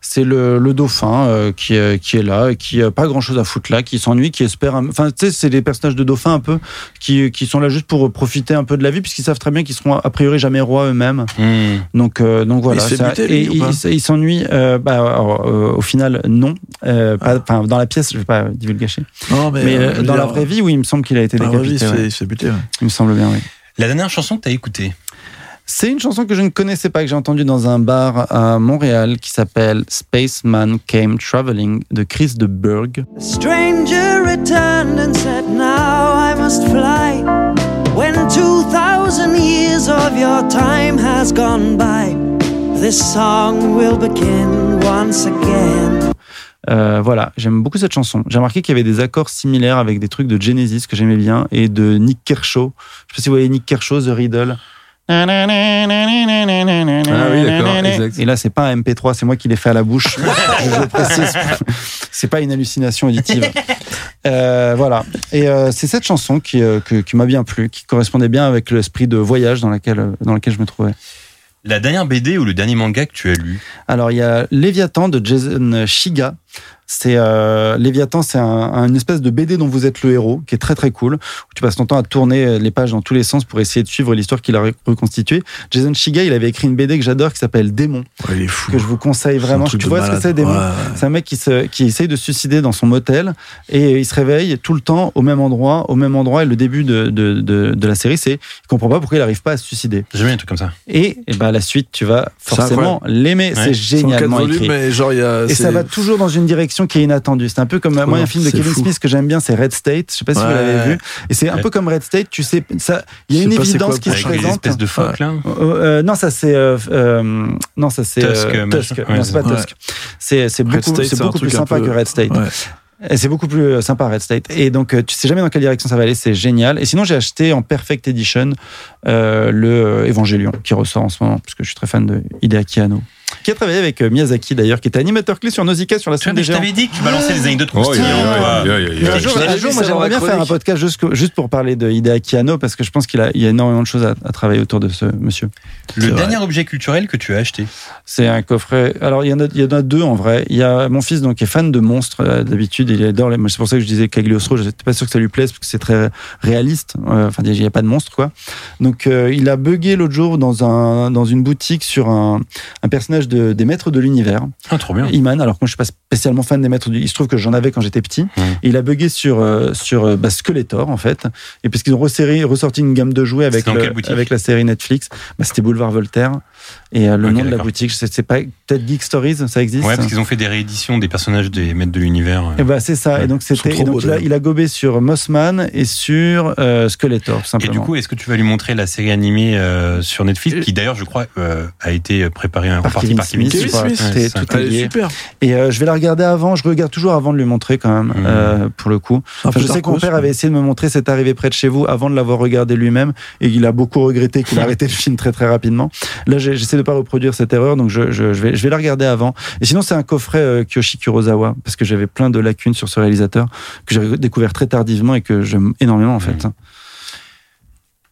[SPEAKER 7] C'est le, le dauphin euh, qui, est- qui est là, et qui a pas grand chose à foutre là, qui s'ennuie, qui espère. un- Enfin, tu sais, c'est les personnages de dauphins un peu qui, qui sont là juste pour euh, profiter un peu de la vie, puisqu'ils savent très bien qu'ils seront a priori jamais rois eux-mêmes.
[SPEAKER 4] Hmm.
[SPEAKER 7] Donc, euh, donc voilà.
[SPEAKER 6] Il se fait
[SPEAKER 7] ça-
[SPEAKER 6] buter, lui,
[SPEAKER 7] et
[SPEAKER 6] ou
[SPEAKER 7] il,
[SPEAKER 6] pas
[SPEAKER 7] s- il s'ennuie. euh, bah, alors, euh, au final, non. Euh, pas- enfin, dans la pièce, je vais pas divulguer.
[SPEAKER 6] Non, mais,
[SPEAKER 7] Mais
[SPEAKER 6] euh,
[SPEAKER 7] euh,
[SPEAKER 6] je veux
[SPEAKER 7] dans la
[SPEAKER 6] dire,
[SPEAKER 7] vraie vie, oui, il me semble qu'il a été
[SPEAKER 6] dans la vraie vie, il
[SPEAKER 7] décapité.
[SPEAKER 6] se
[SPEAKER 7] ouais.
[SPEAKER 6] fait- il se fait buter. ouais.
[SPEAKER 7] Il me semble bien, oui.
[SPEAKER 4] La dernière chanson que t'as écoutée
[SPEAKER 7] C'est une chanson que je ne connaissais pas, que j'ai entendue dans un bar à Montréal qui s'appelle Spaceman Came Traveling de Chris de Burgh.
[SPEAKER 8] A stranger returned and said, Now I must fly. When 2,000 years of your time has gone by, this song will begin once again.
[SPEAKER 7] Euh, voilà, j'aime beaucoup cette chanson. J'ai remarqué qu'il y avait des accords similaires avec des trucs de Genesis que j'aimais bien et de Nick Kershaw. Je sais pas si vous voyez Nick Kershaw, The Riddle. Ah oui,
[SPEAKER 5] d'accord, exact.
[SPEAKER 7] Et là, c'est pas un MP3, c'est moi qui l'ai fait à
[SPEAKER 5] [LAUGHS]
[SPEAKER 7] la bouche. je le précise. C'est pas une hallucination auditive. Euh, voilà. Et euh, c'est cette chanson qui, euh, que- qui m'a bien plu, qui correspondait bien avec l'esprit de voyage dans, laquelle, dans lequel je me trouvais.
[SPEAKER 4] La dernière BD ou le dernier manga que tu as lu
[SPEAKER 7] Alors, il y a Léviathan de Jason Shiga. C'est euh, Léviathan, c'est un- un- une espèce de BD dont vous êtes le héros, qui est très très cool. Où tu passes ton temps à tourner euh, les pages dans tous les sens pour essayer de suivre l'histoire qu'il a ré- reconstituée. Jason Shiga, il avait écrit une BD que j'adore qui s'appelle Démon,
[SPEAKER 6] Ouais, il est fou.
[SPEAKER 7] que je vous conseille
[SPEAKER 6] C'est un
[SPEAKER 7] vraiment.
[SPEAKER 6] truc
[SPEAKER 7] Tu
[SPEAKER 6] de
[SPEAKER 7] vois ce que
[SPEAKER 6] malade.
[SPEAKER 7] c'est Démon
[SPEAKER 6] Ouais, ouais.
[SPEAKER 7] c'est un mec qui, se, qui essaye de se suicider dans son motel et il se réveille tout le temps au même endroit, au même endroit. Et le début de, de, de, de la série, c'est il comprend pas pourquoi il n'arrive pas à se suicider.
[SPEAKER 4] J'ai jamais un truc comme ça.
[SPEAKER 7] Et, eh ben, à la suite, tu vas
[SPEAKER 6] C'est
[SPEAKER 7] forcément l'aimer.
[SPEAKER 4] Ouais.
[SPEAKER 7] C'est
[SPEAKER 6] C'est en quatre
[SPEAKER 7] génialement
[SPEAKER 6] volumes,
[SPEAKER 7] écrit.
[SPEAKER 6] mais genre, il y a-
[SPEAKER 7] Et
[SPEAKER 6] Euh, c'est-
[SPEAKER 7] ça va toujours dans une direction qui est inattendue. C'est un peu comme euh, moi,
[SPEAKER 6] Ouais,
[SPEAKER 7] un film de
[SPEAKER 6] c'est
[SPEAKER 7] Kevin
[SPEAKER 6] fou.
[SPEAKER 7] Smith que j'aime bien, c'est Red State. Je sais pas si vous
[SPEAKER 6] Ouais.
[SPEAKER 7] l'avez vu. Et c'est un
[SPEAKER 4] Ouais.
[SPEAKER 7] peu comme Red State. Tu sais, ça, il y a
[SPEAKER 6] Je
[SPEAKER 7] une
[SPEAKER 6] sais pas c'est
[SPEAKER 7] évidence
[SPEAKER 6] quoi
[SPEAKER 7] qui
[SPEAKER 6] pour
[SPEAKER 7] se
[SPEAKER 4] Avec les
[SPEAKER 7] présente.
[SPEAKER 4] espèces de phoques là
[SPEAKER 7] Euh, euh, non, ça c'est euh, euh, non ça c'est
[SPEAKER 4] Tusk,
[SPEAKER 7] euh,
[SPEAKER 4] machin.
[SPEAKER 7] Tusk.
[SPEAKER 4] Ouais,
[SPEAKER 7] Non, c'est pas
[SPEAKER 6] c'est ça.
[SPEAKER 7] Tusk. C'est c'est
[SPEAKER 6] Red
[SPEAKER 7] beaucoup
[SPEAKER 6] State,
[SPEAKER 7] c'est
[SPEAKER 6] c'est un
[SPEAKER 7] beaucoup plus
[SPEAKER 6] truc un
[SPEAKER 7] sympa
[SPEAKER 6] peu-
[SPEAKER 7] que Red State.
[SPEAKER 6] Ouais.
[SPEAKER 7] Et c'est beaucoup plus euh, sympa Red State. Et donc euh, tu sais jamais dans quelle direction ça va aller, c'est génial. Et sinon j'ai acheté en Perfect Edition euh, le euh, Evangelion qui ressort en ce moment puisque je suis très fan de Hideaki Anno. Qui a travaillé avec euh, Miyazaki d'ailleurs, qui était animateur clé sur Nausicaa sur la
[SPEAKER 4] Tu vois,
[SPEAKER 7] scène
[SPEAKER 4] mais
[SPEAKER 7] des
[SPEAKER 4] je
[SPEAKER 7] géants.
[SPEAKER 4] t'avais dit que tu balançais les anecdotes
[SPEAKER 5] Oh, aïe, aïe,
[SPEAKER 4] croustillantes, toi.
[SPEAKER 5] aïe, aïe, aïe,
[SPEAKER 7] Mais un
[SPEAKER 5] aïe.
[SPEAKER 7] jour,
[SPEAKER 6] Je l'avais
[SPEAKER 7] un
[SPEAKER 6] vu
[SPEAKER 7] jour,
[SPEAKER 6] ça
[SPEAKER 7] moi
[SPEAKER 6] dans la
[SPEAKER 7] j'aimerais bien faire un
[SPEAKER 6] chronique.
[SPEAKER 7] podcast juste, juste pour parler de Hideaki Anno parce que je pense qu'il a, il y a énormément de choses à- à travailler autour de ce monsieur.
[SPEAKER 4] Le
[SPEAKER 6] C'est vrai.
[SPEAKER 4] dernier objet culturel que tu as acheté
[SPEAKER 7] C'est un coffret. Alors, il y, en a, il y en a deux en vrai. Il y a mon fils donc, qui est fan de monstres euh, d'habitude. Il adore les. moi, C'est pour ça que je disais Cagliostro. Je n'étais pas sûr que ça lui plaise parce que c'est très réaliste. Euh, Enfin, il n'y a pas de monstre quoi. Donc, euh, il a bugué l'autre jour dans, un, dans une boutique sur un, un personnage de, des Maîtres de l'Univers,
[SPEAKER 4] Ah, trop bien.
[SPEAKER 7] Iman. Alors que moi, je suis pas spécialement fan des Maîtres du. Il se trouve que j'en avais quand j'étais petit.
[SPEAKER 4] Mhm.
[SPEAKER 7] Et il a bugué sur, euh, sur euh, bah, Skeletor en fait. Et parce qu'ils ont resserré, ressorti une gamme de jouets avec,
[SPEAKER 4] C'est dans
[SPEAKER 7] le-
[SPEAKER 4] quelle boutique
[SPEAKER 7] avec la série Netflix, bah, c'était Boulevard Voltaire. Et euh, le
[SPEAKER 4] Ok,
[SPEAKER 7] nom de la
[SPEAKER 4] d'accord.
[SPEAKER 7] boutique, je sais- c'est pas peut-être Geek Stories, ça existe.
[SPEAKER 4] Ouais, parce qu'ils ont fait des rééditions des personnages des maîtres de l'univers. euh.
[SPEAKER 7] et bah c'est ça.
[SPEAKER 4] Ouais.
[SPEAKER 7] Et donc
[SPEAKER 6] sont
[SPEAKER 7] c'était.
[SPEAKER 6] trop
[SPEAKER 7] et donc,
[SPEAKER 6] beaux,
[SPEAKER 7] il, a,
[SPEAKER 6] d'ailleurs.
[SPEAKER 7] il a gobé sur Mossman et sur euh, Skeletor tout
[SPEAKER 4] Et
[SPEAKER 7] simplement.
[SPEAKER 4] du coup, est-ce que tu vas lui montrer la série animée euh, sur Netflix, qui d'ailleurs, je crois, euh, a été préparée en
[SPEAKER 7] par
[SPEAKER 4] partie
[SPEAKER 7] Kevin
[SPEAKER 4] par Kevin
[SPEAKER 7] Smith,
[SPEAKER 4] Smith
[SPEAKER 7] je crois,
[SPEAKER 6] Kevin Smith,
[SPEAKER 7] c'est
[SPEAKER 4] ouais, ça.
[SPEAKER 7] tout est
[SPEAKER 6] Elle est
[SPEAKER 7] lié.
[SPEAKER 6] super.
[SPEAKER 7] Et euh, je vais la regarder avant. Je regarde toujours avant de lui montrer quand même,
[SPEAKER 4] Mhm.
[SPEAKER 7] euh, pour le coup. Enfin, je sais que mon père avait essayé de me montrer cette arrivée près de chez vous avant de l'avoir regardé lui-même et il a beaucoup regretté qu'il a [LAUGHS] arrêté le film très très rapidement. Là, j'ai- j'essaie de pas reproduire cette erreur, donc je, je, je vais, je vais la regarder avant. Et sinon, c'est un coffret euh, Kyoshi Kurosawa parce que j'avais plein de lacunes sur ce réalisateur que j'ai découvert très tardivement et que j'aime énormément en fait.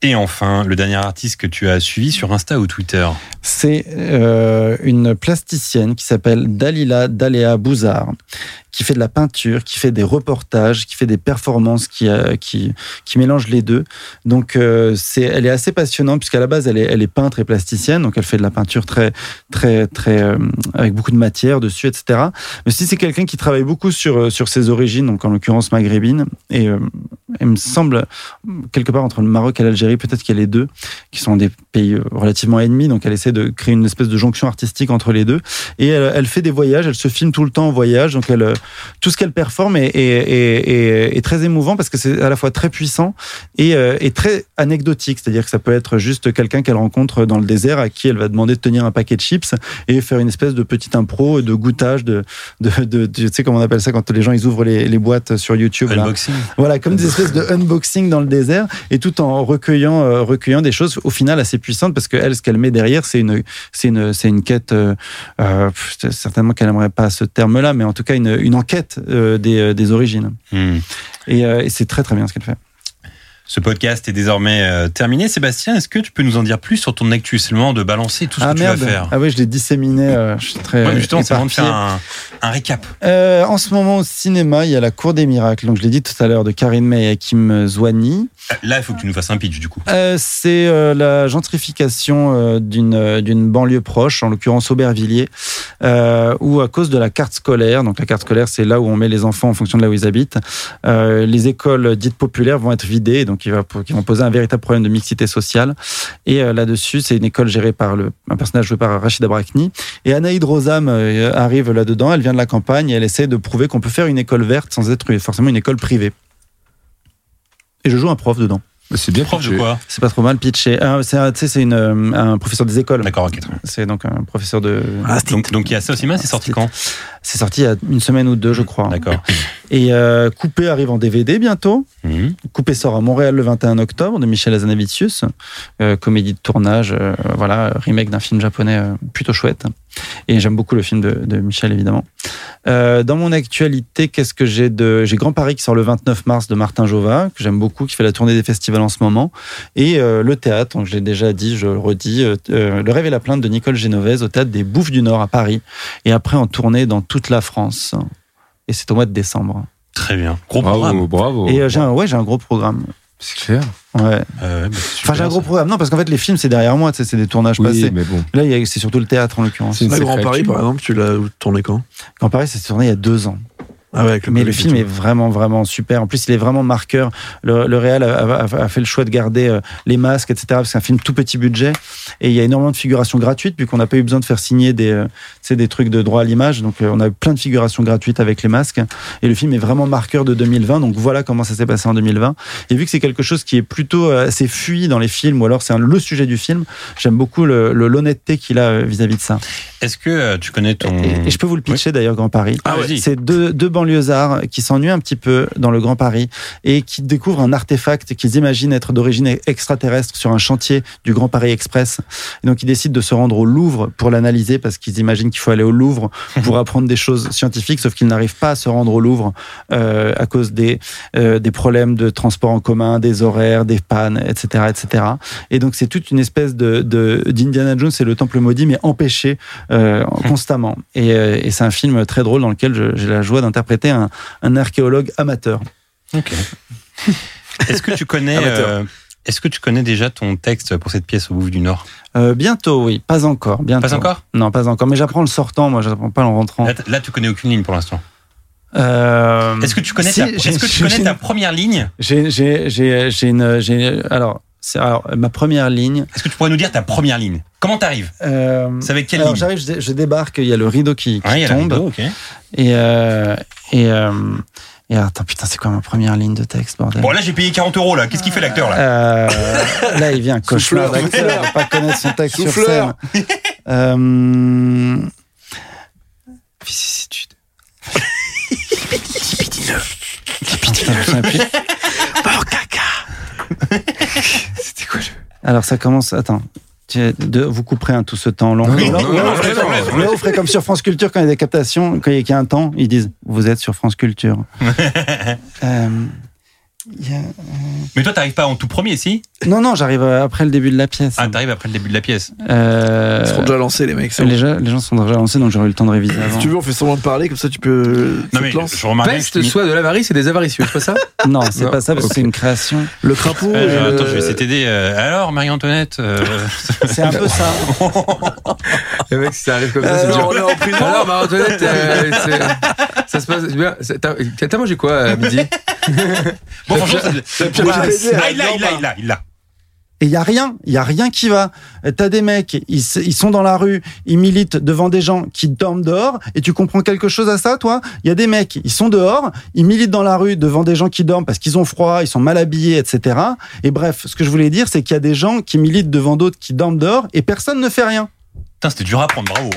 [SPEAKER 4] Et enfin, le dernier artiste que tu as suivi sur Insta ou Twitter.
[SPEAKER 7] C'est euh, une plasticienne qui s'appelle Dalila Dalea Bouzard, qui fait de la peinture, qui fait des reportages, qui fait des performances, qui, euh, qui, qui mélange les deux. Donc, euh, c'est, elle est assez passionnante, puisqu'à la base, elle est, elle est peintre et plasticienne, donc elle fait de la peinture très, très, très, euh, avec beaucoup de matière dessus, etc. Mais si c'est quelqu'un qui travaille beaucoup sur, euh, sur ses origines, donc en l'occurrence maghrébine, et euh, il me semble, quelque part entre le Maroc et l'Algérie, peut-être qu'il y a les deux, qui sont des pays euh, relativement ennemis, donc elle essaie de créer une espèce de jonction artistique entre les deux. Et elle, elle fait des voyages, elle se filme tout le temps en voyage, donc elle, euh, tout ce qu'elle performe est, est, est- est- est très émouvant parce que c'est à la fois très puissant et, euh, et très anecdotique, c'est-à-dire que ça peut être juste quelqu'un qu'elle rencontre dans le désert à qui elle va demander de tenir un paquet de chips et faire une espèce de petite impro, de goûtage, de, de, de- de- tu sais comment on appelle ça quand les gens ils ouvrent les, les boîtes sur YouTube. là.
[SPEAKER 4] Unboxing.
[SPEAKER 7] Voilà, comme des espèces de unboxing dans le désert, et tout en recueillant, euh, recueillant des choses au final assez puissantes, parce que elle, ce qu'elle met derrière, c'est une, c'est une, c'est une quête. euh, euh, pff, c'est certainement qu'elle n'aimerait pas ce terme-là, mais en tout cas une, une enquête euh, des, euh, des origines.
[SPEAKER 4] Hmm.
[SPEAKER 7] Et, euh, et c'est très très bien ce qu'elle fait.
[SPEAKER 4] Ce podcast est désormais euh, terminé. Sébastien, est-ce que tu peux nous en dire plus sur ton actu seulement de balancer tout ce que tu vas faire
[SPEAKER 7] Ah oui, je l'ai disséminé. euh, je suis très.
[SPEAKER 4] Ouais, mais Justement, c'est vraiment de faire
[SPEAKER 7] éparpillé.
[SPEAKER 4] un, un récap.
[SPEAKER 7] Euh, en ce moment au cinéma, il y a La Cour des Miracles. Donc je l'ai dit tout à l'heure de Karine May et Hakim Zouani.
[SPEAKER 4] Là, il faut que tu nous fasses un pitch du coup.
[SPEAKER 7] Euh, c'est euh, la gentrification euh, d'une euh, d'une banlieue proche, en l'occurrence Aubervilliers, euh, où à cause de la carte scolaire, donc la carte scolaire c'est là où on met les enfants en fonction de là où ils habitent, euh, les écoles dites populaires vont être vidées, et donc ils va- qui vont poser un véritable problème de mixité sociale. Et euh, là-dessus, c'est une école gérée par le, un personnage joué par Rachida Brakni. Et Anaïd Rosam euh, arrive là-dedans, elle vient de la campagne, et elle essaie de prouver qu'on peut faire une école verte sans être forcément une école privée. Et je joue un prof dedans.
[SPEAKER 5] Bah, C'est bien
[SPEAKER 4] Prof de
[SPEAKER 5] pitché.
[SPEAKER 4] quoi
[SPEAKER 7] C'est pas trop mal pitché. Ah, c'est un- tu sais, c'est une, euh, un professeur des écoles.
[SPEAKER 4] D'accord, Ah. ok. très bien.
[SPEAKER 7] C'est donc un professeur de.
[SPEAKER 6] Ah,
[SPEAKER 4] Donc, donc il y a ça au cinéma, c'est sorti quand
[SPEAKER 7] C'est sorti il y a une semaine ou deux, je crois.
[SPEAKER 4] D'accord.
[SPEAKER 7] Et euh, Coupé arrive en DVD bientôt.
[SPEAKER 4] Hmm.
[SPEAKER 7] Coupé sort à Montréal le 21 octobre de Michel Azanavicius. Euh, comédie de tournage, euh, voilà, remake d'un film japonais euh, plutôt chouette. Et j'aime beaucoup le film de, de Michel, évidemment. Euh, dans mon actualité, qu'est-ce que j'ai de. J'ai Grand Paris qui sort le 29 mars de Martin Jova, que j'aime beaucoup, qui fait la tournée des festivals en ce moment. Et euh, le théâtre, donc je l'ai déjà dit, je le redis, euh, euh, Le rêve et la plainte de Nicole Genovese au théâtre des Bouffes du Nord à Paris. Et après en tournée dans toute la France. Et c'est au mois de décembre.
[SPEAKER 4] Très bien. Gros programme.
[SPEAKER 5] Bravo, bravo.
[SPEAKER 7] Et euh, j'ai un, ouais, j'ai un gros programme.
[SPEAKER 5] C'est clair.
[SPEAKER 7] Ouais.
[SPEAKER 4] Euh, ouais, bah,
[SPEAKER 7] Enfin, j'ai un
[SPEAKER 4] super,
[SPEAKER 7] gros
[SPEAKER 4] ça.
[SPEAKER 7] programme. Non, parce qu'en fait, les films, c'est derrière moi, tu sais, c'est des tournages
[SPEAKER 5] Oui,
[SPEAKER 7] passés.
[SPEAKER 5] mais bon.
[SPEAKER 7] Là, il y a- c'est surtout le théâtre, en l'occurrence.
[SPEAKER 5] C'est une
[SPEAKER 6] Là, Grand
[SPEAKER 5] sacrée
[SPEAKER 6] Paris,
[SPEAKER 5] actu.
[SPEAKER 6] par exemple, tu l'as tourné quand
[SPEAKER 7] Quand Paris, c'est tourné il y a deux ans.
[SPEAKER 6] Ah ouais, avec
[SPEAKER 7] Mais le
[SPEAKER 6] Covid et
[SPEAKER 7] film
[SPEAKER 6] tout.
[SPEAKER 7] est vraiment, vraiment super. En plus, il est vraiment marqueur. Le, le Réal a, a- a fait le choix de garder euh, les masques, etc. Parce que c'est un film tout petit budget. Et il y a énormément de figurations gratuites, vu qu'on n'a pas eu besoin de faire signer des, euh, tu sais, des trucs de droit à l'image. Donc, euh, on a eu plein de figurations gratuites avec les masques. Et le film est vraiment marqueur de 2020. Donc, voilà comment ça s'est passé en 2020. Et vu que c'est quelque chose qui est plutôt euh, assez fui dans les films, ou alors c'est un- le sujet du film, j'aime beaucoup le- le- l'honnêteté qu'il a euh, vis-à-vis de ça.
[SPEAKER 4] Est-ce que euh, tu connais ton.
[SPEAKER 7] Et, et je peux vous le pitcher d'ailleurs, Grand Paris.
[SPEAKER 4] Ah, vas-y.
[SPEAKER 7] c'est deux, deux banlieusards qui s'ennuient un petit peu dans le Grand Paris et qui découvrent un artefact qu'ils imaginent être d'origine e- extraterrestre sur un chantier du Grand Paris Express. Et donc ils décident de se rendre au Louvre pour l'analyser parce qu'ils imaginent qu'il faut aller au Louvre
[SPEAKER 4] [LAUGHS]
[SPEAKER 7] pour apprendre des choses scientifiques, sauf qu'ils n'arrivent pas à se rendre au Louvre euh, à cause des, euh, des problèmes de transport en commun, des horaires, des pannes, etc. etc. Et donc c'est toute une espèce de, de, d'Indiana Jones et le Temple maudit, mais empêché euh,
[SPEAKER 4] Hum.
[SPEAKER 7] constamment. Et, euh, et c'est un film très drôle dans lequel je- j'ai la joie d'interpréter un, un archéologue amateur.
[SPEAKER 4] Ok. Est-ce que tu
[SPEAKER 7] [LAUGHS]
[SPEAKER 4] connais.
[SPEAKER 5] Amateur.
[SPEAKER 4] euh, Est-ce que tu connais déjà ton texte pour cette pièce au Bouffe du Nord
[SPEAKER 7] Euh, bientôt, oui, pas encore. Bientôt.
[SPEAKER 4] Pas encore Euh,
[SPEAKER 7] Non, pas encore. Mais j'apprends en le sortant, moi, j'apprends pas en rentrant.
[SPEAKER 4] là, t- là, tu connais aucune ligne pour l'instant.
[SPEAKER 7] Euh,
[SPEAKER 4] Est-ce que tu connais,
[SPEAKER 7] si,
[SPEAKER 4] ta,
[SPEAKER 7] j'ai-
[SPEAKER 4] est-ce que tu
[SPEAKER 7] j'ai-
[SPEAKER 4] connais ta première ligne
[SPEAKER 7] J'ai, j'ai, j'ai, j'ai une, j'ai, alors, c'est, alors, ma première ligne.
[SPEAKER 4] Est-ce que tu pourrais nous dire ta première ligne Comment t'arrives
[SPEAKER 7] euh,
[SPEAKER 4] C'est avec quelle
[SPEAKER 7] alors,
[SPEAKER 4] ligne
[SPEAKER 7] j'arrive, je, dé- je débarque, il y a le rideau qui, qui
[SPEAKER 4] Ouais, il y a la
[SPEAKER 7] tombe.
[SPEAKER 4] vidéo, ok.
[SPEAKER 7] Et, euh, et, euh, et attends, putain, c'est quoi ma première ligne de texte, bordel
[SPEAKER 4] Bon, là, j'ai payé 40 euros, là. Qu'est-ce qu'il fait l'acteur, là
[SPEAKER 7] Euh, là, il vient
[SPEAKER 6] [LAUGHS]
[SPEAKER 7] cauchemar
[SPEAKER 6] Souffleur.
[SPEAKER 7] d'acteur, pas connaître son texte sur scène.
[SPEAKER 6] Souffleur.
[SPEAKER 7] Euh,
[SPEAKER 6] Vicissitude.
[SPEAKER 7] putain, je sais plus.
[SPEAKER 6] Par caca
[SPEAKER 5] C'était quoi le-
[SPEAKER 7] Alors, ça commence. Attends. Tu- de- vous couperez un tout ce temps long.
[SPEAKER 5] Non,
[SPEAKER 7] Là,
[SPEAKER 5] non, non,
[SPEAKER 7] là,
[SPEAKER 5] non,
[SPEAKER 7] on ferait
[SPEAKER 5] non,
[SPEAKER 7] comme-
[SPEAKER 5] non,
[SPEAKER 7] là, on ferait comme sur France Culture quand il y a
[SPEAKER 5] [LAUGHS]
[SPEAKER 7] des captations, quand il y a un temps, ils disent Vous êtes sur France Culture. Euh, Il y a-
[SPEAKER 4] Mais toi, t'arrives pas en tout premier, si
[SPEAKER 7] Non, non, j'arrive euh, après le début de la pièce.
[SPEAKER 4] Ah, t'arrives après le début de la pièce.
[SPEAKER 7] Euh,
[SPEAKER 6] Ils seront déjà lancés, les mecs. c'est
[SPEAKER 7] les, gens, les gens sont déjà lancés, donc j'aurais eu le temps de réviser avant.
[SPEAKER 6] Si tu veux, on fait semblant de parler, comme ça tu peux.
[SPEAKER 4] Non,
[SPEAKER 6] tu
[SPEAKER 4] mais
[SPEAKER 6] te lances.
[SPEAKER 4] je remarque bien que je
[SPEAKER 5] Peste,
[SPEAKER 4] t'ai mis-
[SPEAKER 5] soit de l'avarice et des avaricieux, c'est pas [LAUGHS] ça
[SPEAKER 7] Non, c'est
[SPEAKER 5] Non.
[SPEAKER 7] pas ça, parce
[SPEAKER 5] Ok.
[SPEAKER 7] que c'est une création.
[SPEAKER 6] Le crapaud.
[SPEAKER 4] Euh,
[SPEAKER 6] euh,
[SPEAKER 4] Attends, je vais essayer de t'aider. Euh, alors, Marie-Antoinette euh,
[SPEAKER 7] C'est un peu ça.
[SPEAKER 6] [LAUGHS]
[SPEAKER 5] Le Eh mec, si ça arrive comme ça, c'est
[SPEAKER 6] Alors,
[SPEAKER 5] dur.
[SPEAKER 6] on est en prison.
[SPEAKER 5] Alors, Marie-Antoinette, [LAUGHS] euh, c'est- ça se passe bien. C'est- T'as t'as mangé quoi à midi
[SPEAKER 4] Bon, franchement, c'est- Ah,
[SPEAKER 6] plaisir.
[SPEAKER 4] il l'a, il l'a, il l'a, il l'a.
[SPEAKER 7] Et il y a rien, il y a rien qui va. Euh, T'as des mecs, ils, s- ils sont dans la rue, ils militent devant des gens qui dorment dehors. Et tu comprends quelque chose à ça, toi Il y a des mecs, ils sont dehors, ils militent dans la rue devant des gens qui dorment parce qu'ils ont froid, ils sont mal habillés, etc. Et bref, ce que je voulais dire, c'est qu'il y a des gens qui militent devant d'autres qui dorment dehors et personne ne fait rien.
[SPEAKER 4] Putain, c'était dur à prendre, bravo.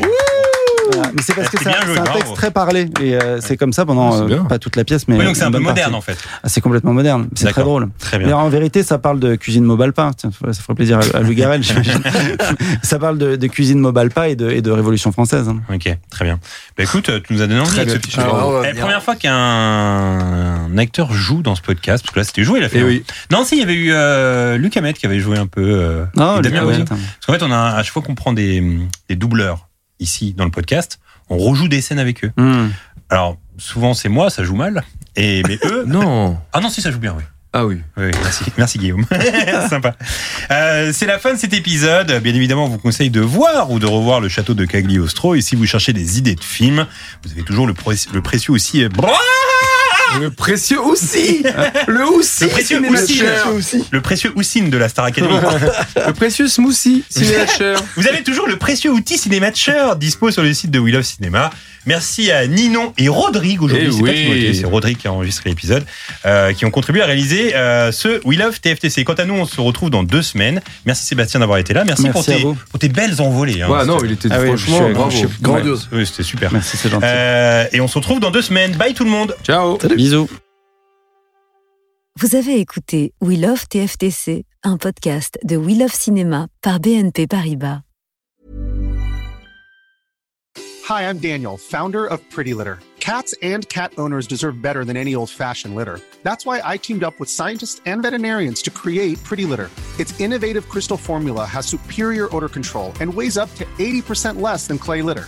[SPEAKER 7] Voilà. Mais c'est parce que
[SPEAKER 4] C'est
[SPEAKER 7] c'est
[SPEAKER 4] bien
[SPEAKER 7] un,
[SPEAKER 4] joué,
[SPEAKER 7] c'est un
[SPEAKER 4] bravo.
[SPEAKER 7] texte très parlé et euh, c'est comme ça pendant
[SPEAKER 5] Ouais, Ah, c'est
[SPEAKER 7] euh,
[SPEAKER 5] bien.
[SPEAKER 7] pas toute la pièce, mais
[SPEAKER 4] Oui, donc c'est un
[SPEAKER 7] une
[SPEAKER 4] peu
[SPEAKER 7] bonne
[SPEAKER 4] moderne,
[SPEAKER 7] partie.
[SPEAKER 4] en fait.
[SPEAKER 7] Ah, c'est complètement moderne, c'est très
[SPEAKER 4] D'accord.
[SPEAKER 7] drôle.
[SPEAKER 4] Très
[SPEAKER 7] Mais
[SPEAKER 4] bien.
[SPEAKER 7] en vérité, ça parle de cuisine Mobalpa. Tiens, voilà, Ça ferait plaisir à, à
[SPEAKER 4] [LAUGHS]
[SPEAKER 7] Lugarel, j'imagine. [LAUGHS] ça parle de, de cuisine Mobalpa et de, et de Révolution française. hein.
[SPEAKER 4] Ok, très bien. Bah écoute, euh, tu nous as donné envie
[SPEAKER 5] Très
[SPEAKER 4] avec ce
[SPEAKER 5] bien.
[SPEAKER 4] petit
[SPEAKER 5] Ah,
[SPEAKER 4] jeu.
[SPEAKER 5] on
[SPEAKER 6] va
[SPEAKER 4] Eh,
[SPEAKER 6] venir.
[SPEAKER 4] Première fois qu'un acteur joue dans ce podcast, parce que là c'était joué, il a fait.
[SPEAKER 5] Eh
[SPEAKER 4] hein.
[SPEAKER 5] oui.
[SPEAKER 4] Non, si, il y avait eu euh, Luc Hamet qui avait joué un peu. euh,
[SPEAKER 7] Ah,
[SPEAKER 4] et
[SPEAKER 7] le
[SPEAKER 4] Damien
[SPEAKER 7] poète.
[SPEAKER 4] Bozio. Parce qu'en fait, on a, à chaque fois qu'on prend des, des doubleurs ici dans le podcast, on rejoue des scènes avec eux.
[SPEAKER 7] Hmm.
[SPEAKER 4] Alors, souvent c'est moi, ça joue mal. Et, [LAUGHS] mais eux.
[SPEAKER 5] Non.
[SPEAKER 4] Ah non, si, ça joue bien, oui.
[SPEAKER 5] Ah oui.
[SPEAKER 4] Oui, oui, merci, merci [LAUGHS] Guillaume. Sympa. Euh, c'est la fin de cet épisode. Bien évidemment, on vous conseille de voir ou de revoir le château de Cagliostro. Et si vous cherchez des idées de films, vous avez toujours le, pré- le précieux aussi. euh, bra-
[SPEAKER 5] Le précieux aussi Le aussi
[SPEAKER 4] Le précieux
[SPEAKER 5] ciné
[SPEAKER 4] aussi.
[SPEAKER 5] Lasher.
[SPEAKER 4] Le précieux Houssine de la Star Academy. [LAUGHS]
[SPEAKER 5] Le précieux smoothie [LAUGHS] Cinélacher
[SPEAKER 4] vous avez toujours le précieux outil Cinématcher dispo sur le site de We Love Cinéma. Merci à Ninon et Rodrigue aujourd'hui.
[SPEAKER 5] Eh
[SPEAKER 4] c'est pas
[SPEAKER 5] oui.
[SPEAKER 4] Timothée, c'est Rodrigue qui a enregistré l'épisode, euh, qui ont contribué à réaliser euh, ce We Love TFTC. Quant à nous, on se retrouve dans deux semaines. Merci Sébastien d'avoir été là. Merci,
[SPEAKER 7] Merci
[SPEAKER 4] pour,
[SPEAKER 7] à
[SPEAKER 4] tes,
[SPEAKER 7] vous.
[SPEAKER 4] pour tes belles envolées. hein.
[SPEAKER 5] Ouais, non,
[SPEAKER 4] C'était-
[SPEAKER 5] il était
[SPEAKER 7] Ah oui, je
[SPEAKER 5] franchement
[SPEAKER 7] suis- je
[SPEAKER 5] bravo.
[SPEAKER 7] suis-
[SPEAKER 6] Grandiose.
[SPEAKER 4] Oui, c'était super.
[SPEAKER 7] Merci, c'est gentil.
[SPEAKER 4] Euh, et on se retrouve dans deux semaines. Bye tout le monde.
[SPEAKER 5] Ciao
[SPEAKER 7] Bisous.
[SPEAKER 1] Vous avez écouté We Love TFTC, un podcast de We Love Cinéma par BNP Paribas.
[SPEAKER 9] Hi, I'm Daniel, founder of Pretty Litter. Cats and cat owners deserve better than any old fashioned litter. That's why I teamed up with scientists and veterinarians to create Pretty Litter. Its innovative crystal formula has superior odor control and weighs up to 80% less than clay litter.